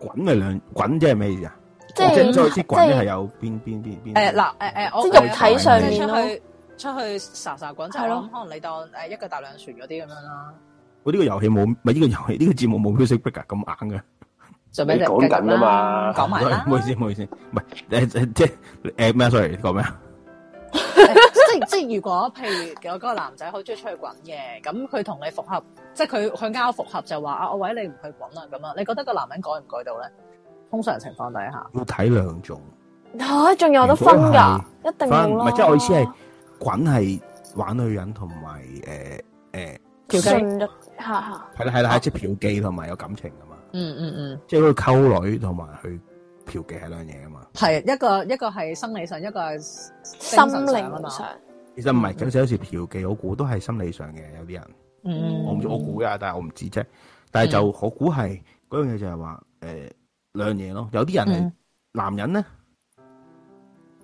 Speaker 14: 滾係兩滾即係咩意思啊？
Speaker 3: 即係
Speaker 14: 即係再之滾
Speaker 3: 即係
Speaker 14: 係有邊邊邊邊？
Speaker 1: 誒嗱誒誒，我
Speaker 3: 嗯即係
Speaker 1: 我
Speaker 3: 肉體上面
Speaker 1: 即
Speaker 3: 咯
Speaker 1: 係出去出去撒撒滾，即係
Speaker 3: 係咯
Speaker 1: 我諗可能你當誒一腳踏兩船嗰啲咁樣啦，
Speaker 14: 我呢個遊戲冇，唔係呢個遊戲呢個節目冇 music break 㗎，咁硬嘅。
Speaker 1: 就俾
Speaker 2: 你講緊㗎嘛
Speaker 1: 講埋啦
Speaker 2: [laughs]
Speaker 3: [laughs]
Speaker 14: [laughs] 唔，好意思，唔好意思，唔係誒誒即係誒咩？sorry，講咩啊？
Speaker 1: 即係即係如果譬如有嗰個男仔好中意出去滾嘅，咁佢同你復合，即係佢佢拗復合就話啊，我為你唔去滾啦咁啊，你覺得個男人改唔改到咧？通常情況底下，
Speaker 14: 要睇兩種。
Speaker 3: 嚇仲有得分
Speaker 14: 如果
Speaker 3: 㗎
Speaker 14: 係，
Speaker 3: 一定
Speaker 14: 翻
Speaker 3: 冇
Speaker 14: 唔
Speaker 3: 啦，
Speaker 14: 係即係我意思係滾係玩女人同埋呃
Speaker 1: 叫
Speaker 14: 誒誒
Speaker 1: 雞
Speaker 3: 順著嚇嚇，
Speaker 14: 係啦係啦，係即係嫖妓同埋有感情噶嘛，
Speaker 1: 嗯嗯嗯。
Speaker 14: 即係嗰個溝女同埋去嫖妓係兩樣嘢噶嘛。
Speaker 1: 係一個一個係生理上，一個係心
Speaker 3: 心
Speaker 1: 啊嘛
Speaker 3: 靈。上
Speaker 14: 其實唔係，有時有時嫖妓我估都係心理上嘅，有啲人
Speaker 1: 嗯，
Speaker 14: 我唔知我估啊，但係我唔知啫。但係就我估係嗰樣嘢就係話誒兩樣嘢咯，有啲人係
Speaker 1: 嗯
Speaker 14: 男人咧。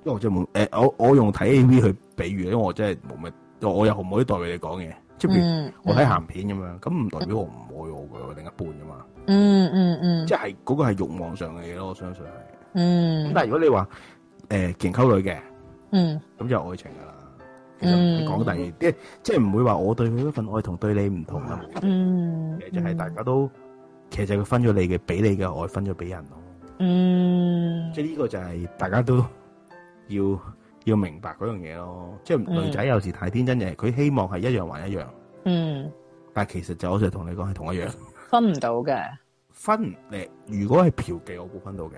Speaker 14: 因為我真係冇誒，我我用睇 A V 去比喻，因為我真係冇乜，我我又唔可以代佢哋講嘢，即係譬如
Speaker 1: 嗯，
Speaker 14: 我睇鹹片咁樣，咁唔代表我唔愛我嘅另一半噶嘛，
Speaker 1: 嗯嗯嗯
Speaker 14: 即係嗰個係慾望上嘅嘢咯，我相信係。咁
Speaker 1: 嗯
Speaker 14: 但係如果你話誒前溝女嘅，
Speaker 1: 嗯
Speaker 14: 咁就係愛情噶啦，其實唔使講第二，即係即係唔會話我對佢嗰份愛同對你唔同啊，
Speaker 1: 嗯
Speaker 14: 其實就係大家都其實佢分咗你嘅，俾你嘅愛分咗俾人咯，
Speaker 1: 嗯
Speaker 14: 即係呢個就係大家都 [laughs] 要要明白嗰樣嘢咯，即係女仔有時太天真嘅，佢希望係一樣還一樣，
Speaker 1: 嗯
Speaker 14: 但係其實就我就同你講係同一樣。
Speaker 1: 分唔到嘅，
Speaker 14: 分誒，如果係嫖妓，我估分到嘅。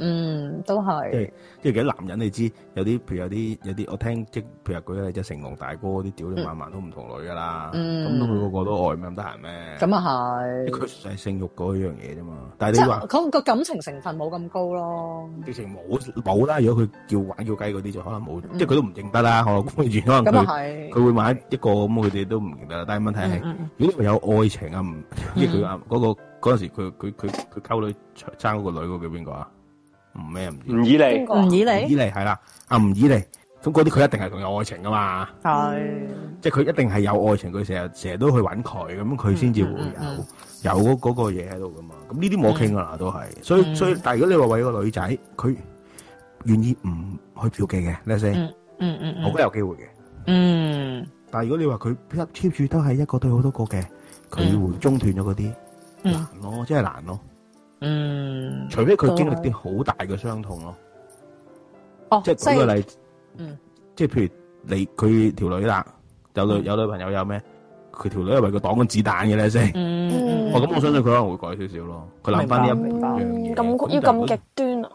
Speaker 1: 嗯都
Speaker 14: 即
Speaker 1: 係
Speaker 14: 係即係其實男人你知有啲，譬如有啲有啲，我聽即係譬如舉例即係成龍大哥嗰啲，屌你萬萬都唔同女噶啦，
Speaker 1: 嗯
Speaker 14: 咁都佢個個都愛咩咁得閒咩？
Speaker 1: 咁啊係，
Speaker 14: 即係佢就係性欲嗰樣嘢啫嘛。但係
Speaker 1: 即
Speaker 14: 你
Speaker 1: 係
Speaker 14: 話
Speaker 1: 佢個感情成分冇咁高咯。
Speaker 14: 直情冇冇啦，如果佢叫玩叫雞嗰啲就可能冇，
Speaker 1: 嗯
Speaker 14: 即係佢都唔認得啦。我估完可能
Speaker 1: 咁啊
Speaker 14: 嗯佢
Speaker 1: 係，
Speaker 14: 佢會買一個咁，佢哋都唔認得啦。但係問題係。
Speaker 1: 嗯
Speaker 14: 如果你話有愛情啊，唔即係佢啊嗰個嗰陣時，佢佢佢佢溝女爭嗰個女嗰個叫邊個啊？唔咩唔知。
Speaker 2: 吳以利
Speaker 3: 邊個啊
Speaker 1: 吳以利
Speaker 14: 吳以利係啦，阿吳以利，咁嗰啲佢一定係仲有愛情噶嘛，
Speaker 1: 係，
Speaker 14: 即係佢一定係有愛情，佢成日成日都去揾佢，咁佢先至會有、
Speaker 1: 嗯嗯嗯
Speaker 14: 有嗰嗰個嘢喺度噶嘛。咁呢啲冇得傾噶啦，都係。所以、
Speaker 1: 嗯
Speaker 14: 所以，但係如果你話為個女仔，佢願意唔去嫖妓嘅，你先、
Speaker 1: 嗯嗯嗯
Speaker 14: 我覺得有機會嘅。
Speaker 1: 嗯
Speaker 14: 但係如果你話佢 keep 住都係一個對好多個嘅，佢
Speaker 1: 嗯
Speaker 14: 會中斷咗嗰啲。
Speaker 1: 嗯
Speaker 14: 難咯，真係難咯。
Speaker 1: 嗯，
Speaker 14: 除非佢經歷啲好大嘅傷痛咯，
Speaker 1: 哦，
Speaker 14: 即係舉個例，
Speaker 1: 嗯，
Speaker 14: 即係譬如你佢條女啦，有女有女朋友有咩？佢條女係為佢擋緊子彈嘅咧先。
Speaker 1: 嗯，
Speaker 14: 哦我咁我相信佢可能會改少少咯。佢諗翻呢一
Speaker 1: 明白
Speaker 14: 樣嘢
Speaker 3: 嗯咁
Speaker 14: 咁
Speaker 3: 要
Speaker 14: 就
Speaker 3: 咁極端啊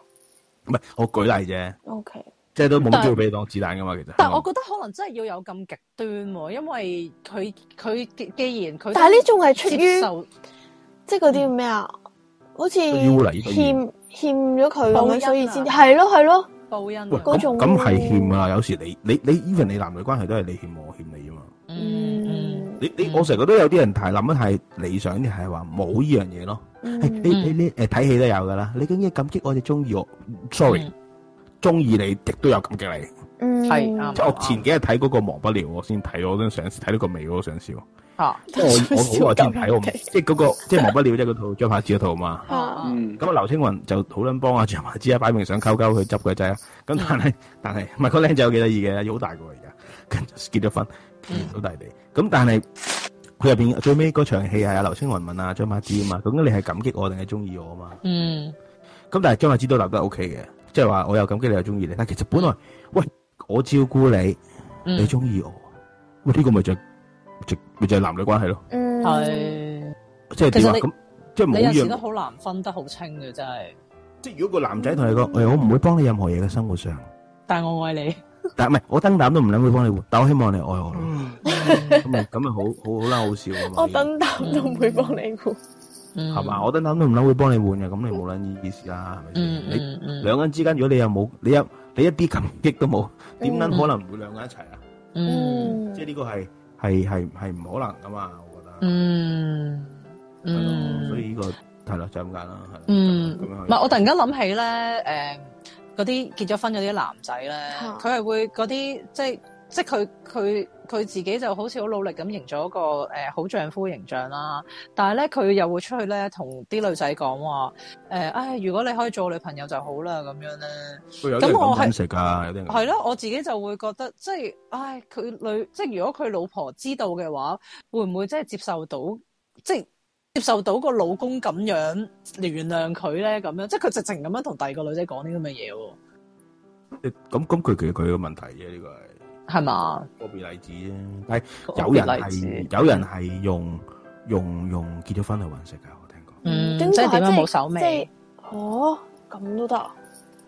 Speaker 14: 唔係我舉例啫，
Speaker 3: ，O K，
Speaker 14: 即係都冇
Speaker 1: 但
Speaker 14: 乜
Speaker 1: 係
Speaker 14: 機會俾你擋子彈噶嘛，其實。
Speaker 1: 但我覺得可能真係要有咁極端喎，因為佢佢既既然佢
Speaker 3: 但係呢種係出
Speaker 1: 接
Speaker 3: 於
Speaker 1: 受
Speaker 3: 即係嗰啲咩啊，好似
Speaker 14: 要嚟佢
Speaker 3: 欠欠咗佢咁
Speaker 1: 報恩啊
Speaker 3: 樣，所以先係咯係咯，
Speaker 1: 報恩
Speaker 14: 喂，
Speaker 1: 啊，
Speaker 3: 嗰
Speaker 14: 咁
Speaker 3: 種
Speaker 14: 咁係欠噶啦。有時你你你 even 你男女關係都係你欠我，我欠你啊嘛。
Speaker 1: 嗯
Speaker 3: 嗯
Speaker 14: 你你
Speaker 1: 嗯
Speaker 14: 我成日覺得有啲人太諗得太理想啲，係話冇呢樣嘢咯。係
Speaker 3: 嗯
Speaker 14: 你你你誒睇戲都有噶啦，你究竟感激我哋中意我？sorry，中意你亦都有感激你。
Speaker 3: 嗯
Speaker 1: 係啱 [laughs]
Speaker 14: 即係我前幾日睇嗰個忘不了，我先睇我張相，睇到個尾嗰個想笑。
Speaker 1: 啊，
Speaker 14: 即係我我好耐之前睇我唔，即係嗰個即係忘不了啫嗰套張柏芝嗰套嘛。
Speaker 1: 啊
Speaker 2: 嗯，
Speaker 14: 咁啊，劉青雲就好撚幫阿張柏芝啊，擺明想溝溝佢執佢仔啊。咁但
Speaker 1: 嗯
Speaker 14: 係但係，唔係個僆仔有幾得意嘅，好大個而家，跟住結咗婚，
Speaker 1: 嗯
Speaker 14: 好大地。咁但係佢入邊最尾嗰場戲係阿劉青雲問阿張柏芝啊嘛，究竟你係感激我定係中意我啊嘛？
Speaker 1: 嗯
Speaker 14: 咁但係張柏芝都留得 O K 嘅，即係話我又感激你又中意你，但其實本來喂我照顧你，你
Speaker 1: 嗯，
Speaker 14: 中意我，喂呢、個咪就就咪就係男女關係咯，
Speaker 3: 嗯，
Speaker 1: 係
Speaker 14: 即係點
Speaker 1: 其實
Speaker 14: 啊？
Speaker 1: 你
Speaker 14: 咁即係冇
Speaker 1: 你有時
Speaker 14: 一
Speaker 1: 都
Speaker 14: 樣，
Speaker 1: 好難分得好清嘅，真係。
Speaker 14: 即係如果個男仔同你講，誒、我唔會幫你任何嘢嘅生活上，
Speaker 1: 但係我愛你，
Speaker 14: 但唔係我燈膽都唔諗會幫你換，但我希望你愛我咯，咁咪咁咪好好好啦，好笑啊嘛，
Speaker 3: 我等等都唔會幫你估。
Speaker 1: 嗯
Speaker 14: 係嘛？我燈膽都唔諗會幫你換嘅，咁你冇撚意思啦，係咪先？
Speaker 1: 嗯
Speaker 14: 你
Speaker 1: 嗯嗯
Speaker 14: 兩個人之間，如果你又冇你有你一啲感激都冇，點撚可能唔會兩個人一齊啊？
Speaker 1: Ừ. 嗯
Speaker 14: 即係呢個係係係係唔可能噶嘛，我
Speaker 1: 啊
Speaker 14: 覺得。
Speaker 1: 嗯
Speaker 14: 係咯
Speaker 1: 嗯，
Speaker 14: 所以呢個係咯，就係咁簡啦。係咯
Speaker 1: 嗯
Speaker 14: 咁樣。
Speaker 1: 唔係，我突然間諗起咧，誒、嗰啲結咗婚嗰啲男仔咧
Speaker 3: 嚇，
Speaker 1: 佢係會嗰啲即係即係佢佢佢自己就好似好努力咁營造一個誒、好丈夫形象啦，但係咧佢又會出去咧同啲女仔講話誒，唉，如果你可以做我女朋友就好啦咁樣咧。
Speaker 14: 佢有啲人
Speaker 1: 咁我
Speaker 14: 講
Speaker 1: 係
Speaker 14: 飲食㗎，有啲人
Speaker 1: 係咯，我自己就會覺得，即係，唉，佢女，即係如果佢老婆知道嘅話，會唔會真係接受到，即係接受到個老公咁樣嚟原諒佢咧？咁樣，即係佢直情咁樣同第二個女仔講啲咁嘅嘢喎，
Speaker 14: 咁咁佢其實佢嘅問題啫，呢個係
Speaker 1: 係嘛？
Speaker 14: 個別例子啫。但係
Speaker 1: 個
Speaker 14: 有人
Speaker 1: 別例子
Speaker 14: 係有人係用用用結咗婚去揾食㗎，我聽講。
Speaker 1: 嗯，即係點樣冇手
Speaker 3: 即
Speaker 1: 尾
Speaker 3: 係？哦，咁都得啊？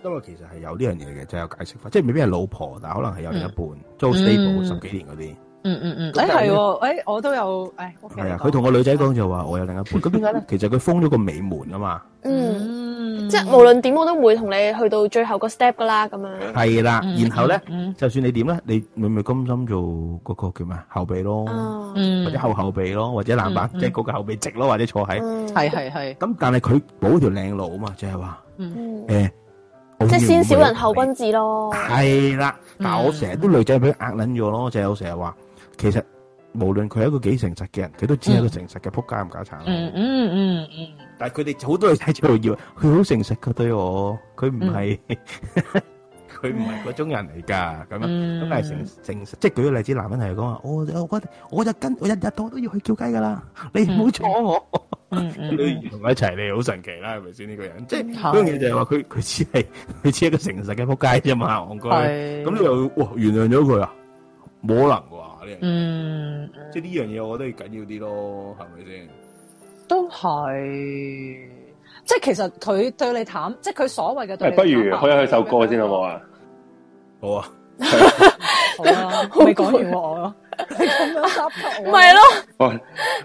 Speaker 14: 因為其實係有呢樣嘢嘅，就係有解釋法，即係未必係老婆，但係可能係有另一半，租
Speaker 1: 嗯
Speaker 14: stable 十幾年嗰啲。
Speaker 1: 嗯嗯嗯，
Speaker 14: 咁
Speaker 1: 誒
Speaker 14: 但係
Speaker 1: 係
Speaker 14: 呢
Speaker 1: 喎，誒我都有，誒，OK，
Speaker 14: 係啊，
Speaker 1: 你講
Speaker 14: 佢同個女仔講就話我有另一
Speaker 1: [laughs]
Speaker 14: 半，咁點解咧？其實佢封咗個尾門啊嘛。
Speaker 1: Ừ.
Speaker 3: 嗯，
Speaker 1: 嗯
Speaker 3: 即係無論點我都唔會同你去到最後個 step 噶啦，咁樣。
Speaker 14: 係啦，
Speaker 1: 嗯
Speaker 14: 然後咧，
Speaker 1: 嗯
Speaker 14: 就算你點咧，你你咪甘心做嗰個叫咩後備咯，
Speaker 3: 啊，
Speaker 1: 嗯，
Speaker 14: 或者後後備咯，或者冷板，
Speaker 1: 嗯
Speaker 14: 即係嗰個後備席咯，或者坐喺。
Speaker 3: 嗯，
Speaker 1: 係係係，
Speaker 14: 咁但係佢冇條靚路啊嘛，就係話
Speaker 3: 嗯，
Speaker 14: 誒，我
Speaker 3: 即係先小人後
Speaker 14: 要唔要
Speaker 3: 君子 [laughs] 咯。
Speaker 14: 係啦，
Speaker 1: 嗯
Speaker 14: 但係我成日都女仔俾佢呃撚咗咯，就係我成日話，其實無論佢係一個幾誠實嘅人，佢都只係一個誠實嘅仆街唔搞產。
Speaker 1: 嗯嗯嗯嗯
Speaker 14: 但係佢哋好多女仔就以為佢好誠實噶對我，佢唔係佢唔係嗰種人嚟㗎，咁樣。啊
Speaker 1: 嗯，
Speaker 14: 咁但係誠誠實，即係舉個例子，男人係講話，我我我我日跟我日日到都要去叫雞㗎啦，你唔好阻我。
Speaker 1: 嗯嗯嗯
Speaker 14: 你同佢一齊，你好神奇啦，係咪先呢個人？即係
Speaker 1: 係
Speaker 14: 嗰樣嘢就係話佢佢只係佢只係一個誠實嘅仆街啫嘛，戇居。
Speaker 1: 係
Speaker 14: 咁你又哇原諒咗佢啊？冇可能啩
Speaker 1: Ừ.
Speaker 14: 呢樣嘢？
Speaker 1: 嗯嗯
Speaker 14: 即係呢樣嘢，我覺得要緊要啲咯，係咪先？
Speaker 1: 都係，即係其實佢對你坦，即係佢所謂嘅對
Speaker 2: 喂，
Speaker 1: 你
Speaker 2: 不如開開首歌先好
Speaker 1: 好
Speaker 2: 唔好啊？
Speaker 14: 好啊，
Speaker 1: 好
Speaker 14: [laughs]
Speaker 1: 啊，未講完喎我，啊你咁樣答得我，
Speaker 3: 咪咯，
Speaker 2: 我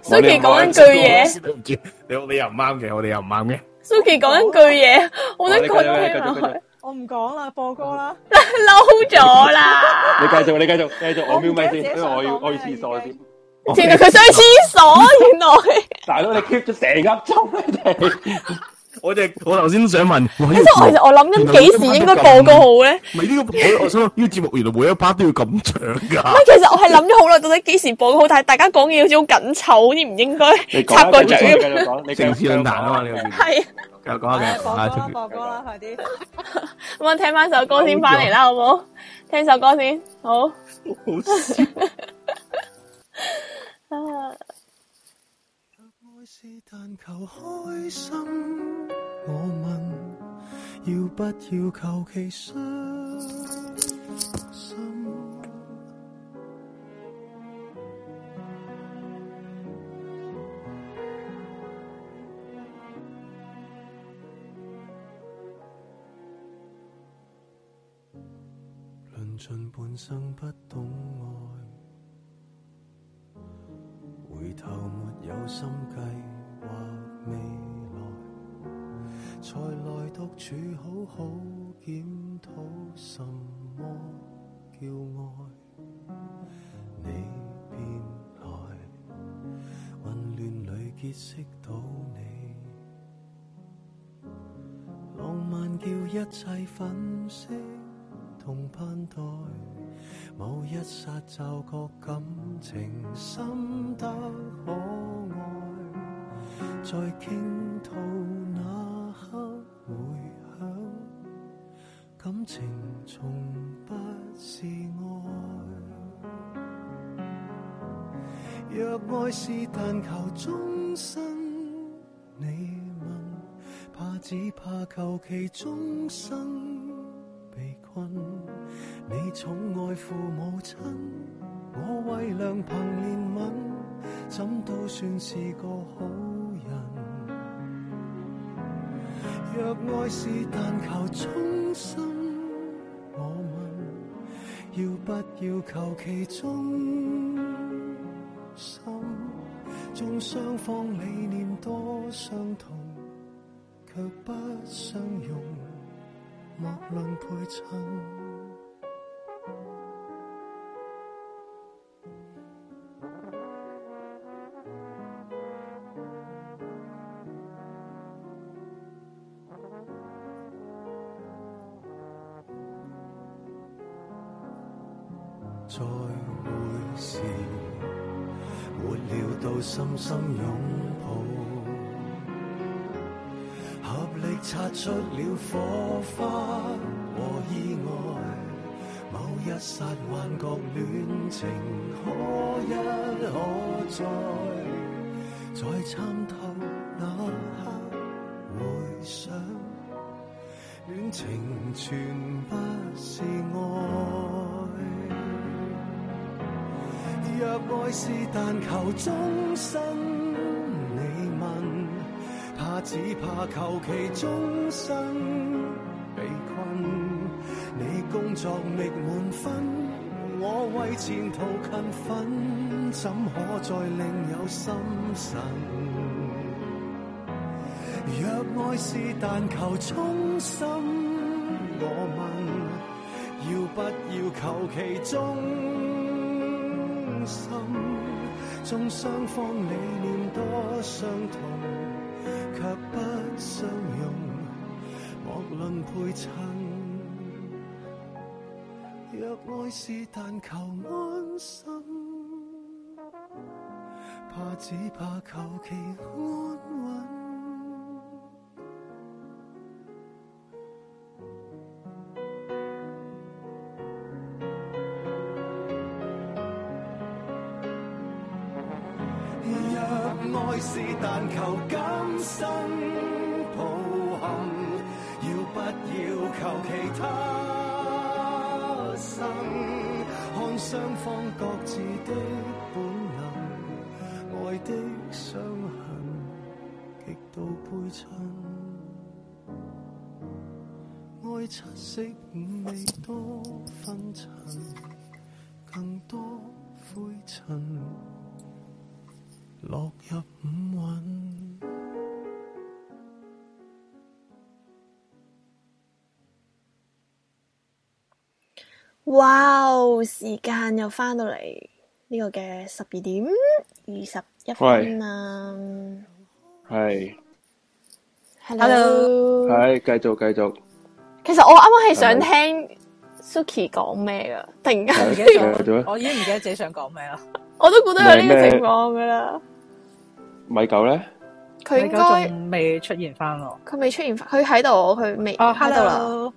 Speaker 3: 蘇琪講緊句嘢
Speaker 14: 對唔住，你你又唔啱嘅，我哋又唔啱嘅。
Speaker 3: ，Suki 講緊句嘢，我都
Speaker 2: 你繼
Speaker 3: 覺得
Speaker 2: 續，
Speaker 3: 佢
Speaker 2: 你繼續，繼續，
Speaker 1: [laughs] 我唔講啦，播歌啦，
Speaker 3: 嬲咗啦。
Speaker 2: 你繼續，你繼續，繼續，我
Speaker 1: 我唔記
Speaker 2: 瞄
Speaker 1: 得
Speaker 2: 咪先，因
Speaker 1: 自己
Speaker 2: 為
Speaker 1: 想
Speaker 2: 我要
Speaker 1: 講
Speaker 2: 我要
Speaker 1: 咩
Speaker 2: 廁所
Speaker 1: 已經
Speaker 2: 先。
Speaker 3: 原來佢想去廁所，原來。
Speaker 2: 大佬，你 keep 咗成粒鐘你哋，
Speaker 14: 我就我頭先都想問，哇呢
Speaker 3: 其實
Speaker 14: 個
Speaker 3: 我
Speaker 14: 節目
Speaker 3: 我諗緊幾時應該播歌好咧？
Speaker 14: 唔係呢個，我我想諗呢個節目原來每一 part 都要咁長㗎
Speaker 3: 唔。係，其實我係諗咗好耐，到底幾時播歌好？但係大家講嘢好似好緊湊，好似唔應
Speaker 2: 你講
Speaker 3: 該插
Speaker 2: 啦，
Speaker 3: 個
Speaker 2: 你繼
Speaker 3: 嘴
Speaker 2: 續
Speaker 3: 咁。
Speaker 2: 繼續講，你繼
Speaker 14: 城
Speaker 2: 續
Speaker 14: 市論壇啊嘛，你
Speaker 3: [laughs]
Speaker 14: 個
Speaker 3: 係啊，
Speaker 14: 繼續講下，
Speaker 1: 唉
Speaker 14: 繼續
Speaker 1: 播歌
Speaker 14: 講下
Speaker 1: 啦，
Speaker 14: 出邊。
Speaker 1: 播歌啦，快啲，
Speaker 3: 咁我聽翻首歌先翻嚟啦，好唔好？聽首歌先，好。
Speaker 14: 好笑
Speaker 3: 啊
Speaker 11: 愛是但求開心，我問要不要求其傷心？論盡半生不懂愛。回頭沒有心計劃未來，才來獨處好好檢討什麼叫愛。你便來，混亂裏結識到你，浪漫叫一切粉飾到
Speaker 15: 同盼待，某一剎就覺感情深得可愛，在傾吐那刻回響，感情從不是愛。若愛是但求終生，你問，怕只怕求其終生被困。你寵愛父母親，我為良朋憐憫，怎都算是個好人。若愛是但求終生，我問，要不要求其終？心，縱雙方理念多相同，卻不相容，莫論配襯。再會時，沒料到深深擁抱，合力擦出了火花和意外。某一剎幻覺，戀情可一可再，再參透那刻回想，戀情全不是愛。若愛是但求終生，你問，怕只怕求其終生被困。你工作覓滿分，我為前途勤奮，怎可再另有心神？若愛是但求衷心，我問。要不要求其忠心？縱雙方理念多相同，卻不相容。莫論配襯，若愛是但求安心，怕只怕求其安穩。若愛是但求今生抱憾，要不要求其他生？看雙方各自的本能，愛的傷痕極度配襯，愛七色五味多紛塵，更多灰塵。落入五韻。
Speaker 12: 哇哦！時間又翻到嚟呢個嘅十二點二十一分啦。
Speaker 2: 係
Speaker 3: Hello，,
Speaker 12: Hello
Speaker 2: 係繼續繼續，
Speaker 3: 其實我啱啱係
Speaker 2: 係咪
Speaker 3: 想聽 Suki 講咩噶，突然
Speaker 1: 我唔
Speaker 3: 間
Speaker 1: 記得
Speaker 2: 繼續
Speaker 1: 咗
Speaker 2: 啊，
Speaker 1: 我已經唔記得自己想講咩啦。
Speaker 3: 我都估到有呢個
Speaker 2: 咩
Speaker 3: 情況噶啦。
Speaker 2: 米狗咧
Speaker 3: 佢
Speaker 1: 米
Speaker 3: 應
Speaker 1: 狗
Speaker 3: 該
Speaker 1: 仲未出現翻喎。
Speaker 3: 佢未出現，佢喺度，佢未
Speaker 1: 哦
Speaker 3: 喺度啦。
Speaker 1: ，hello，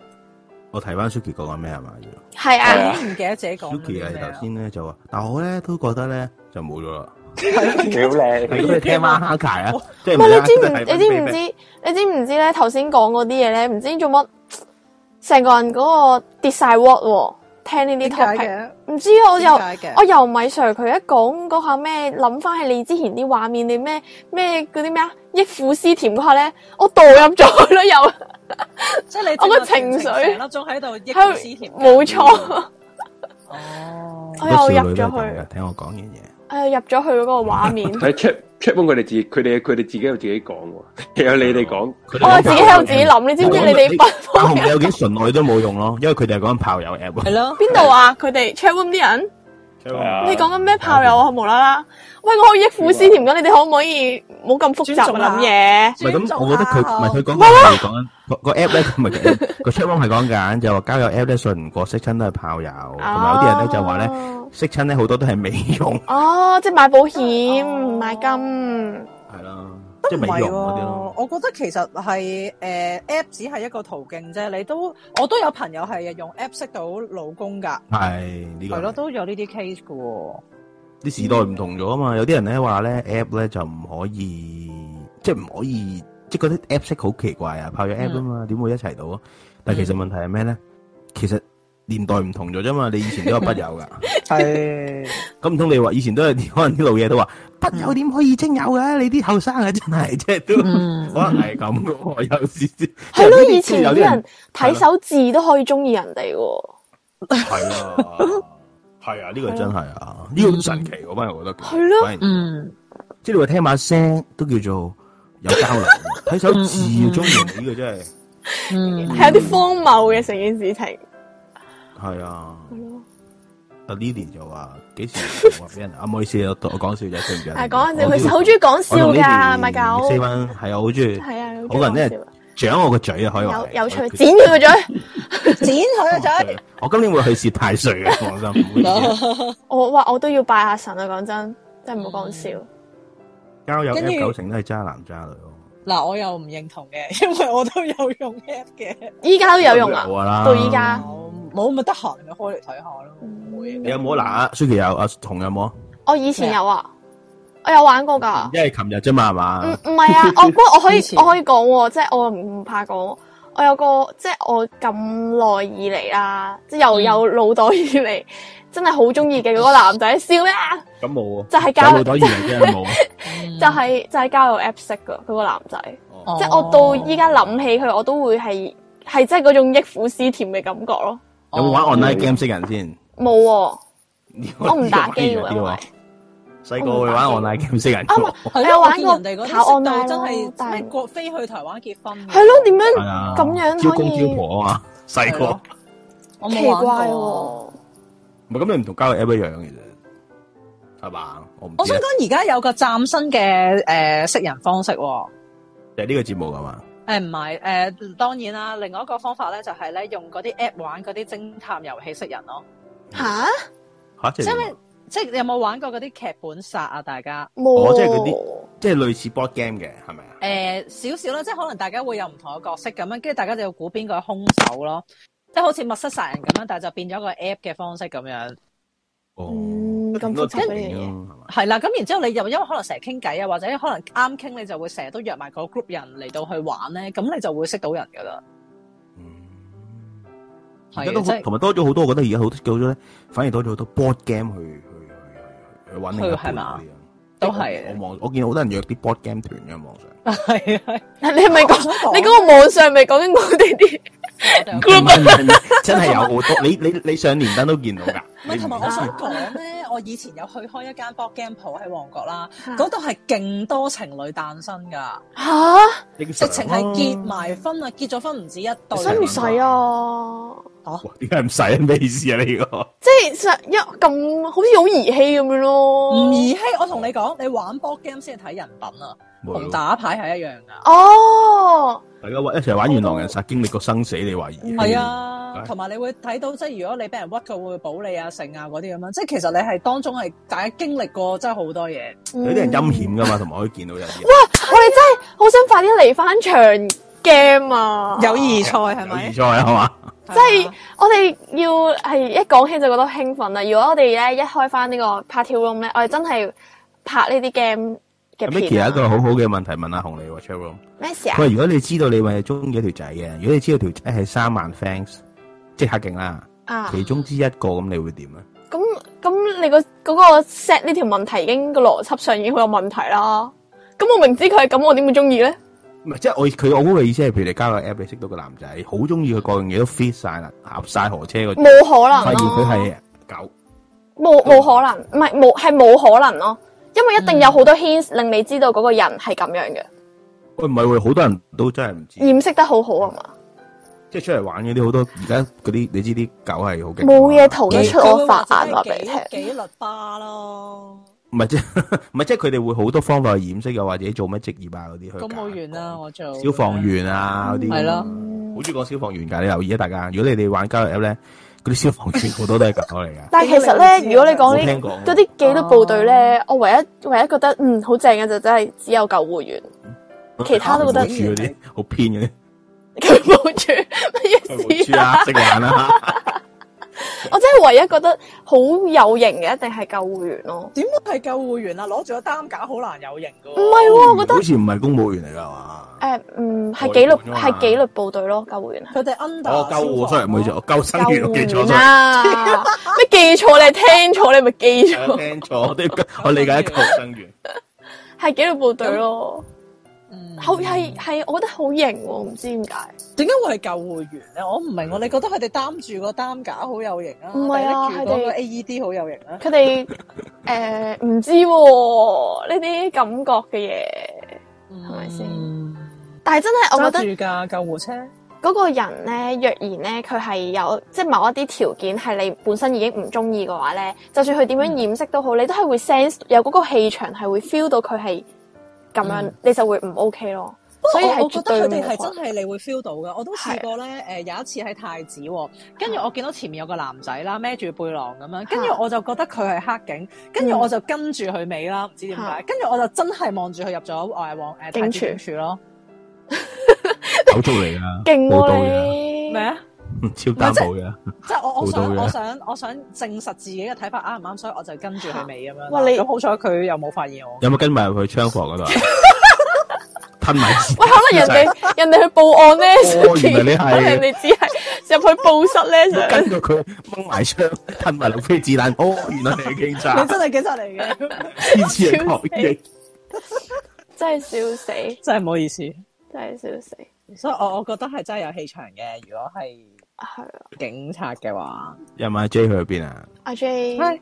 Speaker 14: 我提翻 Suki 講緊咩係嘛？要
Speaker 2: 係
Speaker 3: 係啊
Speaker 2: 啊，
Speaker 1: 唔記得自己講咗
Speaker 14: Suki
Speaker 1: 啲咩
Speaker 14: 係頭
Speaker 1: 啦。
Speaker 14: 先咧就話，但我咧都覺得咧就冇咗啦。
Speaker 2: 屌
Speaker 14: 係
Speaker 2: 你！
Speaker 14: 咁你聽翻哈卡
Speaker 3: [laughs]
Speaker 14: 啊，即係
Speaker 3: 唔係你知唔
Speaker 14: 係
Speaker 3: 你知唔知你知唔知咧？頭先講嗰啲嘢咧，唔知做乜，成個人嗰個跌晒 what 喎。聽呢
Speaker 1: 點
Speaker 3: 啲
Speaker 1: 解
Speaker 3: topic，
Speaker 1: 嘅？
Speaker 3: 唔知啊我又
Speaker 1: 點解嘅
Speaker 3: 我由米 Sir 佢一講嗰下咩，諗翻起你之前啲畫面，你咩咩嗰啲咩啊，憶苦思甜嗰下咧，我墮入咗 [laughs] 去啦，又
Speaker 1: 即係你
Speaker 3: 我個情緒
Speaker 1: 成粒鐘喺度抑
Speaker 3: 喺
Speaker 1: 鬱思
Speaker 3: 度
Speaker 1: 甜。
Speaker 3: 冇
Speaker 1: 嗯
Speaker 3: 錯，
Speaker 1: 哦，
Speaker 3: 我
Speaker 14: 好多
Speaker 3: 又
Speaker 14: 少
Speaker 3: 入咗
Speaker 14: 女都係咁
Speaker 3: 去
Speaker 14: 嘅，，聽我講完嘢，
Speaker 3: 誒入咗去嗰個畫
Speaker 14: [laughs]
Speaker 3: 面，
Speaker 2: 睇 check check 佢哋自己佢哋佢哋自己有自己講喎，有你哋講，
Speaker 14: 佢
Speaker 3: 我自己喺度自己諗，你知唔知你哋分
Speaker 14: 阿紅有幾純愛都冇用咯，因為佢哋係講緊炮友 app
Speaker 1: 係。咯，
Speaker 3: 邊度啊？佢哋 chat room 啲人你講緊咩炮友啊？無啦啦，喂，我憶苦思甜緊，你哋可唔可以冇咁複雜
Speaker 1: 尊重下
Speaker 3: 諗嘢？
Speaker 14: 唔係咁，我覺得佢唔係佢講緊係講緊個個 app 咧，唔係佢個 chat room 係講緊就話交友 app 咧信唔過，識親都係炮友，同埋有啲人咧就
Speaker 1: 哦
Speaker 14: 話咧識親咧好多都係美容，
Speaker 3: 哦，即係買保
Speaker 14: 哦
Speaker 3: 險、買金，
Speaker 14: 係啦，
Speaker 1: 都
Speaker 14: 即係
Speaker 1: 唔
Speaker 14: 美
Speaker 1: 係
Speaker 14: 容
Speaker 1: 喎，
Speaker 14: 嗰啲咯。
Speaker 1: 我覺得其實係誒、呃 app 只係一個途徑啫，你都我都有朋友係用 app 識到老公㗎，
Speaker 14: 係啊呢
Speaker 1: 係咯，
Speaker 14: 個
Speaker 1: 都有呢啲 case 㗎喎。
Speaker 14: 啲時代唔同咗啊嘛，有啲人咧話咧 app 咧就唔可以，即係唔可以，即係覺得 app 識好奇怪啊，
Speaker 1: 嗯
Speaker 14: 炮友 app 啊嘛，點會一齊到啊？但係其實問題係咩咧？其實年代唔同咗啫嘛，你以前都有筆友㗎。
Speaker 1: 係
Speaker 14: 咁唔通你話以前都係可能啲老嘢都話筆友點可以精友嘅？你啲後生啊真係即係都
Speaker 1: 嗯
Speaker 14: 可能係咁嘅喎，有時即
Speaker 3: 係咯，
Speaker 14: 有啲
Speaker 3: 以前
Speaker 14: 有
Speaker 3: 啲
Speaker 14: 啲
Speaker 3: 人
Speaker 14: 人
Speaker 3: 睇手字都可以中意人哋喎。
Speaker 14: 係啊，係啊，呢個真係啊，呢個好神奇嗰班人，我覺得
Speaker 3: 係咯
Speaker 14: 反而
Speaker 1: 嗯，
Speaker 14: 即係你話聽把聲都叫做有交流，睇手字中意人呢個真係嗯
Speaker 3: 係有啲荒謬嘅成件事情。
Speaker 14: 係啊。
Speaker 3: 咯
Speaker 14: 阿 Lily 就話幾時話俾人？啊，唔好意思，我我講笑啫，對唔住。
Speaker 3: 係啊講笑，
Speaker 14: 嗯我
Speaker 3: 佢好中意講
Speaker 14: 我
Speaker 3: 笑
Speaker 14: 同
Speaker 3: 㗎，
Speaker 14: 呢
Speaker 3: 咪
Speaker 14: 條
Speaker 3: 狗。
Speaker 14: 四蚊係啊，好中意。
Speaker 3: 係啊，
Speaker 14: 我個人咧掌我個嘴啊，可以話
Speaker 3: 有
Speaker 14: 係
Speaker 3: 有趣
Speaker 14: 我，
Speaker 3: 剪佢個嘴。
Speaker 1: 剪佢個
Speaker 14: [laughs]
Speaker 1: 嘴，
Speaker 14: 我今年會去試太歲
Speaker 3: [laughs]
Speaker 14: 嘅，放心。唔好意思
Speaker 3: 我哇，我都要拜下神啊！講真，真係唔好講笑。
Speaker 14: 嗯交友
Speaker 1: 跟住
Speaker 14: app 九成都係渣男渣女咯，
Speaker 1: 嗱我又唔認同嘅， [laughs] 因為我都有用 app 嘅，
Speaker 3: 依家都有用啊
Speaker 14: 都，啦
Speaker 3: 到依家
Speaker 1: 冇咪得閒咪開嚟睇下咯，唔會
Speaker 14: 你有冇嗱？阿 Suki 有，阿紅有冇？
Speaker 3: 我以前有啊，我有玩過㗎。
Speaker 14: 因為琴日啫嘛，係
Speaker 3: 唔
Speaker 14: 嘛？
Speaker 3: 唔係
Speaker 14: [laughs]
Speaker 3: 啊，我不過我可以
Speaker 1: 以前
Speaker 3: 我可以講喎，即係我唔唔怕講。我有個即係我咁耐以嚟啦，即係由
Speaker 1: 嗯
Speaker 3: 有腦袋以嚟，真係好中意嘅嗰個男仔，笑咩啊？
Speaker 14: 咁冇喎，
Speaker 3: 就係
Speaker 14: [laughs] 有
Speaker 3: 交
Speaker 14: 冇袋以嚟真係冇啊。
Speaker 3: 就係、就係、交友 app 識㗎嗰個男仔，
Speaker 14: 哦
Speaker 3: 即係我到依家諗起佢，我都會係係真係嗰種憶苦思甜嘅感覺咯。
Speaker 14: 有冇玩 online game 識人先？
Speaker 3: 冇喎、我
Speaker 14: 我
Speaker 3: 唔打機喎因為
Speaker 14: 細個會玩
Speaker 3: 我唔打
Speaker 14: online game 識人
Speaker 3: 啊唔
Speaker 14: 喎
Speaker 3: 係，
Speaker 1: 係
Speaker 3: 我有
Speaker 1: 咯，我
Speaker 3: 玩
Speaker 1: 見
Speaker 3: 過
Speaker 1: 人哋嗰啲
Speaker 3: 跑
Speaker 1: 識
Speaker 3: online
Speaker 1: 到真
Speaker 3: 咯，
Speaker 1: 係
Speaker 3: 但
Speaker 1: 咩
Speaker 3: 係
Speaker 1: 國飛去台灣結婚嘅，
Speaker 3: 係咯，點樣
Speaker 14: 係啊，
Speaker 3: 咁樣
Speaker 14: 招
Speaker 3: 可
Speaker 14: 公
Speaker 3: 以
Speaker 14: 招婆啊嘛，細
Speaker 1: 係
Speaker 14: 個
Speaker 1: 咯我
Speaker 3: 奇
Speaker 1: 冇
Speaker 3: 怪
Speaker 1: 玩過啊
Speaker 3: 喎、
Speaker 14: 唔係咁，你唔同交友 app 一樣其實係嘛？我唔
Speaker 1: 我
Speaker 14: 知
Speaker 1: 想
Speaker 14: 啊
Speaker 1: 講而家有個嶄新嘅誒、呃、識人方式喎、
Speaker 14: 就係呢個節目㗎嘛。
Speaker 1: 誒唔係誒，當然啦，另外一個方法咧就係、咧用嗰啲 app 玩嗰啲偵探遊戲識人咯，
Speaker 3: 吓？
Speaker 14: 嚇，即
Speaker 1: 即
Speaker 14: 係啊
Speaker 1: 係即係你有冇玩過嗰啲劇本殺啊？大家
Speaker 3: 冇、
Speaker 14: 哦即係嗰啲即係類似 board game 嘅，係咪啊？
Speaker 1: 誒少少啦，即係可能大家會有唔同嘅角色咁樣，跟住大家就要估邊個係兇手咯，即係好似密室殺人咁樣，但係就變咗個 app 嘅方式咁樣。
Speaker 3: Ừ,
Speaker 14: 哦，
Speaker 3: 嗯咁複雜嗰樣嘢
Speaker 14: 係嘛？
Speaker 1: 係啦，咁然之後你又因為可能成日傾偈啊，或者可能啱傾，你就會成日都約埋個 group 人嚟到去玩咧，咁你就會識到人噶啦。
Speaker 14: 嗯而家
Speaker 1: 係
Speaker 14: 都
Speaker 1: 啊，即
Speaker 14: 好
Speaker 1: 係
Speaker 14: 同埋多咗好多，我覺得而家好多咗咧，反而多咗好多 board game 去去去去去揾另一
Speaker 1: 去係
Speaker 14: 半
Speaker 1: 嘛
Speaker 14: 嗰啲啊
Speaker 1: 都係
Speaker 14: 我望我見好多人約啲 board game 團嘅網上，
Speaker 1: 係啊，
Speaker 3: 你係咪講你嗰個網上咪講緊 [laughs] 我哋啲？
Speaker 1: 我哋有
Speaker 14: 唔係唔係唔係真係有好多。你你你上連登都見 [laughs] 到㗎。
Speaker 1: 唔係，
Speaker 14: 你
Speaker 1: 同
Speaker 14: 唔
Speaker 1: 埋
Speaker 14: 知
Speaker 1: 我想講咧，我以前有去開一間 board game 鋪喺旺角啦，嗰度係勁多情侶誕生噶，
Speaker 3: 吓？
Speaker 14: 你
Speaker 1: 直情係結埋婚啊，結咗婚唔止一對。
Speaker 3: 使唔使啊？
Speaker 14: 哇點解唔使啊？咩意思啊？你呢個
Speaker 3: 即係實一咁好似好兒戲咁樣咯。
Speaker 1: 唔兒戲，我同你講，你玩 board game 先係睇人品啊，同打牌係一樣
Speaker 3: 啊
Speaker 1: 噶。
Speaker 3: 哦，
Speaker 14: 大家玩一齊玩完狼人殺，經歷過生死，你懷疑
Speaker 1: 係，啊，
Speaker 14: 嗯
Speaker 1: 同埋你會睇到，即係如果你俾人屈，佢會保你啊、成啊嗰啲咁樣。即係其實你係當中係大家經歷過真係好多嘢。
Speaker 14: 有啲人陰險㗎嘛，同埋可以見到有啲人
Speaker 3: 我哋真係好想快啲嚟翻場 game 啊！
Speaker 1: 友誼賽係啊
Speaker 14: 有
Speaker 1: 咪
Speaker 14: 意？在係嘛？
Speaker 1: 即
Speaker 3: 即係我哋要係一講起就覺得興奮啦。如果我哋咧一開翻呢個 party room 咧，我哋真係拍呢啲 game 嘅
Speaker 14: Micky
Speaker 3: 片
Speaker 14: 有一
Speaker 3: 啊。
Speaker 14: 個好好嘅問題問阿紅你喎 c h e r o m
Speaker 3: 咩事
Speaker 14: 佢
Speaker 3: 啊
Speaker 14: 話：？如果你知道你咪中意一條仔嘅，如果你知道條仔係三萬 fans，即刻勁啦，
Speaker 3: 啊，
Speaker 14: 其中之一個咁，你會點咧？
Speaker 3: 咁咁你個嗰個 set 呢條問題已經個邏輯上已經好有問題啦。咁我明知佢係咁，我點會中意咧？
Speaker 14: 唔係，即係我佢我估嘅意思係，譬如你交個 app，你識到個男仔，好中意佢各樣嘢都 fit 晒啦，合晒河車嗰
Speaker 3: 冇
Speaker 14: 種，
Speaker 3: 可能
Speaker 14: 發現
Speaker 3: 咯。
Speaker 14: 佢係狗，
Speaker 3: 冇冇可能，唔係冇係冇可能咯，因為一
Speaker 14: 嗯
Speaker 3: 定有好多 hints 令你知道嗰個人係咁樣嘅，
Speaker 14: 喂唔係喎，好多人都真係唔知，
Speaker 3: 掩飾得好好啊嘛。
Speaker 14: 即係出嚟玩嗰啲好多，而家嗰啲你知啲狗係好勁㗎嘛。
Speaker 3: 冇嘢逃得出我法眼
Speaker 1: 或
Speaker 3: 話
Speaker 1: 者
Speaker 3: 俾你聽
Speaker 1: 係。紀紀律巴咯，
Speaker 14: 唔係即 [laughs] 唔係即係佢哋會好多方法去掩飾，又或者做乜職業啊嗰啲去
Speaker 1: 公務
Speaker 14: 揀
Speaker 1: 員啦，我做
Speaker 14: 消防員啊嗰啲。
Speaker 1: 係咯，
Speaker 14: 好中意講消防員㗎，你留意啊大家。如果你哋玩交友 app 咧，嗰啲消防員好多都係狗
Speaker 3: [laughs]
Speaker 14: 嚟㗎。
Speaker 3: 但係其實咧，如果你講
Speaker 14: 冇聽
Speaker 3: 呢
Speaker 14: 過
Speaker 3: 嗰啲紀律部隊咧，我唯一唯一覺得嗯好正嘅就真係只有救護員，
Speaker 14: 嗯
Speaker 3: 其他都覺得
Speaker 14: 住嗰啲好偏嗰啲，
Speaker 3: 佢 [laughs] 冇住乜嘢
Speaker 14: 冇
Speaker 3: 事
Speaker 14: 住
Speaker 3: 啊！
Speaker 14: 啊，識玩啦。
Speaker 3: 我真係唯一覺得好有型嘅，一定係救護員咯。
Speaker 1: 點會係救護員啊？攞住個擔架好難有型噶
Speaker 3: 唔係喎，我覺得
Speaker 14: 好似唔係公務員嚟㗎係嘛？
Speaker 3: 誒嗯係
Speaker 14: 外
Speaker 3: 紀律
Speaker 14: 判㗎嘛
Speaker 3: 係紀律部隊咯，救護員係
Speaker 1: 佢哋 under
Speaker 14: 哦，救護 sorry 唔好意思，我救
Speaker 3: 救
Speaker 14: 生員我記錯
Speaker 3: 護員
Speaker 14: sorry
Speaker 3: 啊！ [laughs] 咩記錯？你係聽錯？你咪記
Speaker 14: 我 [laughs]
Speaker 3: 錯？
Speaker 14: 聽錯，我都我理解救生員。
Speaker 3: 係紀律部隊咯。
Speaker 1: 嗯
Speaker 3: 好係係，我覺得好型喎，唔知點解。
Speaker 1: 點解會係救護員咧？我唔明
Speaker 14: 嗯
Speaker 1: 喎，你覺得佢哋擔住個擔架好有型啊？
Speaker 3: 唔係啊
Speaker 1: 定拎住嗰個
Speaker 3: 佢
Speaker 1: AED 好有型啊？
Speaker 3: 佢哋誒唔知喎呢啲感覺嘅嘢，係咪先？但係真係我覺
Speaker 1: 嗯揸
Speaker 3: 得
Speaker 1: 住架救護車，
Speaker 3: 嗰個人咧，若然咧佢係有即係某一啲條件係你本身已經唔中意嘅話咧，就算佢點樣掩飾都好，你都係會 sense 有嗰個氣場係會 feel 到佢係咁樣，你就會唔 OK 咯。所以
Speaker 1: 我
Speaker 3: 係
Speaker 1: 我覺得
Speaker 3: 絕對
Speaker 1: 佢
Speaker 3: 冇
Speaker 1: 哋係
Speaker 3: 可能
Speaker 1: 真係你會 feel 到噶，我都試過咧。誒、有一次喺太子喎，跟住我見到前面有個男仔啦，孭住背囊咁樣，跟住
Speaker 3: 嚇
Speaker 1: 我就覺得佢係黑警，跟住
Speaker 3: 嗯
Speaker 1: 我就跟住佢尾啦，唔知點解
Speaker 3: 嚇，
Speaker 1: 跟住我就真係望住佢入咗誒往誒太
Speaker 3: 警
Speaker 1: 子
Speaker 3: 署
Speaker 1: 警署咯。
Speaker 14: 手足嚟㗎，
Speaker 3: 勁
Speaker 14: 報道
Speaker 3: 喎
Speaker 14: 㗎，
Speaker 3: 你
Speaker 1: 咩啊？
Speaker 14: 嗯超擔保㗎。
Speaker 1: 即係我我想
Speaker 14: 報道嘅
Speaker 1: 我想我想證實自己嘅睇法啱唔啱，所以我就跟住佢尾咁樣啦。
Speaker 3: 哇你
Speaker 1: 咁好彩佢又冇發現我。
Speaker 14: 有冇跟埋入去槍房嗰度啊？吞埋先。
Speaker 3: 喂，可能人哋人哋去報案咧，
Speaker 14: 哦原來
Speaker 3: [laughs]
Speaker 14: 你係
Speaker 3: 可能你只係入去報室咧，
Speaker 14: 真係
Speaker 3: 想
Speaker 14: 跟到佢掹埋槍，吞埋六飛子彈。哦，原來你係警
Speaker 1: [laughs]
Speaker 14: 察
Speaker 1: 你，真係警察嚟嘅，
Speaker 14: 天次係確認。
Speaker 3: [laughs] 真係笑死，
Speaker 1: 真係唔好意思。
Speaker 3: 真係笑死，
Speaker 1: 所以我我覺得係真係有氣場嘅。如果係
Speaker 3: 係啊，
Speaker 1: 警察嘅話，
Speaker 14: 有冇阿 J 去邊啊？
Speaker 3: 阿 J。
Speaker 1: 係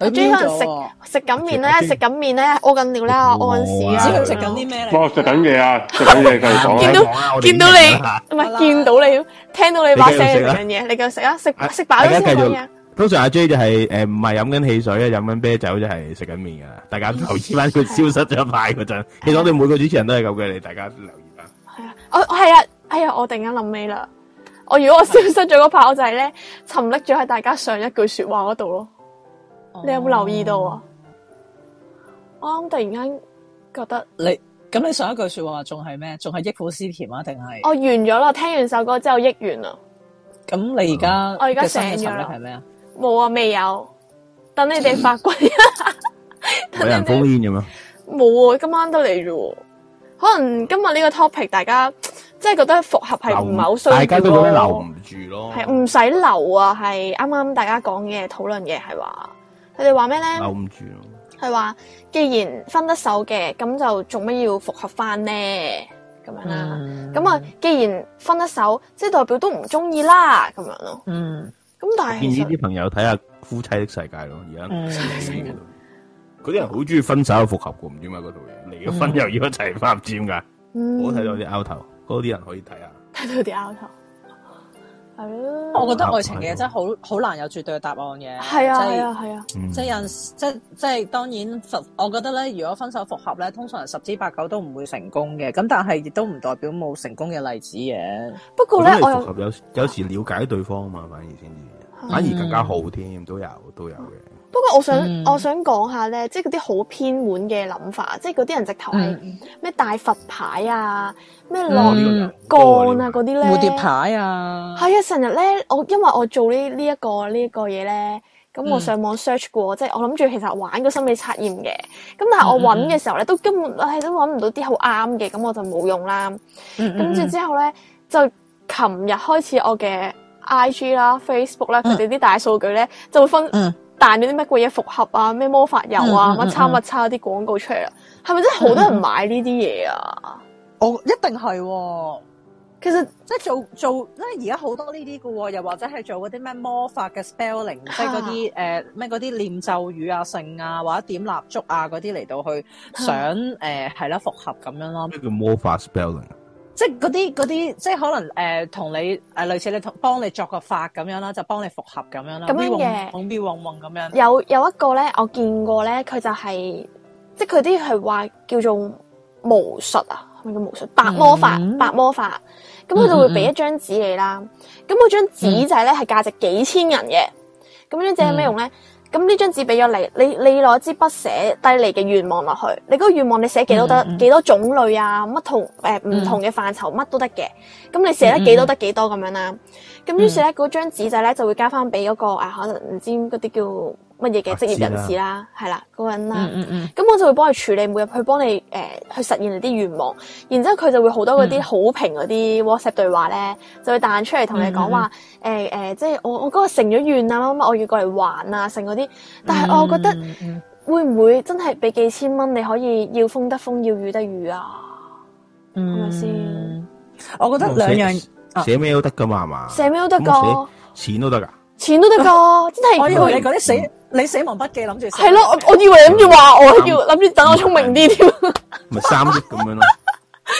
Speaker 3: 阿 J 可能
Speaker 14: 啊
Speaker 3: 食食緊面咧，食緊面咧，屙緊尿啦，
Speaker 14: 我
Speaker 3: 屙緊屎啊
Speaker 1: 唔知
Speaker 3: 啦
Speaker 1: 佢食緊啲咩嚟？
Speaker 2: 我食緊嘢啊，食緊嘢繼續
Speaker 14: 講
Speaker 2: 講啦
Speaker 3: 見到。
Speaker 14: 到
Speaker 3: 見到你唔
Speaker 1: 好
Speaker 3: 係
Speaker 1: 啦
Speaker 3: 見到你，聽到你把聲
Speaker 14: 你
Speaker 3: 食
Speaker 14: 繼續食啦
Speaker 3: 緊嘢，你繼續食啊，食
Speaker 14: 啊
Speaker 3: 食飽咗
Speaker 14: 大家
Speaker 3: 先
Speaker 14: 繼
Speaker 3: 講
Speaker 14: 續
Speaker 3: 嘢。
Speaker 14: 通常阿 J 就係誒唔係飲緊汽水啊，飲緊啤酒就係食緊麵噶啦。大家留意翻佢消失咗一排嗰
Speaker 3: [laughs]
Speaker 14: 陣，其實我哋每個主持人都係咁嘅，你大家留意翻。
Speaker 3: 係啊，我我係啊，哎呀，我突然間諗起啦，我如果我消失咗嗰 part，我就係咧沉溺咗喺大家上一句說話嗰度咯。
Speaker 1: 哦
Speaker 3: 你有冇留意到啊？我啱突然間覺得，
Speaker 1: 你咁你上一句説話仲係咩？仲係憶苦思甜啊？定係
Speaker 3: 哦我完咗啦，聽完首歌之後益完啦，
Speaker 1: 咁你而家
Speaker 3: 哦我而家
Speaker 1: 嘅新嘅
Speaker 3: 醒
Speaker 1: 沉
Speaker 3: 咗
Speaker 1: 溺
Speaker 3: 啦
Speaker 1: 係咩啊？
Speaker 3: 冇啊，未有，等你哋發掘。
Speaker 14: 有人封煙咁樣，
Speaker 3: 冇啊，今晚都嚟啫喎。可能今日呢個 topic 大家即係覺得復合係唔係好需要
Speaker 14: 大家都覺得留
Speaker 3: 咯
Speaker 14: 唔住咯，
Speaker 3: 係唔使留啊，係啱啱大家講嘅討論嘅係話，佢哋話咩咧？
Speaker 14: 留唔住咯。
Speaker 3: 係話既然分得手嘅，咁就做乜要復合翻呢？咁樣啦。
Speaker 14: 嗯
Speaker 1: 嗯
Speaker 3: 咁啊、既然分得手，即係代表都唔中意啦，咁樣咯。
Speaker 1: 嗯
Speaker 3: 咁但係
Speaker 14: 建
Speaker 3: 其
Speaker 14: 議
Speaker 3: 實
Speaker 14: 啲朋友睇下《夫妻的世界》咯，而家
Speaker 1: 嗯
Speaker 14: 嗰啲人好中意分手又復合嘅，唔知點解嗰套嘢離咗婚又要一齊翻，唔知點解。
Speaker 3: 嗯
Speaker 14: 我睇到啲 out 頭，嗰啲人可以睇下。
Speaker 3: 睇到啲 out 頭，係咯，
Speaker 1: 我覺得愛情嘅嘢真係好好難有絕對嘅答案嘅。
Speaker 3: 係啊
Speaker 1: 即
Speaker 3: 係啊係啊，
Speaker 14: 嗯
Speaker 1: 即係有陣時即即係當然復，我覺得咧，如果分手復合咧，通常十之八九都唔會成功嘅。咁但係亦都唔代表冇成功嘅例子嘅。
Speaker 3: 不過
Speaker 14: 我
Speaker 3: 咧
Speaker 14: 覺得
Speaker 3: 我
Speaker 14: 係
Speaker 3: 又嗯
Speaker 14: 復。合有有時了解對方啊嘛，反而先至，反而更加好添，都有都有嘅。
Speaker 3: 不過我想、
Speaker 1: 嗯
Speaker 3: 我想講下咧，即係嗰啲好偏門嘅諗法，即係嗰啲人直頭係咩大佛牌啊，咩落
Speaker 1: 嗯
Speaker 3: 降啊嗰啲咧，
Speaker 1: 蝴蝶牌啊，
Speaker 3: 係啊，成日咧，我因為我做呢呢一個呢一個嘢咧，咁
Speaker 1: 嗯
Speaker 3: 我上網 search 過，即係我諗住其實玩個心理測驗嘅，咁
Speaker 1: 嗯
Speaker 3: 但係我揾嘅時候咧，都根本唉都揾唔到啲好啱嘅，咁我就冇用啦。跟
Speaker 1: 跟
Speaker 3: 住之後咧，就琴日開始我嘅 IG 啦、Facebook 啦，佢哋啲大數據咧就會分
Speaker 1: 嗯
Speaker 3: 彈咗啲乜鬼嘢復合啊、咩魔法油啊、
Speaker 1: 嗯嗯嗯嗯
Speaker 3: 乜叉乜叉啲廣告出嚟啦，啊係咪真係好多人買呢啲嘢啊？
Speaker 1: 我哦一定係喎。
Speaker 3: 其實
Speaker 1: 即係做做咧，而家好多呢啲嘅喎，又或者係做嗰啲咩魔法嘅 spelling，即
Speaker 3: 啊
Speaker 1: 係嗰啲誒咩嗰啲念咒語啊、聖啊，或者點蠟燭
Speaker 3: 啊
Speaker 1: 啊嗰啲嚟到去想誒係啦復合咁樣咯。
Speaker 14: 咩叫魔法 spelling？啊
Speaker 1: 即係嗰啲嗰啲，即係可能誒同、你誒、類似你同幫你作個法咁樣啦，就幫你復合咁樣啦，
Speaker 3: 咁樣嘅
Speaker 1: 嗡嗡嗡嗡咁樣。
Speaker 3: 有有一個咧，我見過咧，佢就係、即係佢啲係話叫做巫術啊，係咪叫巫
Speaker 1: 嗯
Speaker 3: 術？白魔法，白魔法。咁佢就會俾一張紙你啦。咁嗰張紙就係咧係價值幾千人嘅。咁張紙有咩用
Speaker 1: 嗯
Speaker 3: 咧？咁呢張紙俾咗你，你你攞支筆寫低你嘅願望落去，你嗰個願望你寫幾多得
Speaker 1: 嗯嗯嗯嗯
Speaker 3: 幾多種類啊？乜同誒唔同嘅範疇乜都得嘅，咁你寫得幾多得幾多咁樣啦。咁於是咧嗰張紙仔咧就會交翻俾嗰個啊，可能唔知嗰啲叫乜嘢嘅職業人士啦，係啦嗰個人啦。
Speaker 1: 嗯嗯
Speaker 3: 咁我就會幫佢處理，每日去幫你誒、呃去實現你啲願望，然之後佢就會好多嗰
Speaker 1: 嗯
Speaker 3: 啲好評嗰啲 WhatsApp 對話咧，就會彈出嚟同你
Speaker 1: 嗯
Speaker 3: 講話誒誒，呃即哦係我我嗰個成咗願啊，乜乜我要過嚟還啊，成嗰啲。但
Speaker 1: 嗯
Speaker 3: 係我覺得會唔會真係俾幾千蚊你可以要風得風，要雨得
Speaker 1: [laughs]
Speaker 3: 雨啊？
Speaker 1: 嗯，
Speaker 3: 係咪先？
Speaker 1: 我覺得兩樣啊
Speaker 14: 写咩都得噶嘛，係嘛？
Speaker 3: 寫咩都得
Speaker 14: 咁
Speaker 3: 㗎
Speaker 14: 我，寫錢都得噶。
Speaker 3: [laughs] 錢都得㗎，真係。
Speaker 1: 我以為你嗰啲死你死亡筆記諗住
Speaker 3: 哎係咯，我我以為你諗住話我要諗住等我聰明啲添，
Speaker 14: 咪三億咁樣咯，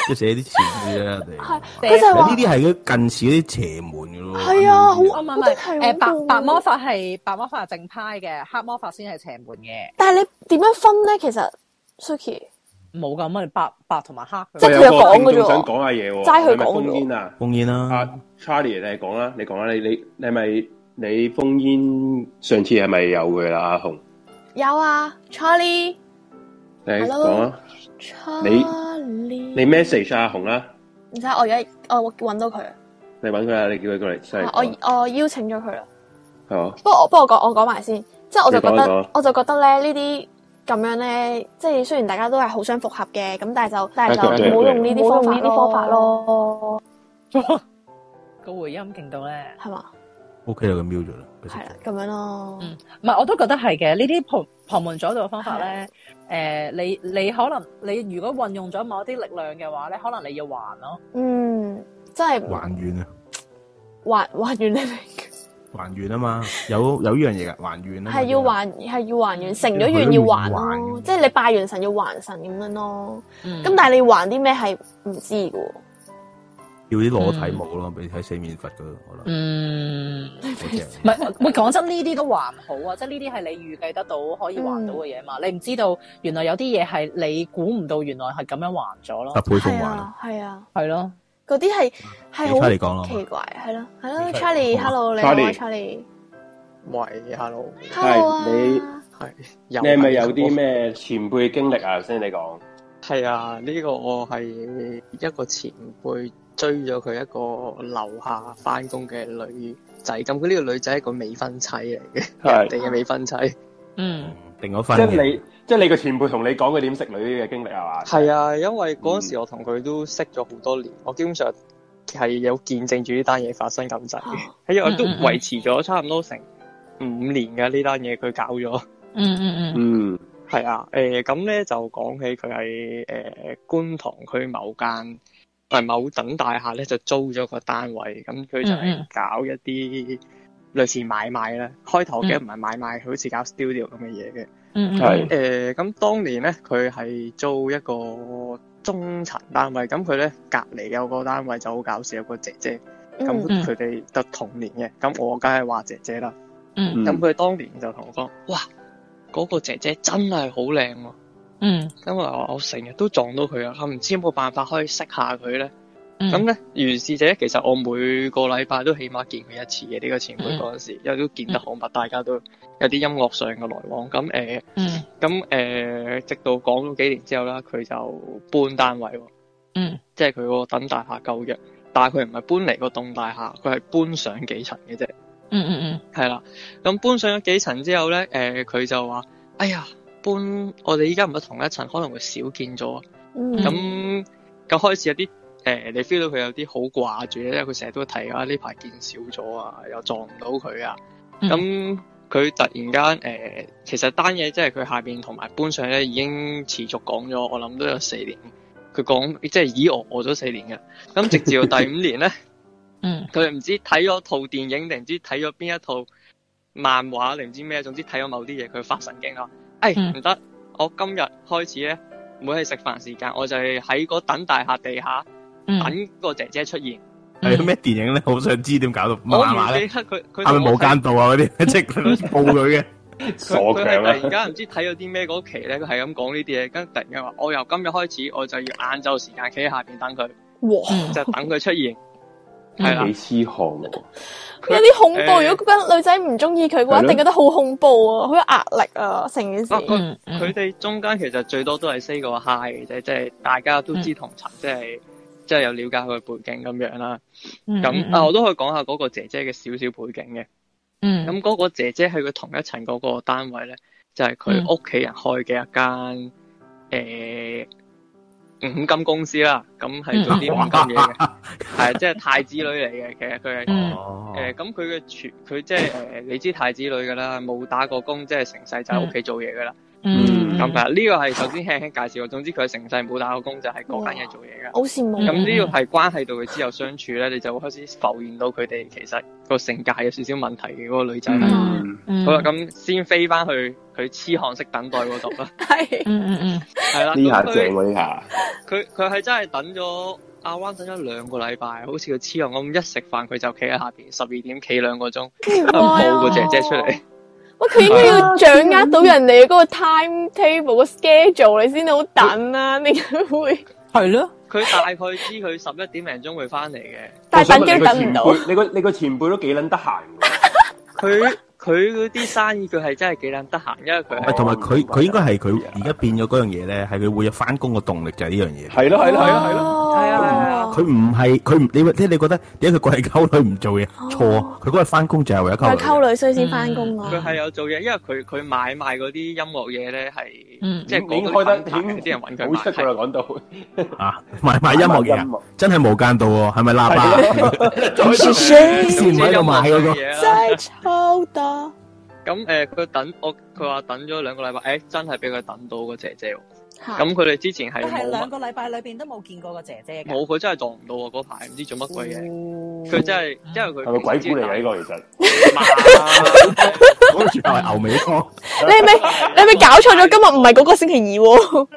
Speaker 14: 即係寫啲錢嘅啫。
Speaker 3: 係
Speaker 14: 我
Speaker 3: 佢就係
Speaker 14: 哋
Speaker 3: 話
Speaker 14: 呢啲係嗰近似嗰啲邪門嘅
Speaker 3: [laughs]
Speaker 14: 咯。
Speaker 3: 係啊，好
Speaker 1: 唔係
Speaker 3: 我
Speaker 1: 唔
Speaker 3: 覺得
Speaker 1: 係
Speaker 3: 係
Speaker 1: 誒白
Speaker 3: 好啊
Speaker 1: 白
Speaker 3: 過
Speaker 1: 魔法係白魔法係正派嘅，黑魔法先係邪門嘅，
Speaker 3: 但係你點樣分咧？其實 Suki
Speaker 1: 冇咁啊！你白白同埋黑㗎
Speaker 3: 即係佢有講嘅啫喎
Speaker 2: 喂有個聽眾想講下嘢喎，
Speaker 3: 齋佢
Speaker 2: 係咪
Speaker 3: 講嘅
Speaker 2: 封
Speaker 3: 啫喎
Speaker 2: 煙啊！
Speaker 14: 當然
Speaker 11: À.
Speaker 2: 阿
Speaker 14: 啦，
Speaker 2: à? Charlie，你講啦，你講啦，你你你係咪你封煙上次係咪有佢啦？阿紅，
Speaker 3: 有啊，Charlie，
Speaker 2: 你
Speaker 3: Hello？
Speaker 2: 講啊，你
Speaker 3: Charlie，
Speaker 2: message 阿紅啦，
Speaker 3: 唔使，我而家我揾到佢，
Speaker 2: 你揾佢啦，你叫佢過嚟，真係講
Speaker 3: 我我邀請咗佢啦。
Speaker 2: 係嘛？
Speaker 3: 不過我不過我講我講埋先，即係我就覺
Speaker 2: 你講你講
Speaker 3: 得我就覺得咧呢啲咁樣咧，即係雖然大家都係好想復合嘅，咁但係就但係就
Speaker 2: 對對對
Speaker 3: 唔好用呢啲方法
Speaker 13: 呢啲方法
Speaker 3: 咯，
Speaker 1: 個回音勁到咧。
Speaker 3: 係嘛？
Speaker 14: OK 啦，佢瞄咗啦。佢識
Speaker 3: 係啦，咁樣咯，
Speaker 1: 嗯唔係，我都覺得係嘅。呢啲旁旁門左道嘅方法
Speaker 3: [laughs]
Speaker 1: 咧，誒、你你可能你如果運用咗某一啲力量嘅話咧，可能你要還咯。
Speaker 3: 嗯，真係還
Speaker 14: 還願啊，
Speaker 3: 還啊完你
Speaker 14: [laughs]
Speaker 3: 明，
Speaker 14: 還願啊嘛，有有呢樣嘢噶，還願啊嘛。
Speaker 3: 係要還係要還完，成咗
Speaker 14: 佢
Speaker 3: 願
Speaker 14: 都
Speaker 3: 要
Speaker 14: 要
Speaker 3: 還
Speaker 14: 還
Speaker 3: 咯，
Speaker 14: 嘅
Speaker 3: 即係你拜完神要還神咁樣咯。
Speaker 1: 嗯
Speaker 3: 咁但係你還啲咩係唔知嘅喎。
Speaker 14: 要啲裸體舞咯，俾你睇四面佛嗰度，可能
Speaker 1: 嗯，
Speaker 14: 嗰隻
Speaker 1: 唔係，
Speaker 13: [laughs]
Speaker 1: 喂，講真，呢啲都還好
Speaker 13: 嗯
Speaker 1: 啊，即係呢啲係你預計得到可以還到嘅嘢嘛。你唔知道原來有啲嘢係你估唔到，原來係咁樣還咗
Speaker 14: 十
Speaker 1: 咯，
Speaker 14: 倍奉
Speaker 3: 係
Speaker 14: 還啊。
Speaker 3: 啊，係啊，
Speaker 1: 係咯。
Speaker 3: 嗰啲係
Speaker 14: 俾 Charlie
Speaker 3: 係
Speaker 14: 講啊啦
Speaker 3: 好奇怪，係咯，係咯
Speaker 14: 俾 Charlie 講啦
Speaker 3: ，Charlie，hello，你好啊
Speaker 2: Charlie
Speaker 3: ，Charlie，hello
Speaker 16: 喂，hello，
Speaker 3: 啊，
Speaker 2: 係你
Speaker 16: 係又
Speaker 2: 你係咪有啲咩前輩經歷啊？先你講，
Speaker 16: 係啊，呢、個我係一個前輩追咗佢一個樓下翻工嘅女仔，咁佢呢個女仔係一個未婚妻嚟嘅，
Speaker 2: 係
Speaker 16: 人哋嘅未婚妻，
Speaker 1: 嗯
Speaker 14: 定咗
Speaker 2: 即
Speaker 14: 婚嘅 [laughs]
Speaker 2: 係你即係你個前輩同你講佢點識女嘅經歷係嘛？
Speaker 16: 係啊，因為嗰陣時我同佢都識咗好多年，我基本上係有見證住呢單嘢發生咁滯嘅，係啊，都
Speaker 1: 嗯嗯嗯
Speaker 16: 維持咗差唔多成五年嘅呢單嘢，佢搞咗。
Speaker 1: 嗯嗯嗯
Speaker 2: 嗯，
Speaker 16: 係啊，誒、咁咧就講起佢係誒觀塘區某間唔係某等大廈咧，就租咗個單位，咁佢就
Speaker 1: 嗯嗯
Speaker 16: 係搞一啲類似買賣啦。開頭嘅唔係買賣，佢好似搞 studio 咁嘅嘢嘅。
Speaker 1: 嗯嗯，
Speaker 2: 係
Speaker 16: 誒、呃咁當年咧，佢係租一個中層單位，咁佢咧隔離有個單位就好搞笑，有個姐姐，咁
Speaker 3: 嗯
Speaker 1: 嗯
Speaker 16: 佢哋得同年嘅，咁我梗係話姐姐啦。
Speaker 1: 嗯
Speaker 16: 咁
Speaker 2: 嗯
Speaker 16: 佢當年就同我講：，哇，嗰、個姐姐真係好靚喎！
Speaker 1: 嗯
Speaker 16: 因為我我成日都撞到佢啊，我唔知有冇辦法可以識下佢咧。
Speaker 1: 嗯，
Speaker 16: 咁咧、如是者其實我每個禮拜都起碼見佢一次嘅呢、個前輩
Speaker 1: 嗯
Speaker 16: 嗰陣時，又都見得好密，大家都有啲音樂上嘅來往。咁誒，
Speaker 1: 嗯
Speaker 16: 咁、誒，直到講咗幾年之後啦，佢就搬單位喎，
Speaker 1: 嗯
Speaker 16: 即係佢嗰個等大廈夠約，但係佢唔係搬嚟個棟大廈，佢係搬上幾層嘅啫。
Speaker 1: 嗯嗯
Speaker 16: 係啦，咁搬上咗幾層之後咧，誒、佢就話：，哎呀，搬我哋依家唔係同一層，可能會少見咗。啊
Speaker 3: 嗯，
Speaker 16: 咁咁開始有啲誒、你 feel 到佢有啲好掛住咧，因為佢成日都提啊，呢排見少咗啊，又撞唔到佢啊。
Speaker 1: 嗯
Speaker 16: 咁佢、突然間誒、其實單嘢即係佢下邊同埋搬上咧已經持續講咗，我諗都有四年。佢講即係咦我餓咗四年嘅，咁直
Speaker 1: [laughs]
Speaker 16: 至到第五年咧。
Speaker 1: 嗯
Speaker 16: 佢唔知睇咗套電影定唔知睇咗邊一套漫畫定唔知咩，總之睇咗某啲嘢，佢發神經啦。哎，
Speaker 1: 嗯
Speaker 16: 唔得、我今日開始咧，每日食飯時間，我就係喺嗰等大廈地下
Speaker 1: 嗯
Speaker 16: 等個姐姐出現。
Speaker 14: 系咩電影咧？好想知點搞到
Speaker 16: 我
Speaker 14: 啊麻麻
Speaker 16: 唔
Speaker 14: 咧？
Speaker 16: 記得佢佢
Speaker 14: 係咪
Speaker 16: 同我
Speaker 14: 無間道啊？嗰啲即係報佢嘅
Speaker 16: 佢佢係
Speaker 14: 啊
Speaker 16: 突然間唔知睇咗啲咩嗰期咧，佢係咁講呢啲嘢，跟住突然間話：我由今日開始，我就要晏晝時間企喺下邊等佢，
Speaker 1: 嗯
Speaker 3: 哇！
Speaker 16: 就等佢出現。係
Speaker 14: 嗯
Speaker 16: 啦，
Speaker 2: 幾痴行喎！
Speaker 3: 有啲恐怖，
Speaker 16: 誒
Speaker 3: 如果嗰個女仔唔中意佢嘅話，
Speaker 16: 係咯哦
Speaker 3: 一定覺得好恐怖啊，好有壓力啊，成件事。
Speaker 16: 佢
Speaker 1: 嗯
Speaker 16: 佢哋中間其實最多都係 say 個 hi 嘅啫，即係大家都
Speaker 1: 嗯
Speaker 16: 知同層，即係即係有了解佢嘅背景咁樣啦。
Speaker 1: 嗯
Speaker 16: 咁、
Speaker 1: 嗯
Speaker 16: 啊，
Speaker 1: 嗯
Speaker 16: 我都可以講下嗰個姐姐嘅少少背景嘅。
Speaker 1: 嗯
Speaker 16: 咁嗰個姐姐喺佢同一層嗰個單位咧，就係
Speaker 1: 嗯
Speaker 16: 佢屋企人開嘅一間誒、五金公司啦。咁係做啲
Speaker 1: 嗯
Speaker 16: 五金嘢
Speaker 1: [laughs]
Speaker 16: 嘅，係即係太子女嚟嘅。其實佢係
Speaker 1: 嗯
Speaker 16: 誒咁佢嘅廚，佢即係誒你知太子女噶啦，冇打過工，即係成世就喺屋企做嘢噶啦。
Speaker 1: 嗯
Speaker 16: 咁啊，呢個係首先輕輕介紹過。總之佢係成世冇打過工，就喺嗰間嘢做嘢噶。
Speaker 3: 好羨慕。
Speaker 16: 咁呢個係關係到佢之後相處咧，你就會開始浮現到佢哋其實個性格有少少問題嘅嗰、個女仔。
Speaker 1: 嗯
Speaker 16: 好啦，咁先飛翻去佢痴漢式等待嗰
Speaker 14: [laughs]
Speaker 16: 度啦。
Speaker 3: 係。
Speaker 1: 嗯嗯嗯。
Speaker 16: 係啦，
Speaker 2: 呢下
Speaker 16: 咁佢
Speaker 2: 正喎，呢下
Speaker 16: 佢佢係真係等咗阿灣等咗兩個禮拜，好似佢痴漢咁，一食飯佢就企喺下邊，十二點企兩個鐘，
Speaker 3: 奇怪啊
Speaker 16: 抱個姐姐出嚟。
Speaker 3: 喂，佢應該要掌握到人哋嗰個 timetable 個 schedule，你先好等啊，你會
Speaker 1: 係咯。
Speaker 16: 佢大概知佢十一點零鐘會翻嚟嘅，
Speaker 3: 但係等機等唔到。
Speaker 2: 你個你個前輩都幾撚得閒
Speaker 14: [laughs]
Speaker 16: 佢佢嗰啲生意佢係真係幾撚得閒，因為佢
Speaker 14: 喂，
Speaker 16: 係
Speaker 14: 同埋佢佢應該係佢而家變咗嗰樣嘢咧，係佢每日翻工嘅動力就係呢樣嘢。
Speaker 2: 係咯係咯係咯係
Speaker 3: 咯，
Speaker 16: 係啊
Speaker 3: Ờ.
Speaker 16: 係啊，
Speaker 14: 佢唔係佢唔你會即係你覺得點解佢跪溝女唔做嘢？
Speaker 3: Ờ.
Speaker 14: 錯啊，佢嗰日翻工就係為咗溝
Speaker 3: 佢
Speaker 14: 女。
Speaker 3: 溝女所以先翻工啊。
Speaker 16: 佢係有做嘢，因為佢佢買賣嗰啲音樂嘢咧係，
Speaker 3: 嗯
Speaker 16: 即係
Speaker 2: 已經
Speaker 16: 嗰
Speaker 2: 開得
Speaker 16: 啲品牌啲人揾佢
Speaker 2: 好出
Speaker 16: 買
Speaker 2: 佢。啦，講到
Speaker 14: 啊，買買音樂嘢啊，真係無間道喎，係咪喇叭？
Speaker 2: 再
Speaker 14: 是誰先喺度買嗰個？
Speaker 16: 啊
Speaker 3: 真抽得。
Speaker 16: 咁誒，佢、等我，佢話等咗兩個禮拜，誒、真係俾佢等到個姐姐喎。
Speaker 3: 嚇
Speaker 16: 咁佢哋之前係
Speaker 13: 啊但係
Speaker 16: 冇啊
Speaker 13: 兩
Speaker 16: 乜
Speaker 13: 個禮拜裏邊都冇見過個姐姐嘅。
Speaker 16: 冇，佢真係撞唔到喎嗰排，唔知做乜鬼嘢。
Speaker 13: 哦
Speaker 16: 佢真係因為佢
Speaker 2: 係咪鬼故嚟嘅呢個？其實
Speaker 14: 嗰個全部係牛尾哥。
Speaker 3: 你係咪你係咪搞錯咗？今日唔係嗰個星期二喎。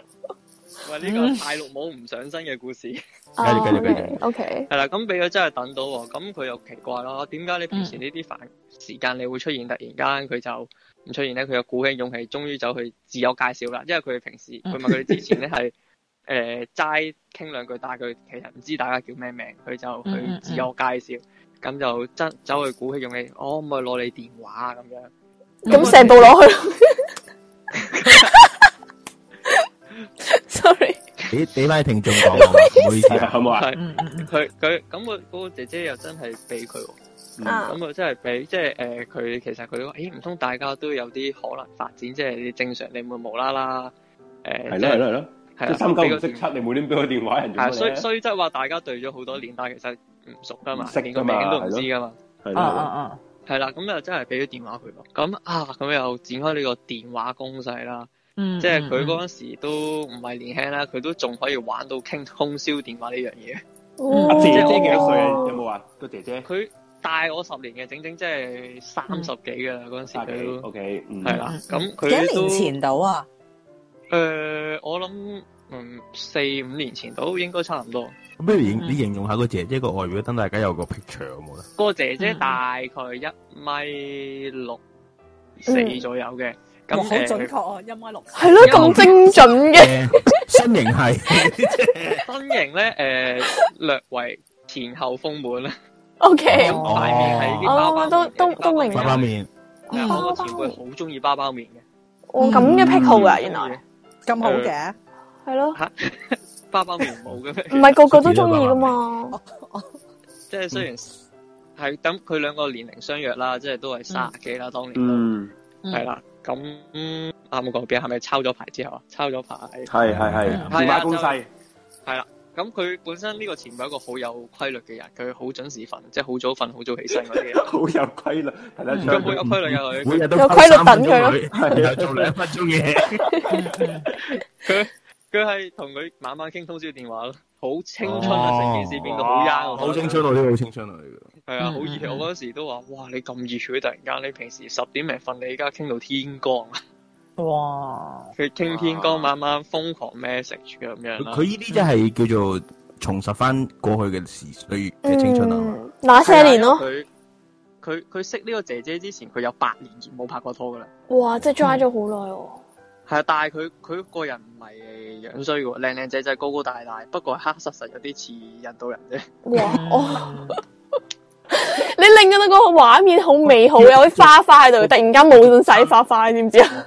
Speaker 16: 喂，呢個
Speaker 13: 嗯
Speaker 16: 係大陸冇唔上身嘅故事。
Speaker 3: 繼
Speaker 14: 續繼續繼續。
Speaker 3: O K。
Speaker 16: 係啦，咁俾佢真係等到喎，咁佢又奇怪啦，點解你平
Speaker 1: 嗯
Speaker 16: 時呢啲飯時間你會出現，突然間佢就唔出現咧？佢又鼓起勇氣，終於走去自我介紹啦。因為佢平時
Speaker 1: 嗯
Speaker 16: 佢問佢哋之前咧係 [laughs] 誒齋傾兩句，但係佢其實唔知大家叫咩名，佢就
Speaker 1: 嗯嗯
Speaker 16: 去
Speaker 1: 嗯
Speaker 16: 自我介紹，咁就真走去鼓起勇氣，我可唔可以攞你電話啊咁樣？
Speaker 3: 咁成部 [laughs] 攞去。Sorry。
Speaker 14: 俾俾翻啲聽眾講喎，唔好意思啊，
Speaker 2: 好
Speaker 1: 嗯
Speaker 2: 冇
Speaker 16: 係佢佢咁個嗰個姐姐又真係俾佢喎，
Speaker 2: 嗯
Speaker 3: 啊
Speaker 16: 咁佢真係俾即係誒佢其實佢都話，咦唔通大家都有啲可能發展，即係你正常你唔會無啦啦誒，
Speaker 2: 係
Speaker 16: 即
Speaker 2: 咯
Speaker 16: 係
Speaker 2: 係咯係咯，即
Speaker 16: 係
Speaker 2: 係
Speaker 16: 啦
Speaker 2: 三九
Speaker 16: 俾個
Speaker 2: 唔識七，你每年俾個電話人做
Speaker 16: 係啊
Speaker 2: 乜
Speaker 16: 雖
Speaker 2: 咧？
Speaker 16: 雖則話大家對咗好多年，但係其實唔熟噶嘛
Speaker 2: 唔，識㗎
Speaker 16: 連個名都唔
Speaker 2: 嘛
Speaker 16: 知
Speaker 2: 係
Speaker 16: 㗎嘛，
Speaker 2: 係咯係咯
Speaker 1: 啊！
Speaker 16: 係啦，咁又真係俾咗電話佢咯，咁啊咁又展開呢個電話攻勢啦。
Speaker 1: 嗯
Speaker 16: 即係佢嗰陣時都唔係年輕啦，佢都仲可以玩到傾通宵電話呢樣嘢。
Speaker 2: 阿姐姐幾多歲啊？有冇話個姐姐？
Speaker 16: 佢大我十年嘅，整整即係三十幾噶啦，嗰陣時佢都
Speaker 2: O K，
Speaker 16: 係啦。咁
Speaker 1: 嗯
Speaker 16: 佢
Speaker 13: 幾多
Speaker 16: 都
Speaker 13: 年前到啊？
Speaker 16: 誒，呃我諗嗯四五年前到應該差唔多。
Speaker 14: 咁不如形你形容下個姐姐個外表，等大家有個 picture 好冇咧？
Speaker 16: 個姐
Speaker 13: 嗯
Speaker 16: 姐大概一米六四左右嘅，咁呃
Speaker 13: 哇好
Speaker 16: 誒
Speaker 13: 準確啊，一米六。
Speaker 3: 係咯，咁精準嘅。
Speaker 14: 身形係
Speaker 16: 身形咧誒 [laughs] 略為前後豐
Speaker 13: [laughs]
Speaker 16: 滿啦。
Speaker 3: O K。
Speaker 16: 咁塊面係啲包包
Speaker 3: 哦，都都都明哦
Speaker 14: 包
Speaker 3: 白。
Speaker 14: 包面，
Speaker 16: 但係啊我個前輩好中意包包面嘅。
Speaker 3: 我咁嘅癖好啊，
Speaker 16: 嗯
Speaker 3: 原來
Speaker 13: 咁好嘅，
Speaker 3: 係咯，
Speaker 16: 呃包包面冇嘅咩？
Speaker 13: [laughs]
Speaker 3: 唔係個個都中意噶嘛。
Speaker 16: 即係
Speaker 2: 嗯
Speaker 16: 雖然係咁，佢兩個年齡相若啦，即係都係卅幾啦，當年
Speaker 2: 嗯，
Speaker 16: 係啦。咁啱啱講邊係咪抄咗牌之後啊？抄咗牌
Speaker 2: 係係係，電話公勢，
Speaker 16: 係啦。咁佢本身呢個前輩一個好有規律嘅人，佢好準時瞓，即係好早瞓、好早起身嗰啲
Speaker 2: [laughs]
Speaker 16: 人。
Speaker 2: 好有規律，睇得出
Speaker 16: 佢好有規律嘅
Speaker 14: 每
Speaker 16: 佢，
Speaker 14: 日都
Speaker 3: 有規律等佢咯
Speaker 14: 三分鐘女然後做兩分鐘嘢。
Speaker 16: 佢佢係同佢晚晚傾通宵電話咯，好青春啊！成件事變到好
Speaker 2: 哦
Speaker 16: young，啊
Speaker 14: 好青春女，呢個好青春女。
Speaker 16: 係啊，好熱血！我嗰陣時都話：哇，你咁熱血，突然間你平時十點零瞓，你而家傾到天光
Speaker 2: [laughs]
Speaker 16: 啊！
Speaker 1: 哇！
Speaker 16: 佢傾天光，晚晚瘋狂咩食住咁樣啦。
Speaker 14: 佢呢啲真係叫做重拾翻過去嘅時歲嘅青春啊！
Speaker 3: 嗯，那些年咯，
Speaker 16: 係啊因為佢佢佢識呢個姐姐之前，佢有八年冇拍過拖噶啦。
Speaker 3: 哇，真係 dry 咗好耐喎。
Speaker 16: 係啊，但係佢佢個人唔係樣衰嘅喎，靚靚仔仔，高高大大，不過黑黑實實有啲似印度人啫。
Speaker 3: 哇，哦，你令到嗰個畫面好美好，有啲花花喺度，突然間冇晒啲花花，你知唔知啊？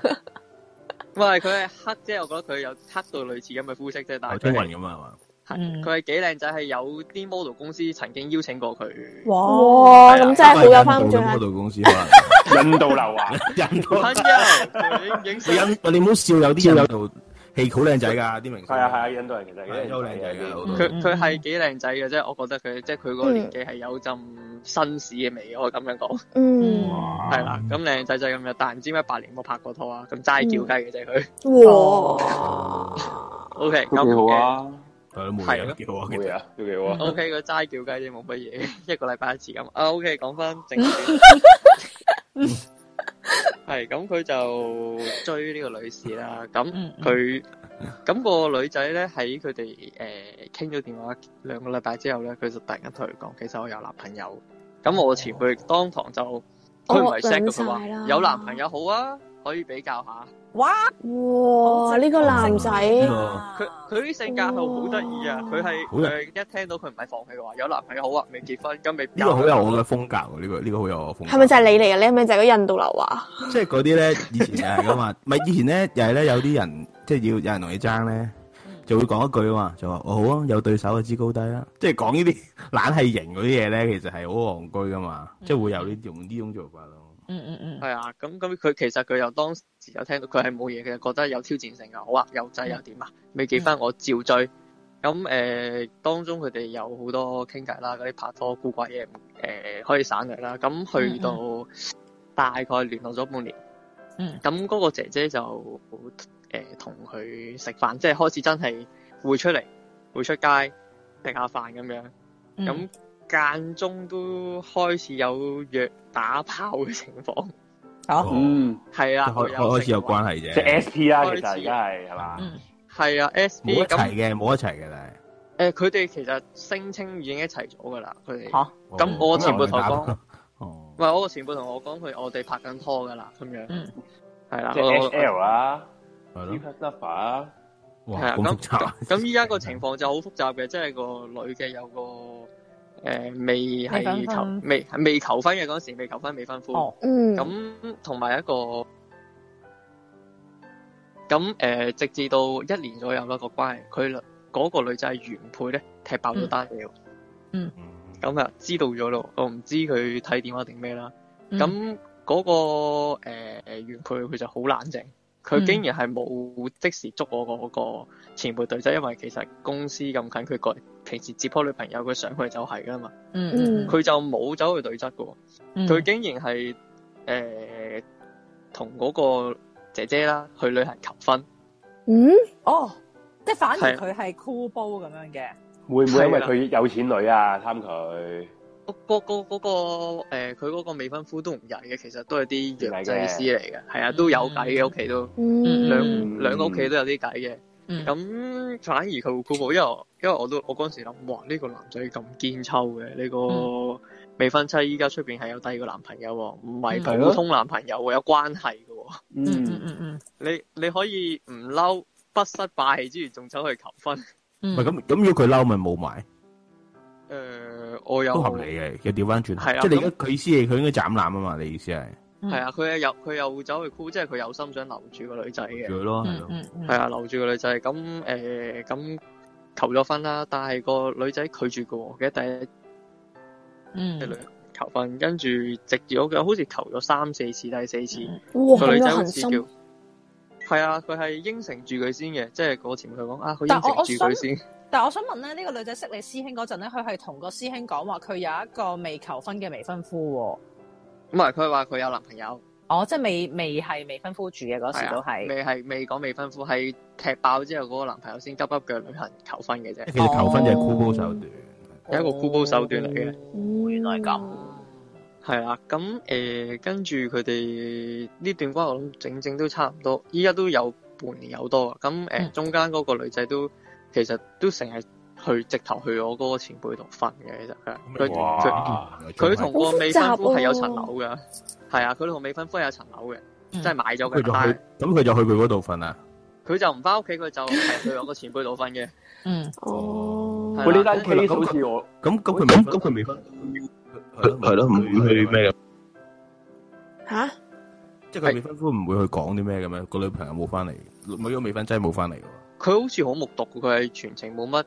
Speaker 16: 喂，佢係黑啫，我覺得佢有黑到類似咁嘅膚色啫，但係
Speaker 14: 青雲
Speaker 16: 佢係
Speaker 14: 咁啊嘛，
Speaker 1: 嗯
Speaker 16: 係佢係幾靚仔，係有啲 model 公司曾經邀請
Speaker 3: [laughs]
Speaker 16: 過佢。
Speaker 1: 哇
Speaker 3: 哇，咁真係好有翻
Speaker 14: 印
Speaker 3: 唔
Speaker 14: 度
Speaker 3: 盡
Speaker 14: 嘅
Speaker 3: 啦
Speaker 14: model 公司可能印度流啊，印度
Speaker 16: 朋友影相
Speaker 14: 印你唔好笑，有啲印度戲好靚仔㗎啲明星，
Speaker 2: 係啊係啊，印度人其實幾
Speaker 14: 好靚仔
Speaker 1: 嗯
Speaker 14: 㗎好多
Speaker 1: [laughs]
Speaker 16: 佢佢係幾靚仔嘅啫，我覺得佢即係佢個年紀係有陣紳士嘅味，我咁樣講。
Speaker 1: Ừ.
Speaker 3: 嗯，
Speaker 16: 係啦，咁靚仔仔咁樣，但唔知點解八年冇拍過拖啊，咁齋叫雞嘅啫佢。
Speaker 3: 哇，
Speaker 16: O K，
Speaker 2: 都幾好啊，
Speaker 14: 係咯冇
Speaker 16: 係
Speaker 14: 嘢
Speaker 16: 咯
Speaker 14: 幾好啊，其
Speaker 2: 冇嘢
Speaker 14: 實
Speaker 2: 啊，都幾好啊。
Speaker 16: O K，佢齋叫雞啫，冇乜嘢，一個禮拜一次咁。啊，O K，講翻
Speaker 2: [laughs]
Speaker 16: 正經，係咁佢就追呢個女士啦。咁佢咁個女仔咧喺佢哋誒傾咗電話兩個禮拜之後咧，佢就突然間同佢講，其實我有男朋友。咁我前輩當堂就佢唔係 set 嘅，佢話
Speaker 3: 惡撚晒啦
Speaker 16: 有男朋友好啊，可以比較下。
Speaker 1: 哇！
Speaker 3: 哇，呢個男仔，
Speaker 1: Ờ. 啊
Speaker 16: 佢佢啲性格係好得意啊！佢係
Speaker 14: 好
Speaker 16: 佢一聽到佢唔係放棄嘅話，有男朋友好啊，未結婚咁未
Speaker 14: 呢個好有我嘅風格喎，呢個呢個好有我風格。
Speaker 3: 係咪就係你嚟嘅？你係咪就係嗰印度流啊？
Speaker 14: 即係嗰啲咧，以前就係咁嘛，咪以前咧又係咧有啲人即係要有人同你爭咧，就會講一句啊嘛，就話哦好啊，有對手就知高低啦，即係講呢啲 [laughs] 懶係型嗰啲嘢咧，其實係好戇居噶嘛，即係會有呢用呢種做法咯。
Speaker 1: 嗯嗯嗯，
Speaker 16: 係啊，咁咁佢其實佢又當時有聽到佢係冇嘢嘅，覺得有挑戰性啊，好啊，有
Speaker 1: 嗯
Speaker 16: 仔又點啊，未結婚我照追。咁誒、呃，當中佢哋有好多傾偈啦，嗰啲拍拖古怪嘢誒、呃可以省略啦。咁去到大概聯絡咗半年，
Speaker 1: 嗯
Speaker 16: 咁嗰個姐姐就誒同佢食飯，即係開始真係會出嚟，會出街食下飯咁樣。
Speaker 1: 嗯
Speaker 16: 咁間中都開始有約打炮嘅情況，
Speaker 1: 好，
Speaker 2: 嗯，
Speaker 16: 係
Speaker 14: 即
Speaker 16: 啦，
Speaker 14: 係開
Speaker 16: 會
Speaker 14: 開開始有
Speaker 16: 成為
Speaker 14: 關係
Speaker 2: 即係
Speaker 14: 啫，
Speaker 2: S P 啦，
Speaker 16: 開
Speaker 2: 其
Speaker 16: 始
Speaker 2: 實而家係係嘛？
Speaker 1: 嗯
Speaker 16: 係啊，S
Speaker 14: 冇
Speaker 16: B
Speaker 14: 一齊
Speaker 16: 咁
Speaker 14: 嘅，冇一齊嘅，但係
Speaker 16: 誒，佢哋其實聲稱已經一齊咗㗎啦，佢哋。
Speaker 1: 吓，
Speaker 16: 咁我前輩同我講，
Speaker 14: 哦
Speaker 16: 唔，係我個前輩同我講佢我哋拍緊拖㗎啦，咁樣
Speaker 1: 嗯
Speaker 14: [laughs]
Speaker 16: 係啦。
Speaker 2: 即係 H
Speaker 16: 我
Speaker 2: L 啦
Speaker 14: 係咯，
Speaker 2: ，Super Lover 啊，
Speaker 14: 哇
Speaker 16: 係啊，
Speaker 14: 咁
Speaker 16: 咁
Speaker 14: 複雜，
Speaker 16: 咁依家個情況就好複雜嘅，即係個女嘅有個誒未
Speaker 1: 未
Speaker 16: 係
Speaker 1: 婚
Speaker 16: 求未未求婚嘅嗰時，未求婚未婚夫。
Speaker 1: 哦
Speaker 3: 嗯，
Speaker 16: 咁同埋一個咁誒、呃直至到一年左右啦個關係，佢嗰、個女仔原配咧踢爆咗單料，
Speaker 14: 嗯
Speaker 16: 咁啊、知道咗咯，我唔知佢睇電話定咩啦。
Speaker 1: 嗯
Speaker 16: 咁嗰、個誒、呃、原配佢就好冷靜，佢竟然係冇即時捉我嗰個前輩對質，因為其實公司咁近，佢個平時接開女朋友，佢上去就係噶嘛，
Speaker 3: Ừ.
Speaker 1: 嗯
Speaker 16: 佢就冇走去對質嘅喎。
Speaker 1: 嗯，
Speaker 16: 佢竟然係誒同嗰個姐姐啦去旅行求婚，
Speaker 3: 嗯，
Speaker 1: 哦，即係反而
Speaker 16: 係啊
Speaker 1: 佢係箍煲咁樣嘅，
Speaker 2: 會唔會因為
Speaker 16: 係啦
Speaker 2: 佢有錢女啊貪佢？
Speaker 16: 嗰、個嗰、個誒佢嗰個未婚夫都唔曳嘅，其實都係啲藥劑師嚟嘅，係啊都有計嘅屋企都
Speaker 3: Ừ.
Speaker 1: Ừ,
Speaker 3: 嗯，
Speaker 16: 兩、
Speaker 2: Ừ.
Speaker 1: 嗯
Speaker 16: 兩個屋企都有啲計嘅。
Speaker 1: 嗯
Speaker 16: 咁、反而佢會箍煲，因為我因為我都我嗰陣時諗，哇呢、個男仔咁堅抽嘅，呢、個未婚妻依家出邊係有第二個男朋友喎，唔
Speaker 1: 嗯
Speaker 16: 係
Speaker 2: 係咯
Speaker 16: 普通男朋友喎，有關係嘅喎。
Speaker 2: Ừ.
Speaker 1: 嗯嗯嗯嗯
Speaker 16: 你你可以唔嬲不失霸氣之餘，仲走去求婚。
Speaker 1: 嗯，
Speaker 14: 唔係咁咁，如果佢嬲咪冇埋。
Speaker 16: 誒、呃我有
Speaker 14: 都合理嘅，又調翻轉，
Speaker 16: 係啊
Speaker 14: 即係你
Speaker 16: 咁
Speaker 14: 而家佢意思係佢應該斬攬啊嘛，你意思係
Speaker 16: 係啊，佢有佢又走去箍，即係佢有心想留住個女仔嘅，
Speaker 14: 佢咯，係
Speaker 1: 嗯
Speaker 14: 咯，
Speaker 1: 嗯嗯，
Speaker 16: 係啊，留住個女仔。咁誒咁求咗婚啦，但係個女仔拒絕嘅喎，記得第一即係
Speaker 1: 嗯
Speaker 16: 女求婚，跟住直住我嘅好似求咗三四次，第四次
Speaker 14: 嗯
Speaker 3: 哇，
Speaker 16: 個
Speaker 3: 咁
Speaker 16: 女
Speaker 3: 有
Speaker 16: 仔好
Speaker 3: 恒
Speaker 16: 似
Speaker 3: 心
Speaker 16: 叫，係啊，佢係應承住佢先嘅，即係個前輩講啊，佢
Speaker 1: 但我
Speaker 16: 應承住
Speaker 1: 我想
Speaker 16: 佢先。
Speaker 1: 但我想問咧，呢、個女仔識你師兄嗰陣咧，佢係同個師兄講話佢有一個未求婚嘅未婚夫
Speaker 16: 唔係佢話佢有男朋友。
Speaker 1: 喎，哦，即係未未係未婚夫住嘅嗰時都
Speaker 16: 啊
Speaker 1: 係，
Speaker 16: 未係未講未婚夫，係踢爆之後嗰個男朋友先急急腳旅行求婚嘅啫，
Speaker 14: 其實求婚就係箍煲手段，
Speaker 16: 有一個箍煲手段嚟嘅。
Speaker 1: 哦原來咁，
Speaker 16: 係啦，咁誒、呃跟住佢哋呢段關係我諗整整都差唔多，依家都有半年有多啊。咁誒、呃
Speaker 1: 嗯
Speaker 16: 中間嗰個女仔都其實都成日去直頭去我嗰個前輩度瞓嘅，其實佢佢
Speaker 2: 哇
Speaker 16: 佢同個未婚夫係有層樓
Speaker 2: 好
Speaker 16: 嘅，係啊，佢同未婚夫係有層樓嘅，即
Speaker 2: 嗯
Speaker 16: 係買咗
Speaker 14: 佢
Speaker 16: 嘅，
Speaker 14: 就
Speaker 16: 但係
Speaker 14: 去，咁佢就去佢嗰度瞓啦。
Speaker 16: 佢就唔翻屋企，佢就係去我個前輩度瞓嘅。
Speaker 1: 嗯，
Speaker 16: 哦
Speaker 2: 喂，呢單 case 好似我
Speaker 14: 咁咁佢未，咁佢未婚，係咯，唔會去咩嘅，
Speaker 3: 吓？
Speaker 14: 即係佢未婚夫唔會去講啲咩嘅咩？個女朋友冇翻嚟，咪咗未婚妻冇翻嚟嘅喎。
Speaker 16: 佢好似好目睹，佢係全程冇乜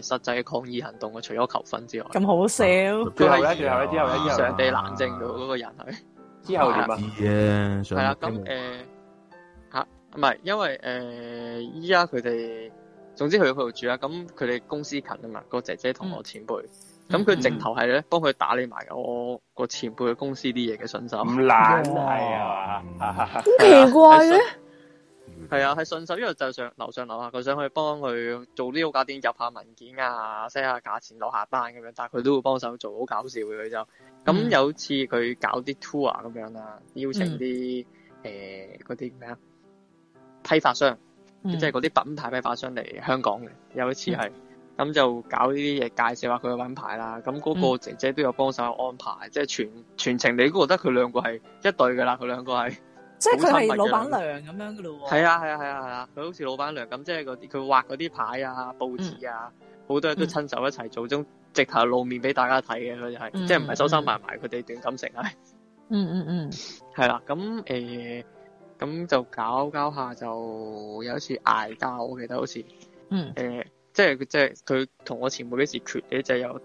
Speaker 16: 誒實際嘅抗議行動嘅，除咗求婚之外。
Speaker 1: 咁好少。
Speaker 16: 佢
Speaker 2: 最後
Speaker 16: 係
Speaker 2: 咧最後咧之後咧之後咧
Speaker 16: 上地冷靜嘅嗰個人係。
Speaker 2: 之後點啊
Speaker 14: 知嘅，
Speaker 16: 係啦，咁誒嚇，唔係因為誒依家佢哋，總之去咗佢度住啦。咁佢哋公司近啊嘛，個姐姐同我前輩，咁佢直頭係咧幫佢打理埋我個前輩嘅公司啲嘢嘅順手。
Speaker 2: 唔懶係啊嘛，
Speaker 3: 咁
Speaker 16: 嗯
Speaker 3: 奇怪嘅，
Speaker 16: 係啊，係順手，因為就上樓上樓下，佢想去幫佢做啲好搞掂，入下文件啊，set 下價錢，落下單咁樣，但係佢都會幫手做，好搞笑嘅佢就。咁、
Speaker 1: 嗯
Speaker 16: 有次佢搞啲 tour 啊咁樣啦，邀
Speaker 3: 嗯
Speaker 16: 請啲誒嗰啲咩啊批發商，
Speaker 1: 嗯
Speaker 16: 即係嗰啲品牌批發商嚟香港嘅。有一次
Speaker 3: 嗯
Speaker 16: 係咁、就搞呢啲嘢介紹下佢嘅品牌啦。咁嗰個
Speaker 3: 嗯
Speaker 16: 姐姐都有幫手安排，即係全全程你都覺得佢兩個係一對㗎啦，佢兩個係
Speaker 1: 即係佢
Speaker 16: 好親密
Speaker 1: 係
Speaker 16: 嘅
Speaker 1: 老
Speaker 16: 兩
Speaker 1: 闆
Speaker 16: 個
Speaker 1: 娘咁樣嘅咯喎。
Speaker 16: 係啊係啊係啊係啊！佢好似老闆娘咁，即係嗰啲佢畫嗰啲牌啊、報紙啊，
Speaker 1: 嗯
Speaker 16: 好多嘢都親手一齊做，中直頭露面俾大家睇嘅佢就係，
Speaker 1: 嗯
Speaker 16: 即係唔係收收埋埋佢哋段感情係
Speaker 1: 嗯嗯嗯，
Speaker 16: 係啦。咁誒咁就搞搞下就有一次嗌交，我記得好似
Speaker 1: 嗯
Speaker 16: 誒，即係佢即係佢同我前輩嗰時決咧，就有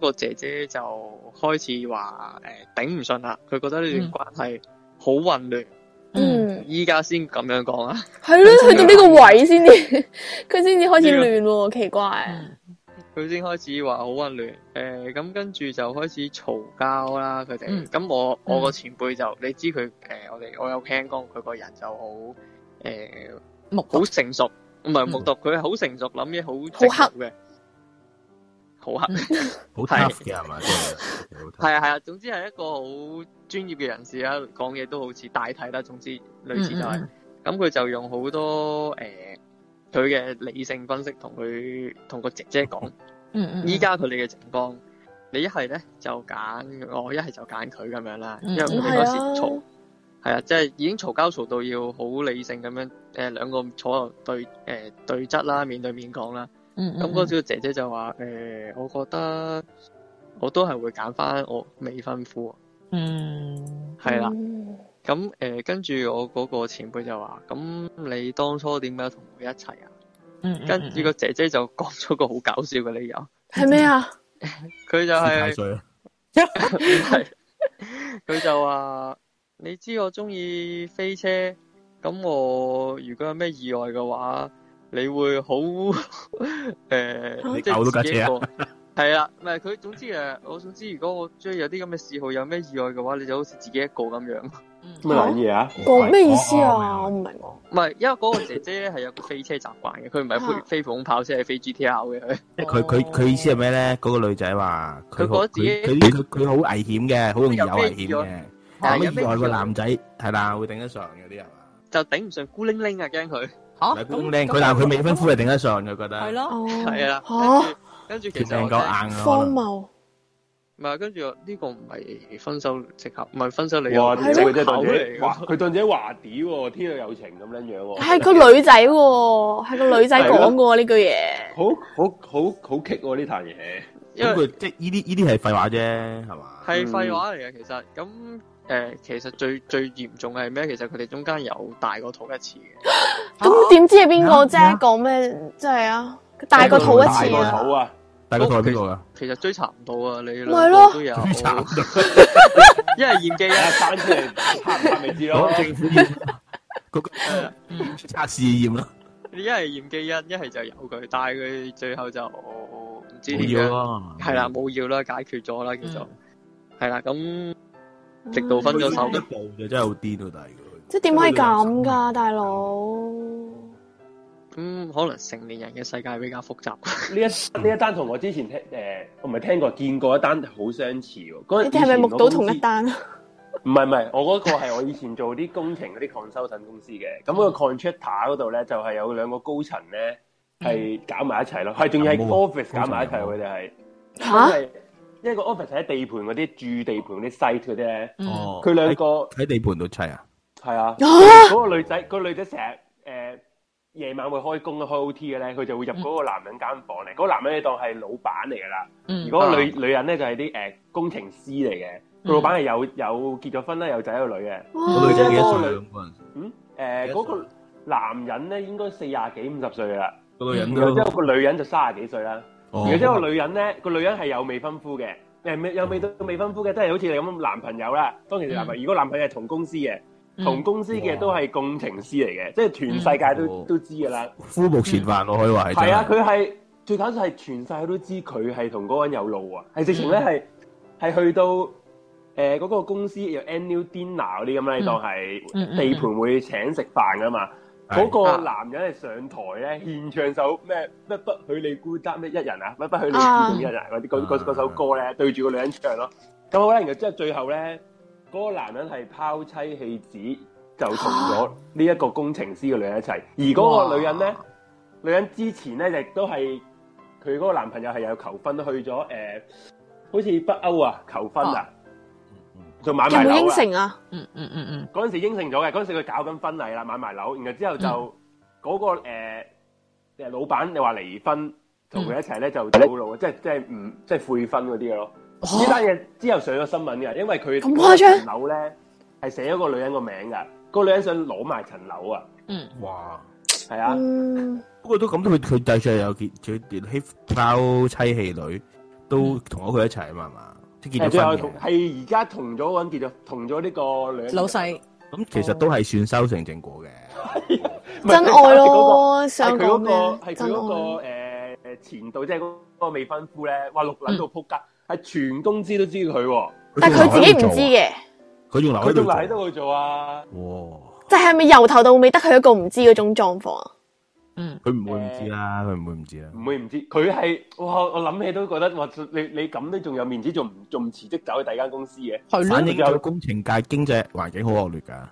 Speaker 16: 個姐姐就開始話誒頂唔順啦，佢覺得
Speaker 1: 嗯
Speaker 16: 呢段關係好混亂，
Speaker 3: 嗯，
Speaker 16: 依家先咁樣講啊。 [laughs]
Speaker 3: 係咯，去到呢個位先至， [laughs] 佢先至開始亂喎，奇
Speaker 1: 嗯
Speaker 3: 怪。
Speaker 16: 佢先開始話好混亂，誒、咁跟住就開始嘈交啦，佢哋。咁、我我個前輩就、你知佢誒、我哋我有聽講佢個人就好誒，
Speaker 1: 目
Speaker 16: 好成熟，唔係目讀，佢係好成熟，諗嘢好
Speaker 3: 好
Speaker 16: 好黑嘅，好黑，
Speaker 14: 好
Speaker 16: 係
Speaker 14: tough 嘅係嘛？真係
Speaker 16: [laughs] 係啊係啊，總之係一個好專業嘅人士啦，講嘢都好似大體啦，總之類似就係、
Speaker 1: 嗯
Speaker 16: 咁佢就用好多誒佢嘅理性分析同佢同個姐姐講，
Speaker 1: 嗯嗯嗯
Speaker 16: 依家佢哋嘅情況，你一係咧就揀我，一係就揀佢咁樣啦，
Speaker 1: 嗯
Speaker 16: 因為佢哋嗰時
Speaker 1: 嗯係啊
Speaker 16: 嘈，係啊，即係已經嘈交嘈到要好理性咁樣，誒、兩個坐喺度對誒、對質啦，面對面講啦，
Speaker 1: 嗯嗯
Speaker 16: 咁嗰個姐姐就話誒、我覺得我都係會揀翻我未婚夫，
Speaker 1: 嗯，
Speaker 16: 係啦。咁誒、呃跟住我嗰個前輩就話：，咁你當初點解同佢一齊啊？
Speaker 1: 嗯
Speaker 16: 跟住個姐姐就講咗個好搞笑嘅理由，
Speaker 3: 係咩啊？
Speaker 16: 佢就係、
Speaker 14: 係
Speaker 16: [laughs] 佢就話：你知我中意飛車，咁我如果有咩意外嘅話，你會好 [laughs] 誒，
Speaker 14: 你
Speaker 16: 即
Speaker 14: 搞到
Speaker 16: 係
Speaker 14: 架
Speaker 16: 自己
Speaker 14: 車
Speaker 16: 一
Speaker 14: 啊
Speaker 16: 個。係啦，唔係佢，總之誒，我總之如果我中意有啲咁嘅嗜好，有咩意外嘅話，你就好似自己一個咁樣。
Speaker 2: 咩玩意啊？
Speaker 3: 講咩意思啊？嗯我唔明喎。
Speaker 16: 唔係，因為嗰個姐姐咧係有個飛車習慣嘅，佢唔係飛飛普通跑車，係飛 GTR 嘅佢。
Speaker 14: 即係佢佢佢意思係咩咧？嗰個女仔話佢
Speaker 16: 佢覺
Speaker 14: 好
Speaker 16: 得自己
Speaker 14: 佢佢佢佢好危險嘅，好容易有危險
Speaker 16: 有咩
Speaker 14: 嘅
Speaker 16: 意外。
Speaker 14: 但
Speaker 16: 係
Speaker 14: 係
Speaker 16: 有咩
Speaker 14: 意外
Speaker 16: 意
Speaker 14: 個
Speaker 16: 外
Speaker 14: 男仔係啦，會頂得上嘅啲人。
Speaker 16: 就頂唔順，孤零零啊，驚佢。
Speaker 1: 嚇
Speaker 14: 唔係咁靚，佢但係佢未婚夫係頂得上嘅，覺得
Speaker 1: 係咯，
Speaker 16: 係啊，
Speaker 3: 哦嚇，
Speaker 16: 跟住其
Speaker 14: 條
Speaker 16: 實
Speaker 14: 命
Speaker 16: 我
Speaker 14: 夠
Speaker 16: 真
Speaker 14: 硬
Speaker 16: 係
Speaker 14: 啊！可
Speaker 3: 荒
Speaker 14: 能
Speaker 3: 謬。
Speaker 16: 唔係，跟住我呢個唔係分手藉口，唔係分手理由，
Speaker 2: 哇！
Speaker 16: 係
Speaker 2: 佢真係當自
Speaker 16: 藉口
Speaker 2: 己
Speaker 16: 嚟
Speaker 2: 哇
Speaker 16: 㗎。
Speaker 2: 佢當自己華啲喎，天有有情咁樣樣喎。
Speaker 3: 係個女仔喎，係個女仔講嘅喎呢句嘢。
Speaker 2: 好好好好棘喎呢壇嘢，
Speaker 16: 因為
Speaker 14: 咁佢即係呢啲呢啲係廢話啫，係嘛？
Speaker 16: 係廢話嚟嘅，其實咁誒、其實最最嚴重係咩？其實佢哋中間有大過肚一次嘅，
Speaker 3: 咁點知係邊個啫？講咩？真係啊！大個肚一
Speaker 2: 大
Speaker 3: 次
Speaker 2: 個
Speaker 3: 啊！
Speaker 2: 肚啊！
Speaker 14: 大個肚係邊個㗎？
Speaker 16: 其實追查唔到啊，你兩
Speaker 3: 咪咯
Speaker 16: 個都有，
Speaker 14: [laughs] 追查唔到
Speaker 16: 因 [laughs] 為驗機啊，
Speaker 2: 生出嚟拍唔拍咪知咯
Speaker 14: 攞。政府驗嗰個測試驗啦，
Speaker 16: 一係驗基因，一係就有佢，但係佢最後就唔知點
Speaker 14: 冇要
Speaker 16: 樣，
Speaker 14: 咯。
Speaker 16: 係啦，冇要啦，解決咗啦，叫做係啦，咁直到分
Speaker 14: 佢
Speaker 16: 咗手
Speaker 14: 一。步就真係好癲到大
Speaker 3: 即係點可以咁㗎，大佬？
Speaker 16: 咁、可能成年人嘅世界比較複雜。
Speaker 2: 呢一呢一單同我之前聽誒，我唔係聽過，見過一單好相似喎。啊嗰
Speaker 3: 你哋係咪目睹同一？單啊？
Speaker 2: 唔係唔係，我嗰個係我以前做
Speaker 3: 嗯
Speaker 2: 啲工程嗰啲 consultant 公司嘅，咁、個 contractor 嗰度咧就係、有兩個高層咧
Speaker 3: 嗯
Speaker 2: 係搞埋一齊咯，係仲要係
Speaker 14: 啊冇
Speaker 2: office 搞埋一齊，佢哋係
Speaker 14: 嚇
Speaker 3: 啊
Speaker 2: 因為因為個 office 喺地盤嗰啲住地盤嗰啲 site 嗰啲咧，
Speaker 14: 哦，
Speaker 2: 佢兩個
Speaker 14: 喺地盤度砌啊，
Speaker 2: 係啊，
Speaker 3: 哦
Speaker 2: 嗰個女仔嗰個女仔成日誒夜晚會開工開 OT 嘅咧，佢就會入嗰個男人間房嚟，嗰個男人你當係老闆嚟㗎啦，
Speaker 1: 嗯
Speaker 2: 而嗰
Speaker 14: 啊
Speaker 2: 個女女人咧就係啲誒工程師嚟嘅，佢老闆係有有結咗婚啦，有仔有女嘅，
Speaker 14: 個女仔
Speaker 3: 哦
Speaker 14: 幾多
Speaker 2: 嗰個
Speaker 14: 歲
Speaker 2: 女
Speaker 14: 啊？嗰陣
Speaker 2: 嗯，誒、嗰、個男人咧應該四廿幾五十歲啦，
Speaker 14: 個女人都
Speaker 2: 然後之後個女人就三廿幾歲啦，
Speaker 14: 哦
Speaker 2: 然後之後個女人咧，個女人係有未婚夫嘅，誒未有未到未婚夫嘅，都係好似你咁男朋友啦，當其時男朋友，如果男朋友係同公司嘅，
Speaker 14: 嗯
Speaker 2: 同公司嘅都係工程師嚟嘅，即係全世界
Speaker 14: 哦
Speaker 2: 都、都知㗎啦，
Speaker 14: 夫目前犯我可以話係真
Speaker 2: 係啊，佢係最搞笑係全世界都知佢係同嗰個人有路啊，係直情咧係係去到誒嗰、個公司有 annual dinner 嗰啲咁啦，你當
Speaker 1: 嗯嗯
Speaker 2: 係地盤會請食飯噶嘛。嗰
Speaker 14: 係
Speaker 2: 個男人係上台咧獻唱首咩咩不許你孤單咩一人啊，乜不許你
Speaker 14: 啊
Speaker 2: 孤獨一人嗰啲嗰嗰嗰首歌咧，對住個女人唱咯。咁好啦，然後之後最後咧，嗰、個男人係拋妻棄子，就同咗呢一個工程師嘅女人一齊。而嗰個女人咧，女人之前咧亦都係佢嗰個男朋友係有求婚去咗誒、呃好似北歐啊求婚啊，就買
Speaker 3: 有
Speaker 2: 埋樓
Speaker 3: 冇
Speaker 2: 啊
Speaker 3: 應承啊？
Speaker 1: 嗯嗯嗯嗯，
Speaker 2: 嗰陣時應承咗嘅，嗰陣時佢搞緊婚禮啦，買埋樓，然後之後就
Speaker 3: 嗯
Speaker 2: 嗰、個誒、呃誒老闆你話離婚，同佢一齊咧
Speaker 3: 嗯
Speaker 2: 就走佬，即係即係唔即係悔婚嗰啲咯。呢單嘢之後上咗新聞嘅，因為佢
Speaker 3: 哦咁誇張
Speaker 2: 嗰層樓咧係寫咗個女人個名㗎，個女人想攞埋層樓啊，
Speaker 1: 嗯，
Speaker 14: 哇，
Speaker 2: 係啊，
Speaker 3: 嗯
Speaker 14: 不過都咁，佢佢就算有結佢欺拋妻棄女，都同咗佢一齊啊嘛，係嘛，即係
Speaker 2: 誒
Speaker 14: 結
Speaker 2: 最
Speaker 14: 咗
Speaker 2: 後
Speaker 14: 婚
Speaker 2: 同
Speaker 14: 嘅，
Speaker 2: 係而家同咗嗰個人結咗，同咗呢個女人
Speaker 1: 老細
Speaker 14: 咁其實都係算修成正果嘅。
Speaker 2: 唔係
Speaker 3: 真愛咯
Speaker 2: 佢搞
Speaker 3: 想
Speaker 2: 佢嗰
Speaker 3: 講
Speaker 2: 個
Speaker 3: 咩
Speaker 2: 係佢嗰個
Speaker 3: 真
Speaker 2: 誒誒前度，即係嗰個未婚夫咧，哇六撚到撲街，
Speaker 3: 嗯
Speaker 2: 係全公司都知佢喎。
Speaker 3: 但係佢自己唔知嘅，
Speaker 14: 佢仲留
Speaker 2: 佢
Speaker 14: 喺
Speaker 2: 仲
Speaker 14: 度
Speaker 2: 留
Speaker 14: 做
Speaker 2: 喺度做啊！
Speaker 3: 就係咪由頭到尾得佢一個唔知嗰種狀況啊？
Speaker 14: 佢唔會唔知啊啦，佢唔會唔知啦。
Speaker 2: 唔會唔知，佢係哇！我諗起都覺得哇！你你咁都仲有面子，仲唔仲唔辭職走去第二間公司嘅？
Speaker 14: 反映
Speaker 2: 仲有
Speaker 14: 咗工程界經濟環境好惡劣㗎，
Speaker 3: 嗯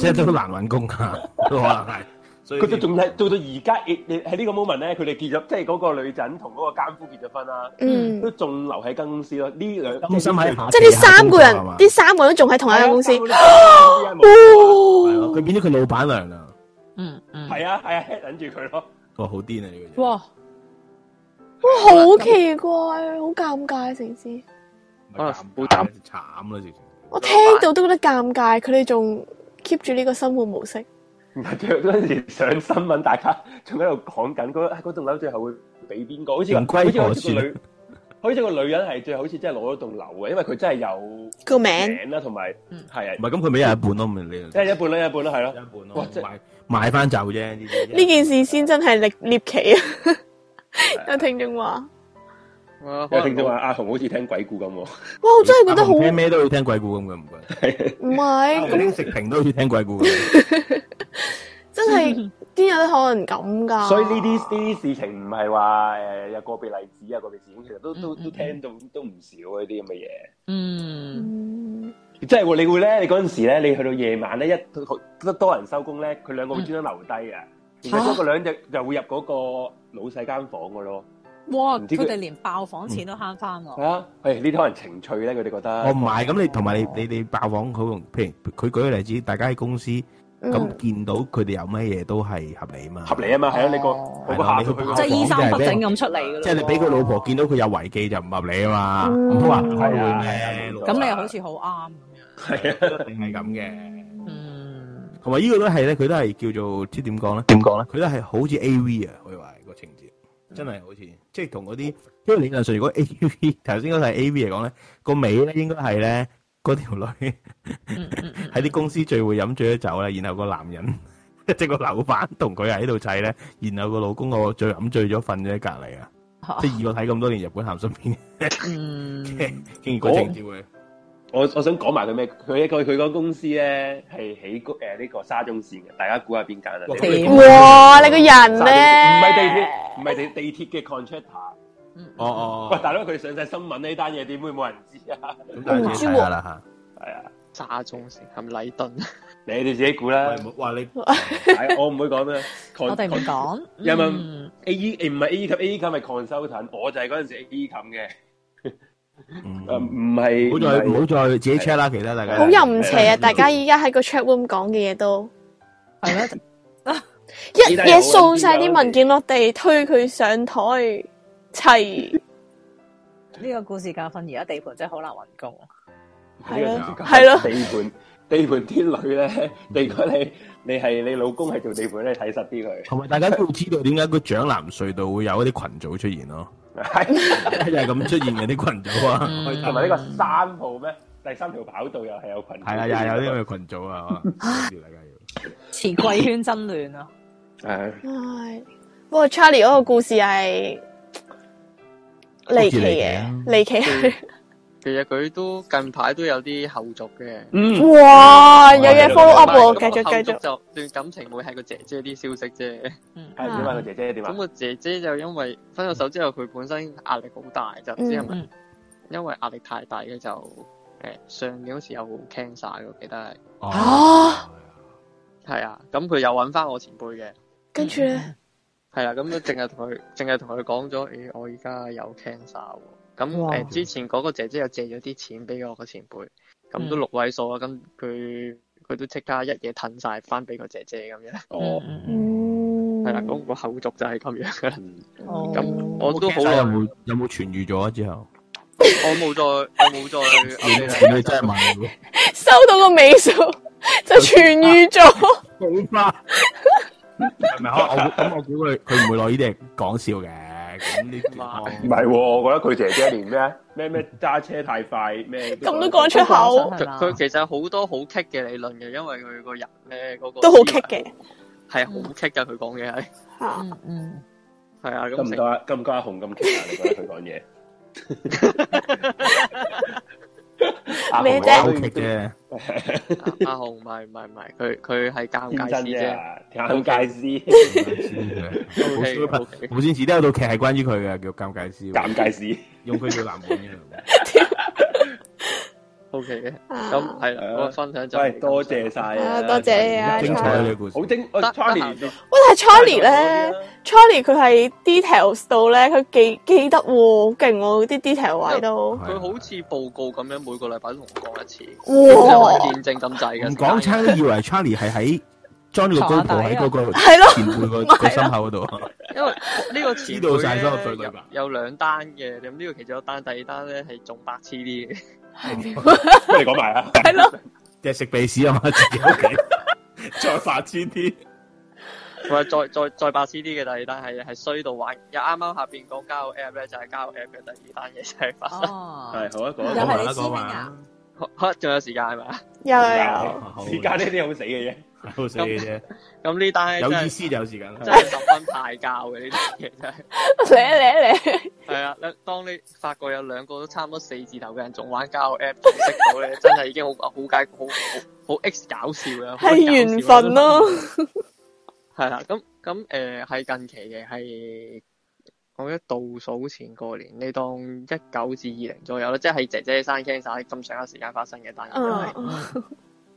Speaker 14: 即係都難揾工㗎， [laughs] 都可能係。所以
Speaker 2: 佢都仲係做到而家，亦亦喺呢個 moment 咧，佢哋結咗，即係嗰個女人同嗰個奸夫結咗婚啦，
Speaker 3: 嗯
Speaker 2: 都仲留喺間公司咯。呢兩
Speaker 14: 甘心喺下
Speaker 3: 即係呢三個人，
Speaker 14: 啊
Speaker 3: 呢三個人都仲喺同一間公司。
Speaker 2: 係啊
Speaker 14: 係咯佢變咗佢老闆娘啦。
Speaker 1: 嗯嗯，
Speaker 2: 係啊係啊，忍住佢咯。
Speaker 14: 哇，好癲啊！呢
Speaker 1: 哇，
Speaker 3: 哇，好奇怪，好尷尬成件事。
Speaker 14: 個好慘慘啦，直情
Speaker 3: 我聽到都覺得尷尬，佢哋仲 keep 住呢個生活模式。
Speaker 2: 唔係最嗰陣時上新聞，大家仲喺度講緊嗰啊嗰棟樓最後會俾邊個？好似
Speaker 14: 言歸
Speaker 2: 好似好
Speaker 14: 何
Speaker 2: 似
Speaker 14: 處
Speaker 2: 個女，好似個女人係最後好似真係攞咗棟樓嘅，因為佢真係有
Speaker 3: 個名
Speaker 2: 名啦，同埋係啊
Speaker 14: 唔，係咁，佢咪一人一半咯，咪你
Speaker 2: 即係一半啦，一半啦，係咯，
Speaker 14: 一半
Speaker 2: 咯，哇！即係
Speaker 14: 買翻走啫呢啲。
Speaker 3: 呢件事先真係獵獵奇啊！有聽眾話：，
Speaker 2: 有聽眾話阿紅好似聽鬼故咁喎，
Speaker 3: 哇，我真係覺得好
Speaker 14: 阿紅聽咩都要聽鬼故咁嘅，唔該。
Speaker 3: 唔係
Speaker 14: 聽
Speaker 3: 咁，
Speaker 14: 食評都要聽鬼故嘅。
Speaker 3: [laughs] 真係邊有得可能咁㗎？
Speaker 2: 所以呢啲呢啲事情唔係話誒有個別例子啊，個別事件其實都都都聽到都唔少啊呢啲咁嘅嘢。
Speaker 1: 嗯，
Speaker 2: 即係喎，你會咧，你嗰陣時咧，你去到夜晚咧，一好得多人收工咧，佢兩個會專登留低啊。然後嗰個兩隻就會入嗰個老細間房噶咯。
Speaker 1: 哇，
Speaker 2: 唔知
Speaker 1: 佢
Speaker 2: 佢
Speaker 1: 哋連爆房錢都慳翻喎。
Speaker 2: 係啊，誒呢啲可能情趣咧，佢哋覺得。
Speaker 14: 我唔係咁，你同埋你你你爆房好容，譬如佢舉個例子，大家喺公司咁
Speaker 1: 嗯
Speaker 14: 見到佢哋有乜嘢都係合理嘛。
Speaker 2: 合理啊嘛，係啊，你個
Speaker 1: 哦
Speaker 2: 我個下
Speaker 14: 你去
Speaker 2: 屬去個
Speaker 1: 即係衣衫不整
Speaker 14: 咁
Speaker 1: 咁出嚟嘅咯喎
Speaker 14: 即係你俾佢老婆見到佢有違紀就唔合理啊嘛，
Speaker 1: 嗯
Speaker 14: 唔通話唔開
Speaker 1: 係啊
Speaker 14: 會咩？
Speaker 1: 咁你又好似好啱
Speaker 2: 係
Speaker 14: 啊，一定係咁嘅。同埋呢個都係咧，佢都係叫做知點講咧？點講咧？佢都係好似 A V 啊，可以話係個情節，真係好似即係同嗰啲，因為理論上如果 A V 頭先嗰個係 A V 嚟講咧，個尾咧應該係咧嗰條女 [laughs]
Speaker 1: 嗯
Speaker 14: 喺啲公司聚會飲醉咗酒啦，然後個男人 [laughs] 即係個老闆同佢喺度砌咧，然後個老公個醉飲醉咗瞓咗喺隔離啊。即係以我睇咁多年日本鹹濕
Speaker 2: [laughs]
Speaker 14: 片， [laughs]
Speaker 16: [laughs]
Speaker 1: 嗯，
Speaker 14: 見過情節會。
Speaker 2: 我我想講埋佢咩？佢一個佢嗰公司咧係起誒呢個沙中線嘅，大家估下邊間啊？
Speaker 14: 哇
Speaker 2: 你哋
Speaker 3: 哇！你個人
Speaker 2: 唔係地
Speaker 3: 咧，
Speaker 2: 鐵，唔係地地鐵嘅 contractor。
Speaker 14: 哦哦
Speaker 2: 喂，大佬佢上晒新聞呢單嘢，點會冇人知啊？
Speaker 14: 咁大家自己睇下啦嚇。
Speaker 2: 係啊，
Speaker 16: 炸中先，係咪禮頓？ [laughs]
Speaker 2: 你哋自己估啦。 [laughs] 哎
Speaker 14: 話你，
Speaker 2: 我唔會講咩。我
Speaker 16: 我哋唔講
Speaker 2: 有冇
Speaker 16: 嗯
Speaker 2: A E？誒唔係 A E 級，A E 級係 consultant，我就係嗰陣時 A E 級嘅。誒唔係，
Speaker 14: 唔好再
Speaker 2: 唔
Speaker 14: 唔
Speaker 2: 係
Speaker 14: 好再自己 check 啦，其他大家
Speaker 3: 好淫邪啊！大家依家喺個 chat room 講嘅嘢都
Speaker 1: 係咩？
Speaker 3: 一嘢掃晒啲文件落地，推佢上台，齊
Speaker 1: 呢個故事教訓，而家地盤真係好難揾工。
Speaker 2: 呢個時候
Speaker 3: 係咯
Speaker 2: 地盤地盤啲女咧，地果你你係你老公係做地盤咧，你睇實啲佢。
Speaker 14: 同埋大家都要知道點解個長南隧道會有一啲群組出現咯，就係咁出現嘅啲群組啊，
Speaker 2: 同埋呢個三號咩？第三條跑道又係有群。
Speaker 14: 係啦，又有呢個群組啊，
Speaker 1: 錢貴圈真亂啊！
Speaker 2: 係
Speaker 3: 唉，不過 Charlie 嗰個故事係離奇嘅，離奇係
Speaker 16: 其實佢都近排都有啲後續嘅。
Speaker 2: 嗯
Speaker 3: 哇，有嘢
Speaker 16: 嗯
Speaker 3: follow up
Speaker 16: 咁
Speaker 3: 喎，繼
Speaker 16: 後
Speaker 3: 續
Speaker 16: 續
Speaker 3: 繼續。
Speaker 16: 就段感情會係個姐姐啲消息啫。嗯，
Speaker 2: 係點啊個姐姐點啊
Speaker 16: 咁個姐姐就因為分咗手之後，佢本身壓力好大，就唔知係咪
Speaker 1: 嗯
Speaker 16: 因為壓力太大嘅就誒上年好似有 cancer 我記得係。
Speaker 3: 啊，
Speaker 16: 係啊，咁佢又揾翻我前輩嘅。
Speaker 3: 跟住咧，
Speaker 16: 係啦，咁都淨係同佢，淨係同佢講咗，咦，我而家有 cancer 喎。咁誒、
Speaker 1: 哇
Speaker 16: 呃之前嗰個姐姐又借咗啲錢俾我個前輩，咁都
Speaker 1: 嗯
Speaker 16: 六位數啊，咁佢佢都即刻一嘢褪晒翻俾個姐姐咁樣。
Speaker 2: 哦，
Speaker 1: 嗯
Speaker 3: 嗯
Speaker 16: 係啦，咁個後續就係咁樣噶啦。
Speaker 1: 哦
Speaker 16: 咁我都好耐
Speaker 14: 有，冇有冇痊愈咗啊之後？
Speaker 16: 我冇再，我冇再 update
Speaker 14: [laughs]
Speaker 16: 啦。
Speaker 14: 你真係問
Speaker 3: 收到個尾數就痊愈
Speaker 16: 啊
Speaker 3: 咗。
Speaker 14: 冇法，係咪？我咁我估佢佢唔會攞呢啲嚟講笑嘅，咁呢
Speaker 2: 唔係喎，我覺得佢姐姐連咩咩咩揸車太快咩
Speaker 3: 咁都講出口
Speaker 16: 佢佢其實好多好棘嘅理論嘅，因為佢個人咧嗰、個
Speaker 3: 都好棘嘅，
Speaker 16: 係好棘噶。佢講嘢係
Speaker 3: 嚇
Speaker 1: 嗯，
Speaker 16: 係啊，
Speaker 2: 咁唔
Speaker 16: 咁
Speaker 2: 夠啊，咁唔夠阿紅咁激啊！你覺得佢講嘢？阿
Speaker 3: [laughs] 咩
Speaker 2: 紅
Speaker 3: 啫
Speaker 2: 講
Speaker 14: 劇啫，
Speaker 16: 阿紅唔係唔係唔係，佢佢係尷尬
Speaker 2: 天
Speaker 16: 師
Speaker 2: 真
Speaker 16: 啫
Speaker 2: 啫，，尷尬師，
Speaker 16: O K 嘅 O K
Speaker 14: 無線時都有套劇係關於佢嘅，叫《尷尬師》。
Speaker 2: 尷尬 [laughs] 師，
Speaker 14: 用佢做藍本嘅。
Speaker 16: O K 嘅，咁係
Speaker 14: 啊
Speaker 16: 啦，我分享就
Speaker 2: 喂，多謝晒啊
Speaker 3: 啊！多謝你啊精彩
Speaker 14: 呢個故
Speaker 2: 事，好精。我 Charlie 哦
Speaker 3: 喂，但係 Charlie 咧，Charlie 佢係 details 到咧，佢記記得喎，好勁喎，啲 detail 位都。
Speaker 16: 佢好似報告咁樣，每個禮拜都同我講一次，
Speaker 3: 哇
Speaker 16: 佢就係見證咁滯嘅。
Speaker 14: 唔講親都以為 Charlie 係喺裝咗個高度喺嗰個
Speaker 16: 係咯
Speaker 14: 前輩個個心口嗰度。
Speaker 16: 因為呢個前
Speaker 14: 知道晒所有
Speaker 16: 輩
Speaker 14: 對
Speaker 16: 咧
Speaker 14: 對
Speaker 16: 有
Speaker 14: 白
Speaker 16: 有兩單嘅，咁呢個其中一單，第二單咧係仲白痴啲嘅。 [laughs]
Speaker 2: 不如講埋啊，
Speaker 3: 係咯，
Speaker 14: 即係食鼻屎啊嘛，自己屋企再白痴啲。
Speaker 16: 唔係啊再再再白痴啲嘅第二單係係衰到玩，又啱啱下邊講交友 app 咧就係交友 app 嘅第二單嘢就係發生。
Speaker 1: 哦
Speaker 2: 係好啊，講
Speaker 16: 又
Speaker 2: 埋
Speaker 16: 係
Speaker 2: 啦，
Speaker 16: 你
Speaker 2: 講埋
Speaker 16: 師
Speaker 2: 啦。
Speaker 16: 嚇 [laughs] 仲有時間係咪啊？
Speaker 3: 有有
Speaker 2: 時間呢啲好死嘅啫，
Speaker 14: 好死嘅啫。
Speaker 16: 咁呢單
Speaker 14: 有
Speaker 16: 真係
Speaker 14: 意思就有時間啦
Speaker 16: 真係十分派教嘅呢單嘢真係。
Speaker 3: [laughs] 嚟嚟嚟，
Speaker 16: 係啊，你當你發覺有兩個都差唔多四字頭嘅人仲玩交友 app，仲識到咧，真係已經好好解好好好 X 搞笑嘅，好搞笑
Speaker 3: 係緣分咯。
Speaker 16: 係啦，咁咁誒係近期嘅，係我覺得倒數前過年，你當一九至二零左右啦，即係姐姐生 cancer 咁上下時間發生嘅單嘢都係。
Speaker 3: 嗯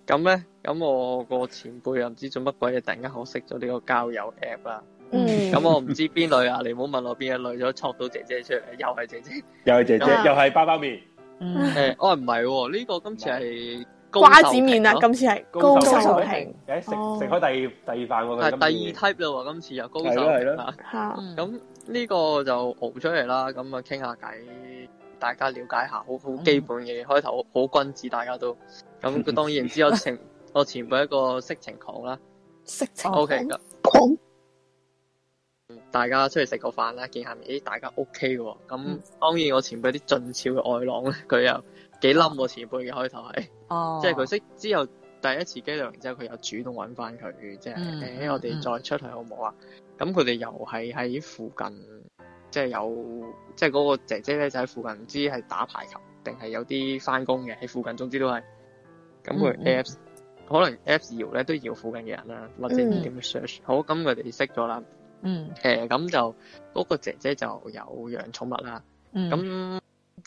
Speaker 16: 咁咧，咁我個前輩又唔知做乜鬼嘢，突然間我識咗呢個交友 app 啦。
Speaker 3: 嗯
Speaker 16: 咁我唔知邊類啊，你唔好問我邊一類，咗戳到姐姐出嚟，又係姐姐。
Speaker 2: 又係姐姐，
Speaker 16: 啊
Speaker 2: 又係包包面，
Speaker 16: [laughs] 誒，哦唔係喎，呢個今次係高
Speaker 3: 瓜
Speaker 16: 手
Speaker 3: 子面啊
Speaker 16: 評，咯
Speaker 3: 今次係高
Speaker 2: 手
Speaker 3: 手
Speaker 2: 平
Speaker 3: 平，
Speaker 2: 誒食
Speaker 3: 哦
Speaker 2: 食開第二第二飯喎，佢
Speaker 16: 係
Speaker 2: 今
Speaker 16: 第
Speaker 2: 次
Speaker 16: 二 type 啦喎，今次又高手
Speaker 2: 係咯係
Speaker 16: 評
Speaker 2: 咯
Speaker 16: 啦。
Speaker 3: 嚇
Speaker 16: 咁呢個就熬出嚟啦，咁啊傾下偈，大家了解下，好好
Speaker 3: 嗯
Speaker 16: 基本嘅嘢。開頭好好君子，大家都咁。佢當
Speaker 3: [laughs]
Speaker 16: 然知我情，我前輩一個色情狂啦。
Speaker 3: 色情
Speaker 16: O K 噶，
Speaker 3: 講
Speaker 16: 大家出去食個飯啦，見下面，咦，大家 O K 喎。
Speaker 3: 嗯
Speaker 16: 咁當然我前輩啲俊俏嘅外郎咧，佢又幾冧我前輩嘅開頭係。
Speaker 1: 哦，
Speaker 16: 即係佢識之後第一次機聊完之後，佢又主動揾翻佢，即係
Speaker 1: 嗯
Speaker 16: 誒我哋再出去好唔好啊？咁佢哋又係喺附近，即係有即係嗰個姐姐咧就喺附近，唔知係打排球定係有啲翻工嘅喺附近，總之都係咁佢
Speaker 1: 嗯
Speaker 16: Apps。可能 Apps 搖咧都搖附近嘅人啦，或者點
Speaker 1: 嗯
Speaker 16: 樣 search、好，咁佢哋識咗啦。
Speaker 1: 嗯
Speaker 16: 誒、咁就嗰、個姐姐就有養寵物啦。
Speaker 1: 嗯
Speaker 16: 咁、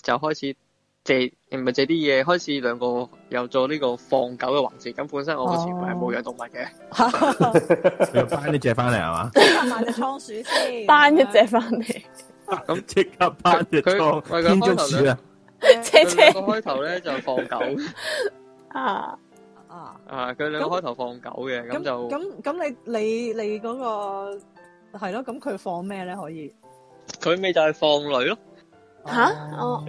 Speaker 16: 就開始借唔係借啲嘢，開始兩個有做呢個放狗嘅環節。咁本身我個前輩係冇養動物 [laughs] 嘅，
Speaker 14: 你要翻一隻翻嚟係嘛？
Speaker 1: 買只倉鼠先，
Speaker 3: 單一隻翻嚟，
Speaker 14: 咁即刻翻只倉
Speaker 16: 喂佢
Speaker 14: 天
Speaker 16: 開
Speaker 14: 竺
Speaker 16: 頭
Speaker 14: 鼠
Speaker 16: 兩
Speaker 14: 啊！
Speaker 3: 車
Speaker 16: 佢兩
Speaker 3: 車
Speaker 16: 個開頭咧就放狗，
Speaker 3: 啊！
Speaker 16: 啊佢兩個開頭放狗嘅，咁就
Speaker 1: 咁咁你你你嗰個係咯，咁佢放咩咧可以？
Speaker 16: 佢咪就係放女咯。
Speaker 3: 吓哦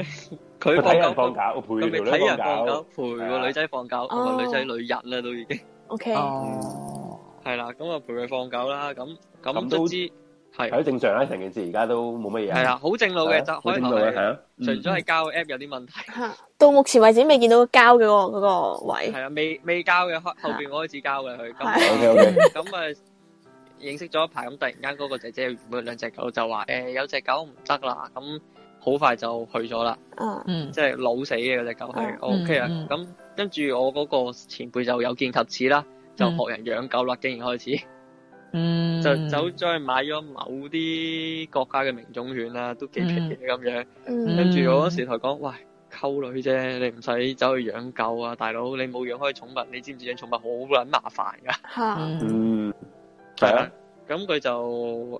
Speaker 16: 佢
Speaker 2: 睇人
Speaker 16: 放
Speaker 2: 放
Speaker 16: 狗，
Speaker 2: 狗，哦陪
Speaker 16: 佢咪
Speaker 2: 條女
Speaker 16: 睇人
Speaker 2: 放
Speaker 16: 放
Speaker 2: 狗
Speaker 16: 狗，，陪個女仔放狗，同
Speaker 3: 哦
Speaker 16: 埋女仔女人啦都 [laughs] 已經。
Speaker 3: ，OK，
Speaker 16: 係啦，咁啊陪佢放狗啦，咁咁
Speaker 2: 咁
Speaker 16: 都
Speaker 2: 都
Speaker 16: 知係
Speaker 2: 係都正常啦。成件事而家都冇乜嘢。
Speaker 16: 係啊，好正路
Speaker 2: 係
Speaker 16: 嘅
Speaker 2: 啊
Speaker 16: 就
Speaker 2: 好
Speaker 16: 開
Speaker 2: 正
Speaker 16: 頭
Speaker 2: 路嘅係
Speaker 16: 係
Speaker 2: 啊，
Speaker 16: 純粹係交友 app 有啲問題，
Speaker 3: 嚇 [laughs] 到目前為止未見到交嘅嗰個嗰個位，
Speaker 16: 係啊，未未交嘅，後後邊我開始交嘅
Speaker 3: 係
Speaker 16: 佢，咁
Speaker 2: OK [laughs]
Speaker 16: [laughs]
Speaker 2: OK，
Speaker 16: 咁啊認識咗一排，咁突然間嗰個姐姐原本兩隻狗就話誒有隻狗唔得啦，咁好快就去咗啦，
Speaker 3: 嗯
Speaker 1: 嗯
Speaker 16: 即係老死嘅嗰隻狗係
Speaker 3: 嗯
Speaker 16: OK 啊
Speaker 1: 嗯嗯，
Speaker 16: 咁跟住我嗰個前輩就有見及此啦，就學人養狗啦，竟然開始。
Speaker 1: 嗯，
Speaker 16: 就走咗去買咗某啲國家嘅名種犬啦，都幾平嘅咁樣。
Speaker 3: 嗯
Speaker 16: 跟住我嗰時同佢講：，喂，溝女啫，你唔使走去養狗啊，大佬，你冇養開寵物，你知唔知養寵物好撚麻煩㗎？
Speaker 3: 嚇
Speaker 1: 嗯
Speaker 2: 嗯，係啊，
Speaker 16: 咁佢就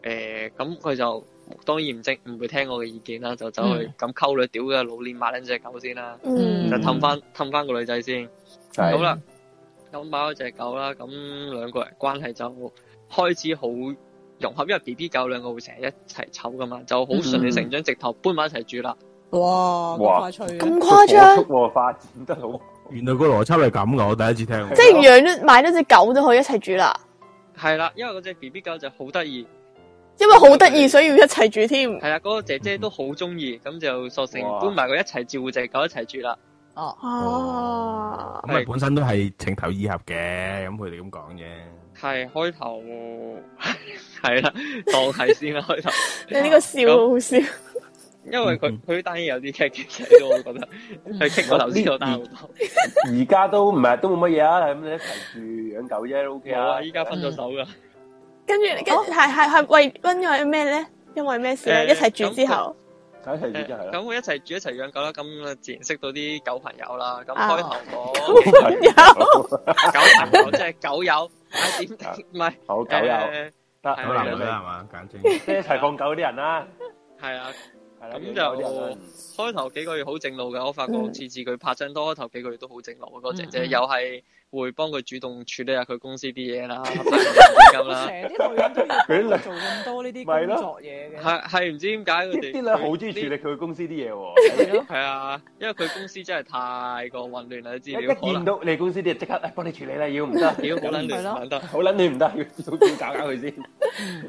Speaker 16: 誒，咁佢就當然唔正，唔會聽我嘅意見啦，就走
Speaker 2: 嗯
Speaker 16: 去咁溝女，屌嘅老練買撚只狗先啦，
Speaker 3: 嗯
Speaker 16: 就氹翻氹翻個女仔先。
Speaker 2: 係
Speaker 16: 好啦，咁買咗只狗啦，咁兩個人關係就開始好融合，因為 B B 狗兩個會成日一齊湊噶嘛，就
Speaker 2: 嗯
Speaker 16: 好順理成章，直頭搬埋一齊住啦。
Speaker 1: 哇咁
Speaker 2: 哇
Speaker 1: 快脆嘅，
Speaker 3: 咁誇張
Speaker 2: 火，速喎，發展得好。
Speaker 14: 原來個邏輯係咁噶，我第一次聽。
Speaker 3: 即係養咗買咗只狗都可以一齊住啦，
Speaker 16: 係啦，因為嗰只 B B 狗就好得意，
Speaker 3: 因為好得意，所以要一齊住添。
Speaker 16: 係啦，嗰、個姐姐都好中意，咁就索性
Speaker 2: 哇
Speaker 16: 搬埋佢一齊照顧只狗一齊住啦。
Speaker 3: 哦，
Speaker 14: 咁咪本身都係情投意合嘅，咁佢哋咁講啫。
Speaker 16: 係開頭 [laughs] 係啦，當係先啦，開頭。
Speaker 3: [laughs] 你呢個笑好笑，
Speaker 16: 因
Speaker 2: 嗯
Speaker 16: 為佢佢單嘢有啲劇劇睇到，我覺得佢棘我頭先嗰單好多。
Speaker 2: 而家都唔係都冇乜嘢啊，咁你一齊住養狗啫，OK
Speaker 16: 冇啊，
Speaker 2: 啊。
Speaker 16: 依家分咗手㗎。
Speaker 3: 跟住跟係係係為因為咩咧？因為咩事咧？
Speaker 16: 誒
Speaker 3: 一齊住之後，
Speaker 2: 睇一齊住真嗯係
Speaker 16: 誒咁啊
Speaker 2: 啦。
Speaker 16: 我一齊住一齊養狗啦，咁啊自然識到啲狗朋友啦。咁
Speaker 3: 啊
Speaker 16: 開頭嗰幾
Speaker 3: 咁有
Speaker 16: 狗朋友即係狗
Speaker 3: [laughs]
Speaker 16: 友，啊點
Speaker 2: 啊
Speaker 16: 唔係
Speaker 2: 好狗友
Speaker 16: 誒
Speaker 2: 得，
Speaker 16: 係
Speaker 14: 好
Speaker 16: 啦
Speaker 14: 男
Speaker 16: 有
Speaker 14: 女
Speaker 16: 兩
Speaker 14: 啦，係嘛？簡稱
Speaker 2: 即係一齊放狗嗰啲人啦。
Speaker 16: 係啊？
Speaker 2: 係啦
Speaker 16: 咁
Speaker 2: 養
Speaker 16: 就
Speaker 2: 狗啲人啦
Speaker 16: 開頭幾個月好正路嘅，我發覺
Speaker 3: 嗯
Speaker 16: 次次佢拍張拖，開頭幾個月都好正路嘅。個姐姐
Speaker 1: 嗯嗯
Speaker 16: 又係會幫佢主動處理下佢公司啲嘢
Speaker 3: [laughs]
Speaker 16: 啦，分佢
Speaker 1: 成
Speaker 16: 資
Speaker 1: 啲女
Speaker 16: 金啦。
Speaker 1: 人都要幫佢做咁多呢啲
Speaker 2: 咪
Speaker 1: 工
Speaker 2: 咯
Speaker 1: 作嘢嘅，
Speaker 16: 係係唔知點解
Speaker 2: [laughs]
Speaker 16: 佢
Speaker 2: 啲
Speaker 16: 哋
Speaker 2: 啲女好中意處
Speaker 16: 呢
Speaker 2: 理佢公司啲嘢喎。
Speaker 1: 係咯，
Speaker 16: 係啊，因為佢公司真係太過混亂啦，啲資
Speaker 2: 一
Speaker 16: 料
Speaker 2: 一
Speaker 16: 可能
Speaker 2: 見到你公司啲嘢，即刻誒幫你處理啦，要唔得，
Speaker 16: 屌好撚
Speaker 1: 係
Speaker 16: 亂，
Speaker 1: 咯
Speaker 16: 唔撚得。
Speaker 2: 好撚你唔得，要要搞搞佢先。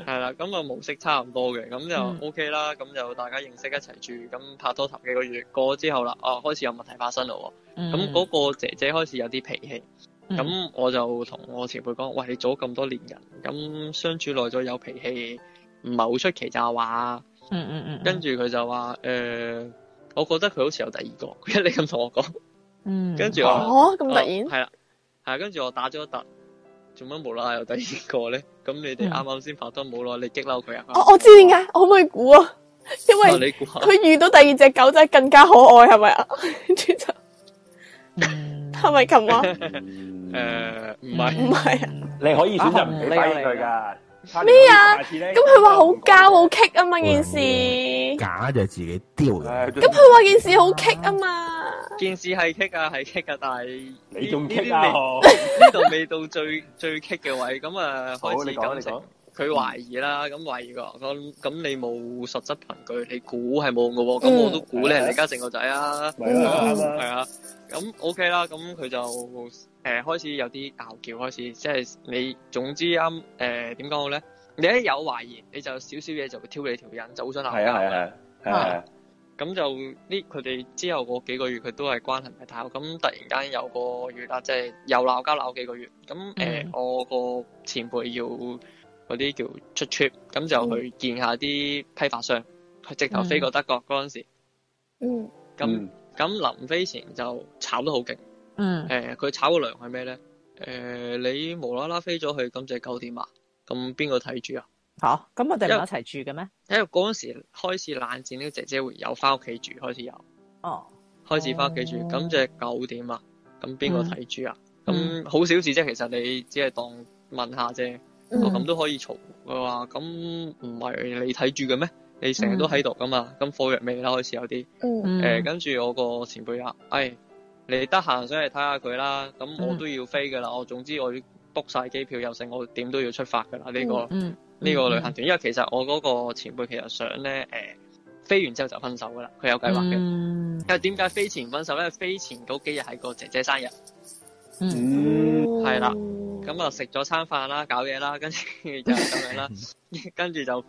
Speaker 16: 係啦，咁啊模式差唔多嘅，咁
Speaker 1: 嗯
Speaker 16: 就 OK 啦，咁就大家認識一齊住，咁拍拖頭幾個月過咗之後啦，啊開始有問題發生咯喎，咁嗰、個姐姐開始有啲脾氣，
Speaker 1: 嗯
Speaker 16: 咁、我就同我前輩講，喂，你做咗咁多年人，咁相處耐咗有脾氣，唔係好出奇咋話，
Speaker 1: 嗯嗯嗯，
Speaker 16: 跟住佢就話，誒、我覺得佢好似有第二個， [laughs] 佢一嚟咁同我講，
Speaker 1: 嗯
Speaker 16: 跟住我。
Speaker 3: 哦咁突然
Speaker 16: 哦，係啦，係啊，跟住我打咗一突，做乜無啦啦有第二個咧？ [laughs] 咁你哋
Speaker 1: 嗯
Speaker 16: 啱啱先拍拖冇耐，你激嬲佢啊？
Speaker 3: 我我知點解，我可唔可以估啊？因
Speaker 16: [laughs] 啊
Speaker 3: 為
Speaker 16: 你估下，
Speaker 3: 佢遇到第二隻狗仔更加可愛，係咪啊？跟住就 [laughs] 係咪咁啊？
Speaker 16: 誒唔
Speaker 3: 唔
Speaker 16: 係，
Speaker 3: 係啊，
Speaker 2: 你可以選擇唔俾反應佢㗎。
Speaker 3: 咩啊
Speaker 2: 咁
Speaker 3: [laughs] 咁佢話好膠好棘啊嘛件事，咁
Speaker 14: 假就係自己丟嘅。
Speaker 2: 咁
Speaker 3: 佢話件事好棘啊嘛，
Speaker 16: 件事係棘啊，係棘啊，但係
Speaker 2: 你仲
Speaker 16: 呢
Speaker 2: 棘
Speaker 16: 呢
Speaker 2: 啊？
Speaker 16: 呢
Speaker 2: 我
Speaker 16: 呢度未到最 [laughs] 最棘嘅位，咁啊
Speaker 2: 好，
Speaker 16: 開
Speaker 2: 你
Speaker 16: 始
Speaker 2: 講
Speaker 16: 感
Speaker 2: 你
Speaker 16: 情
Speaker 2: 講，
Speaker 16: 佢懷疑啦，咁懷疑個咁咁你冇實質憑據，你估係冇嘅喎，咁我都估你係李嘉誠個仔啊。
Speaker 2: 咪啦啱
Speaker 16: 係
Speaker 2: 啦，
Speaker 16: 啊，咁 OK 啦，咁佢就誒、呃、開始有啲拗撬，開始即係你總之啱誒點講好咧？你一有懷疑，你就少少嘢就會挑你條癮，就好想鬧
Speaker 2: 係
Speaker 16: 交
Speaker 2: 啊係
Speaker 16: 啦。
Speaker 2: 啊係啊，
Speaker 16: 咁就呢，佢哋之後嗰幾個月佢都係關係唔係太好，咁突然間有個月啦，即係又鬧交鬧幾個月。咁誒、呃
Speaker 1: 嗯
Speaker 16: 我個前輩要嗰啲叫出 trip，咁就去見下啲批發商，佢直頭飛過德國嗰陣時，
Speaker 3: 嗯
Speaker 16: 咁咁臨飛前就炒得好勁。
Speaker 1: 嗯
Speaker 16: 誒，佢、炒個糧係咩咧？誒、你無啦啦飛咗去，咁隻狗點啊？咁邊個睇住啊？
Speaker 1: 吓，咁我哋唔係一齊住嘅咩？
Speaker 16: 因為嗰陣時開始冷戰，呢個姐姐會有翻屋企住，開始有
Speaker 1: 哦，
Speaker 16: 開始翻屋企住，
Speaker 1: 哦嗯
Speaker 16: 咁只狗點啊？咁邊個睇住啊？咁好小事啫，其實你只係當問下啫。
Speaker 1: 嗯
Speaker 16: 哦，咁都可以嘈佢話，咁唔係你睇住嘅咩？你成
Speaker 1: 嗯
Speaker 16: 日都喺度噶嘛？咁火藥味啦，開始有啲。
Speaker 3: 嗯
Speaker 16: 誒，跟住我個前輩話：，誒，你得閒上嚟睇下佢啦。咁我
Speaker 1: 嗯
Speaker 16: 都要飛噶啦。我總之我要 book 晒機票又剩，我點都要出發噶啦。呢個
Speaker 1: 嗯嗯
Speaker 16: 呢個
Speaker 1: 嗯
Speaker 16: 旅行團，因為其實我嗰個前輩其實想咧，誒，飛完之後就分手噶啦。佢有計劃嘅。
Speaker 1: 嗯
Speaker 16: 因為點解飛前分手咧？飛前嗰幾日係個姐姐生日。
Speaker 1: 嗯
Speaker 16: 係啦，咁啊食咗餐飯啦， [laughs] 搞嘢啦，跟住就
Speaker 1: [laughs]
Speaker 16: 係咁樣啦，跟住就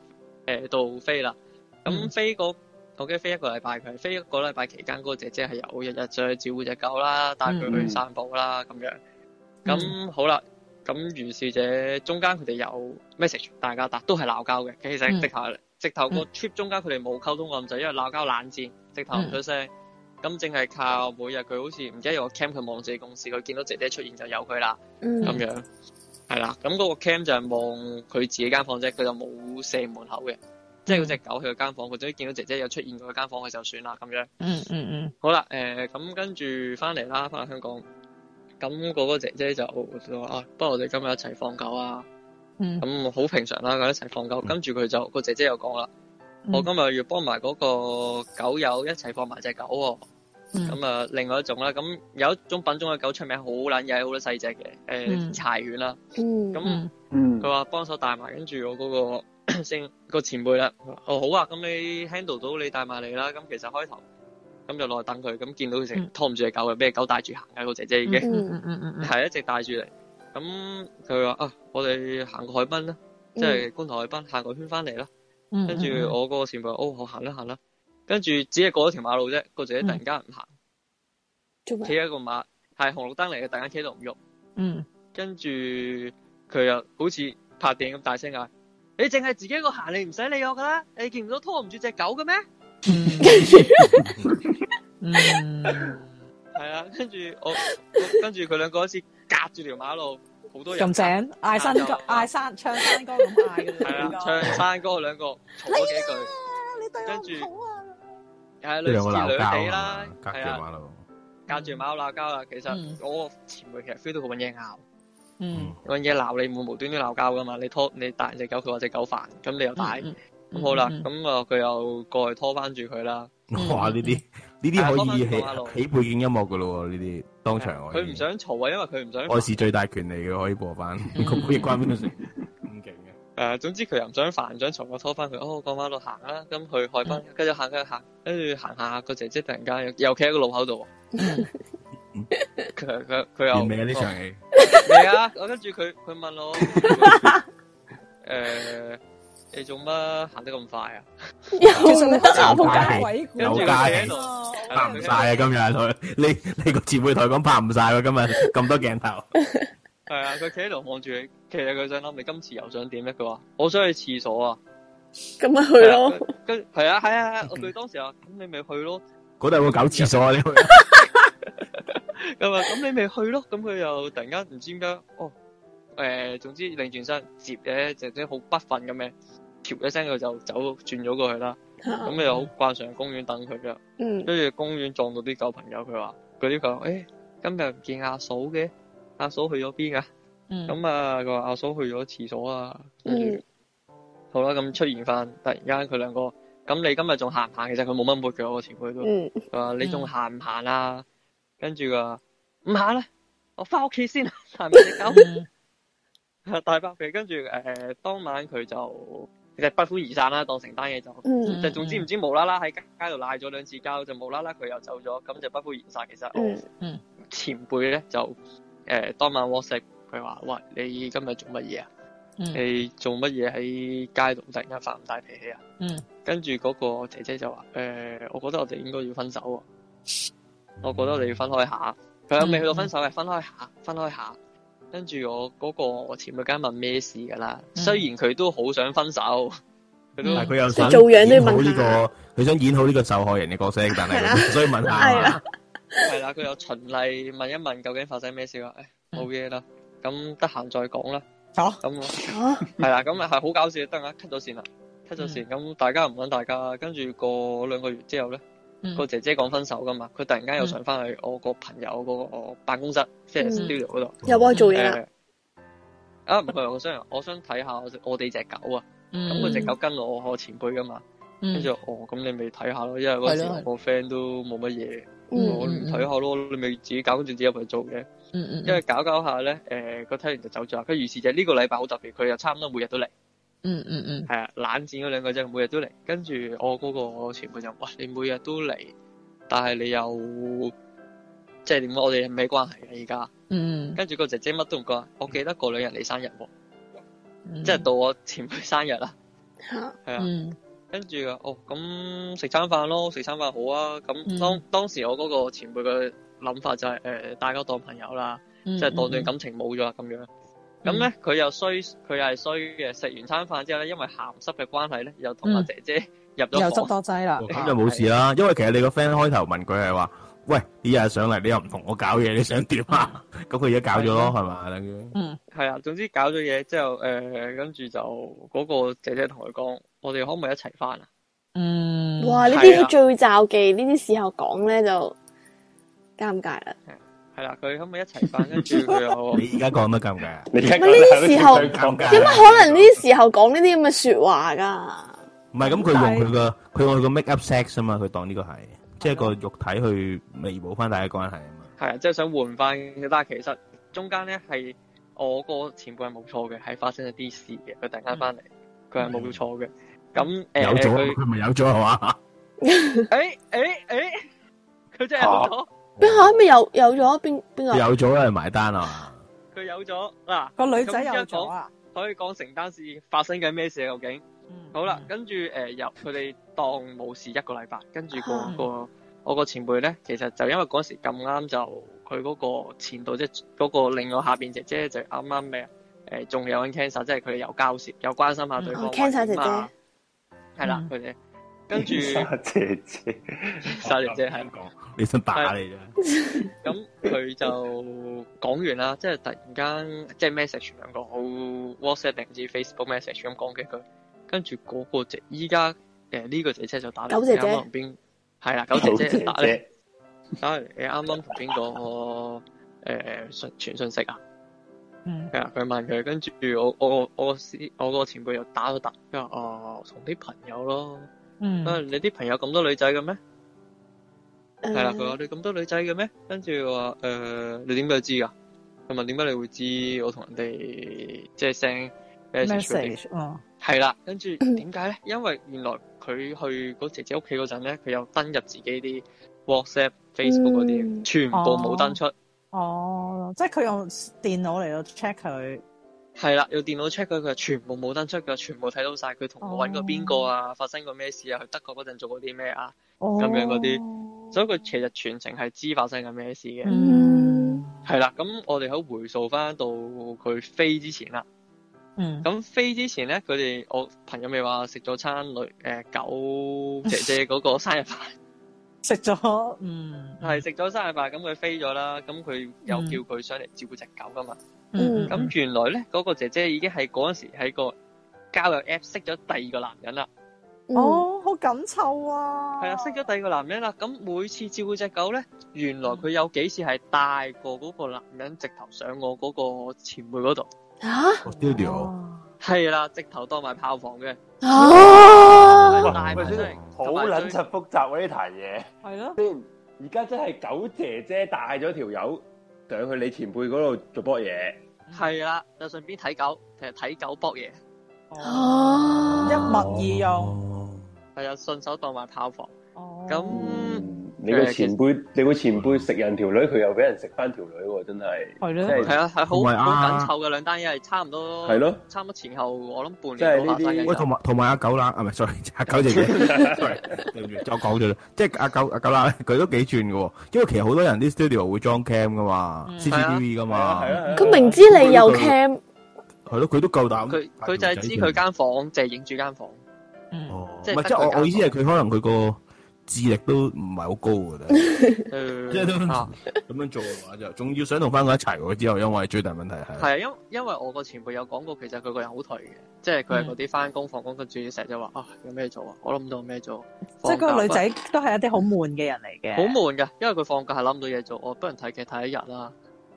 Speaker 16: 誒到飛啦。
Speaker 1: 嗯
Speaker 16: 咁飛嗰我記得飛一個禮拜，佢飛一個禮拜期間，嗰個姐姐係有日日上去照顧只狗啦，帶佢去
Speaker 1: 嗯
Speaker 16: 散步啦咁樣。咁、好啦，咁如是者中間佢哋有 message 大家，但都係鬧交嘅。其實
Speaker 1: 嗯
Speaker 16: 直頭係直頭個
Speaker 1: 嗯
Speaker 16: trip 中間佢哋冇溝通咁滯，因為鬧交冷戰，直頭唔出聲。咁淨係靠每日佢好似唔記得有個 cam 佢望自己公司，佢見到姐姐出現就有佢啦，咁、
Speaker 3: 嗯
Speaker 16: 樣係啦。咁嗰個 cam 就係望佢自己間房啫，佢就冇射門口嘅，即係嗰只狗去佢間房，佢總之見到姐姐有出現佢間房，佢就算啦咁樣。
Speaker 1: 嗯嗯嗯，
Speaker 16: 好啦，誒、呃咁跟住翻嚟啦，翻嚟香港，咁嗰個姐姐就就話啊，不如我哋今日一齊放狗啊，
Speaker 1: 嗯
Speaker 16: 咁好平常啦，咁一齊放狗，跟住佢就個姐姐又講啦，哦
Speaker 1: 嗯
Speaker 16: 我今日要幫埋嗰個狗友一齊放埋只狗喎、
Speaker 1: 嗯
Speaker 16: 咁啊、另外一種啦，咁有一種品種嘅狗出名好撚曳，好多細只嘅，誒、
Speaker 1: 嗯
Speaker 16: 柴犬啦，
Speaker 3: 嗯
Speaker 16: 咁
Speaker 2: 嗯
Speaker 16: 佢話幫手帶埋，跟住我嗰、個 [coughs] 先個前輩啦，佢話哦好啊，咁你 handle 到你帶埋嚟啦。咁其實開頭咁就落去等佢，咁見到佢成拖唔住隻狗嘅，俾隻狗帶住行嘅個姐姐已經
Speaker 1: 嗯嗯嗯
Speaker 16: 係一直帶住嚟。咁佢話啊，我哋行個海濱啦，
Speaker 3: 嗯
Speaker 16: 即係觀塘海濱行個圈翻嚟啦。
Speaker 1: 嗯
Speaker 16: 跟住我嗰個前輩話哦，我行啦行啦。跟住只係過咗條馬路啫，個姐姐突然間唔行，
Speaker 3: 做
Speaker 16: 企喺個馬係紅綠燈嚟嘅，突然間企喺度唔喐。
Speaker 1: 嗯
Speaker 16: 跟住佢又好似拍電影咁大聲嗌：你淨係自己一個行，你唔使理我噶啦！你見唔到拖唔住只狗嘅咩？係啊，跟住我，我跟住佢兩個好似隔住條馬路，好多人
Speaker 1: 咁正，嗌山歌，嗌山唱山歌咁嗌嘅， [laughs]
Speaker 16: 係啊，唱山歌兩個嘈咗
Speaker 13: 哎
Speaker 16: 幾句，跟住
Speaker 13: 啊
Speaker 16: 係類似兩地啦，係啊，
Speaker 14: 路。
Speaker 16: 隔住馬路鬧交啦。其實我前輩其實 feel 到佢揾嘢拗。
Speaker 1: 嗯
Speaker 16: 揾嘢鬧你，唔會無端端鬧交噶嘛。你拖你帶隻狗，佢話隻狗煩，咁你又帶，咁、好啦，
Speaker 14: 嗯
Speaker 16: 咁啊佢又過去拖翻住佢啦。
Speaker 14: 哇！呢啲呢啲可以
Speaker 16: 嗯係啊
Speaker 14: 起起背景音樂噶咯喎，呢啲當場可
Speaker 16: 佢
Speaker 14: 以
Speaker 16: 唔。想嘈啊，因為佢唔想
Speaker 14: 我是最大權利嘅，可以播翻。
Speaker 16: 嗯
Speaker 14: 咁可以關邊個事？
Speaker 16: 誒、總之佢又唔想煩，唔想嘈，我拖翻佢。哦，過馬路行啦，咁去海
Speaker 14: [laughs]
Speaker 16: 濱，跟住行，跟住行，跟住行下個姐姐突然間又又企喺個路口度
Speaker 14: [laughs]
Speaker 16: 喎。佢佢佢又
Speaker 14: 完美啊呢場
Speaker 16: [laughs]
Speaker 14: 戲
Speaker 16: 未啊！我跟住佢佢問我誒、你做乜行得咁快啊？
Speaker 1: 其實你開始
Speaker 14: 有
Speaker 1: 仆
Speaker 14: 家
Speaker 1: 街
Speaker 14: 氣
Speaker 1: 鬼，故
Speaker 14: 有家氣，拍唔晒啊！今日 [laughs] 佢，你你個前輩台講拍唔晒喎，今日 [laughs] 咁多鏡頭。
Speaker 16: 係啊，佢企喺度望住你，其實佢想諗你今次又想點咧？佢話我想去廁所啊，
Speaker 3: 咁咪去咯。
Speaker 16: 跟係啊係啊係
Speaker 14: [laughs]
Speaker 16: 啊！佢當時話咁你咪去咯，
Speaker 14: 嗰度有個狗廁所啊！你去
Speaker 16: 嗯咁啊咁你咪去咯，咁佢又突然間唔知點解哦誒、總之擰轉身接嘅，姐姐好不忿咁樣，調一聲佢就走轉咗過去啦。咁你又好慣常公園等佢噶，
Speaker 3: 嗯
Speaker 16: 跟住公園撞到啲狗朋友，佢話嗰啲狗誒今日唔見阿嫂嘅，阿嫂去咗邊啊？
Speaker 1: 嗯
Speaker 16: 咁啊，佢話阿嫂去咗廁所啊。
Speaker 3: 嗯
Speaker 16: 好啦，咁出現翻，突然間佢兩個，咁你今日仲行唔行？其實佢冇乜抹嘅，我前輩都，
Speaker 3: 嗯
Speaker 16: 佢話啊你仲行唔行啊？跟住佢話唔行啦，我翻屋企先啦， [laughs] 行
Speaker 1: 嗯
Speaker 16: 埋只狗，大包皮。跟住誒，當晚佢就其實不歡而散啦，當成單嘢就，
Speaker 1: 嗯
Speaker 16: 就總之唔知無啦啦喺街度賴咗兩次交，就無啦啦佢又走咗，咁就不歡而散。其實我
Speaker 1: 嗯
Speaker 16: 前輩咧就誒、呃、當晚 WhatsApp 佢話：喂，你今日做乜嘢啊？
Speaker 1: 嗯
Speaker 16: 你做乜嘢喺街度突然間發咁大脾氣啊？
Speaker 1: 嗯
Speaker 16: 跟住嗰個姐姐就話：誒、呃我覺得我哋應該要分手喎、我覺得我哋要分開下。
Speaker 14: 嗯
Speaker 16: 佢又未去到分手嘅，分開下，分開下。跟住我嗰個前輩梗係問咩事㗎啦。雖然佢都好想分手，佢都
Speaker 14: 嗯但係佢又想演好呢個，佢想演好呢個受害人嘅角色，但
Speaker 16: 係啦 [laughs]
Speaker 14: 係所以問下。
Speaker 16: 係啦，佢有循例問一問究竟發生咩事啦。誒，冇嘢啦，咁得閒再講啦。
Speaker 1: 好，
Speaker 16: 咁
Speaker 3: 嗯
Speaker 13: 啊
Speaker 16: [laughs] 係啦，咁係好搞笑，得啦，cut 咗線啦，cut 咗線。咁大家唔揾大家，跟住過兩個月之後咧，
Speaker 1: 嗯
Speaker 16: 個姐姐講分手噶嘛，佢突然間又上翻去我個朋友嗰個辦公室，即係
Speaker 13: 嗯
Speaker 16: studio 嗰度，
Speaker 13: 又幫佢做嘢啦
Speaker 16: 誒。啊，唔係，我想我想睇下我我哋只狗啊，
Speaker 1: 嗯
Speaker 16: 咁嗰只狗跟我我前輩噶嘛，
Speaker 1: 嗯
Speaker 16: 跟住我哦，咁你咪睇下咯，因為嗰時
Speaker 1: 係咯係
Speaker 16: 我 friend 都冇乜嘢，
Speaker 1: 嗯
Speaker 16: 我唔睇下咯，你咪自己搞，跟住自己入去做嘅。
Speaker 1: 嗯嗯
Speaker 16: 因為搞搞下咧，誒佢睇完就走咗啦。佢如是就呢個禮拜好特別，佢又差唔多每日都嚟。
Speaker 1: 嗯嗯嗯，
Speaker 16: 係啊，冷戰嗰兩個啫，每日都嚟。跟住我嗰個前輩就哇，你每日都嚟，但係你又即係點啊講？我哋係咩關係嘅而家？
Speaker 1: 嗯
Speaker 16: 跟住個姐姐乜都唔講，我記得過兩日你生日喎，
Speaker 1: 嗯
Speaker 16: 即係到我前輩生日啦。係啊，
Speaker 1: 嗯
Speaker 16: 跟住啊，哦，咁食餐飯咯，食餐飯好啊。
Speaker 1: 嗯
Speaker 16: 咁當、當時我嗰個前輩嘅諗法就係、呃大家當朋友啦，
Speaker 1: 嗯
Speaker 16: 即係當
Speaker 1: 嗯嗯
Speaker 16: 段感情冇咗啦咁樣。咁咧，佢又衰，佢又係衰嘅。食完餐飯之後咧，因為鹹濕嘅關係咧，又同阿
Speaker 1: 嗯
Speaker 16: 姐姐
Speaker 1: 又
Speaker 16: 入咗
Speaker 1: 執
Speaker 16: 房。
Speaker 1: 多劑啦，
Speaker 14: 咁就冇事啦。因為其實你個 friend 開頭問佢係話：，喂，你日日上嚟，你又唔同我搞嘢，你想點啊？ [laughs] 咁佢而家搞咗咯，係嘛？等於
Speaker 1: 嗯，
Speaker 16: 係啊，總之搞咗嘢之後，誒、跟住就嗰、個姐姐同佢講：，我哋可唔可以一齊翻啊？
Speaker 1: 嗯
Speaker 3: 哇！呢
Speaker 16: 係啊
Speaker 3: 啲最罩忌，呢啲時候講咧就尷尬啦。
Speaker 16: 係啊啦，佢可唔可以一齊翻？跟住佢
Speaker 14: [laughs]
Speaker 16: 又
Speaker 14: 你而家講得咁嘅，
Speaker 2: 你
Speaker 3: 咪呢啲時候，點可能呢啲時候講呢啲咁嘅説話㗎？
Speaker 14: 唔係咁，佢用佢個佢用佢個 make up sex 啊嘛，佢當呢個係即係個肉體去彌補翻大家關係啊嘛。
Speaker 16: 係啊，即係想換翻嘅，但係其實中間咧係我個前輩係冇錯嘅，係發生咗啲事嘅，佢突然間翻嚟，佢係冇錯嘅。咁誒，
Speaker 14: 嗯有咗
Speaker 16: 佢
Speaker 14: 佢咪有咗係嘛？
Speaker 16: 誒誒誒，佢真係有咗，
Speaker 3: 邊下咪有有咗邊邊個？
Speaker 14: 哦有咗係埋單啊！
Speaker 16: 佢有咗嗱，
Speaker 1: 個女仔
Speaker 16: 咁
Speaker 1: 有
Speaker 16: 一講
Speaker 1: 咗啊，
Speaker 16: 可以講成單事發生緊咩事啊？究竟？
Speaker 1: 嗯
Speaker 16: 好啦，跟住誒由佢哋當冇事一個禮拜，跟住個
Speaker 1: 嗯
Speaker 16: 個我個前輩咧，其實就因為嗰時咁啱就佢嗰個前度即係嗰個另外下邊姐姐就啱啱咩啊誒仲有緊 cancer，即係佢哋有交涉，有關心下對方
Speaker 3: 哦，cancer 姐
Speaker 16: 環境啊
Speaker 3: 姐嗯
Speaker 16: 係啦，佢哋跟
Speaker 2: [laughs]
Speaker 14: [laughs]
Speaker 16: 住
Speaker 2: 姐姐，
Speaker 16: 沙姐姐係
Speaker 14: 你想打你啫？
Speaker 16: 咁佢就講完啦，即係突然間即係 message 兩個好 WhatsApp 定唔知 Facebook message 咁講幾句，跟住嗰個姐依家誒呢個姐姐就打嚟，
Speaker 3: 狗姐姐
Speaker 16: 你啱啱同邊係啦，狗姐
Speaker 2: 狗姐
Speaker 16: 姐
Speaker 2: 姐
Speaker 16: 打嚟，打嚟你啱啱同邊個誒信傳信息啊？
Speaker 1: 嗯
Speaker 16: 係啊，佢問佢，跟住我我我個師我個前輩又打咗突，佢話哦同啲朋友咯，
Speaker 1: 嗯
Speaker 16: 啊你啲朋友咁多女仔嘅咩？
Speaker 1: 嗯
Speaker 16: 係啦，
Speaker 3: 誒
Speaker 16: 佢話你咁多女仔嘅咩？跟住我話誒，你點解知㗎？佢問點解你會知我同人哋即係 send message 俾你
Speaker 1: message，嗯
Speaker 16: 係啦，跟住點解咧？因為原來佢去嗰姐姐屋企嗰陣咧，佢有登入自己啲 WhatsApp、Facebook 嗰啲，
Speaker 1: 嗯
Speaker 16: 全部冇登出。
Speaker 1: 哦，即係佢用電腦嚟到 check 佢，
Speaker 16: 係啦，用電腦 check 佢，佢話全部冇登出㗎，全部睇到晒。佢同我揾過邊個啊？發生過咩事啊？去德國嗰陣做過啲咩啊？
Speaker 1: 哦
Speaker 16: 咁樣嗰啲，所以佢其實全程係知發生緊咩事嘅。
Speaker 1: 嗯
Speaker 16: 係啦，咁我哋喺回溯翻到佢飛之前啦。
Speaker 1: 嗯
Speaker 16: 咁飛之前咧，佢哋我朋友咪話食咗餐女誒、呃狗姐姐嗰個生日飯，
Speaker 1: 食咗，嗯
Speaker 16: 係食咗生日飯，咁佢飛咗啦。咁佢有叫佢上嚟照顧只狗噶嘛。
Speaker 1: 嗯
Speaker 16: 咁、原來咧，嗰、個姐姐已經係嗰陣時喺個交友 app 識咗第二個男人啦。
Speaker 3: 嗯
Speaker 1: 哦，好緊湊啊，
Speaker 16: 係啊，識咗第二個男人啦。咁每次照顧只狗咧，原來佢有幾次係帶過嗰個男人直頭上我嗰個前輩嗰度。
Speaker 3: 嚇
Speaker 14: studio
Speaker 16: 係啦，直頭當埋炮房嘅。
Speaker 14: 哦
Speaker 3: 啊！
Speaker 16: 大
Speaker 2: 喂
Speaker 16: 埋真係
Speaker 2: 好撚柒複雜喎呢壇嘢。
Speaker 1: 係咯，
Speaker 2: 先而家真係狗姐姐帶咗條友上去你前輩嗰度做波嘢，
Speaker 16: 係啦，就順便睇狗，其實睇狗搏嘢，
Speaker 3: 哦
Speaker 1: 一物二用，
Speaker 16: 係啊，順手當埋炮房。哦咁
Speaker 1: 哦嗯
Speaker 2: 你個前輩，你個前輩食人條女，佢又俾人食翻條女喎，真係。
Speaker 1: 係
Speaker 2: 真
Speaker 16: 係啊，係好
Speaker 14: 同埋啊
Speaker 16: 好緊湊嘅兩單嘢，係差唔多，
Speaker 2: 係咯，
Speaker 16: 差唔多前後我諗半
Speaker 2: 即係
Speaker 16: 年
Speaker 2: 呢
Speaker 16: 都
Speaker 2: 啲
Speaker 16: 發生
Speaker 14: 喂，同
Speaker 16: 嘅。
Speaker 14: 埋同埋阿九啦，啊唔係，sorry，
Speaker 2: [laughs]
Speaker 14: 阿九姐姐，sorry，對唔住，我講咗啦，即係阿九阿九啦，佢都幾轉嘅喎，因為其實好多人啲 studio 會裝 cam 噶嘛，CCTV
Speaker 16: 嗯
Speaker 14: 噶
Speaker 2: 啊
Speaker 14: 嘛，
Speaker 3: 佢明知你
Speaker 14: 哦
Speaker 3: 有 cam，
Speaker 14: 係咯，佢都夠膽，
Speaker 16: 佢
Speaker 14: [laughs]
Speaker 16: 佢就係知佢間房，就係影住間房，
Speaker 1: 嗯
Speaker 14: 哦，唔
Speaker 16: 即
Speaker 14: 係
Speaker 16: 係得
Speaker 14: 即係
Speaker 16: 佢
Speaker 14: 我我意思係
Speaker 16: 間
Speaker 14: 佢可能佢個智力都唔係好高嘅啫，
Speaker 16: [laughs]
Speaker 14: 即係都
Speaker 16: 啊
Speaker 14: 咁樣做嘅話就，仲要想同翻佢一齊喎。之後因為最大問題係
Speaker 16: 係啊，因因為我個前輩有講過，其實佢個人好頹嘅，即係佢係嗰啲翻工放工跟住成日就話啊有咩做啊，我諗唔到有咩做。
Speaker 1: 即係嗰個女仔
Speaker 16: 放假
Speaker 1: 都係一啲好悶嘅人嚟嘅。
Speaker 16: 好悶㗎，因為佢放假係諗唔到嘢做，我哦不如睇劇睇一日啦，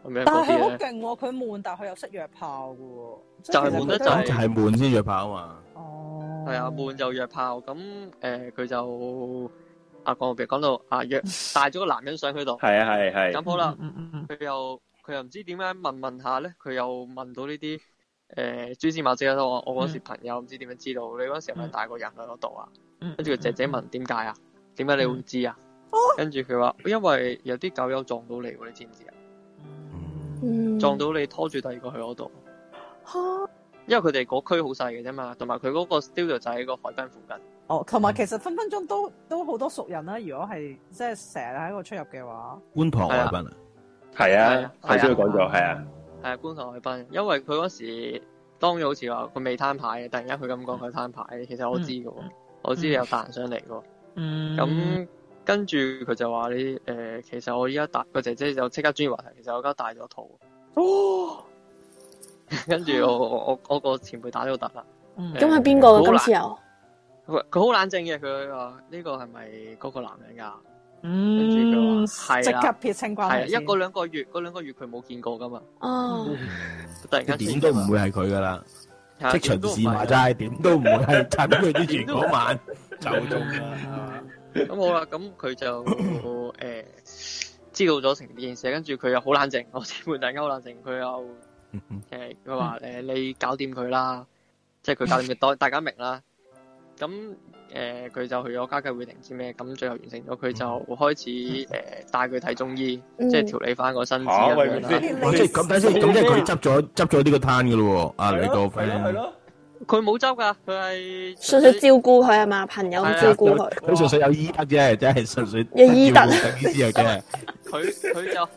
Speaker 16: 咁樣
Speaker 1: 但係
Speaker 16: 嗰
Speaker 1: 佢
Speaker 16: 啲
Speaker 1: 好
Speaker 16: 咧。
Speaker 1: 勁喎，佢悶，但係佢又識約炮嘅喎。即
Speaker 16: 就係
Speaker 1: 其實
Speaker 16: 悶
Speaker 1: 佢
Speaker 16: 得
Speaker 1: 都
Speaker 16: 滯
Speaker 14: 就係悶先約炮啊嘛。
Speaker 1: 哦
Speaker 16: 系
Speaker 1: 嗯
Speaker 16: 啊，悶就約炮，咁誒佢就啊講別講到啊約帶咗個男人
Speaker 1: [laughs]
Speaker 16: 上佢度，
Speaker 2: 係啊係係
Speaker 16: 咁好啦
Speaker 1: 嗯嗯嗯，
Speaker 16: 佢又佢又唔知點解問問下咧，佢又問到呢啲誒蛛絲馬跡啦。我我嗰時朋友唔知點樣知道，你嗰時係咪大個人喺嗰度啊？
Speaker 1: 嗯哦
Speaker 16: 跟住個姐姐問點解啊？點解你會知啊？跟住佢話因為有啲狗友撞到你喎，你知唔知啊？
Speaker 3: 嗯
Speaker 1: 嗯
Speaker 16: 撞到你拖住第二個去嗰度。因為佢哋嗰區好細嘅啫嘛，同埋佢嗰個 studio 就喺個海濱附近。
Speaker 1: 哦，同埋其實分分鐘都都好多熟人啦。如果係即係成日喺度出入嘅話，
Speaker 14: 觀塘海濱啊，
Speaker 2: 係啊，
Speaker 16: 係啊
Speaker 2: 頭先佢講咗，係啊，
Speaker 16: 係啊，觀塘海濱，因為佢嗰時當然好似話佢未攤牌嘅，突然間佢咁講佢攤牌，其實我知嘅喎，我知你有彈上嚟嘅喎。
Speaker 1: 嗯
Speaker 16: 咁、跟住佢就話你誒、呃其實我依家大個姐姐就即刻轉移話題，其實我而家大咗肚。
Speaker 1: 哦，
Speaker 16: 跟住我我我我個前輩打咗突啦。
Speaker 1: 嗯
Speaker 3: 咁係邊個
Speaker 16: 好
Speaker 3: 嘅今
Speaker 16: 冷
Speaker 3: 次又？
Speaker 16: 佢佢好冷靜嘅，佢話呢個係咪嗰個男人㗎？
Speaker 1: 嗯，
Speaker 16: 係
Speaker 1: 即
Speaker 16: 啦
Speaker 1: 刻撇清關
Speaker 16: 係啊
Speaker 1: 係先
Speaker 16: 一個兩個月，嗰兩個月佢冇見過㗎嘛。
Speaker 3: 哦，
Speaker 16: 突然間
Speaker 14: 即係點都唔會係佢噶啦，
Speaker 16: 係啊
Speaker 14: 即場試話齋，點都唔 [laughs] 會係趁佢之前嗰晚就中啦。
Speaker 16: [laughs] 咁好啦，咁
Speaker 2: [coughs]
Speaker 16: 佢就誒、呃知道咗成件事，跟住佢又好冷靜，我姊妹突然間好冷靜，佢又誒佢話誒你搞掂佢啦，即係佢搞
Speaker 2: [laughs]
Speaker 16: 掂佢，當大家明啦。咁誒佢就去咗家計會定唔知咩，咁最後完成咗，佢就開始誒、呃、帶佢睇中醫，
Speaker 3: 嗯
Speaker 16: 即係調理翻個身子
Speaker 2: 嚇
Speaker 16: 咁
Speaker 2: 喂
Speaker 16: 樣
Speaker 2: 你
Speaker 16: 啦。
Speaker 14: 哦哇！即係咁睇先，咁即係佢執咗執咗呢個攤噶咯喎，阿
Speaker 2: 係
Speaker 14: 你
Speaker 2: 咯
Speaker 14: 個
Speaker 2: 係咯係
Speaker 14: friend。
Speaker 2: 咯，
Speaker 16: 佢冇執㗎，佢係
Speaker 3: 純粹照顧佢係啊嘛，朋友唔照顧佢。
Speaker 14: 佢純粹有醫德啫，真係純粹
Speaker 3: 有醫德
Speaker 14: 照顧等醫師又啫。
Speaker 16: 佢佢就好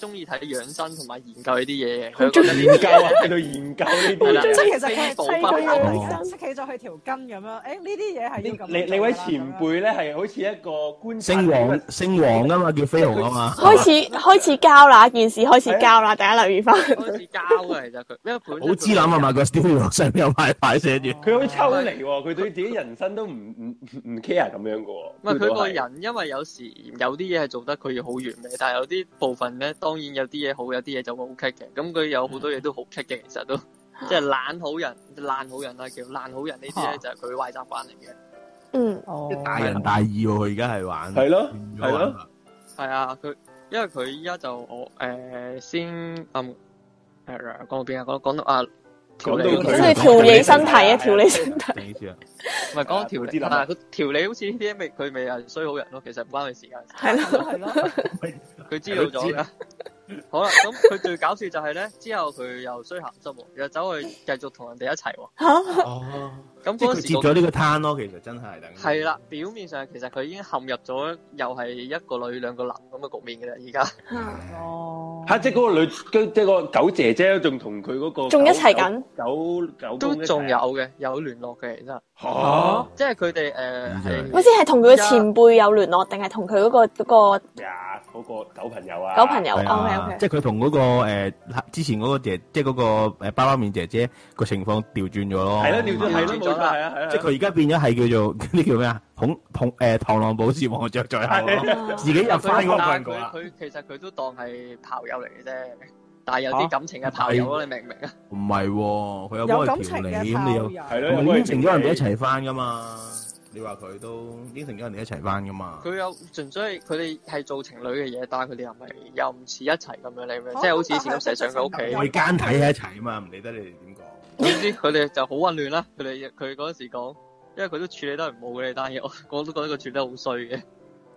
Speaker 16: 中意睇養生同埋研究呢啲嘢，
Speaker 3: 好
Speaker 16: 佢覺得呢啲
Speaker 2: 研究啊，喺度研究呢
Speaker 16: 係啦
Speaker 2: 啲
Speaker 1: 即係
Speaker 2: 嘢。
Speaker 1: 其實佢係砌
Speaker 16: 非補
Speaker 1: 佢
Speaker 16: 不
Speaker 3: 補
Speaker 1: 嘅，即係啊企咗佢條筋咁樣。誒呢啲嘢係要咁。
Speaker 2: 你你位前。輩咧係好似一個觀察
Speaker 14: [laughs] 姓黃姓黃啊嘛，叫飛鴻啊嘛。
Speaker 3: 開始開始交啦，件事開始交啦，大家留意翻。
Speaker 16: 開始交嘅，其實佢因為本身
Speaker 14: 好知諗啊嘛，個 studio 上面有塊牌寫住。
Speaker 2: 佢好抽離喎，佢對自己人生都唔唔唔唔 care 咁樣嘅喎。
Speaker 16: 唔係佢個
Speaker 2: 個
Speaker 16: 人，因為有時有啲嘢係做得佢要好完美，但係有啲部分咧，當然有啲嘢好，有啲嘢就會好棘嘅。咁佢有好多嘢都好棘嘅，其實都即係懶 [laughs] 好人，爛好人啦叫爛好人呢啲咧，就係佢壞習慣嚟嘅。
Speaker 3: 嗯，
Speaker 1: 哦，
Speaker 14: 大人大義喎，佢而家係玩。
Speaker 2: 係咯
Speaker 14: 變咗
Speaker 2: 係
Speaker 14: 玩
Speaker 2: 咯
Speaker 14: 法。
Speaker 16: 係啊，佢因為佢依家就我誒、呃先嗯誒講到邊啊？講講到啊調
Speaker 2: 講
Speaker 16: 理
Speaker 2: 到
Speaker 16: 嗰
Speaker 3: 即
Speaker 16: 啲，
Speaker 2: 佢
Speaker 3: 係調理身體啊，調理身體。
Speaker 14: 定意思啊？
Speaker 16: 唔係講到
Speaker 2: 啊
Speaker 16: 調
Speaker 2: 我知
Speaker 16: 理
Speaker 2: 啦
Speaker 16: 啊，佢調理好似呢啲未佢未係衰好人咯，其實唔關佢事㗎。
Speaker 3: 係咯，
Speaker 1: 係咯，
Speaker 16: 佢知道咗嘅。好啦，咁佢最搞笑就係咧，之後佢又衰鹹濕喎，又走去繼續同人哋一齊喎。
Speaker 14: 哦，
Speaker 16: 咁
Speaker 14: 即係
Speaker 16: 嗰
Speaker 14: 佢
Speaker 16: 時
Speaker 14: 接
Speaker 16: 個
Speaker 14: 咗呢個攤咯，其實真係等於。
Speaker 16: 係啦，表面上其實佢已經陷入咗又係一個女兩個男咁嘅局面嘅啦。而家
Speaker 1: 哦，
Speaker 2: 嚇！即係嗰個女，跟即係個狗姐姐仲同佢嗰個
Speaker 3: 仲一齊緊
Speaker 2: 狗狗狗公
Speaker 16: 都
Speaker 2: 一齊啊
Speaker 16: 仲有嘅，有聯絡嘅，其實
Speaker 2: 嚇
Speaker 16: 即係佢哋
Speaker 14: 啊
Speaker 1: 哦
Speaker 16: 誒
Speaker 14: 真
Speaker 3: 咪
Speaker 16: 係
Speaker 3: 先係同佢嘅前輩有聯絡，定係同佢嗰個嗰個
Speaker 2: 呀！嗰個狗朋友啊，
Speaker 3: 狗朋友哦
Speaker 14: 係
Speaker 3: ？OK
Speaker 14: 啊
Speaker 3: OK，
Speaker 14: 即係佢同嗰個誒之前嗰個姐，即係嗰個誒呃包包面姐姐個情況調轉咗咯。
Speaker 2: 係咯，調轉係咯，
Speaker 16: 調
Speaker 2: 冇
Speaker 16: 轉咗
Speaker 2: 錯
Speaker 16: 啦
Speaker 2: 係啊係啊，
Speaker 14: 即係佢而家變咗係叫做 [laughs] 呢叫咩啊？恐恐誒螳螂捕蟬，黃雀在後咯，
Speaker 3: 啊
Speaker 14: 自己入翻嗰個
Speaker 16: 但係
Speaker 14: 困局
Speaker 16: 佢
Speaker 14: 啦。
Speaker 16: 佢其實佢都當係炮友嚟嘅啫，但係有啲
Speaker 14: 嚇
Speaker 16: 感情嘅炮友咯，你明唔明啊？
Speaker 14: 唔係喎，佢有
Speaker 1: 有
Speaker 14: 幫
Speaker 1: 感
Speaker 14: 佢
Speaker 1: 情嘅
Speaker 14: 調理，咁你
Speaker 1: 炮
Speaker 14: 有
Speaker 1: 友。
Speaker 2: 係咯，
Speaker 14: 咁你應承咗人哋一齊翻噶嘛？你話佢都應承咗人哋一齊翻噶嘛？
Speaker 16: 佢有純粹係佢哋係做情侶嘅嘢，但係佢哋又唔係又唔似一齊咁樣，你明唔明？
Speaker 1: 哦
Speaker 16: 即係好似以前咁成日上佢屋企
Speaker 1: 有
Speaker 14: 外。間睇喺一齊啊嘛，唔理得你哋
Speaker 2: [laughs]
Speaker 14: 點講。
Speaker 16: 總之佢哋就好混亂啦。佢哋佢嗰陣時講，因為佢都處理得唔好嘅呢單嘢，我我 [laughs] 都覺得佢處理得好衰嘅。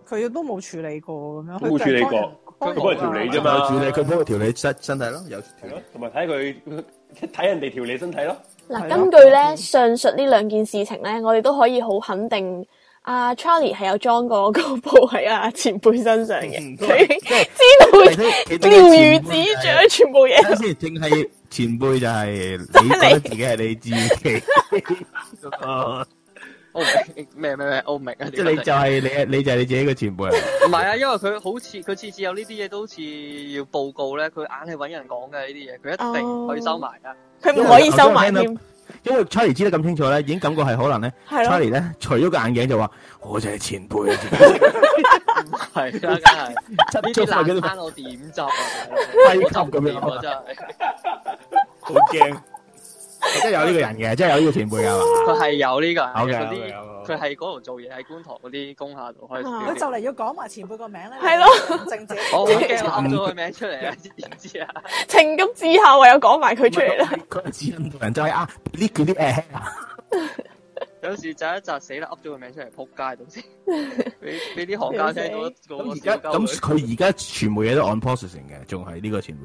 Speaker 1: 佢都冇處理過咁樣，佢
Speaker 2: 冇處理過
Speaker 1: 幫人
Speaker 16: 佢幫人
Speaker 1: 幫
Speaker 16: 調理
Speaker 1: 人
Speaker 16: 啫
Speaker 2: 嘛
Speaker 14: 有處理，佢幫佢調理身身體咯，有
Speaker 2: 係
Speaker 14: 調
Speaker 2: 咯
Speaker 14: 理。，
Speaker 2: 同埋睇佢睇人哋調理身體咯。
Speaker 3: 嗱，
Speaker 1: 係
Speaker 3: 根
Speaker 1: 咯
Speaker 3: 據
Speaker 14: 嗯
Speaker 3: 咧上述呢兩件事情咧，我哋都可以好肯定，阿 Charlie 係有裝過個布喺阿前輩身上嘅， [laughs]
Speaker 14: 嗯
Speaker 3: 佢
Speaker 14: 係
Speaker 3: 知道
Speaker 14: 佢佢
Speaker 3: 廖如
Speaker 14: 佢
Speaker 3: 指掌全部嘢。
Speaker 14: 等先，正係啊前輩就係你覺得自己係你自己嗰個
Speaker 16: 我唔明 [laughs] 咩咩咩，我唔明啊！
Speaker 14: 即係你就係你，你就係你自己嘅前輩啊！
Speaker 16: 唔係啊，因為佢好似佢次次有呢啲嘢都好似要報告咧，佢硬係揾人講嘅呢啲嘢，佢一定
Speaker 13: 哦
Speaker 16: 可以收埋啊
Speaker 14: [laughs]
Speaker 16: 噶。
Speaker 14: 因為頭先聽到。因為 Charlie 知得咁清楚咧，已經感覺係可能咧
Speaker 16: 係咯
Speaker 14: ，Charlie 咧除咗個眼鏡就話：我就係前輩啊！
Speaker 16: 係啦，梗係呢啲
Speaker 14: 執足
Speaker 16: 爛
Speaker 14: 啊
Speaker 16: 攤我點執啊？
Speaker 14: 低級
Speaker 16: 我執唔
Speaker 14: 咁
Speaker 16: 掂
Speaker 14: 樣
Speaker 16: 啊！真係，
Speaker 14: 好驚，真係有呢個人嘅，真係有呢個前輩
Speaker 2: [laughs]
Speaker 14: 㗎嘛？
Speaker 16: 佢係有呢個，
Speaker 14: OK，
Speaker 16: 嗰
Speaker 14: OK，
Speaker 16: 啲佢係嗰度做嘢，喺觀塘嗰啲工廈度開始。
Speaker 13: 啊佢就嚟要講埋前輩個名咧，
Speaker 3: 係咯
Speaker 13: 正正
Speaker 16: 我好驚我噏咗佢名出嚟啊！ [laughs] 知唔知啊？
Speaker 3: 情急之下唯有講埋佢出嚟啦。
Speaker 14: 佢指引人就係啊，呢叫啲誒
Speaker 16: 有時就一扎死啦，噏咗個名出嚟，仆街到時， [laughs] 俾俾啲行家聽到個個
Speaker 14: 而
Speaker 16: 笑
Speaker 14: 家
Speaker 16: 鳩
Speaker 14: 咁
Speaker 16: 佢。
Speaker 14: 佢而家全部嘢都 on processing 嘅，仲係呢個前輩，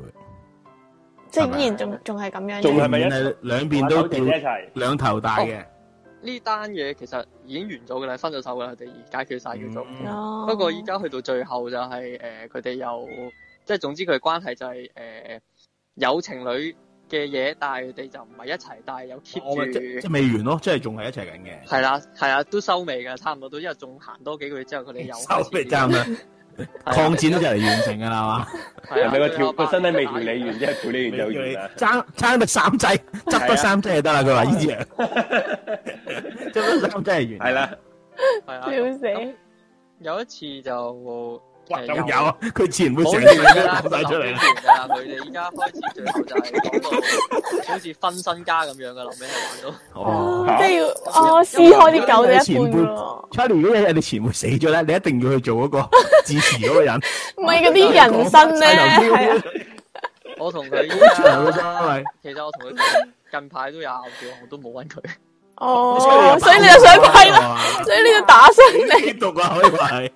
Speaker 3: 即係依然仲仲係咁樣啫。
Speaker 14: 仲係咪兩邊都掉
Speaker 2: 同埋手指一齊
Speaker 14: 兩頭大嘅？
Speaker 16: 呢單嘢其實已經完咗㗎啦，分咗手㗎啦，佢哋解決晒叫做。
Speaker 14: 嗯
Speaker 3: 哦
Speaker 16: 不過依家去到最後就係、誒，佢、哋又即係總之佢哋關係就係、誒、有情侶嘅嘢，但係佢哋就唔係一齊，但係有
Speaker 14: 我哦咪即
Speaker 16: keep
Speaker 14: 即
Speaker 16: 住。
Speaker 14: 未完咯，即係仲係一齊緊嘅。
Speaker 16: 係啦，係啦，都收尾㗎，差唔多都，因為仲行多幾個月之後，佢哋又
Speaker 14: [laughs] 收尾真係咁樣 [laughs] 抗戰都就嚟完成㗎啦嘛！
Speaker 16: 係啊
Speaker 2: 人
Speaker 16: 啊
Speaker 2: 哋個
Speaker 16: 最後
Speaker 2: 條
Speaker 16: 八
Speaker 2: 個身體未調理完，即係調理完就完啦。
Speaker 14: 爭爭得三劑，執得三劑就得啦。佢話呢啲啊，執得三劑就完。
Speaker 2: 係啦，
Speaker 16: 係啊，
Speaker 3: 笑死！
Speaker 16: 有一次就
Speaker 14: 哇
Speaker 16: 誒
Speaker 14: 咁
Speaker 16: 又
Speaker 14: 有啊！佢自然會成
Speaker 16: 好
Speaker 14: 世
Speaker 16: 亂㗎
Speaker 14: 都
Speaker 16: 啦，
Speaker 14: 講晒出嚟啦。
Speaker 16: 啦。佢哋依家開始最後就係講到好似分身家咁樣嘅，臨尾係玩到。
Speaker 14: 哦
Speaker 3: 即係要哦撕開啲狗就一半噶咯。
Speaker 14: Charlie，如果有人哋前輩死咗咧，你一定要去做嗰
Speaker 3: [laughs]
Speaker 14: 個支持嗰個人。
Speaker 3: 唔係嗰啲人生咧，係啊，
Speaker 16: 我同佢依
Speaker 14: 好長啊
Speaker 16: 家
Speaker 14: 真係，
Speaker 16: 其實我同佢近排都有拗撬，我都冇揾佢。
Speaker 3: 哦，所以你就想
Speaker 14: 啊
Speaker 3: 批啦，所以你就打傷你，
Speaker 14: 幾毒啊！可以話係。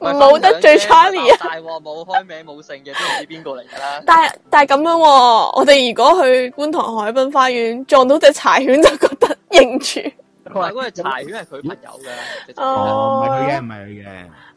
Speaker 3: 唔好得罪 Charlie 啊！
Speaker 16: 大鑊冇開名冇姓嘅，都唔知邊個嚟㗎啦。
Speaker 3: 但係但係咁樣喎，我哋如果去觀塘海濱花園撞到只柴犬，就覺得認住。
Speaker 16: 唔係嗰隻柴犬係佢朋友㗎，隻柴犬
Speaker 14: 哦，唔係佢嘅，
Speaker 3: 哦
Speaker 14: 唔係佢嘅。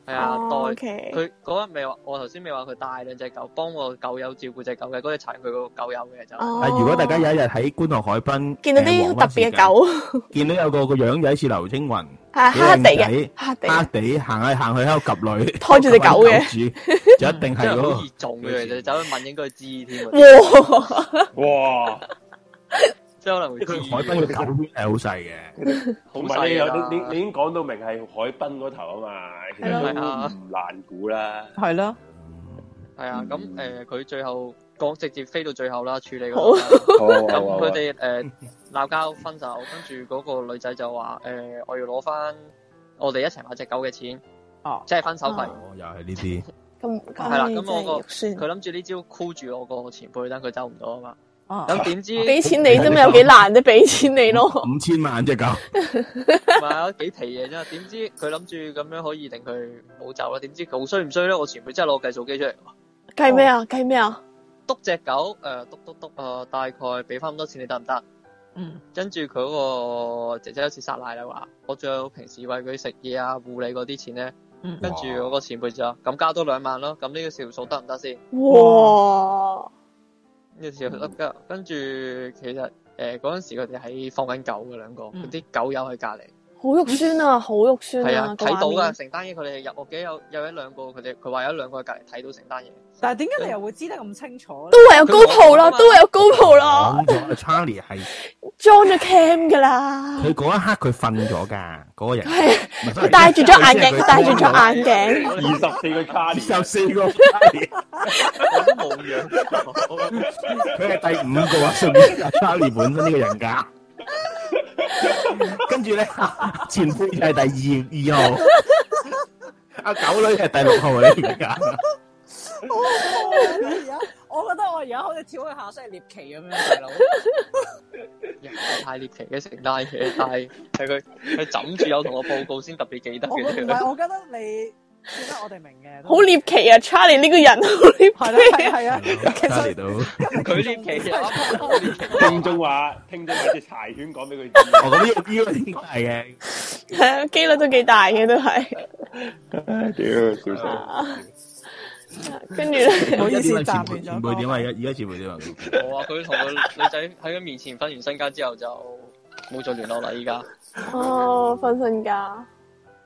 Speaker 16: 係啊
Speaker 3: 哦
Speaker 16: 代
Speaker 3: OK
Speaker 16: 佢嗰日未話，我頭先未話佢帶兩隻狗，幫個狗友照顧只狗嘅，嗰隻柴犬佢個狗友嘅就係。
Speaker 3: 哦
Speaker 14: 啊！如果大家有一日喺觀塘海濱
Speaker 3: 見到啲特別嘅，狗，
Speaker 14: 誒見到有個個樣仔似劉青雲，
Speaker 3: 係啊
Speaker 14: 幾
Speaker 3: 黑黑地嘅
Speaker 14: 靚仔，
Speaker 3: 黑地
Speaker 14: 黑
Speaker 3: 嘅，
Speaker 14: 地行去行去喺度及女，
Speaker 3: 拖住隻狗嘅
Speaker 14: 及緊狗主，就一定係嗰
Speaker 16: 真係
Speaker 14: 個
Speaker 16: 好易中嘅，其實走去問應該知添啊，
Speaker 3: 哇！
Speaker 2: 哇！
Speaker 16: 即係可能會知
Speaker 14: 佢海濱嘅狗圈係好細嘅，
Speaker 16: 好
Speaker 2: 同
Speaker 16: 細
Speaker 2: 埋你
Speaker 16: 㗎
Speaker 2: 有
Speaker 16: 啦
Speaker 2: 你你你已經講到明係海濱嗰頭啊嘛，其實
Speaker 16: 係啊
Speaker 2: 都唔難估啦。
Speaker 1: 係咯，
Speaker 16: 係啊，咁
Speaker 2: 嗯
Speaker 16: 誒佢最後講直接飛到最後啦，處理嗰
Speaker 3: 好
Speaker 16: 度啦
Speaker 2: 好啊
Speaker 16: 咁
Speaker 2: 好啊
Speaker 16: 佢哋誒鬧交分手，跟住嗰個女仔就話誒、呃我要攞翻我哋一齊買只狗嘅錢，
Speaker 2: 啊
Speaker 1: 哦，
Speaker 16: 即係分手費。
Speaker 14: 哦又係呢啲，
Speaker 3: 咁
Speaker 16: 係啦，
Speaker 3: 咁
Speaker 16: 咁我個
Speaker 3: 算
Speaker 16: 佢諗住呢招箍住我個前輩，等佢走唔到啊嘛。
Speaker 1: 哦，
Speaker 16: 咁點
Speaker 2: [laughs]
Speaker 16: 知
Speaker 3: 俾錢你啫嘛，有幾難啫？俾錢你
Speaker 16: [laughs]
Speaker 3: 咯，
Speaker 14: 五千萬隻狗，
Speaker 16: 唔係啊幾皮嘢啫？點知佢諗住咁樣可以令佢冇走啦？點知佢好衰唔衰咧？我前輩真係攞計數機出嚟，
Speaker 3: 計咩
Speaker 16: 哦
Speaker 3: 啊？計咩啊？
Speaker 16: 篤只狗誒，篤篤篤誒，大概俾翻咁多錢你得唔得？
Speaker 1: 嗯，
Speaker 16: 跟住佢嗰個姐姐有次撒奶啦，話我仲有平時餵佢食嘢啊、護理嗰啲錢咧，
Speaker 1: 嗯
Speaker 16: 跟住我個前輩就話咁加多兩萬咯，咁呢個條數得唔得先？呢
Speaker 3: 哇！
Speaker 16: 個條數得㗎跟住其實誒嗰陣時佢哋喺放緊狗嘅兩個，
Speaker 1: 嗯
Speaker 16: 嗰啲狗友喺隔離，
Speaker 3: 好肉酸啊，好肉酸
Speaker 16: 係啊
Speaker 3: 啊！個
Speaker 16: 睇到
Speaker 3: 畫
Speaker 16: 㗎
Speaker 3: 面
Speaker 16: 成單嘢，佢哋入我記得有有一兩個佢哋佢話有一兩個喺隔離睇到成單嘢，
Speaker 13: 但係點
Speaker 1: 嗯
Speaker 13: 解你又會知得咁清楚咧
Speaker 3: 都？話有高鋪啦，
Speaker 16: 佢
Speaker 3: 都話有高鋪啦，
Speaker 14: 講咗啊 Charlie 係
Speaker 3: 裝咗 cam 噶啦，
Speaker 14: 佢嗰一刻佢瞓
Speaker 3: [laughs]
Speaker 14: 咗㗎，嗰個人
Speaker 3: 係
Speaker 14: 唔係
Speaker 3: 佢戴住咗眼鏡，
Speaker 14: 佢
Speaker 3: 佢戴住咗眼鏡，
Speaker 2: 二十四個卡
Speaker 14: 二
Speaker 2: 年，
Speaker 14: 十四個 Charlie，
Speaker 16: 我都冇樣。
Speaker 14: 佢係第五個啊，順便阿 Charlie 本身呢個人格。跟住咧，前輩就係第二二號，阿狗女係第六號嚟㗎。
Speaker 13: 好恐怖啊而家我覺得我而家好似跳去下星期獵奇咁樣，大佬。
Speaker 16: 人哋太獵奇嘅成單嘢，但係係佢佢枕住有同我報告先特別記得
Speaker 13: 我
Speaker 16: 嘅
Speaker 13: 唔
Speaker 16: 啫。
Speaker 13: 係，我覺得
Speaker 1: [laughs]
Speaker 13: 你覺得我哋明嘅。
Speaker 3: 好獵奇啊！Charlie 呢個人好
Speaker 13: 係
Speaker 3: 獵奇
Speaker 13: 啦，係啊，其實
Speaker 14: 嚟到，我
Speaker 16: 佢獵奇啊，我獵奇
Speaker 2: 聽眾話，聽眾話隻柴犬講俾佢知，
Speaker 14: 咁呢個呢個應該係嘅。
Speaker 3: 啊，係 [laughs] 啊，機率都幾大嘅都係。
Speaker 2: 屌笑死！
Speaker 3: 跟住咧，
Speaker 13: 唔好意思
Speaker 14: 而家
Speaker 13: 暫
Speaker 14: 啲
Speaker 13: 停咗
Speaker 14: 前輩前輩點啊？而家而家前輩點啊？
Speaker 16: 我話佢同個女仔喺佢面前分完身家之後就冇再聯絡啦，依家
Speaker 3: 哦，瞓身㗎，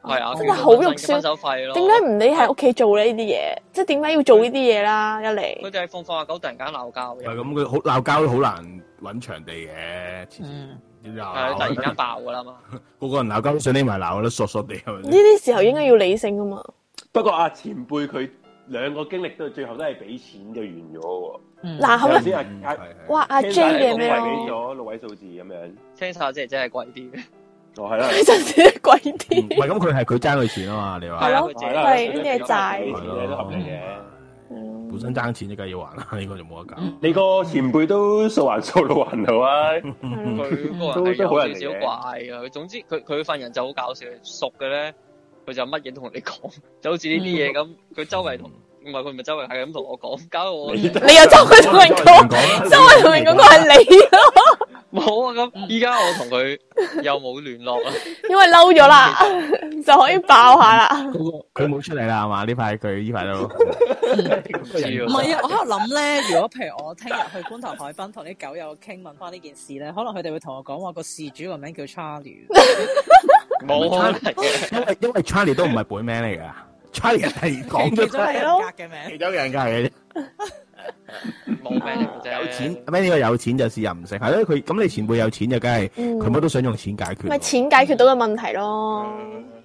Speaker 16: 係啊，
Speaker 3: 真係哦好肉
Speaker 16: 分
Speaker 3: 酸。
Speaker 16: 手費咯。
Speaker 3: 點解唔理喺屋企做呢啲嘢？即係點解要做呢啲嘢啦？一嚟
Speaker 16: 佢哋係放放下狗突然間鬧交嘅，
Speaker 14: 係啊咁，佢好鬧交都好難揾場地嘅，黐線點
Speaker 16: 係突然間
Speaker 14: 鬧？
Speaker 16: 爆㗎啦嘛。
Speaker 14: 個個人鬧交都想匿埋鬧啦，索索地係咪
Speaker 3: 呢
Speaker 14: 先？
Speaker 3: 啲時候應該要理性噶嘛？
Speaker 2: 不過阿前輩佢兩個經歷到最後都係俾錢就完咗喎。
Speaker 3: 嗱好啦
Speaker 2: 頭先阿阿
Speaker 3: 哇阿 J 嘅咩啊咯
Speaker 2: 俾咗六位數字咁樣，
Speaker 16: 聽晒即係真係貴啲嘅，
Speaker 2: 哦係啦，
Speaker 14: 唔係咁，佢係佢爭佢錢啊嘛？你話
Speaker 16: 係啊佢
Speaker 2: 係啦
Speaker 3: 係呢啲係
Speaker 2: 呢
Speaker 3: 債，
Speaker 2: 啲都合理嘅。
Speaker 3: 嗯
Speaker 14: 本身爭錢，梗係要還啦，呢個就冇得搞。
Speaker 2: 你個前輩都數還數，路還路啊！
Speaker 16: 佢個
Speaker 2: 都
Speaker 16: 人係
Speaker 2: 都好人
Speaker 16: 有
Speaker 2: 嚟
Speaker 16: 少少
Speaker 2: 嘅。
Speaker 16: 怪嘅。總之佢佢份人就好搞笑，熟嘅咧佢就乜嘢都同你講， [laughs] 就好似呢啲嘢咁，佢周圍同唔係佢唔係周圍係咁同我講，搞到我
Speaker 2: 你
Speaker 3: 你又周圍同人講， [laughs] 周圍同人講個係你咯，
Speaker 16: 冇啊！咁依家我同佢又冇聯絡啊，
Speaker 3: 因為嬲咗啦，就可以爆下啦。
Speaker 14: 佢冇出嚟啦，係嘛？呢排佢呢排都
Speaker 16: 唔知
Speaker 1: 唔
Speaker 16: 啊。
Speaker 1: [laughs] 係啊，我喺度諗咧，如果譬如我聽日去觀塘海濱同啲狗友傾，問翻呢件事咧，可能佢哋會同我講話個事主個名叫 Charlie，
Speaker 16: 冇可能嘅，
Speaker 14: 因為因為 Charlie 都唔係本名嚟㗎 Charlie 係講
Speaker 1: 其
Speaker 14: 咗
Speaker 1: 中係人格嘅名。
Speaker 14: 其中人
Speaker 1: [laughs]
Speaker 14: 格嚟嘅。
Speaker 16: 冇咩嚟啫。
Speaker 14: 有錢咩？呢個有錢就事又唔食，係咯。佢咁你前輩有錢就梗係
Speaker 3: 嗯
Speaker 14: 佢乜都想用錢解決
Speaker 3: 咪
Speaker 14: 咯。
Speaker 3: 錢解決到嘅問題咯。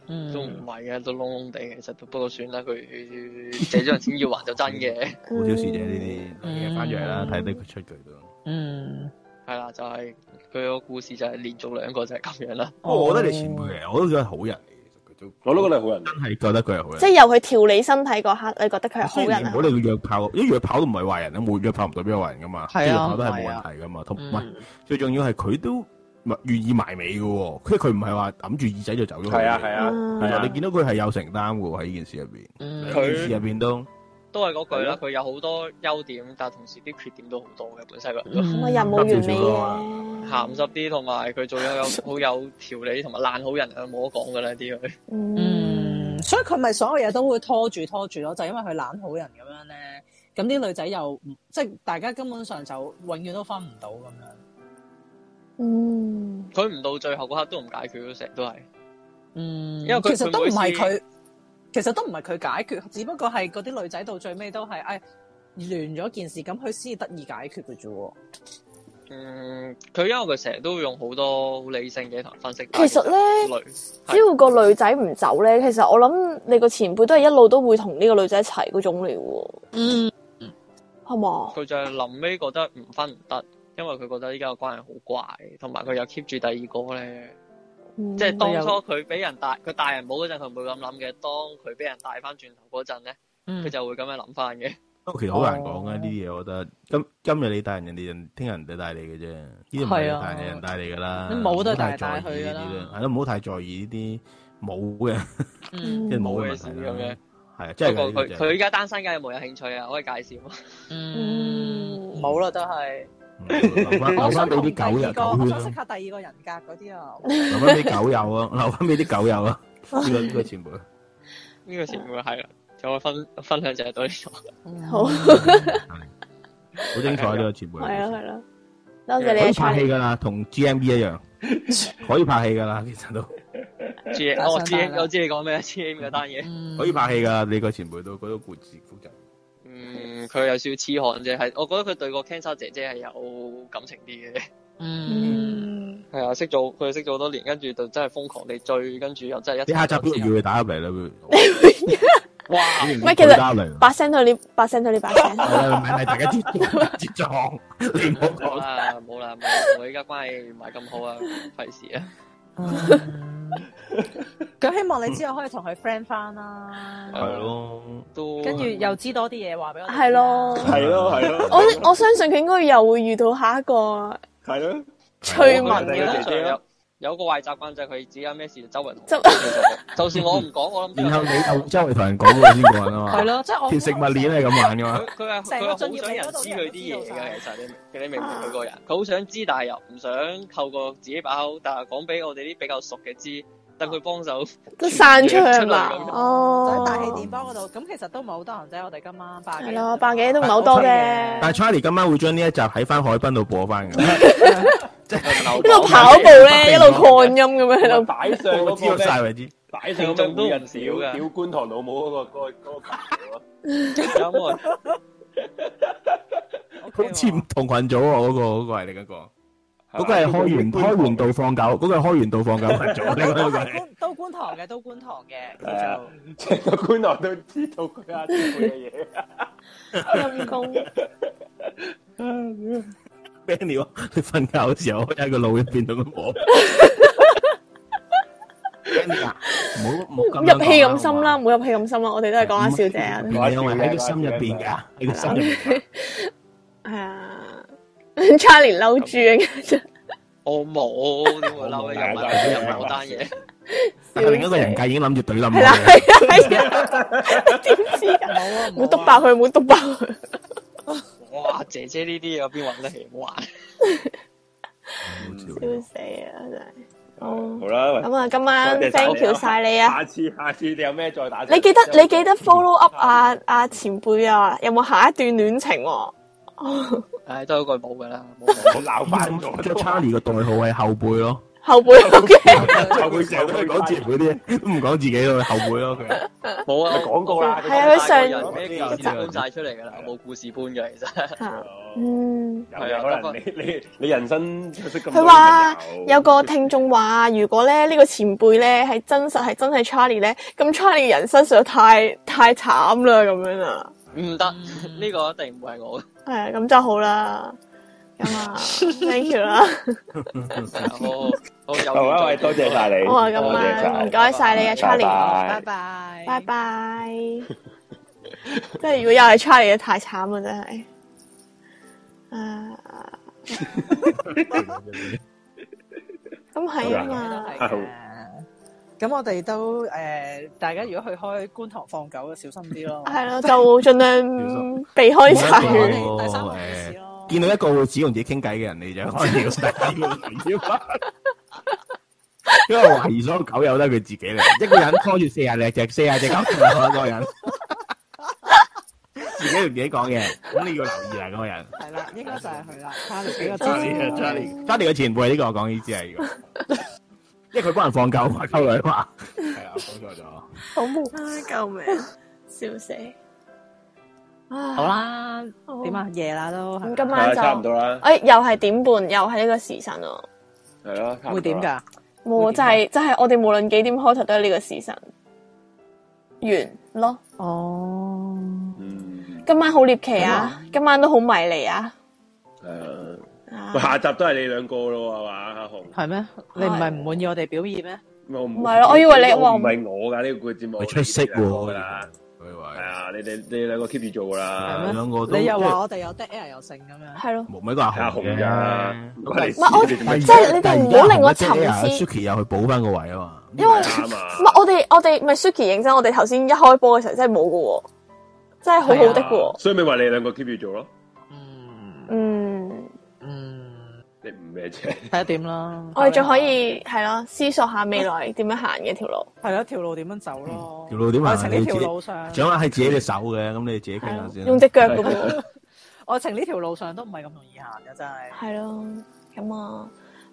Speaker 16: 都唔
Speaker 1: 嗯，
Speaker 16: 係啊嘅，都窿窿地其實都不過算啦，佢借咗人錢要還就真嘅，
Speaker 14: 好小事啫，呢啲
Speaker 1: 嗯
Speaker 14: 嘢翻咗嚟啦，睇得佢出佢都。
Speaker 1: 嗯，
Speaker 16: 係啦，就係佢個故事就係連續兩個就係咁樣啦。
Speaker 14: 不過我覺得你前輩嚟，我都覺得好人嚟嘅。其實佢都
Speaker 2: 我都覺得係好人嚟
Speaker 14: 真。係覺得佢係好人。
Speaker 3: 即係由佢調理身體嗰刻，你覺得佢係好
Speaker 14: 雖
Speaker 3: 人
Speaker 14: 然你
Speaker 3: 啊
Speaker 14: 唔好？理佢約炮，因為約炮都唔係壞人啊，冇約炮唔代表係壞人噶嘛，
Speaker 1: 係啊
Speaker 14: 約炮都係冇
Speaker 1: 係啊
Speaker 14: 問題噶嘛，同
Speaker 1: 嗯
Speaker 14: 埋最重要係佢都願意埋尾嘅喎，佢佢唔係話揞住耳仔就走咗去。
Speaker 2: 係啊係啊係
Speaker 3: 嗯
Speaker 14: 其實你
Speaker 2: 啊，
Speaker 14: 見到佢係有承擔嘅喎喺呢件事入邊，
Speaker 1: 嗯
Speaker 14: 兩件事入邊都
Speaker 16: 都係嗰句啦，佢有好多優點，但係同時啲缺點都好多嘅，本身個人都
Speaker 3: 咁啊，人冇完美嘅。
Speaker 16: 鹹濕啲，同埋佢做嘢有 [laughs] 好有條理，同埋爛好人啊，冇得講噶啦啲佢。
Speaker 3: 嗯，
Speaker 1: 嗯，所以佢咪所有嘢都會拖住拖住咯，就因為佢懶好人咁樣咧。咁啲女仔又唔即係大家根本上就永遠都分唔到咁樣。
Speaker 3: 嗯，
Speaker 16: 佢唔到最後嗰刻都唔解決，成日都係。
Speaker 1: 嗯，
Speaker 16: 因為佢
Speaker 1: 其實都唔係
Speaker 16: 佢每
Speaker 1: 佢，其實都唔係佢解決，只不過係嗰啲女仔到最尾都係誒亂咗件事，咁佢先至得以解決嘅啫喎。
Speaker 16: 嗯，佢因為佢成日都會用好多好理性嘅同分析。
Speaker 3: 其實咧，
Speaker 16: 類
Speaker 3: 只要個女仔唔走咧，其實我諗你個前輩都係一路都會同呢個女仔一齊嗰種嚟喎，
Speaker 1: 嗯，
Speaker 3: 係嘛？
Speaker 16: 佢就係臨尾覺得唔分唔得，因為佢覺得依家個關係好怪，同埋佢又 keep 住第二個咧。
Speaker 3: 嗯
Speaker 16: 嗯即係當初佢俾人帶佢帶人冇嗰陣，佢唔會咁諗嘅。當佢俾人帶翻轉頭嗰陣咧，佢
Speaker 3: 嗯
Speaker 1: 佢
Speaker 16: 就會咁樣諗翻嘅。
Speaker 14: 不過其實好難講嘅呢啲嘢，我覺得今今日你帶人，人哋人聽日人哋帶你嘅啫，呢啲唔係
Speaker 1: 係啊
Speaker 14: 你帶人，人帶你噶啦，
Speaker 1: 你冇得
Speaker 14: 唔好
Speaker 1: 帶
Speaker 14: 太在意
Speaker 1: 帶佢㗎
Speaker 14: 呢
Speaker 1: 啦
Speaker 14: 啲啦係咯，唔好太在意呢啲冇嘅，
Speaker 1: 嗯
Speaker 14: 即係冇嘅
Speaker 16: 冇嘅
Speaker 14: 問題
Speaker 16: 事咁
Speaker 14: 啦
Speaker 16: 樣。
Speaker 14: 係啊，即係㗎
Speaker 16: 不過
Speaker 14: 呢個
Speaker 16: 佢
Speaker 14: 就係
Speaker 16: 佢依家單身嘅有冇有興趣啊？可以介紹。
Speaker 1: 嗯，冇啦，都係。
Speaker 14: 留翻留
Speaker 1: 我
Speaker 14: 翻
Speaker 1: 想
Speaker 14: 俾
Speaker 1: 同第
Speaker 14: 啲狗
Speaker 1: 二
Speaker 14: 友
Speaker 1: 個，
Speaker 14: 狗
Speaker 1: 我
Speaker 14: 圈
Speaker 1: 想
Speaker 14: 啦
Speaker 1: 識。下第二個人格嗰啲啊。
Speaker 14: [laughs] 留翻俾狗友啊，留翻俾啲狗友啊，呢個呢個前輩。
Speaker 16: 呢個前輩係啦，就我分分享就係到呢度。
Speaker 3: 好，
Speaker 14: 好精彩呢個前輩。
Speaker 3: [laughs] 係啊，係啦，多謝你
Speaker 14: 可
Speaker 3: 啊
Speaker 14: 以拍戲
Speaker 3: Charlie。
Speaker 14: 噶啦，同 GMB 一樣，可以拍戲噶啦，其實都
Speaker 16: G
Speaker 1: 打上
Speaker 16: 我知
Speaker 1: 大啦
Speaker 16: 我知你講咩，G M 嗰單嘢。
Speaker 14: 可以拍戲噶啦。你個前輩都嗰個故事複雜，
Speaker 16: 嗯，佢有少少痴漢啫，係我覺得佢對個 cancer 姐姐係有感情啲嘅。
Speaker 1: 嗯，
Speaker 3: 嗯，
Speaker 16: 係啊，識咗佢識咗好多年，跟住就真係瘋狂地追，跟住又真係一
Speaker 14: 你
Speaker 16: 齊
Speaker 14: 下集邊
Speaker 16: 咗之
Speaker 14: 個
Speaker 16: 後
Speaker 14: 叫佢打入嚟啦？不
Speaker 16: 哇！
Speaker 3: [laughs]
Speaker 14: 如
Speaker 3: 唔係其實
Speaker 14: 佢打入嚟啦，
Speaker 3: 把聲到你，把聲到你把聲。
Speaker 14: 係啦，唔係大家接接撞，你唔好
Speaker 16: 冇
Speaker 14: 講。
Speaker 16: 啦冇啦，冇啦我依家關係唔係咁好啊，費事啊。
Speaker 1: 咁希望你之後可以同佢 friend 翻啦，
Speaker 14: 係咯，
Speaker 16: 都
Speaker 1: 跟住又知多啲嘢話俾我哋知啊啦。
Speaker 3: 係咯
Speaker 2: 係啊咯係
Speaker 3: 我
Speaker 2: 咯
Speaker 3: 我相信佢應該又會遇到下一個
Speaker 2: 係咯，
Speaker 3: 趣聞啊
Speaker 16: 佢
Speaker 3: 嘅
Speaker 16: 通
Speaker 3: 啦。
Speaker 16: 常有有個壞習慣就係佢自己有咩事就周圍同
Speaker 3: 周
Speaker 16: 我講，就算我唔講，我諗都有
Speaker 14: 然後你就周圍同人講嗰個先講啊嘛。
Speaker 1: 係，咯，即係我
Speaker 14: 條食物鏈係咁玩
Speaker 2: 啊
Speaker 14: [laughs] 噶嘛
Speaker 16: 佢。佢係
Speaker 1: 成
Speaker 16: 佢
Speaker 1: 個
Speaker 16: 係
Speaker 1: 進業
Speaker 16: 好想
Speaker 1: 領
Speaker 16: 人
Speaker 1: 嗰度
Speaker 16: 知啊佢啲嘢
Speaker 1: 啲人
Speaker 16: 嘅，其實你你明唔明佢個人？佢好想知，但係又唔想透過自己把口，但係講俾我哋啲比較熟嘅知，等佢幫手。 [laughs]
Speaker 3: 都散出去係
Speaker 16: 出嚟
Speaker 3: 嘛
Speaker 16: 咁？樣
Speaker 1: 就喺
Speaker 3: 哦，
Speaker 1: 大氣電波嗰度，咁其實都唔係好多人啫。我哋今晚百幾
Speaker 3: 係咯，百幾都唔係好多嘅。
Speaker 14: 但係 Charlie 今晚會將呢一集喺翻海濱度播翻嘅。
Speaker 2: 即係
Speaker 3: 一路跑步咧，一路擴音咁樣喺度。
Speaker 2: 擺上嗰個咩
Speaker 14: 晒為止，
Speaker 2: 擺上嗰個每日屌屌觀塘老母嗰個嗰個嗰個
Speaker 16: 有冇人
Speaker 14: 好似唔同群組喎，嗰個嗰個係你嗰個。嗰個係開
Speaker 2: 係
Speaker 14: 完
Speaker 2: 啊嗰個
Speaker 14: 開完道放狗，嗰個係開完道放狗群
Speaker 1: [laughs]
Speaker 14: 組，你嗰個係
Speaker 1: 都都觀塘嘅，都觀塘嘅。
Speaker 2: 係啊，成個觀塘都知道佢阿姐嘅嘢。
Speaker 3: 陰公，
Speaker 14: 咩料啊？你瞓覺嘅時候開喺個腦入邊到咁我。Andy 啊唔好唔好咁樣
Speaker 3: 入戲
Speaker 14: 講啊
Speaker 3: 咁深啦，唔好入戲咁深啦，我哋都係講下笑姐啊。
Speaker 14: 你因為喺個心入邊㗎，喺個心入邊。
Speaker 3: 係啊，Charlie 嬲住啊，跟住
Speaker 16: 我冇，點會嬲咧？又唔係又唔係我單嘢。
Speaker 14: 但係另一個人界已經諗住懟
Speaker 3: [laughs]
Speaker 14: 冧
Speaker 3: 係啦，
Speaker 14: 佢。
Speaker 3: 係啊，係啊，點知啊？唔好篤爆佢，唔好篤爆佢。
Speaker 16: 哇！姐姐呢啲嘢我邊玩得起？玩
Speaker 3: 笑死啊！真係。哦
Speaker 2: 好啦，喂
Speaker 3: 咁啊，今晚
Speaker 2: 多謝晒
Speaker 3: thank you 晒你啊！
Speaker 2: 下次下次你有咩再打上？
Speaker 3: 你記得你記得 follow up 啊啊前輩啊，有冇下一段戀情喎？
Speaker 16: 唉，都有一句冇噶啦，冇
Speaker 2: 我鬧翻咗，
Speaker 14: 即係 Charlie 個代號係後輩咯，
Speaker 3: 後輩 OK，
Speaker 2: 就會成日都
Speaker 14: 佢講自己嗰啲都唔講自己咯，後輩咯佢。
Speaker 16: [laughs] 冇啊！
Speaker 2: 廣告啦。啊
Speaker 3: 係啊佢上
Speaker 16: 人咩故事搬晒出嚟噶啦，我冇故事搬嘅其實。
Speaker 3: 哦
Speaker 16: 啊
Speaker 3: 嗯，
Speaker 2: 有有可能你你你人生出色咁多
Speaker 3: 佢話
Speaker 2: 朋友
Speaker 3: 有個聽眾話，如果咧呢個前輩咧係真實係真係 Charlie 咧，咁 Charlie 嘅人生實在太太慘啦咁樣啦，
Speaker 16: 唔得，呢個一定唔係
Speaker 2: [laughs]
Speaker 16: 我。
Speaker 3: 係啊，咁就好啦，咁 [laughs] 啊，thank you 啦，
Speaker 16: 好，好有。
Speaker 2: 好啊，喂，多謝晒你，
Speaker 3: 好啊，咁
Speaker 2: 多謝
Speaker 3: 啊，
Speaker 2: 晒
Speaker 3: 唔該晒你啊
Speaker 2: 拜拜。
Speaker 3: ，Charlie，
Speaker 1: 拜
Speaker 3: 拜拜，即係如果又係 Charlie 嘅太慘啦，真係，啊， [laughs] 咁係啊嘛。
Speaker 1: 係嘅。咁我哋都誒、呃大家如果去開觀塘放狗，小心啲咯。
Speaker 3: 系咯，就盡量避開晒
Speaker 1: 我
Speaker 3: 佢。
Speaker 1: 哋第三個故事
Speaker 14: 誒
Speaker 1: 咯。
Speaker 14: 見到一個會只同自己傾偈嘅人， [laughs] 你就可能要睇呢個人添啦因為我懷疑所有狗友都係佢自己嚟，一個人拖住四廿零隻、四廿隻狗，同一個 [laughs] 人，自己同自己講嘢，咁你要留意啦，嗰個人。
Speaker 1: 係啦，應該就係佢啦。卡力呢個字
Speaker 14: Charlie 啊，Charlie，Charlie 嘅前輩呢個我講呢支係呢個，因為佢幫人 [laughs] 放狗嘛，溝女嘛，係啊，講錯咗。
Speaker 3: 好悶啊！救命，笑死！
Speaker 1: 好
Speaker 3: 啊，
Speaker 1: 啦，點啊？夜啦都
Speaker 3: 咁今
Speaker 2: 係
Speaker 3: 晚
Speaker 2: 啊
Speaker 3: 就
Speaker 2: 差唔多啦，
Speaker 3: 哎，又係點半，又係呢個時辰咯。
Speaker 2: 係咯，差唔多啦
Speaker 1: 會點？㗎？
Speaker 3: 冇，就係就係我哋無論幾點開頭都係呢個時辰完咯。
Speaker 1: 哦，
Speaker 2: 嗯，
Speaker 3: 今晚好獵奇啊！今晚都好迷離啊！
Speaker 2: 係啊。
Speaker 3: 啊
Speaker 2: 喂，下集都係你兩個咯，係嘛？阿紅，
Speaker 1: 係咩？你唔係唔滿意我哋表現咩？
Speaker 2: 我唔
Speaker 3: 唔係咯我以為你
Speaker 2: 我唔係我㗎呢個節目，
Speaker 14: 佢出色
Speaker 2: 你哋兩個㗎
Speaker 14: 喎，
Speaker 2: 啦，
Speaker 14: 佢
Speaker 2: 係
Speaker 14: 話
Speaker 2: 啊，你哋你哋兩個 keep 住做㗎
Speaker 1: 係
Speaker 2: 啦
Speaker 1: 咩，
Speaker 14: 兩個都
Speaker 1: 你又話我哋有 dead air 又剩咁樣，
Speaker 3: 啊係咯，
Speaker 14: 冇咩都話
Speaker 2: 阿
Speaker 14: 紅
Speaker 2: 紅
Speaker 14: 嘅
Speaker 2: 咋，關你
Speaker 3: 唔係我
Speaker 2: 事你哋咪
Speaker 3: 即係你哋唔好令我沉思
Speaker 14: 但而家 Suki 又去補翻個位啊嘛，
Speaker 3: 因為
Speaker 2: 啱啊
Speaker 3: 唔係我哋我哋唔係 Suki 認真，我哋頭先一開波嘅時候真係冇㗎喎，真係好好的㗎喎。
Speaker 2: 所以咪話你兩個 keep 住做咯，
Speaker 1: 嗯
Speaker 3: 嗯。
Speaker 2: 啊
Speaker 1: 嗯，
Speaker 2: 你唔咩啫？
Speaker 1: 睇下點啦。
Speaker 3: 我哋仲可以係咯，思索下未來點樣行嘅條路。
Speaker 1: 係咯，條路點樣走咯？
Speaker 14: 條路點行
Speaker 1: 愛情呢條
Speaker 14: 你自己
Speaker 1: 路上，
Speaker 14: 掌握喺自己隻手嘅，咁你自己傾下先啦。
Speaker 3: 用只腳咁喎，
Speaker 1: 愛情呢條路上都唔係咁容易行嘅，真係。
Speaker 3: 係咯，咁啊，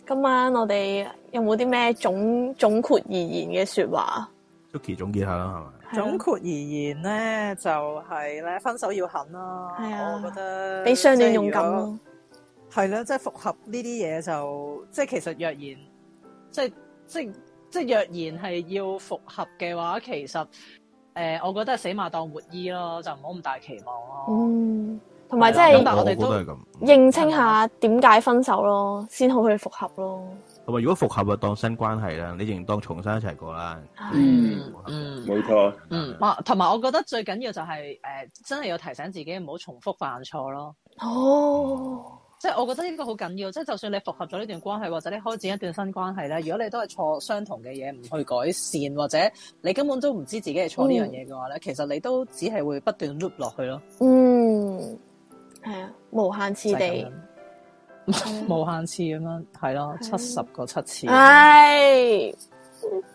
Speaker 3: 今晚我哋有冇啲咩總總括而言嘅説話？
Speaker 14: Suki 總結下啦，
Speaker 3: 係咯
Speaker 1: 總括而言咧，就係、咧分手要狠啦。
Speaker 3: 係啊
Speaker 1: 我覺得
Speaker 3: 俾相戀勇敢咯，
Speaker 1: 係啦，即係復合呢啲嘢就即係其實若然即係即係即係若然係要復合嘅話，其實誒、呃我覺得死馬當活醫咯，就唔好咁大期望咯。
Speaker 3: 嗯，同埋即
Speaker 14: 係
Speaker 1: 咁啊但係
Speaker 3: 係
Speaker 14: 嘛？我
Speaker 1: 我
Speaker 14: 覺
Speaker 1: 哋
Speaker 14: 得
Speaker 1: 都
Speaker 14: 係咁。
Speaker 3: 認清下點解分手咯，先好去復合咯。
Speaker 14: 同埋如果復合就當新關係啦，你仍然當重新一齊過啦。
Speaker 2: 嗯
Speaker 1: 嗯。
Speaker 2: 冇錯，
Speaker 1: 嗯，哇同埋我覺得最緊要就係、呃真係要提醒自己唔好重複犯錯咯。
Speaker 3: 哦，
Speaker 1: 即係我覺得呢個好緊要，即係就算你復合咗呢段關係，或者你開展一段新關係咧，如果你都係錯相同嘅嘢唔去改善，或者你根本都唔知自己係錯呢樣嘢嘅話咧，其實你都只係會不斷 loop 落去咯，
Speaker 3: 嗯，係啊，無限次
Speaker 1: 就係咁
Speaker 3: 地嗯
Speaker 1: 樣，無限次咁樣，係咯，七十個七次，
Speaker 3: 唉，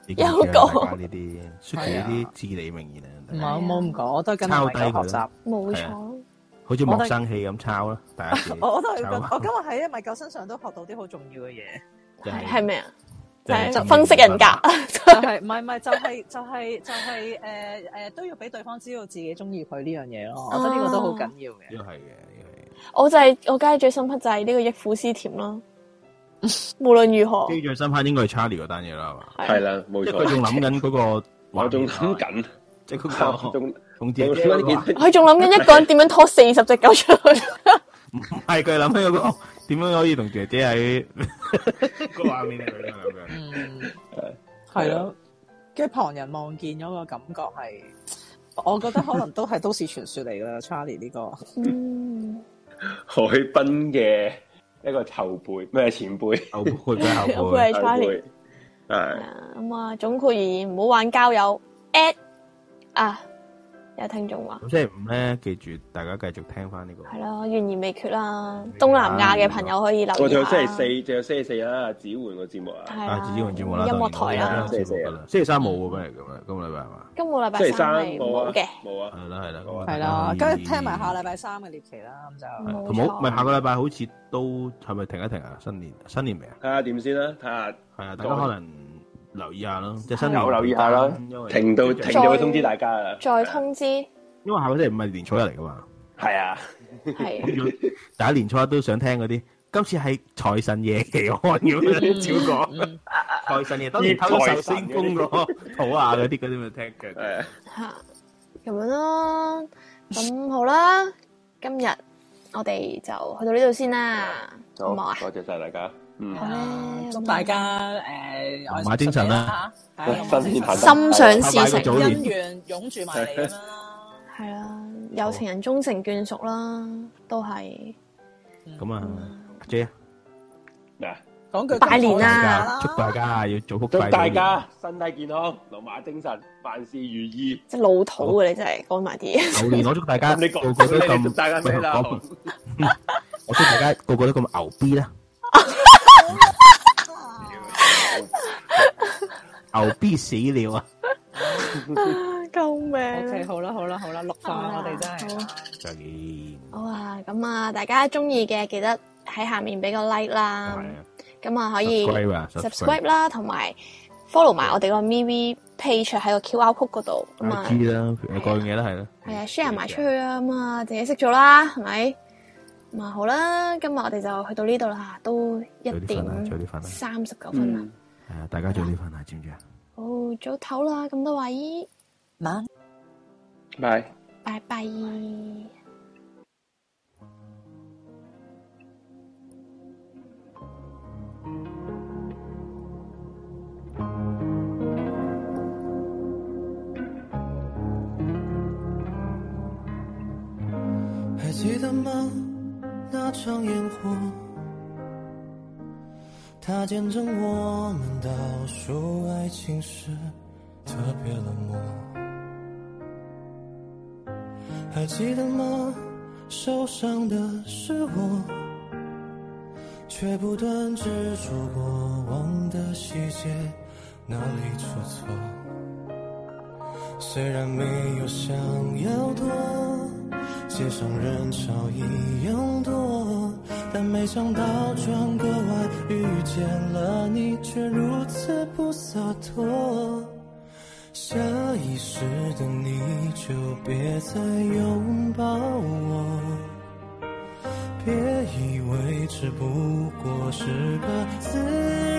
Speaker 14: 你
Speaker 3: 有
Speaker 14: 見唔見啊
Speaker 3: 講
Speaker 14: 大家呢啲 Suki 呢啲至理名言啊
Speaker 1: 唔係，我冇咁講，我都係跟
Speaker 14: 抄
Speaker 1: 米狗
Speaker 14: 低佢啦
Speaker 1: 學習，
Speaker 3: 冇
Speaker 14: 係
Speaker 3: 錯
Speaker 14: 啊，好似莫生氣咁抄啦，大家自己
Speaker 1: 我我都係覺
Speaker 14: 抄啊
Speaker 1: 得，我今日喺米狗身上都學到啲好重要嘅嘢。
Speaker 14: 就係
Speaker 3: 係咩啊？
Speaker 14: 就係
Speaker 3: 就分析人格。
Speaker 1: 就係唔係唔係就係就係就係誒誒都要俾對方知道自己中意佢呢樣嘢咯，我覺得呢個都好緊要嘅。
Speaker 14: 呢個係嘅，
Speaker 3: 我就係、我梗係最深刻就係呢個憶苦思甜啦。無論
Speaker 2: [laughs]
Speaker 3: 如何，
Speaker 14: 最深刻應該係 Charlie 嗰單嘢啦，係嘛？
Speaker 2: 係啦冇錯
Speaker 14: 因為佢仲諗緊嗰個，我仲
Speaker 2: 諗緊，
Speaker 14: 即係嗰 [laughs] 個
Speaker 2: 仲
Speaker 14: 同自己
Speaker 3: 佢仲諗緊一個人點樣拖四十隻狗出去。
Speaker 14: 係佢諗緊嗰個點樣可以同姐姐喺 [laughs] 個畫面裏邊諗緊。
Speaker 1: [laughs] 係啊咯，跟住旁人望見咗個感覺係，我覺得可能都係都市傳說嚟㗎啦，Charlie 呢個。
Speaker 3: 嗯，
Speaker 2: 海濱嘅一個後輩，咩前輩？
Speaker 14: [laughs] 後輩
Speaker 3: 嘅後輩後輩係 Charlie
Speaker 2: 係
Speaker 3: 咁啊，總括而言，唔好玩交友。at 啊，有聽眾話
Speaker 14: 咁星期五咧，記住大家繼續聽翻呢個。
Speaker 3: 係咯，懸而未決啦。
Speaker 14: 啊
Speaker 3: 東南亞嘅朋友可以留
Speaker 2: 我
Speaker 3: 意
Speaker 2: 仲有
Speaker 3: 下。
Speaker 2: 星期四，仲有星期四啦，子桓個節目啊，
Speaker 3: 係
Speaker 14: 啊，子桓節目啦，
Speaker 3: 音樂台啦
Speaker 14: 星期四啊啦，星期三冇喎，本嚟咁啊，今個禮拜係嘛？
Speaker 3: 今個禮
Speaker 2: 星
Speaker 3: 拜
Speaker 2: 期三
Speaker 3: 三係
Speaker 2: 冇啊
Speaker 3: 冇嘅，
Speaker 2: 冇啊，
Speaker 14: 係啦係啦，
Speaker 1: 係啦，跟住聽埋下禮拜三嘅獵奇啦，咁就
Speaker 14: 同冇咪下個禮拜好似都係咪停一停啊？新年新年未啊？
Speaker 2: 睇下點先啦，睇下
Speaker 14: 係啊，大家可能留意下咯，即係新年
Speaker 2: 有留意下啦
Speaker 14: 因，為
Speaker 2: 停到
Speaker 14: 再
Speaker 2: 停就會通知大家啦，
Speaker 3: 再通知
Speaker 14: 因為下個星期五係年初一嚟噶嘛，
Speaker 2: 係啊， [laughs]
Speaker 3: 係
Speaker 14: 大家年初一都想聽嗰啲。今次係財神夜期安咁樣照講，財神夜當年偷咗壽星公個肚啊嗰啲嗰啲咪聽嘅。
Speaker 3: 吓咁樣啦。咁好啦，今日我哋就去到呢度先啦，好
Speaker 2: 好
Speaker 3: 唔好啊？，
Speaker 2: 多謝晒大家，嗯，
Speaker 1: 祝大家誒
Speaker 14: 牛馬精神啦，
Speaker 2: 新
Speaker 1: 啊
Speaker 2: 年
Speaker 3: 心想事成
Speaker 1: 姻緣湧住埋嚟啊咁啦。
Speaker 3: 係啦，有情人終成眷屬啦，都係
Speaker 14: 咁啊，J 啊，
Speaker 2: 嗱，
Speaker 1: 講句
Speaker 3: 拜年啦，
Speaker 14: 祝大家要早福
Speaker 2: 啊祝
Speaker 14: 快樂
Speaker 2: 大家身體健康，龍馬精神，萬事如意。
Speaker 3: 即係老土嘅你真係講埋啲 [laughs] 嘢。
Speaker 14: 牛年我祝大家
Speaker 2: 咁你講
Speaker 14: 個個都
Speaker 2: 你祝
Speaker 14: 咁，
Speaker 2: 大家咩啦 [laughs]
Speaker 14: 唔係我我祝大家個個都咁牛逼
Speaker 3: [laughs]
Speaker 14: 啦，牛逼死了啊！
Speaker 3: 救命
Speaker 1: OK，好啦，好啦，好啦，啊綠化我哋真係。
Speaker 14: 再見。
Speaker 3: 好啊，咁啊，大家中意嘅記得喺下面俾個 like 啦，咁啊可以
Speaker 14: Subscribe 啊
Speaker 3: subscribe 啦，同埋 follow 埋我哋個 MV page 喺個 QR code 嗰度，咁啊
Speaker 14: I G 啦，各樣嘢啦，係啦。
Speaker 3: 係啊 share 埋出去啊，咁啊自己識做啦，係咪？咁啊好啦，今日我哋就去到呢度啦，都一
Speaker 14: 早啲
Speaker 3: 點
Speaker 14: 瞓啦早啲瞓啦
Speaker 3: 三十九分啦，
Speaker 14: 係啊，大家早啲瞓啊，知唔知啊？
Speaker 3: 好早唞啦，咁多位，
Speaker 1: 晚，
Speaker 2: 拜。
Speaker 3: 拜拜。
Speaker 11: 还记得吗？那场烟火，它见证我们倒数爱情时特别冷漠。还记得吗？受伤的是我，却不断执着过往的细节，哪里出错？虽然没有想要多。街上人潮一样多，但没想到转个弯遇见了你，却如此不洒脱。下意识的你就别再拥抱我，别以为只不过是个自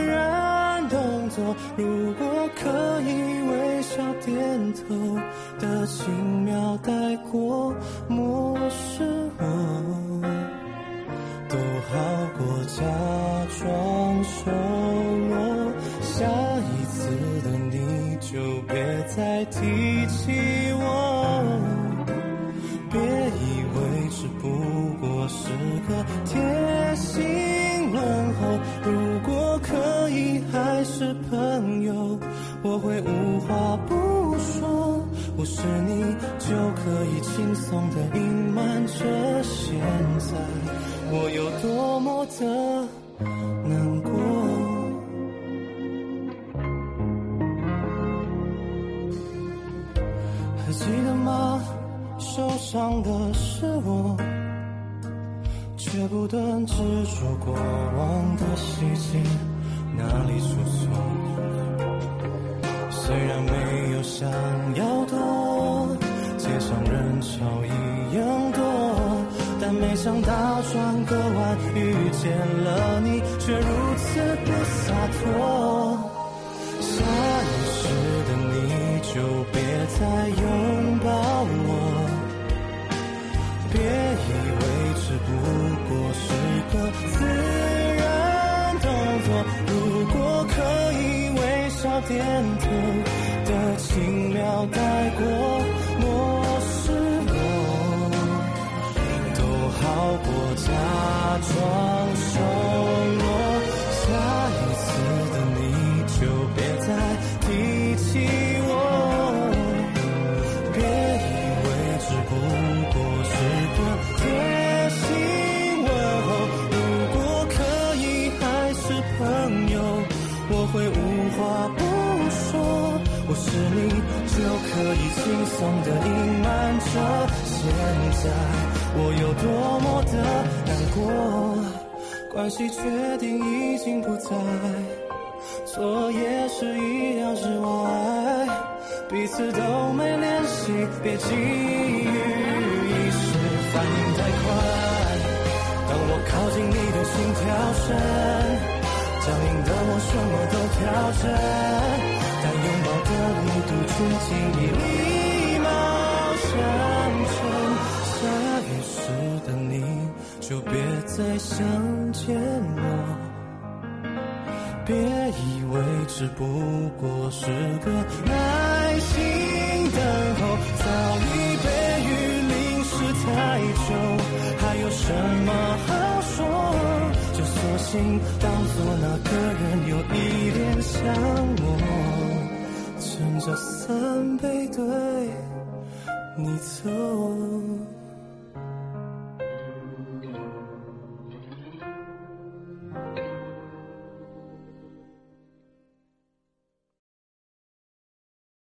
Speaker 11: 然动作。如果可以微笑点头的轻描带过，漠视我，都好过假装熟络。下一次的你就别再提起我。别以为只不过是个贴心问候，如果可以还是朋友，我会无话不说。我是你就可以轻松的隐瞒着现在我有多么的难过。还记得吗？受伤伤的是我，却不断执着过往的细节，哪里出错？虽然没有想要多，街上人潮一样多，但没想到转个弯遇见了你，却如此不洒脱。下意识的你就别再拥抱我，别以为只不过是个自然动作。如果可以微笑点头的轻描带过，漠视我，都好过假装熟络。下一次的你就别再提起我，别以为只不过是个贴心问候。哦如果可以还是朋友，我会无话不说。我是你就可以轻松的隐瞒着现在我有多么的难过。关系确定已经不在，错也是意料之外，彼此都没联系，别急于一时，反应太快。当我靠近你的心跳声，僵硬的我什么都调整，但拥抱的力度却仅以礼貌相称。下意识的你就别再想见我，别以为只不过是个耐心等候，早已被雨淋湿太久，还有什么好说？就索性当作那个人有一点像我，趁着三杯对你走。